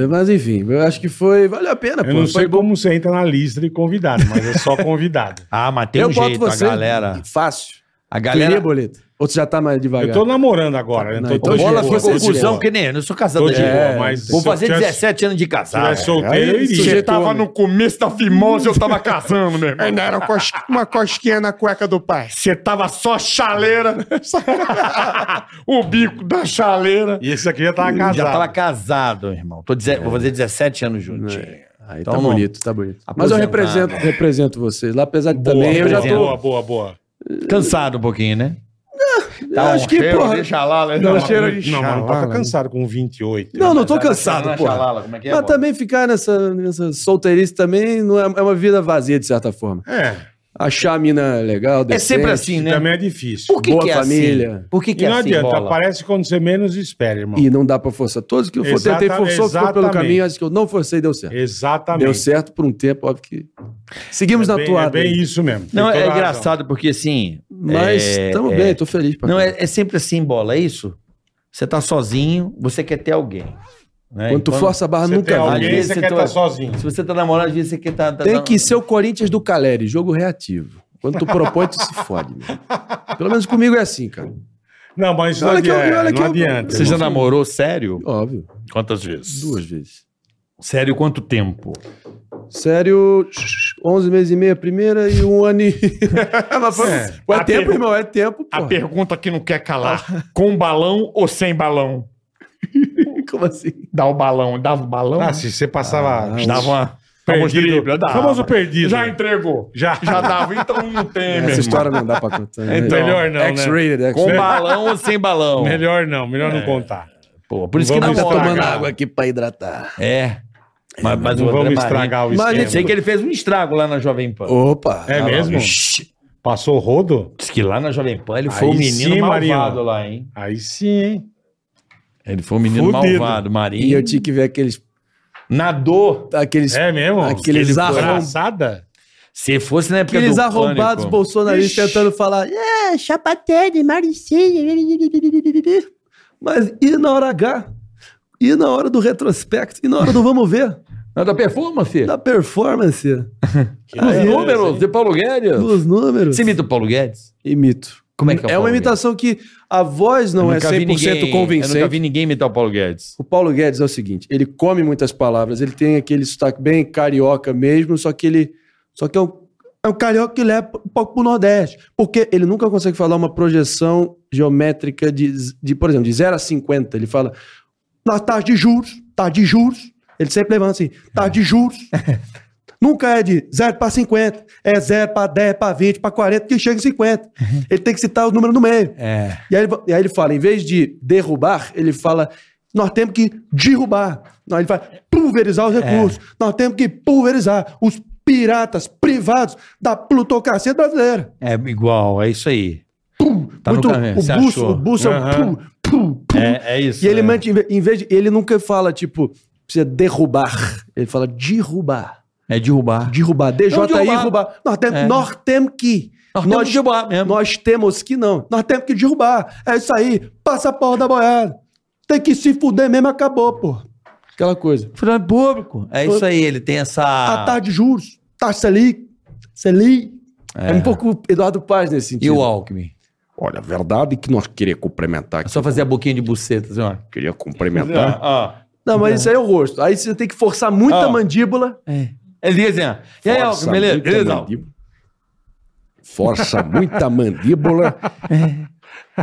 Speaker 4: Mas enfim, eu acho que foi. Valeu a pena,
Speaker 3: Eu
Speaker 4: pô.
Speaker 3: não
Speaker 4: Foi
Speaker 3: sei como você entra na lista de convidado, mas é só convidado.
Speaker 2: ah, mas tem
Speaker 4: Eu
Speaker 2: um
Speaker 4: boto
Speaker 2: jeito, a
Speaker 4: você-
Speaker 2: galera...
Speaker 4: Fácil.
Speaker 2: A
Speaker 4: Queria
Speaker 2: galera...
Speaker 4: boleto. Ou você já tá mais devagar?
Speaker 3: Eu tô namorando agora, né?
Speaker 4: Não,
Speaker 3: Tô, tô
Speaker 4: então
Speaker 3: de
Speaker 4: bola
Speaker 3: boa,
Speaker 4: fica
Speaker 3: tô de
Speaker 4: confusão
Speaker 3: boa.
Speaker 2: Que nem, eu não sou casado É,
Speaker 3: Tô de
Speaker 2: ainda.
Speaker 3: boa, mas
Speaker 2: Vou
Speaker 3: se eu
Speaker 2: fazer
Speaker 3: tivesse-
Speaker 2: 17 anos de casado.
Speaker 3: tivesse solteiro, eu iria.
Speaker 5: Você tava
Speaker 4: né?
Speaker 5: no começo da fimose, eu tava casando, meu irmão.
Speaker 11: Ainda era cos- uma cosquinha na cueca do pai.
Speaker 5: Você tava só chaleira. o bico da chaleira.
Speaker 3: E esse aqui já tava casado.
Speaker 2: Já é tava casado, irmão. Tô deze- Vou fazer 17 anos juntinho.
Speaker 3: É.
Speaker 4: Aí
Speaker 3: Então
Speaker 4: tá bonito, tá bonito. Mas eu
Speaker 2: Aposentado.
Speaker 4: represento, represento vocês lá, apesar de também eu já tô.
Speaker 3: Boa, boa, boa.
Speaker 2: Cansado um pouquinho, né?
Speaker 3: Tá
Speaker 4: Eu acho que, porra.
Speaker 3: Não,
Speaker 4: Não,
Speaker 3: mas
Speaker 4: cheiro
Speaker 3: não,
Speaker 4: de
Speaker 3: não, mas não
Speaker 4: xalala,
Speaker 3: tá
Speaker 4: né?
Speaker 3: cansado com 28.
Speaker 4: Não, não tô
Speaker 3: Mas a-
Speaker 4: cansado,
Speaker 3: não é
Speaker 4: porra.
Speaker 3: xalala, como é que é,
Speaker 4: Mas
Speaker 3: bola?
Speaker 4: também ficar nessa, nessa solteirice também não é, é uma vida vazia, de certa forma.
Speaker 3: É.
Speaker 4: Achar a mina legal,
Speaker 2: É
Speaker 4: decente,
Speaker 2: assim, né?
Speaker 9: Né?
Speaker 3: Também é difícil.
Speaker 4: Por que Boa que é família. assim? Por que que
Speaker 3: e
Speaker 4: é
Speaker 3: não
Speaker 4: assim,
Speaker 3: adianta,
Speaker 4: bola?
Speaker 3: aparece quando você menos espera, irmão.
Speaker 4: E não dá pra forçar. Todos que eu for,
Speaker 3: Exata-
Speaker 4: tentei forçou, ficou pelo
Speaker 3: exatamente.
Speaker 4: caminho, acho que eu não forcei, deu certo.
Speaker 3: Exatamente.
Speaker 4: Deu certo por um tempo, óbvio que. Seguimos
Speaker 3: É
Speaker 4: na
Speaker 3: bem-
Speaker 4: toada.
Speaker 3: é bem isso mesmo.
Speaker 2: Não, é engraçado porque assim.
Speaker 4: Mas
Speaker 2: é-
Speaker 4: tamo
Speaker 2: é-
Speaker 4: bem, tô feliz. Pra
Speaker 2: Não,
Speaker 4: caralho.
Speaker 2: é, é sempre assim, bola, é isso? Você tá sozinho, você quer ter alguém. né?
Speaker 4: Quando tu força a barra, Você nunca tem vai. alguém,
Speaker 2: Às vezes
Speaker 4: você quer
Speaker 2: tá-
Speaker 4: tá sozinho.
Speaker 2: Se você tá namorando, às vezes você quer tá. tá-
Speaker 4: Tem
Speaker 2: tá-
Speaker 4: que ser o Corinthians do Caleri, jogo reativo. Quando tu propõe, tu se fode, meu. Pelo menos comigo é assim, cara.
Speaker 3: Não, mas é não adianta, não adianta.
Speaker 2: Você já namorou sério?
Speaker 4: Óbvio.
Speaker 2: Quantas vezes?
Speaker 4: Duas vezes.
Speaker 2: Sério, quanto tempo?
Speaker 4: Sério, 11 meses e meio a primeira e um ano e... Mas foi-
Speaker 5: É.
Speaker 4: Ué,
Speaker 5: A
Speaker 4: tempo,
Speaker 5: per-
Speaker 4: irmão, é tempo,
Speaker 5: A
Speaker 4: porra.
Speaker 5: pergunta que não quer calar: com balão ou sem balão?
Speaker 4: Como assim?
Speaker 5: Dá o balão, dava o balão?
Speaker 3: Ah, se você passava.
Speaker 5: dava uma.
Speaker 3: Perdido.
Speaker 5: Vamos drible, dava.
Speaker 3: Famoso perdido.
Speaker 5: Já entregou.
Speaker 3: Já.
Speaker 5: Já dava, então não tem,
Speaker 4: Essa
Speaker 5: meu irmão.
Speaker 4: história não dá pra contar. né?
Speaker 5: Então,
Speaker 3: Melhor não, né?
Speaker 4: X-rated, X-rated.
Speaker 2: Com balão ou sem balão?
Speaker 3: Melhor não, melhor
Speaker 2: É.
Speaker 3: não contar.
Speaker 2: Pô, por isso que
Speaker 3: Vamos
Speaker 2: namora.
Speaker 3: estragar.
Speaker 2: cara.
Speaker 4: Tá aqui pra hidratar.
Speaker 2: É. Mas, mas
Speaker 3: Não
Speaker 2: o André
Speaker 3: vamos
Speaker 2: Marinho-
Speaker 3: estragar o
Speaker 2: Mas
Speaker 3: esquema.
Speaker 2: Eu sei que ele fez um estrago lá na Jovem Pan.
Speaker 4: Opa!
Speaker 3: É
Speaker 2: Ah,
Speaker 3: mesmo?
Speaker 2: lá.
Speaker 3: Passou rodo?
Speaker 2: Diz que lá na Jovem Pan ele foi um menino malvado lá, hein?
Speaker 3: Aí sim, hein?
Speaker 2: Ele foi um menino
Speaker 3: Fudido.
Speaker 2: malvado, Marinho.
Speaker 4: E eu tinha que ver aqueles...
Speaker 2: Nadou.
Speaker 4: Aqueles...
Speaker 3: É mesmo?
Speaker 4: Aqueles
Speaker 2: Ele
Speaker 4: arrom-
Speaker 3: Abraçada?
Speaker 2: Se fosse na época
Speaker 4: Aqueles
Speaker 2: do
Speaker 4: arrombados
Speaker 2: Pânico.
Speaker 4: bolsonaristas tentando falar, é, chapatene, maricinha. Mas e na hora H? E na hora do retrospecto? E na hora do vamos ver?
Speaker 2: Da performance?
Speaker 4: Da performance.
Speaker 2: Dos
Speaker 4: Aí,
Speaker 2: números de Paulo Guedes.
Speaker 4: Dos números.
Speaker 2: Você imita o Paulo Guedes?
Speaker 4: Imito.
Speaker 2: Como é que é o
Speaker 4: É uma
Speaker 2: Paulo
Speaker 4: imitação que a voz não
Speaker 2: Eu
Speaker 4: é
Speaker 2: nunca vi
Speaker 4: 100%
Speaker 2: ninguém-
Speaker 4: convincente.
Speaker 2: eu nunca vi ninguém imitar o Paulo Guedes.
Speaker 4: O Paulo Guedes é o seguinte, ele come muitas palavras, ele tem aquele sotaque bem carioca mesmo, só que ele só que é um, é um carioca que leva um pouco pro Nordeste, porque ele nunca consegue falar uma projeção geométrica de, de por exemplo, de 0 a 50, ele fala na taxa de juros, taxa de juros, ele sempre levanta assim, taxa de juros. Nunca é de 0 para 50, é 0 para 10, para 20, para 40, que chega em 50. Ele tem que citar os números no meio.
Speaker 2: É.
Speaker 4: E aí, ele, e aí ele fala, em vez de derrubar, ele fala, nós temos que derrubar. Não, ele fala, pulverizar os
Speaker 2: É.
Speaker 4: recursos. Nós temos que pulverizar os piratas privados da plutocracia brasileira.
Speaker 2: É igual, é isso aí. Tá
Speaker 4: Muito-
Speaker 2: no caminho, você
Speaker 4: o buço,
Speaker 2: achou.
Speaker 4: o buço é um
Speaker 2: Aham.
Speaker 4: pum, pum, pum.
Speaker 2: É, é isso.
Speaker 4: E ele
Speaker 2: é.
Speaker 4: mante- em ve- em vez de, ele nunca fala, tipo, precisa derrubar. Ele fala derrubar.
Speaker 2: É derrubar.
Speaker 4: Derrubar. DJ
Speaker 2: Não, derrubar.
Speaker 4: derrubar. Nós temos,
Speaker 2: É.
Speaker 4: nós temos que.
Speaker 2: Nós temos que derrubar mesmo.
Speaker 4: Nós temos que não. Nós temos que derrubar. É isso aí. Passa a porra da boiada. Tem que se fuder mesmo, acabou, pô. Aquela coisa.
Speaker 2: Funcionário um público. É isso aí, ele tem
Speaker 4: A
Speaker 2: essa.
Speaker 4: taxa Tá de juros, taxa Selic, Selic.
Speaker 2: É.
Speaker 4: É. um pouco Eduardo Paz nesse sentido.
Speaker 2: E o Alckmin?
Speaker 4: Olha, a verdade é que nós queríamos complementar
Speaker 2: assim, É só fazer a boquinha de buceta, senhora.
Speaker 4: Queria
Speaker 2: Ah, ah.
Speaker 4: Não, mas isso aí é o rosto. Aí você tem que forçar muito a mandíbula.
Speaker 2: É. Ele diz assim, ó, e aí, Alckmin,
Speaker 4: Força
Speaker 2: beleza?
Speaker 4: muita
Speaker 2: Beleza, Alckmin?
Speaker 4: mandíbula. Força muita mandíbula.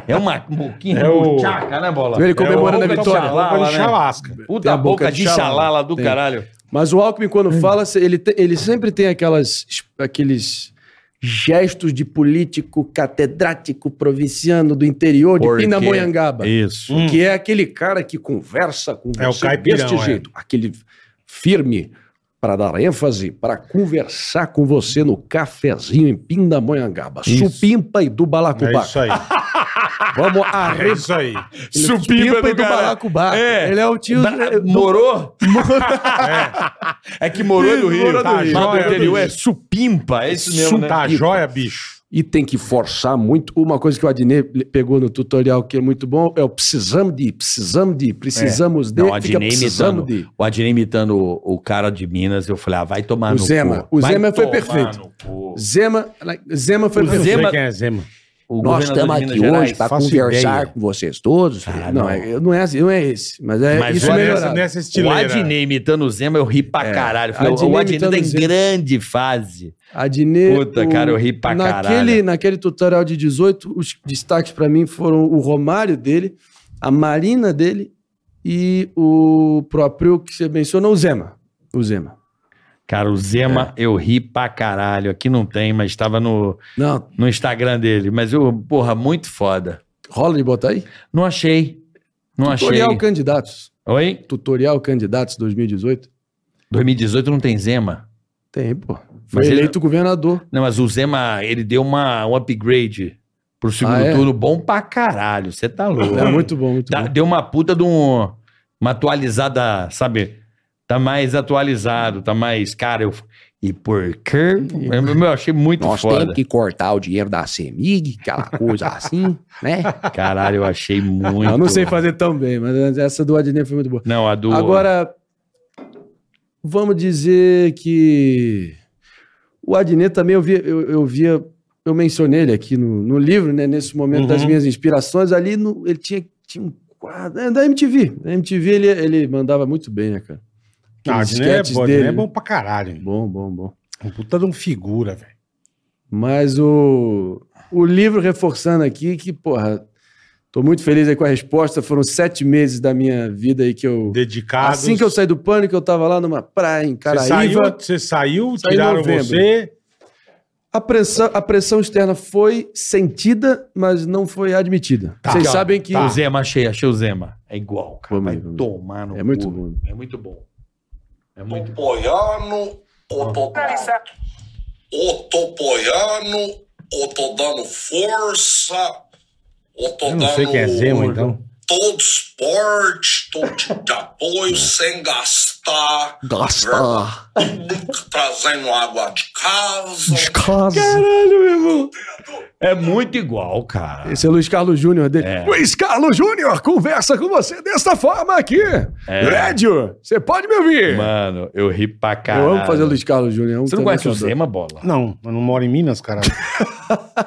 Speaker 2: É uma boquinha
Speaker 4: É o-
Speaker 2: chaca, né, Bola?
Speaker 4: Ele comemorando
Speaker 2: É o-
Speaker 4: a vitória.
Speaker 3: um
Speaker 2: Xalala, né?
Speaker 3: É
Speaker 4: Tem
Speaker 2: Puta
Speaker 4: a
Speaker 2: boca de xalala do
Speaker 4: Tem.
Speaker 2: caralho.
Speaker 4: Mas o Alckmin, quando
Speaker 12: É.
Speaker 4: fala, se- ele, te- ele sempre tem aquelas, aqueles gestos de político catedrático provinciano do interior de
Speaker 12: Por quê?
Speaker 4: Pindamonhangaba.
Speaker 12: Isso. Hum.
Speaker 4: Que é aquele cara que conversa com
Speaker 12: É o
Speaker 4: você
Speaker 12: caipirão,
Speaker 4: deste
Speaker 12: é.
Speaker 4: jeito. Aquele firme para dar ênfase, para conversar com você no cafezinho em Pindamonhangaba.
Speaker 12: Isso.
Speaker 4: Supimpa e do Balacobaco.
Speaker 12: É isso aí.
Speaker 4: Vamos arre...
Speaker 12: É isso aí.
Speaker 4: Ele
Speaker 12: Supimpa
Speaker 4: Supimpa
Speaker 12: do
Speaker 4: e do
Speaker 12: cara-
Speaker 4: Balacobaco.
Speaker 12: É.
Speaker 4: Ele é o tio...
Speaker 12: Ba-
Speaker 2: Morou? É que morou no Rio.
Speaker 4: Morou no Rio.
Speaker 2: Mas do
Speaker 4: Joia,
Speaker 2: interior é
Speaker 4: bicho.
Speaker 2: supimpa, é isso mesmo, né?
Speaker 4: Supimpa.
Speaker 3: bicho.
Speaker 4: E tem que forçar muito. Uma coisa que o Adnet le- pegou no tutorial que é muito bom é o precisamos de, precisamos de, precisamos de.
Speaker 2: É. Não, o
Speaker 4: fica
Speaker 2: Adnei
Speaker 4: precisamos
Speaker 2: imitando,
Speaker 4: de.
Speaker 2: o, Adnei imitando o, o cara de Minas, eu falei, ah, vai tomar
Speaker 4: O
Speaker 2: no
Speaker 4: Zema.
Speaker 2: cu.
Speaker 4: O
Speaker 2: Vai
Speaker 4: Zema foi
Speaker 2: tomar
Speaker 4: perfeito.
Speaker 2: no cu.
Speaker 4: Zema, Zema foi
Speaker 2: O
Speaker 4: perfeito.
Speaker 2: Zema-
Speaker 3: é Zema.
Speaker 2: O
Speaker 4: Nós
Speaker 2: governador
Speaker 4: estamos
Speaker 2: de
Speaker 4: aqui
Speaker 2: Minas Gerais,
Speaker 4: hoje tá? para
Speaker 2: faço
Speaker 4: conversar
Speaker 2: ideia. Ah,
Speaker 4: com vocês todos. não,
Speaker 2: não.
Speaker 4: É, não, é, assim, não é esse. Mas é
Speaker 2: Mas
Speaker 4: isso
Speaker 2: olha
Speaker 4: melhorado.
Speaker 2: essa- né? nessa estileira. O Adnei imitando o Zema, eu ri pra caralho. Eu falei,
Speaker 4: Adnei
Speaker 2: o Adnei
Speaker 4: É. imitando
Speaker 2: tá
Speaker 4: o
Speaker 2: em
Speaker 4: Zema.
Speaker 2: grande fase.
Speaker 4: Adnet,
Speaker 2: Puta,
Speaker 4: o-
Speaker 2: cara, eu ri pra
Speaker 4: naquele,
Speaker 2: caralho.
Speaker 4: naquele tutorial de 18, os destaques pra mim foram o Romário dele, a Marina dele e o próprio que você mencionou, o Zema. O Zema.
Speaker 2: Cara, o Zema,
Speaker 4: É.
Speaker 2: eu ri pra caralho. Aqui não tem, mas estava no,
Speaker 4: Não.
Speaker 2: no Instagram dele. Mas eu, porra, muito foda.
Speaker 4: Rola de botar aí?
Speaker 2: Não achei. Não
Speaker 4: Tutorial
Speaker 2: achei.
Speaker 4: Candidatos.
Speaker 2: Oi?
Speaker 4: Tutorial Candidatos 2018.
Speaker 2: 2018 não tem Zema.
Speaker 4: Tem, pô. Foi
Speaker 2: Mas ele-
Speaker 4: eleito governador.
Speaker 2: Não, mas o Zema, ele deu uma, um upgrade pro segundo
Speaker 4: Ah, é?
Speaker 2: turno bom pra caralho. Você tá louco.
Speaker 4: É muito bom, muito
Speaker 2: Dá- Deu uma puta de um, uma atualizada, sabe? Tá mais atualizado, tá mais. Cara, eu. E por quê? Eu, eu achei muito
Speaker 12: Nós
Speaker 2: foda.
Speaker 12: temos que cortar o dinheiro da CEMIG, aquela coisa assim, né?
Speaker 2: Caralho, eu achei muito.
Speaker 4: Eu não sei fazer tão bem, mas essa do Adnet foi muito boa.
Speaker 2: Não, a do.
Speaker 4: Agora, vamos dizer que o Adnet também eu via, eu, eu via, eu mencionei ele aqui no, no livro, né? Nesse momento
Speaker 12: Uhum.
Speaker 4: das minhas inspirações, ali no- ele tinha, tinha um quadro é, da MTV. Da MTV ele, ele mandava muito bem, né, cara?
Speaker 3: Ah,
Speaker 4: Aqueles
Speaker 3: Adnet é
Speaker 4: sketches
Speaker 3: bom, Adnet
Speaker 4: dele,
Speaker 3: é bom
Speaker 4: né?
Speaker 3: pra caralho.
Speaker 4: Bom, bom, bom.
Speaker 3: Um puta de um figura, velho.
Speaker 4: Mas o, o livro reforçando aqui que, porra, tô muito feliz aí com a resposta. Foram sete meses da minha vida aí que eu.
Speaker 3: Dedicados.
Speaker 4: Assim que eu saí do pânico, eu tava lá numa praia em
Speaker 3: Você saiu,
Speaker 4: Caraíva.
Speaker 3: você saiu
Speaker 4: Saí em
Speaker 3: tiraram
Speaker 4: novembro.
Speaker 3: você.
Speaker 4: A pressão, a pressão externa foi sentida, mas não foi admitida. Vocês
Speaker 2: Aqui, ó.
Speaker 4: sabem que.
Speaker 2: O Zema, achei, achei o Zema. É igual, cara. Vai tomar no
Speaker 4: É muito
Speaker 2: cu.
Speaker 4: bom.
Speaker 2: É muito bom. É muito bom.
Speaker 6: Topoiano, ou tô, ou tô apoiando, ou tô dando força, ou tô
Speaker 3: Eu
Speaker 6: dando
Speaker 3: não sei quem é Zema, então.
Speaker 6: todo esporte, todo tipo de apoio, sem gastar,
Speaker 3: Gastar.
Speaker 6: trazendo água de casa.
Speaker 2: Caralho, meu irmão. É muito igual, cara.
Speaker 4: Esse é o Luiz Carlos Júnior dele.
Speaker 2: É.
Speaker 4: Luiz Carlos Júnior conversa com você desta forma aqui.
Speaker 2: É.
Speaker 4: Rédio, você pode me ouvir?
Speaker 2: Mano, eu ri pra caralho.
Speaker 4: Eu amo fazer o Luiz Carlos Júnior. é um
Speaker 2: Você não conhece o
Speaker 4: tormentador.
Speaker 2: Zema, Bola?
Speaker 3: Não, eu não moro em Minas, caralho.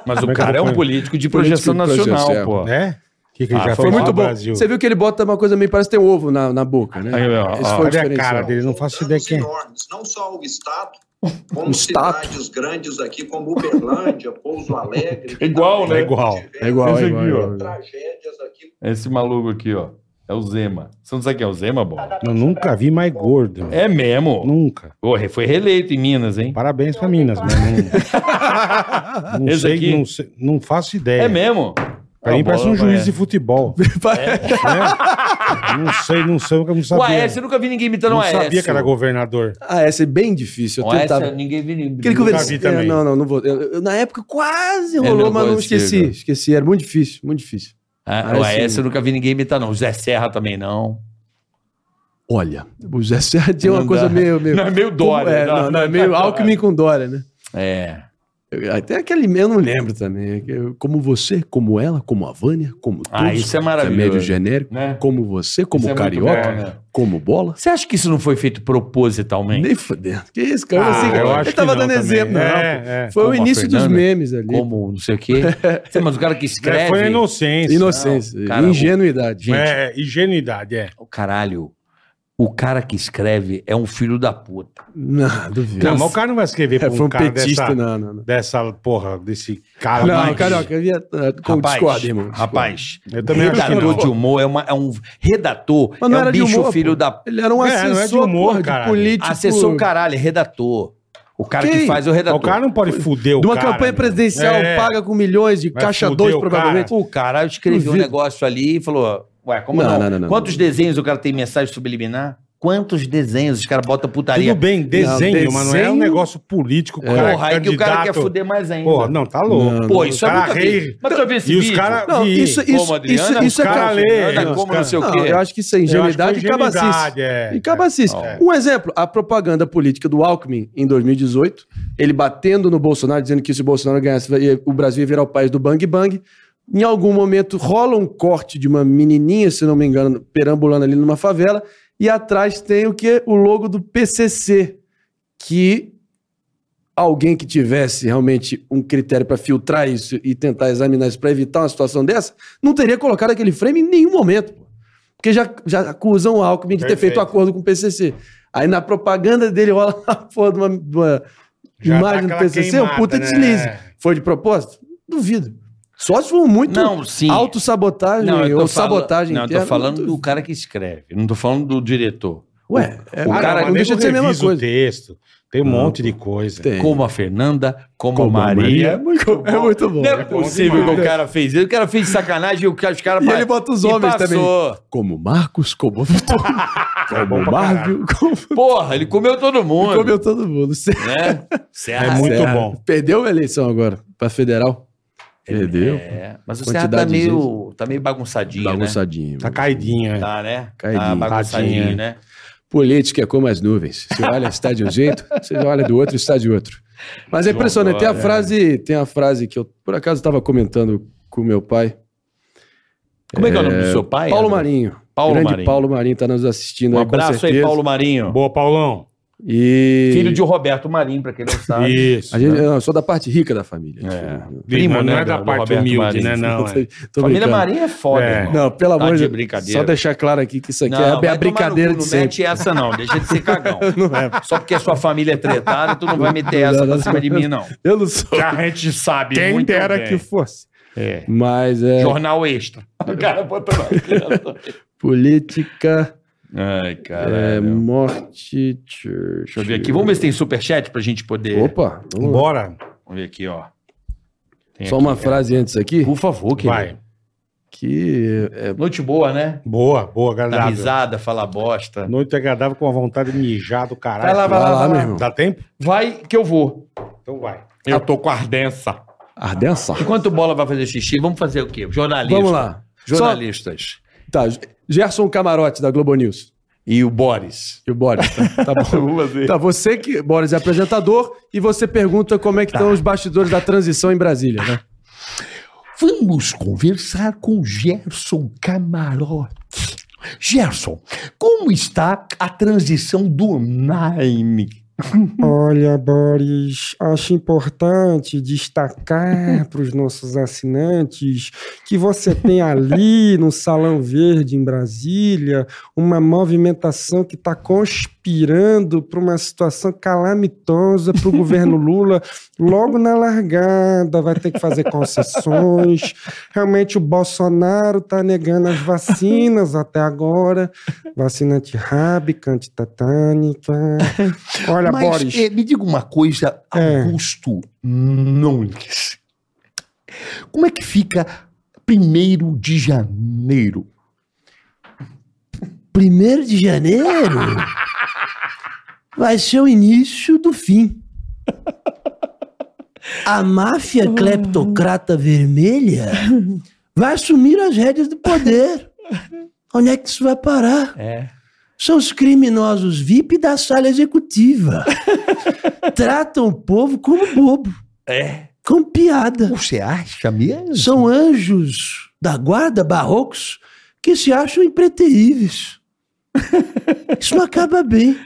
Speaker 2: Mas o
Speaker 3: Como é que
Speaker 2: cara é
Speaker 3: eu
Speaker 2: um
Speaker 3: ponho?
Speaker 2: político de
Speaker 4: Político
Speaker 2: projeção
Speaker 4: de
Speaker 2: nacional,
Speaker 4: projeção, é.
Speaker 2: pô.
Speaker 3: É? O que, que ele
Speaker 2: Ah,
Speaker 3: já
Speaker 2: foi
Speaker 3: fez
Speaker 2: muito
Speaker 3: no
Speaker 2: bom.
Speaker 3: Brasil?
Speaker 4: Você viu que ele bota uma coisa meio, parece que tem um ovo na, na boca, né?
Speaker 3: Aí, ó,
Speaker 4: Esse foi
Speaker 3: ó,
Speaker 4: né? o
Speaker 3: olha a
Speaker 4: diferencial.
Speaker 3: cara dele, não faço ideia quem é.
Speaker 15: não só o Estado, como
Speaker 4: Um status.
Speaker 15: cidades grandes aqui, como Uberlândia, Pouso Alegre.
Speaker 2: Igual, né?
Speaker 15: É
Speaker 3: igual.
Speaker 2: É igual,
Speaker 15: Esse
Speaker 2: é
Speaker 15: aqui,
Speaker 2: igual, é
Speaker 15: ó.
Speaker 2: igual.
Speaker 15: Tragédias aqui.
Speaker 2: Esse maluco aqui, ó. É o Zema. Você não sabe quem é o Zema, Bola?
Speaker 3: Eu nunca vi mais gordo. né?
Speaker 2: É mesmo?
Speaker 3: Nunca.
Speaker 2: Pô, re- foi reeleito em Minas, hein?
Speaker 3: Parabéns pra Minas, mas não, não
Speaker 2: Esse
Speaker 3: sei,
Speaker 2: aqui?
Speaker 3: não sei- não faço ideia.
Speaker 2: É mesmo?
Speaker 3: Pra mim
Speaker 2: Ah,
Speaker 3: parece um
Speaker 2: bola,
Speaker 3: juiz
Speaker 2: é.
Speaker 3: de futebol. É? Não sei, não sei, eu não
Speaker 2: O
Speaker 3: sabia.
Speaker 2: Aécio, eu nunca vi ninguém imitando
Speaker 3: não
Speaker 2: o Aécio.
Speaker 3: sabia que era governador.
Speaker 4: Ah, essa é bem difícil. Eu
Speaker 2: O Aécio,
Speaker 4: tentava.
Speaker 2: ninguém viu ninguém.
Speaker 4: Aquele que eu
Speaker 3: Nunca
Speaker 4: venci-
Speaker 3: vi
Speaker 4: É,
Speaker 3: também.
Speaker 4: não, não, não vou. eu- eu- na época quase
Speaker 2: É,
Speaker 4: rolou,
Speaker 2: não
Speaker 4: mas não
Speaker 2: consigo.
Speaker 4: esqueci. Esqueci, era muito difícil, muito difícil.
Speaker 2: Ah,
Speaker 4: Aécio-
Speaker 2: o Aécio eu nunca vi ninguém imitar, não. O Zé Serra também não.
Speaker 4: Olha, o Zé Serra tinha uma
Speaker 2: Não
Speaker 4: coisa
Speaker 2: dá.
Speaker 4: meio, meio.
Speaker 2: Não, é meio
Speaker 4: Como-
Speaker 2: Dória,
Speaker 4: É,
Speaker 2: não,
Speaker 4: não, não, é
Speaker 2: não
Speaker 4: meio
Speaker 2: dá.
Speaker 4: Alckmin com Dória, né?
Speaker 2: É.
Speaker 4: Eu- Até aquele. Eu não lembro também. é que eu- Como você, como ela, como a Vânia, como todos.
Speaker 2: Ah, isso é maravilhoso,
Speaker 4: Remédio genérico.
Speaker 2: né?
Speaker 4: Como você, como
Speaker 2: Isso é muito
Speaker 4: carioca,
Speaker 2: bom, né?
Speaker 4: como bola.
Speaker 2: Você acha que isso não foi feito propositalmente?
Speaker 4: Nem fodendo. Que isso, cara?
Speaker 2: Ah,
Speaker 4: Assim,
Speaker 2: eu acho
Speaker 4: ele
Speaker 2: que
Speaker 4: tava
Speaker 2: não
Speaker 4: dando
Speaker 2: também.
Speaker 4: exemplo, não.
Speaker 2: É,
Speaker 4: pô.
Speaker 2: é.
Speaker 4: Foi
Speaker 2: Como
Speaker 4: o
Speaker 2: a
Speaker 4: início dos
Speaker 2: Fernanda?
Speaker 4: memes ali.
Speaker 2: Como não sei o quê. Você, mas o cara que escreve.
Speaker 3: É, foi a inocência.
Speaker 4: Inocência,
Speaker 2: Não, cara, É.
Speaker 4: ingenuidade.
Speaker 2: Gente,
Speaker 3: É, ingenuidade, é.
Speaker 2: o caralho. O cara que escreve é um filho da puta.
Speaker 4: Não,
Speaker 3: Não, mas o cara não vai escrever
Speaker 2: É,
Speaker 3: pra
Speaker 2: foi
Speaker 3: um
Speaker 2: um
Speaker 3: cara
Speaker 2: petista,
Speaker 10: né?
Speaker 3: dessa,
Speaker 2: não,
Speaker 3: dessa porra, desse cara.
Speaker 2: Não,
Speaker 3: mais-
Speaker 2: Carioca,
Speaker 4: eu ia, eh, com-
Speaker 2: Rapaz,
Speaker 4: discordo, irmão. discordo.
Speaker 2: Rapaz,
Speaker 4: Eu também acho que
Speaker 2: redator
Speaker 4: não.
Speaker 2: de humor é, uma- é um redator,
Speaker 4: Mas não
Speaker 2: é um
Speaker 4: era de
Speaker 2: bicho
Speaker 4: humor,
Speaker 2: filho
Speaker 4: pô.
Speaker 2: da...
Speaker 4: Ele era um É, não é de assessor, humor, porra, de caralho.
Speaker 10: tipo,
Speaker 4: político.
Speaker 2: Assessor, caralho, Ah, é redator. O cara que,
Speaker 4: Que?
Speaker 2: faz é o redator.
Speaker 4: O cara
Speaker 3: não pode fuder né?
Speaker 4: de uma campanha presidencial paga com milhões de
Speaker 2: É. Vai
Speaker 4: caixa
Speaker 2: fuder
Speaker 4: 2,
Speaker 2: o
Speaker 4: provavelmente.
Speaker 2: cara. O cara escreveu um
Speaker 4: Duvido.
Speaker 2: negócio ali e falou: Ué, como
Speaker 4: Não,
Speaker 2: não?
Speaker 4: não, não, não.
Speaker 2: Quantos desenhos o cara tem mensagem subliminar? Quantos desenhos os caras botam putaria?
Speaker 3: Tudo bem, desenho, mas não é um negócio político.
Speaker 2: É. Porra, aí que o cara quer fuder mais ainda.
Speaker 3: Porra, não, tá louco.
Speaker 2: Não,
Speaker 3: Pô,
Speaker 2: não,
Speaker 3: isso
Speaker 2: não.
Speaker 3: é
Speaker 2: Cara,
Speaker 3: muito
Speaker 2: rei.
Speaker 3: vídeo.
Speaker 2: Mas tu já viu esse
Speaker 3: E os
Speaker 2: vídeo?
Speaker 3: caras...
Speaker 2: Não, isso- é isso-
Speaker 3: Como
Speaker 2: isso-
Speaker 3: Adriana,
Speaker 2: isso
Speaker 3: os
Speaker 2: é
Speaker 3: caras
Speaker 2: café.
Speaker 3: lê.
Speaker 2: Nada como não sei o quê.
Speaker 4: eu acho que isso é
Speaker 2: Eu acho que
Speaker 4: ingenuidade
Speaker 2: é
Speaker 4: e cabacice.
Speaker 2: ingenuidade, é.
Speaker 10: assim.
Speaker 4: E cabacice.
Speaker 2: É.
Speaker 4: Um exemplo, a propaganda política do Alckmin em 2018, ele batendo no Bolsonaro, dizendo que se o Bolsonaro ganhasse, ia- o Brasil ia virar o país do bang bang. Em algum momento rola um corte de uma menininha, se não me engano, perambulando ali numa favela, e atrás tem o que? O logo do PCC, que alguém que tivesse realmente um critério pra filtrar isso e tentar examinar isso pra evitar uma situação dessa, não teria colocado aquele frame em nenhum momento. pô. Porque já, já acusam o Alckmin de ter
Speaker 2: Perfeito.
Speaker 4: feito um acordo com o PCC. Aí na propaganda dele rola a porra de uma, de uma
Speaker 2: Já dá
Speaker 4: imagem do
Speaker 2: aquela
Speaker 4: PCC, um
Speaker 2: queimada,
Speaker 4: puta
Speaker 2: né?
Speaker 4: deslize. Foi de propósito? Duvido. Só se for muito
Speaker 2: Não, sim.
Speaker 4: autossabotagem
Speaker 2: Não, eu tô
Speaker 4: ou
Speaker 2: falando-
Speaker 4: sabotagem é
Speaker 2: Não, eu
Speaker 4: interna.
Speaker 2: tô falando do cara que escreve. Eu Não tô falando do diretor.
Speaker 4: Ué, é-
Speaker 2: o
Speaker 4: Ah,
Speaker 2: cara
Speaker 4: não, mas deixa de ser a mesma
Speaker 2: revisa
Speaker 4: coisa.
Speaker 2: o
Speaker 3: texto. Tem um monte de coisa. Tem.
Speaker 2: Como a Fernanda, como,
Speaker 4: Como
Speaker 2: a
Speaker 4: a
Speaker 2: Maria.
Speaker 4: Maria.
Speaker 2: É muito bom.
Speaker 4: É muito
Speaker 3: então
Speaker 4: bom.
Speaker 2: Não é
Speaker 4: É bom
Speaker 2: possível que
Speaker 4: demais.
Speaker 2: o cara fez isso. O cara fez de sacanagem e o cara- os caras...
Speaker 4: E ele bota os
Speaker 2: E
Speaker 4: homens também.
Speaker 2: passou.
Speaker 4: Como Marcos, como Vitor,
Speaker 3: é
Speaker 4: como Marvel, como...
Speaker 2: Porra, ele comeu todo mundo.
Speaker 4: Ele comeu É todo mundo. certo?
Speaker 2: Né?
Speaker 3: É
Speaker 2: Serra-
Speaker 4: Certo.
Speaker 2: Serra.
Speaker 4: Perdeu a eleição agora, pra federal. Perdeu.
Speaker 2: É, mas o Serra
Speaker 4: Quantidade
Speaker 2: tá
Speaker 4: de gente.
Speaker 2: meio, tá meio bagunçadinho,
Speaker 4: Bagunçadinho.
Speaker 3: Tá caidinho, é.
Speaker 2: né? Tá, né? Tá
Speaker 4: Caidinho.
Speaker 2: bagunçadinho, né?
Speaker 4: Política é como as nuvens. Você olha, está de um jeito, você olha do outro, está de outro. Mas é
Speaker 2: João
Speaker 4: impressionante. Tem a
Speaker 2: Dória.
Speaker 4: frase, tem a frase que eu, por acaso, estava comentando com meu pai.
Speaker 2: Como é que é o nome do seu pai,
Speaker 4: Paulo
Speaker 2: André?
Speaker 4: Marinho.
Speaker 2: Paulo
Speaker 4: Grande
Speaker 2: Marinho.
Speaker 4: Paulo Marinho está nos assistindo
Speaker 2: Um
Speaker 4: aí, com
Speaker 2: abraço aí,
Speaker 4: certeza.
Speaker 2: Paulo Marinho.
Speaker 3: Boa, Paulão.
Speaker 4: E...
Speaker 2: Filho de Roberto Marinho, pra quem não sabe.
Speaker 3: Isso.
Speaker 4: A gente, eu sou da parte rica da família. Filho.
Speaker 2: Primo, Mas não né, é da do- do parte Roberto humilde, Marinho. né, não, é.
Speaker 4: Tô
Speaker 2: Família
Speaker 4: brincando.
Speaker 2: Marinho é foda, irmão.
Speaker 4: Não, pelo
Speaker 2: Tá
Speaker 4: amor
Speaker 2: de
Speaker 4: de Deus.
Speaker 2: brincadeira.
Speaker 4: Só deixar claro aqui que isso aqui é a- é
Speaker 2: vai
Speaker 4: a brincadeira
Speaker 2: tomar no
Speaker 4: de
Speaker 2: cu, Não mete
Speaker 4: sempre.
Speaker 2: essa, não. Deixa de ser cagão. Só porque a sua família é tretada, tu não vai meter
Speaker 4: Não,
Speaker 2: essa
Speaker 4: não,
Speaker 2: pra
Speaker 4: não.
Speaker 2: cima de mim, não.
Speaker 4: Eu não sou.
Speaker 2: Que a gente sabe
Speaker 4: Quem
Speaker 2: muito
Speaker 4: dera
Speaker 2: bem.
Speaker 4: que fosse.
Speaker 2: É.
Speaker 4: Mas é.
Speaker 2: Jornal Extra. O cara botou lá.
Speaker 4: Política.
Speaker 2: Ai,
Speaker 4: É, morte. Deixa
Speaker 2: eu ver aqui. Vamos ver se tem superchat pra gente poder...
Speaker 4: Opa, vamos lá.
Speaker 3: Bora.
Speaker 2: Vamos ver aqui, ó. Tem
Speaker 4: Só
Speaker 2: aqui, é.
Speaker 4: uma
Speaker 2: cara.
Speaker 4: frase antes aqui.
Speaker 2: Por favor, querido.
Speaker 3: Vai.
Speaker 4: Que. é-
Speaker 2: Noite boa, né?
Speaker 3: Boa, boa,
Speaker 2: Dá
Speaker 3: agradável.
Speaker 2: risada, falar bosta.
Speaker 3: Noite agradável com a vontade de mijar do caralho.
Speaker 2: Vai lá, vai lá, vai lá.
Speaker 3: Dá tempo?
Speaker 2: Vai que eu vou.
Speaker 3: Então vai.
Speaker 2: Eu tô com ardença.
Speaker 4: Ardença?
Speaker 2: Enquanto o Bola vai fazer xixi, vamos fazer o quê? Jornalista.
Speaker 4: Vamos lá.
Speaker 2: Jornalistas.
Speaker 4: Tá, Gerson Camarote, da Globo News.
Speaker 2: E o Boris.
Speaker 4: E o Boris, tá, tá bom. tá, você que, Boris, é apresentador, e você pergunta como é que estão os bastidores da transição em Brasília, né?
Speaker 5: Vamos conversar com Gerson Camarote. Gerson, como está a transição do online?
Speaker 16: Olha, Boris, acho importante destacar para os nossos assinantes que você tem ali no Salão Verde, em Brasília, uma movimentação que está conspirando para uma situação calamitosa para o governo Lula. Logo na largada, vai ter que fazer concessões. Realmente, o Bolsonaro está negando as vacinas até agora vacina antirrábica, antitetânica. Olha,
Speaker 5: Mas,
Speaker 16: Boris.
Speaker 5: eh, me diga uma coisa,
Speaker 17: É.
Speaker 5: Augusto Nunes. Como é que fica primeiro de janeiro?
Speaker 17: Primeiro de janeiro vai ser o início do fim. A
Speaker 5: Ah.
Speaker 17: máfia cleptocrata vermelha vai assumir as rédeas do poder. Onde é que isso vai parar?
Speaker 2: É.
Speaker 17: São os criminosos VIP da sala executiva. Tratam o povo como bobo.
Speaker 5: É.
Speaker 17: Com piada.
Speaker 5: Você acha mesmo?
Speaker 17: São anjos da guarda barrocos que se acham impreteríveis. Isso não acaba bem.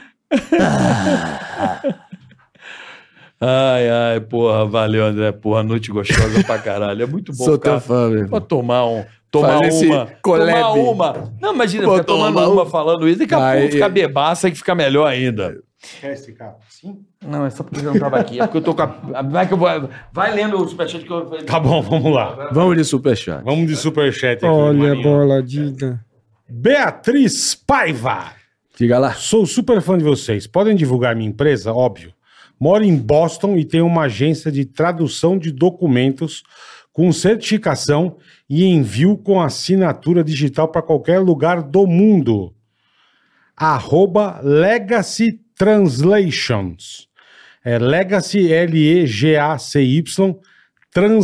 Speaker 2: Ai, ai, porra, valeu, André. Porra, noite gostosa pra caralho. É muito bom,
Speaker 4: Sou
Speaker 2: cara.
Speaker 4: teu fã, meu irmão.
Speaker 2: Pra tomar um. Tomar
Speaker 4: Fazer esse
Speaker 2: uma.
Speaker 4: collab.
Speaker 2: Tomar uma. Não, imagina,
Speaker 4: Pô,
Speaker 2: ficar tomando
Speaker 4: tomar
Speaker 2: uma
Speaker 4: uma.
Speaker 2: falando isso, daqui a
Speaker 4: Vai,
Speaker 2: pouco fica
Speaker 4: é.
Speaker 2: bebaça que fica melhor ainda.
Speaker 3: Quer esse carro? Sim.
Speaker 2: Não, é só porque eu não tava aqui. É porque eu tô com a. Vai, que eu vou... Vai lendo o superchat que eu falei.
Speaker 3: Tá bom, vamos lá.
Speaker 4: Vamos de superchat.
Speaker 3: Vamos de superchat aqui.
Speaker 16: Olha a
Speaker 3: Marinho.
Speaker 16: boladinha.
Speaker 3: Beatriz Paiva.
Speaker 4: Diga lá.
Speaker 3: Sou super fã de vocês. Podem divulgar minha empresa? Óbvio. Moro em Boston e tenho uma agência de tradução de documentos com certificação e envio com assinatura digital para qualquer lugar do mundo. Arroba Legacy Translations. É Legacy L-E-G-A-C-Y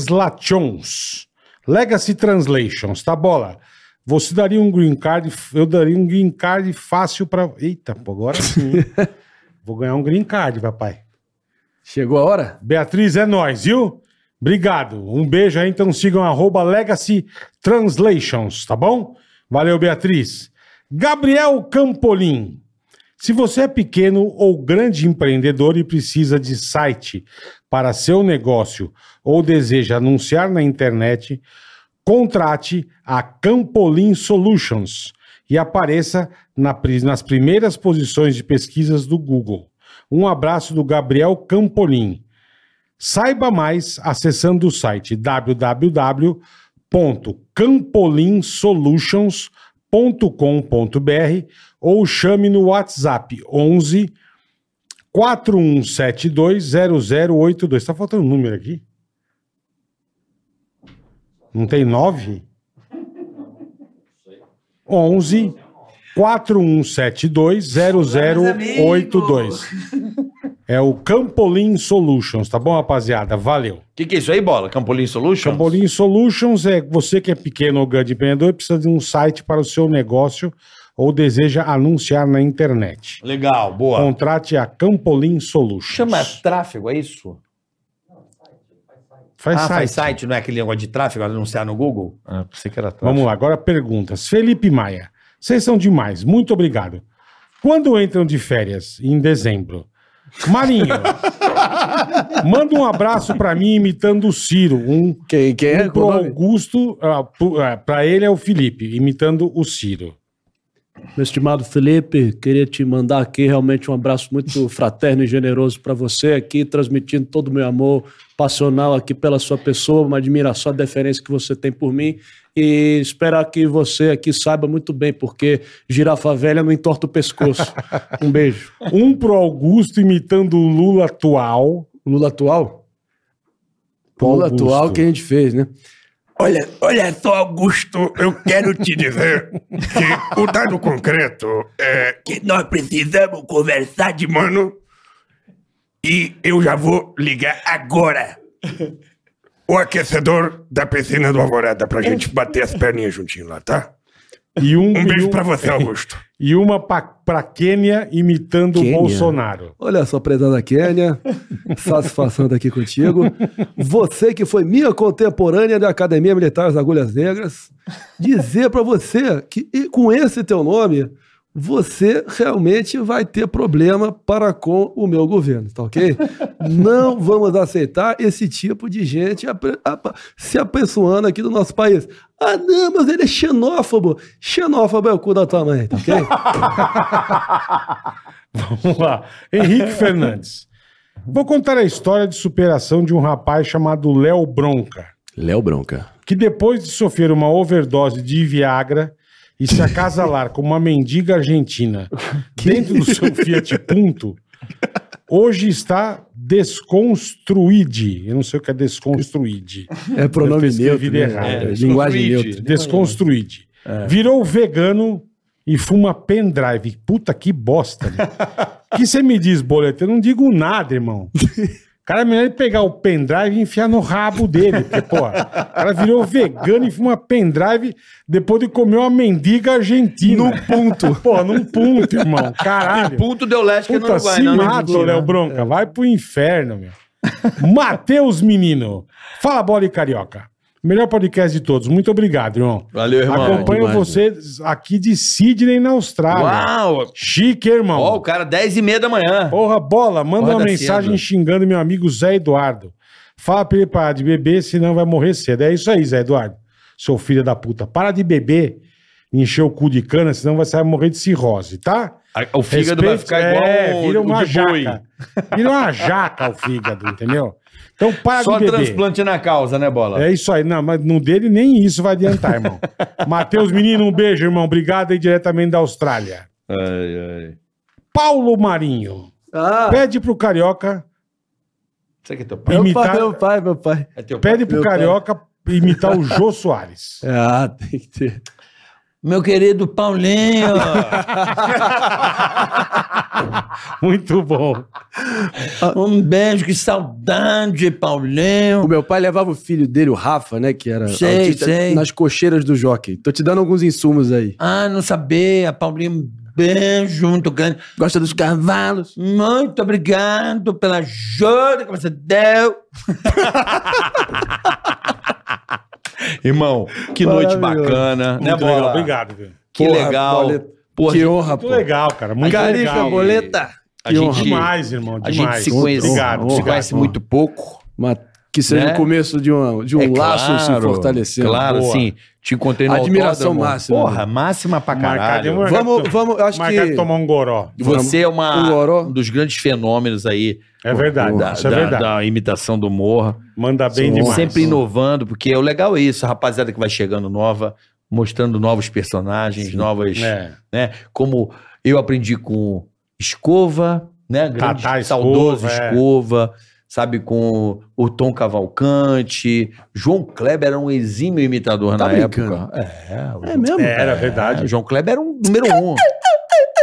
Speaker 3: Translations. Legacy Translations, tá bola? Você daria um green card, eu daria um green card fácil pra. Eita, pô, agora sim. Vou ganhar um green card, papai.
Speaker 4: Chegou a hora?
Speaker 3: Beatriz, é nóis, viu? Obrigado. Um beijo aí, então sigam arroba Legacy Translations, tá bom? Valeu, Beatriz. Gabriel Campolim. Se você é pequeno ou grande empreendedor e precisa de site para seu negócio ou deseja anunciar na internet, contrate a Campolim Solutions e apareça na pri- nas primeiras posições de pesquisas do Google. Um abraço do Gabriel Campolim. Saiba mais acessando o site www.campolinsolutions.com.br ou chame no WhatsApp 11 4172 0082. Tá faltando um número aqui? Não tem 9? 11 4172 0082. É o Campolim Solutions, tá bom, rapaziada? Valeu.
Speaker 2: O que, que é isso aí, bola? Campolim Solution?
Speaker 3: Campolim Solutions é você que é pequeno ou grande empreendedor e precisa de um site para o seu negócio ou deseja anunciar na internet.
Speaker 2: Legal, boa.
Speaker 3: Contrate a Campolim Solutions.
Speaker 2: Chama tráfego, é isso?
Speaker 3: Faz
Speaker 2: ah,
Speaker 3: site.
Speaker 2: faz site, não é aquele negócio de tráfego, anunciar no Google? Ah, pensei que era tráfego.
Speaker 3: Vamos lá, agora perguntas. Felipe Maia, vocês são demais, muito obrigado. Quando entram de férias, em dezembro? Marinho, manda um abraço pra mim imitando o Ciro. Um,
Speaker 4: quem, quem
Speaker 2: É,
Speaker 4: é?
Speaker 3: um pro Augusto, ah, pro- ah, pra ele é o Felipe, imitando o Ciro.
Speaker 10: Meu estimado Felipe, queria te mandar aqui realmente um abraço muito fraterno e generoso para você aqui, transmitindo todo o meu amor passional aqui pela sua pessoa, uma admiração, a deferência que você tem por mim e esperar que você aqui saiba muito bem, porque girafa velha não entorta o pescoço. Um beijo.
Speaker 3: Um pro Augusto imitando o Lula atual.
Speaker 4: Lula atual? Lula
Speaker 10: Augusto.
Speaker 4: atual que a gente fez, né?
Speaker 7: Olha, olha só, Augusto, eu quero te dizer que o dado concreto é que nós precisamos conversar de mano e eu já vou ligar agora o aquecedor da piscina do Alvorada pra gente bater as perninhas juntinho lá, tá?
Speaker 3: E um,
Speaker 7: Um
Speaker 3: e
Speaker 7: beijo
Speaker 3: um-
Speaker 7: pra você, Augusto.
Speaker 3: E uma pra, pra Quênia
Speaker 2: é
Speaker 3: imitando
Speaker 10: Quênia.
Speaker 3: o Bolsonaro.
Speaker 10: Olha só, prezada Quênia, satisfação daqui contigo. Você que foi minha contemporânea da Academia Militar das Agulhas Negras, dizer pra você que e com esse teu nome, você realmente vai ter problema para com o meu governo, tá ok? Não vamos aceitar esse tipo de gente apre- apa- se apessoando aqui do nosso país. Ah, não, mas ele é xenófobo. Xenófobo é o cu da tua mãe, tá ok?
Speaker 3: Vamos lá. Henrique Fernandes. Vou contar a história de superação de um rapaz chamado Léo Bronca,
Speaker 4: Léo Bronca.
Speaker 3: que depois de sofrer uma overdose de Viagra e se acasalar com uma mendiga argentina dentro do seu Fiat Punto, hoje está desconstruído. Eu não sei o que é desconstruído.
Speaker 4: É pronome
Speaker 3: Eu escrevi
Speaker 4: neutro, né?
Speaker 3: errado.
Speaker 4: É, linguagem neutra.
Speaker 3: Desconstruído.
Speaker 2: É.
Speaker 3: Virou vegano e fuma pendrive. Puta que bosta, né? que você me diz, boleto? Eu não digo nada, irmão. O cara é melhor ele pegar o pendrive e enfiar no rabo dele. Porque, pô, o cara virou vegano e fuma pendrive depois de comer uma mendiga argentina. Num ponto. Pô, num ponto, irmão. Caralho.
Speaker 2: E ponto deu leste que
Speaker 3: Puta,
Speaker 2: não vai,
Speaker 3: se
Speaker 9: né,
Speaker 2: não. né? É.
Speaker 3: mata, ô Léo Bronca. Vai pro inferno, meu. Matheus Menino. Fala, bola e carioca. Melhor podcast de todos. Muito obrigado, irmão.
Speaker 2: Valeu, irmão.
Speaker 3: Acompanho
Speaker 2: Demais,
Speaker 3: vocês aqui de Sydney, na Austrália.
Speaker 2: Uau!
Speaker 3: Chique, irmão.
Speaker 2: Ó, o cara, 10 e meia da manhã.
Speaker 3: Porra, bola, manda
Speaker 2: Acorda
Speaker 3: uma mensagem
Speaker 2: cedo.
Speaker 3: xingando meu amigo Zé Eduardo. Fala pra ele parar de beber, senão vai morrer cedo. É isso aí, Zé Eduardo. seu filho da puta. Para de beber, encher o cu de cana, senão você vai morrer de cirrose, tá?
Speaker 2: O fígado vai ficar igual o-
Speaker 3: é, vira uma
Speaker 2: o de boi.
Speaker 3: jaca. Vira uma jaca o fígado, entendeu? Então para
Speaker 2: Só
Speaker 3: de beber.
Speaker 2: transplante na causa, né, Bola?
Speaker 3: É isso aí. Não, mas no dele nem isso vai adiantar, irmão. Matheus, menino, um beijo, irmão. Obrigado aí diretamente da Austrália.
Speaker 2: Ai, ai.
Speaker 3: Paulo Marinho.
Speaker 2: Ah,
Speaker 3: Pede pro Carioca
Speaker 2: Isso aqui é teu pai.
Speaker 3: Meu imitar...
Speaker 2: Meu
Speaker 3: Meu pai,
Speaker 4: meu pai.
Speaker 3: Pede pro
Speaker 2: Meu pai.
Speaker 3: Carioca imitar o Jô Soares.
Speaker 4: Ah, tem que ter.
Speaker 17: Meu querido Paulinho.
Speaker 3: Muito bom.
Speaker 17: Um beijo, que saudade, Paulinho.
Speaker 4: O meu pai levava o filho dele, o Rafa, né? Que era
Speaker 17: Sei, sei.
Speaker 4: nas cocheiras do jockey. Tô te dando alguns insumos aí.
Speaker 17: Ah, não sabia, Paulinho. um Beijo muito grande. Gosta dos cavalos? Muito obrigado pela ajuda que você deu.
Speaker 2: Irmão, que noite
Speaker 3: Maravilhoso.
Speaker 2: bacana, né,
Speaker 3: Muito
Speaker 2: Bola?
Speaker 3: legal, obrigado, velho.
Speaker 2: Que
Speaker 3: Porra,
Speaker 2: legal.
Speaker 3: Boleta.
Speaker 2: Porra,
Speaker 3: Que
Speaker 2: gente-
Speaker 3: honra, Muito pô. legal, cara, muito
Speaker 2: gente-
Speaker 3: legal. Boleta.
Speaker 2: A
Speaker 3: Que
Speaker 2: gente,
Speaker 3: honra. Demais, irmão,
Speaker 2: A gente
Speaker 3: demais.
Speaker 2: se
Speaker 3: Honra,
Speaker 2: conhece,
Speaker 3: obrigado,
Speaker 2: se
Speaker 3: obrigado,
Speaker 2: conhece
Speaker 3: honra.
Speaker 2: muito pouco.
Speaker 4: Mas que seja
Speaker 2: Né?
Speaker 4: o começo de, uma, de um
Speaker 2: É
Speaker 4: laço se
Speaker 2: claro,
Speaker 4: fortalecendo.
Speaker 2: Claro,
Speaker 4: Boa.
Speaker 2: sim. Te encontrei no
Speaker 4: Admiração
Speaker 2: autódromo.
Speaker 4: máxima.
Speaker 2: Porra, máxima pra caralho.
Speaker 4: Vamos, vamos, acho
Speaker 3: Marcar de
Speaker 4: que...
Speaker 3: tomar um goró.
Speaker 2: Você é uma- um dos grandes fenômenos aí.
Speaker 3: É verdade,
Speaker 2: Da,
Speaker 3: isso é
Speaker 2: da-
Speaker 3: verdade.
Speaker 2: da imitação do Morra.
Speaker 3: Manda bem demais.
Speaker 2: Sempre inovando, porque o legal é isso, a rapaziada que vai chegando nova, mostrando novos personagens, novas.
Speaker 3: É.
Speaker 2: Né? Como eu aprendi com Escova, né? Grande,
Speaker 3: Tatá Escova,
Speaker 2: saudoso
Speaker 3: é.
Speaker 2: Escova, sabe? Com o Tom Cavalcante. João Kleber era um exímio imitador
Speaker 4: Tá
Speaker 2: na
Speaker 4: brincando?
Speaker 2: época. É, o
Speaker 4: É
Speaker 2: João-
Speaker 4: mesmo?
Speaker 2: Era verdade. O João Kleber era um número um.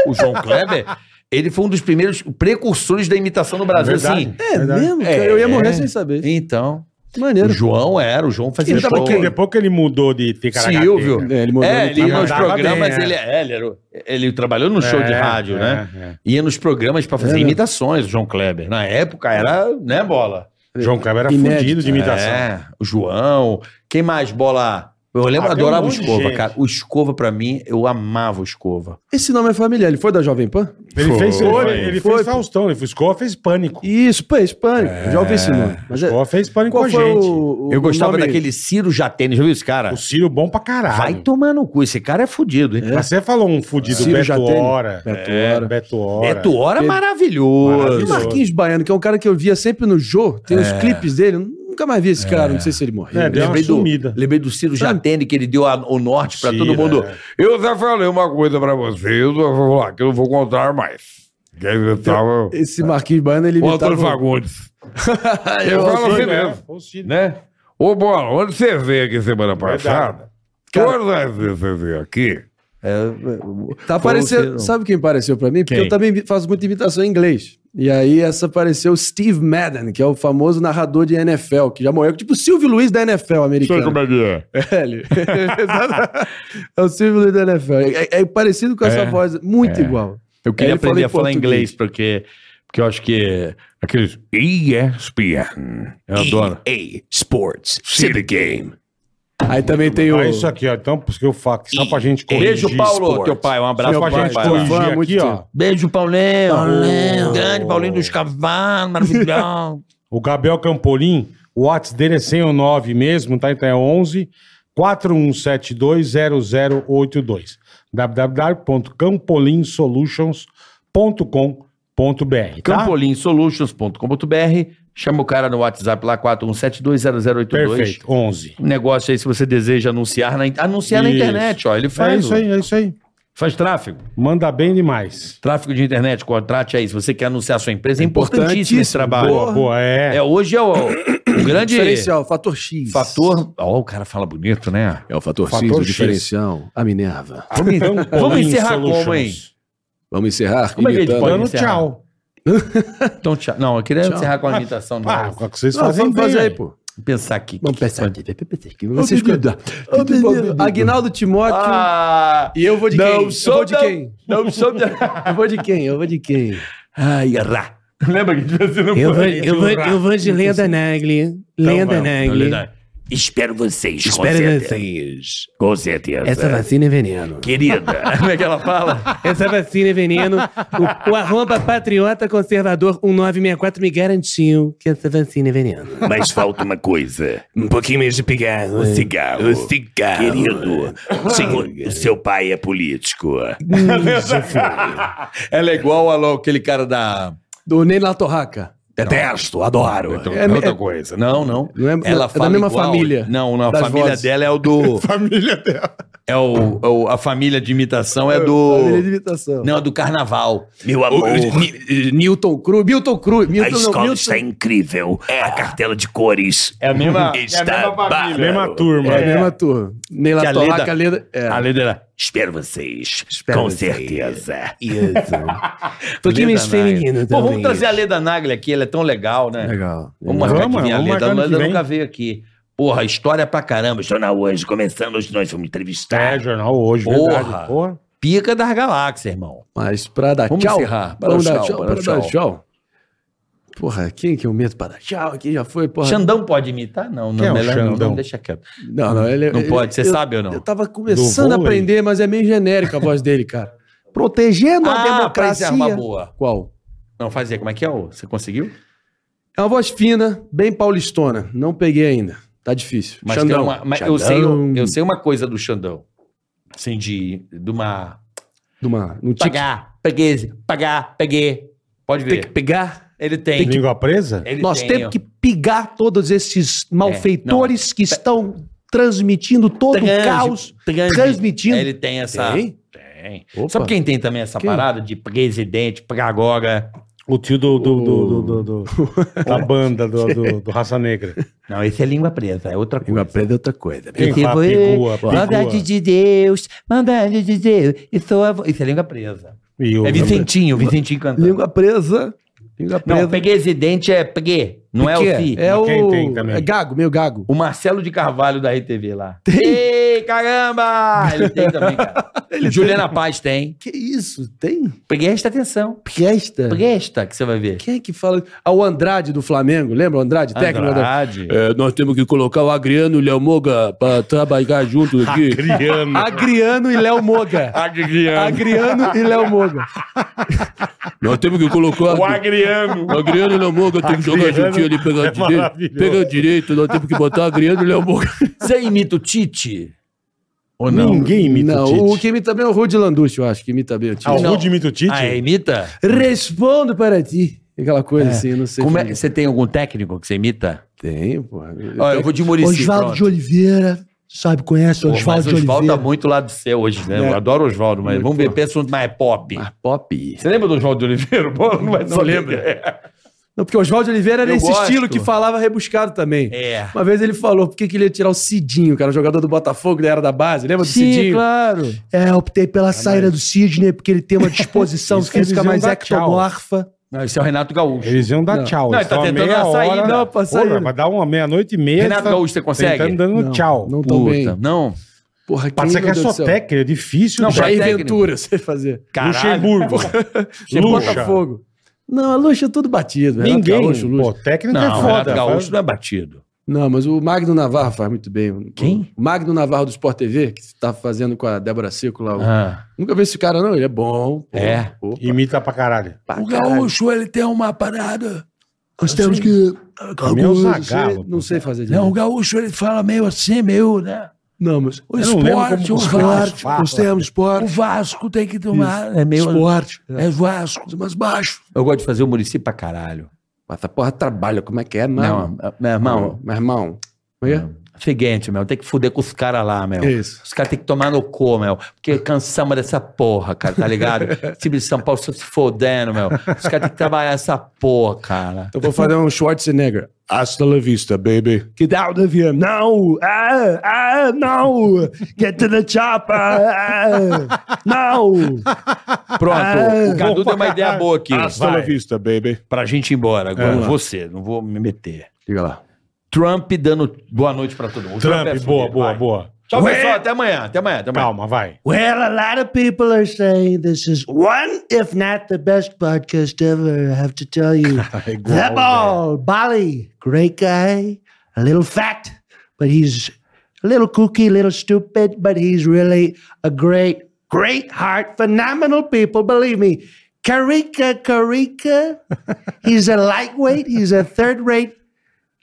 Speaker 2: O João Kleber, ele foi um dos primeiros precursores da imitação no Brasil,
Speaker 4: Verdade,
Speaker 2: assim.
Speaker 4: É verdade. mesmo, cara? Eu ia morrer sem
Speaker 9: É.
Speaker 2: saber. Então.
Speaker 4: Maneiro.
Speaker 2: O João era, o João fazia
Speaker 3: Depois,
Speaker 2: show.
Speaker 3: que, depois que ele mudou de ticaracateca.
Speaker 2: Silvio. É, ele, ia nos
Speaker 3: mandava
Speaker 2: programas,
Speaker 3: bem, é.
Speaker 2: ele, é, ele, era o- ele trabalhou no show
Speaker 3: É,
Speaker 2: de rádio,
Speaker 3: é,
Speaker 2: né? Ia nos programas pra
Speaker 3: É,
Speaker 2: fazer
Speaker 3: né?
Speaker 2: imitações, o João Kleber. Na época era, né, Bola?
Speaker 3: é. João Kleber era
Speaker 2: Inédito.
Speaker 3: fudido de imitação.
Speaker 2: É, o João. Quem mais, Bola? Eu lembro,
Speaker 4: Ah, tem
Speaker 2: adorava
Speaker 4: um
Speaker 2: o
Speaker 4: monte de
Speaker 2: Escova,
Speaker 4: gente.
Speaker 2: cara. O Escova, pra mim, eu amava o Escova.
Speaker 4: Esse nome é familiar. Ele foi da Jovem Pan?
Speaker 3: Ele fez, ele,
Speaker 4: Foi,
Speaker 3: ele
Speaker 4: foi,
Speaker 3: fez Faustão, ele fez Escola, fez Pânico.
Speaker 4: Isso, pô, Pânico. Já ouvi esse nome. Mas é-
Speaker 3: Escola fez Pânico com
Speaker 4: Qual
Speaker 3: a
Speaker 4: foi
Speaker 3: gente.
Speaker 4: o-
Speaker 2: eu gostava daquele Ciro Jatene, já viu esse cara? O
Speaker 3: Ciro bom pra caralho.
Speaker 2: Vai tomar no cu, esse cara é fudido, hein?
Speaker 3: Mas você falou um fudido,
Speaker 2: Ciro
Speaker 3: Beto
Speaker 2: Jatene.
Speaker 3: Hora.
Speaker 4: Beto
Speaker 3: É,
Speaker 4: Hora.
Speaker 3: Beto Hora.
Speaker 2: Beto Hora é maravilhoso.
Speaker 4: E o Marquinhos Baiano, que é um cara que eu via sempre no Jô, tem
Speaker 3: É.
Speaker 4: os clipes dele, eu nunca mais vi esse cara, não sei se ele morreu.
Speaker 2: É, deu uma
Speaker 4: sumida.
Speaker 2: Lembrei do Ciro Jatene, que ele deu a- o norte pra
Speaker 5: Ciro,
Speaker 2: todo mundo.
Speaker 5: é. Eu já falei uma coisa pra vocês, eu vou falar que eu não vou contar mais. Que eu tava...
Speaker 4: Esse Marquinhos Baiano, ele
Speaker 5: O
Speaker 2: tá
Speaker 4: imitava...
Speaker 5: Antônio Fagundes.
Speaker 4: Eu
Speaker 5: eu falo
Speaker 4: sei,
Speaker 5: assim
Speaker 4: né?
Speaker 3: um
Speaker 5: mesmo, né? Ô, Bola, onde você veio aqui semana passada? Todas as vezes você veio aqui...
Speaker 4: Tá aparecendo, sabe quem pareceu pra mim? Porque
Speaker 5: Quem?
Speaker 4: eu também vi- faço muita imitação em inglês. E aí essa apareceu o Steve Madden, que é o famoso narrador de NFL, que já morreu, tipo o Silvio Luiz da NFL americano.
Speaker 5: Sei como é que é.
Speaker 4: É, ele- é o Silvio Luiz da NFL. É, é parecido com essa
Speaker 2: É,
Speaker 4: voz, muito
Speaker 2: é.
Speaker 4: igual.
Speaker 2: Eu
Speaker 4: Aí
Speaker 2: queria
Speaker 4: ele fala
Speaker 2: aprender
Speaker 4: em
Speaker 2: a falar
Speaker 4: português.
Speaker 2: inglês, porque, porque eu acho que aqueles ESPN. Eu adoro.
Speaker 5: EA Sports, City Game.
Speaker 4: Aí também tem
Speaker 2: Ah,
Speaker 3: o...
Speaker 2: é
Speaker 3: isso aqui, ó. Então, porque eu falo, que só pra gente corrigir.
Speaker 2: Beijo, Paulo, teu pai. Um abraço
Speaker 3: Só pra
Speaker 2: pro
Speaker 3: gente
Speaker 2: pai.
Speaker 3: corrigir
Speaker 2: Fã
Speaker 4: é
Speaker 2: há muito
Speaker 3: aqui, ó.
Speaker 2: tempo.
Speaker 17: Beijo, Paulinho.
Speaker 3: Paulinho.
Speaker 17: Grande Paulinho dos Cavalos, maravilhoso.
Speaker 3: O Gabriel Campolim, o Whats dele é 109 mesmo, tá? Então é 11 41720082. www.campolinsolutions.com.br. Tá?
Speaker 2: Ah. Campolinsolutions.com.br. Chama o cara no WhatsApp lá, 41720082.
Speaker 3: Perfeito, 11.
Speaker 2: Um negócio aí, se você deseja anunciar na, in- anunciar Tá na
Speaker 3: Isso.
Speaker 2: internet, ó. Ele faz.
Speaker 3: É isso
Speaker 2: ó.
Speaker 3: aí, é isso aí.
Speaker 2: Faz tráfego.
Speaker 3: Manda bem demais.
Speaker 2: Tráfego de internet, contrate aí. Se você quer anunciar a sua empresa, é importantíssimo esse
Speaker 4: Importantíssimo.
Speaker 2: trabalho.
Speaker 4: Boa, boa,
Speaker 3: é.
Speaker 2: Hoje é o, o grande.
Speaker 4: Diferencial, fator X.
Speaker 2: Fator. Ó, o cara fala bonito, né?
Speaker 4: É o fator,
Speaker 2: Fator
Speaker 4: X, o
Speaker 2: X.
Speaker 4: diferencial, a Minerva.
Speaker 2: Vamos,
Speaker 3: então
Speaker 2: vamos encerrar como, hein?
Speaker 4: Vamos encerrar
Speaker 2: Como é que a gente
Speaker 4: imitando-
Speaker 2: pode encerrar? Então, tchau. Não, eu queria
Speaker 4: Tchau.
Speaker 2: encerrar com a imitação. do
Speaker 3: é
Speaker 4: Ah,
Speaker 2: Boris.
Speaker 4: com a que vocês Não, fazem vamos bem, fazer aí, velho. pô.
Speaker 2: Vamos Pensar aqui.
Speaker 4: Vamos pensar aqui.
Speaker 2: Ô,
Speaker 4: Vocês cuidam.
Speaker 2: menino. Ô, menino.
Speaker 4: Aguinaldo Timóteo.
Speaker 2: Ah,
Speaker 4: e eu vou de
Speaker 2: não
Speaker 4: quem?
Speaker 2: sou
Speaker 4: eu vou de
Speaker 2: da-
Speaker 4: quem?
Speaker 2: Não sou
Speaker 4: Eu vou de quem? Eu vou de quem?
Speaker 2: Ai, errar. Lembra que devia ser
Speaker 4: Então Eu vou- eu vou- eu vou de Lenda então
Speaker 17: Nagli.
Speaker 4: Lenda Nagli.
Speaker 5: Espero vocês,
Speaker 2: Espero
Speaker 5: com certeza.
Speaker 2: vocês.
Speaker 5: Com certeza.
Speaker 18: Essa vacina é veneno.
Speaker 5: Querida.
Speaker 2: Como é que ela fala?
Speaker 18: Essa vacina é veneno. O, o arroba patriota conservador 1964 me garantiu que essa vacina é veneno.
Speaker 5: Mas falta uma coisa. Um pouquinho mais de cigarro. Um cigarro.
Speaker 18: Um cigarro.
Speaker 5: Querido, senhor- o seu pai é político.
Speaker 2: Ela é igual a aquele cara da.
Speaker 4: Do Ney Latorraca.
Speaker 2: Detesto, adoro.
Speaker 5: Então,
Speaker 4: É- é outra
Speaker 2: coisa. Não, não.
Speaker 4: é- é da mesma família
Speaker 2: Não, não. A
Speaker 4: das
Speaker 2: família
Speaker 4: vozes.
Speaker 2: dela é o do.
Speaker 4: Família dela.
Speaker 2: É o, é o- a família de imitação é do.
Speaker 4: Família de imitação.
Speaker 2: Não, é do carnaval.
Speaker 5: Meu amor.
Speaker 4: Newton Cruz. Milton Cruz.
Speaker 5: a
Speaker 4: Milton,
Speaker 5: escola
Speaker 4: não, Milton.
Speaker 5: está incrível. A cartela de cores. É a
Speaker 4: mesma- é a
Speaker 5: Está
Speaker 4: mesma família.
Speaker 5: bárbaro.
Speaker 4: Mesma turma. É a mesma turma. Ney
Speaker 5: Que a
Speaker 4: Latorraca, a
Speaker 5: Leda-
Speaker 4: Leda- é.
Speaker 5: A Leda era, Espero vocês. com certeza.
Speaker 2: Isso.
Speaker 5: Porque me
Speaker 2: Leda
Speaker 5: tem
Speaker 2: Nagli.
Speaker 5: menino
Speaker 2: Pô, vamos
Speaker 5: também.
Speaker 2: trazer a Leda Nagli aqui, ela é tão legal, né?
Speaker 4: Legal.
Speaker 2: Vamos marcar
Speaker 5: Vamos,
Speaker 2: aqui a
Speaker 5: vamos
Speaker 2: Leda,
Speaker 5: marcar
Speaker 2: a
Speaker 5: ano
Speaker 2: Leda
Speaker 5: que vem.
Speaker 2: nunca veio aqui. Porra, história pra caramba.
Speaker 5: Jornal hoje, começando hoje, nós vamos entrevistar.
Speaker 2: É, jornal hoje,
Speaker 5: verdade,
Speaker 2: porra. Pica das galáxias, irmão.
Speaker 4: Mas pra dar
Speaker 2: Vamos
Speaker 4: tchau.
Speaker 2: encerrar. Para
Speaker 4: Vamos
Speaker 2: o
Speaker 4: dar
Speaker 2: tchau,
Speaker 4: tchau.
Speaker 2: para o
Speaker 4: Para dar
Speaker 2: tchau.
Speaker 4: tchau. Porra, quem que é eu meto para dar tchau? Aqui já foi, porra.
Speaker 2: Xandão pode imitar? Não, não.
Speaker 4: Quem é o
Speaker 2: melhor não,
Speaker 4: Xandão?
Speaker 2: não, deixa quieto.
Speaker 4: Não, não, ele
Speaker 2: Não
Speaker 4: ele-
Speaker 2: pode, você
Speaker 4: eu-
Speaker 2: sabe ou não?
Speaker 4: Eu tava começando
Speaker 2: Do
Speaker 4: a
Speaker 2: vôlei?
Speaker 4: aprender, mas é meio genérica a voz dele, cara. Protegendo a
Speaker 2: Ah, pra
Speaker 4: democracia.
Speaker 2: encerrar, boa.
Speaker 4: Qual?
Speaker 2: Não, fazer. Como é que é? ô? Você conseguiu?
Speaker 4: É uma voz fina, bem paulistona. Não peguei ainda. Tá difícil.
Speaker 2: Mas, tem
Speaker 4: Xandão.
Speaker 2: uma- mas
Speaker 4: Xandão.
Speaker 2: Eu, sei, eu, sei uma coisa do Xandão. Assim, de, de uma...
Speaker 4: De uma... No tique.
Speaker 2: Pagar, peguei, pagar, peguei. Pode ver. Tem que
Speaker 4: pegar.
Speaker 2: Ele tem.
Speaker 4: Tem que-
Speaker 2: Língua presa?
Speaker 4: Nós temos que pigar todos
Speaker 2: É,
Speaker 4: esses malfeitores que estão transmitindo todo o
Speaker 2: Transe-
Speaker 4: caos.
Speaker 2: transe.
Speaker 4: Transmitindo.
Speaker 2: Ele tá. tem essa...
Speaker 4: Tem?
Speaker 2: Tem. Sabe quem tem também essa parada de presidente, pragoga?
Speaker 3: O tio do... do, do, do, do- do- da banda do, do, do Raça Negra.
Speaker 2: Não, esse é língua presa, é outra coisa. Língua
Speaker 4: presa é outra coisa.
Speaker 3: Quem fala pigua, pigua.
Speaker 14: Maldade de Deus, maldade de Deus. E sou avô. Isso é língua presa.
Speaker 2: É Vicentinho, Vicentinho cantando.
Speaker 4: Língua presa. Língua presa.
Speaker 2: Não, peguei esse dente é peguei, não é o
Speaker 4: Peguei.
Speaker 2: fi.
Speaker 4: É Mas quem o- tem também? é gago, meu gago.
Speaker 2: O Marcelo de Carvalho da RTV lá. Ei, caramba! Ele tem também, cara. Juliana Paz tem.
Speaker 4: Que isso, tem?
Speaker 2: Presta atenção.
Speaker 4: Presta?
Speaker 2: Presta, que você vai ver.
Speaker 4: é Quem é que fala? Ah, o Andrade do Flamengo, lembra o Andrade? Técnico
Speaker 2: Andrade.
Speaker 4: É, nós temos que colocar o Agriano e o Léo Moga pra trabalhar junto aqui.
Speaker 2: Agriano.
Speaker 4: Agriano e Léo Moga.
Speaker 2: Agriano.
Speaker 4: Agriano e Léo Moga. Nós temos que colocar.
Speaker 10: O Agriano.
Speaker 4: O Agriano e Léo Moga tem que jogar
Speaker 10: Agriano
Speaker 4: juntinho ali, pegar
Speaker 10: é
Speaker 4: direito.
Speaker 10: maravilhoso.
Speaker 4: Pegar direito, nós temos que botar Agriano e Léo Moga.
Speaker 2: Você imita o Tite? Ou
Speaker 4: não?
Speaker 3: Ninguém imita
Speaker 4: não,
Speaker 3: o Tite.
Speaker 4: o que imita bem é o Rude Landucci, eu acho, que imita bem o Tite.
Speaker 3: Ah, o Rude imita o Tite?
Speaker 2: Ah, é, imita?
Speaker 4: Respondo para ti. Aquela coisa
Speaker 2: É.
Speaker 4: assim, não sei.
Speaker 2: Como é- você tem algum técnico que você imita?
Speaker 4: Tenho, porra.
Speaker 2: Ó, eu vou de Muricy,
Speaker 18: Oswaldo
Speaker 2: pronto.
Speaker 18: de Oliveira, sabe, conhece
Speaker 2: Pô,
Speaker 18: o
Speaker 2: mas
Speaker 18: Oswaldo de
Speaker 2: Oswaldo
Speaker 18: Oliveira.
Speaker 2: tá muito lá do céu hoje, né?
Speaker 18: É.
Speaker 2: Eu adoro Oswaldo, mas vamos ver, pensa um mais pop. Mais
Speaker 4: pop.
Speaker 2: Você lembra do Oswaldo de Oliveira? Bola, não vai
Speaker 4: Não
Speaker 2: saber.
Speaker 4: lembro. Não, porque o Oswaldo de Oliveira era
Speaker 2: Eu
Speaker 4: esse
Speaker 2: gosto.
Speaker 4: estilo que falava rebuscado também.
Speaker 2: É.
Speaker 4: Uma vez ele falou por que que ele ia tirar o Cidinho, cara, o jogador do Botafogo, ele era da base, lembra do
Speaker 18: Sim,
Speaker 4: Cidinho?
Speaker 18: claro. É, optei pela saída do Sidney, porque ele tem uma disposição
Speaker 4: Isso que eles
Speaker 18: física
Speaker 4: iam
Speaker 18: mais
Speaker 4: dar tchau.
Speaker 18: ectomorfa.
Speaker 2: Não, esse é o Renato Gaúcho.
Speaker 3: Eles iam dar
Speaker 18: Não.
Speaker 3: tchau.
Speaker 18: Não,
Speaker 3: eles
Speaker 18: ele tá
Speaker 3: estão
Speaker 18: tentando
Speaker 3: meia
Speaker 18: a saída.
Speaker 3: hora.
Speaker 18: Não, pra saída.
Speaker 3: Porra, vai dar uma meia-noite e meia.
Speaker 2: Renato
Speaker 4: é
Speaker 3: eles tão
Speaker 2: Gaúcho, você consegue?
Speaker 3: Tentando dando
Speaker 2: Não,
Speaker 3: tchau.
Speaker 2: não tô Puta, bem. não.
Speaker 4: Porra,
Speaker 3: Pode ser que é só técnica, é difícil.
Speaker 4: Não,
Speaker 3: né?
Speaker 4: Jair Ventura, você fazer.
Speaker 3: Caralho. Luxemburgo.
Speaker 4: Luxa.
Speaker 3: Luxa.
Speaker 4: Botafogo. Não, a Luxa é tudo batido. Renato
Speaker 3: Ninguém.
Speaker 4: Gaúcho, Luxa.
Speaker 3: Pô, técnico é
Speaker 4: Não,
Speaker 3: foda.
Speaker 4: Renato Gaúcho
Speaker 3: faz-
Speaker 2: não é batido.
Speaker 4: Não, mas o Magno Navarro faz muito bem. Quem? O Magno Navarro do Sport TV, que tá fazendo com a Débora Seco lá. o-
Speaker 2: Ah.
Speaker 4: Nunca vi esse cara, não. Ele é bom. pô.
Speaker 2: É.
Speaker 3: Imita pra caralho.
Speaker 4: Pra
Speaker 18: O
Speaker 4: caralho.
Speaker 18: gaúcho,
Speaker 2: ele tem uma parada.
Speaker 18: Nós temos que...
Speaker 4: Meu Zagallo, Não sei fazer
Speaker 18: Não,
Speaker 4: direito.
Speaker 18: o gaúcho, ele fala meio assim, meio, né?
Speaker 4: Não, mas...
Speaker 18: O
Speaker 4: Eu não lembro
Speaker 18: esporte,
Speaker 4: como-
Speaker 18: o
Speaker 4: esporte,
Speaker 18: Vasco.
Speaker 4: nós temos
Speaker 18: esporte. O Vasco tem que tomar...
Speaker 4: Isso. Esporte.
Speaker 18: É Vasco. Mas baixo.
Speaker 2: Eu gosto de fazer o Murici pra caralho.
Speaker 4: Mas essa porra trabalha, como é que é,
Speaker 2: Não,
Speaker 4: mano?
Speaker 2: meu irmão.
Speaker 4: Meu irmão. é
Speaker 2: Seguinte, meu, tem que fuder com os caras lá, meu.
Speaker 4: Isso.
Speaker 2: Os caras tem que tomar no cu, meu. Porque cansamos dessa porra, cara, tá ligado? Time de São Paulo só se fodendo, meu. Os caras têm que trabalhar essa porra, cara.
Speaker 4: Eu vou fazer um Schwarzenegger. Hasta la vista, baby.
Speaker 18: Get out of here now! Ah, ah, now! Get to the chopper! Ah, now!
Speaker 2: Pronto,
Speaker 18: Ah,
Speaker 2: o Cadu
Speaker 18: bom
Speaker 2: deu uma
Speaker 18: pra
Speaker 2: ideia
Speaker 18: caralho.
Speaker 2: boa aqui.
Speaker 18: Hasta la
Speaker 2: vista, baby. Pra gente ir embora agora.
Speaker 18: Vamos lá.
Speaker 2: Você, não vou me meter.
Speaker 4: Diga lá.
Speaker 2: Trump dando boa noite pra todo mundo. O
Speaker 3: Trump, boa,
Speaker 2: é fudido,
Speaker 3: boa,
Speaker 2: vai.
Speaker 3: boa.
Speaker 2: Tchau,
Speaker 3: Ué?
Speaker 2: pessoal. Até amanhã, até amanhã, até amanhã.
Speaker 3: Calma, vai.
Speaker 18: Well, a lot of people are saying this is one, if not the best podcast ever, I have to tell you.
Speaker 3: igual,
Speaker 18: the ball, Bali, great guy, a little fat, but he's a little kooky, little stupid, but he's really a great, great heart, phenomenal people. Believe me, Karika Karika. he's a lightweight. He's a third-rate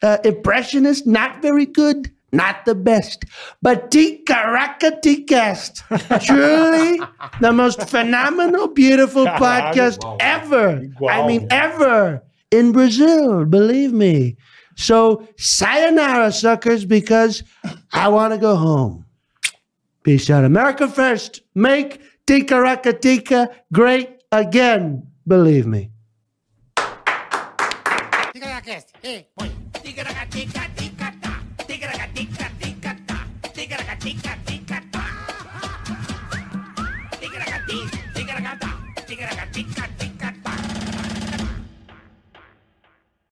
Speaker 18: uh, impressionist. Not very good. Not the best, but Tikarakatikast, truly the most phenomenal, beautiful
Speaker 1: Caralho,
Speaker 18: podcast
Speaker 1: igual.
Speaker 18: ever. I mean,
Speaker 1: Igual.
Speaker 18: ever in Brazil, believe me. So, sayonara, suckers, because I want to go home. Peace out. America first. Make Tikarakatika great again, believe me.
Speaker 1: Tica-taca-tica-tica-tá. Tica-taca-tica-tica-tá. Tica-taca-tica-tica-tá.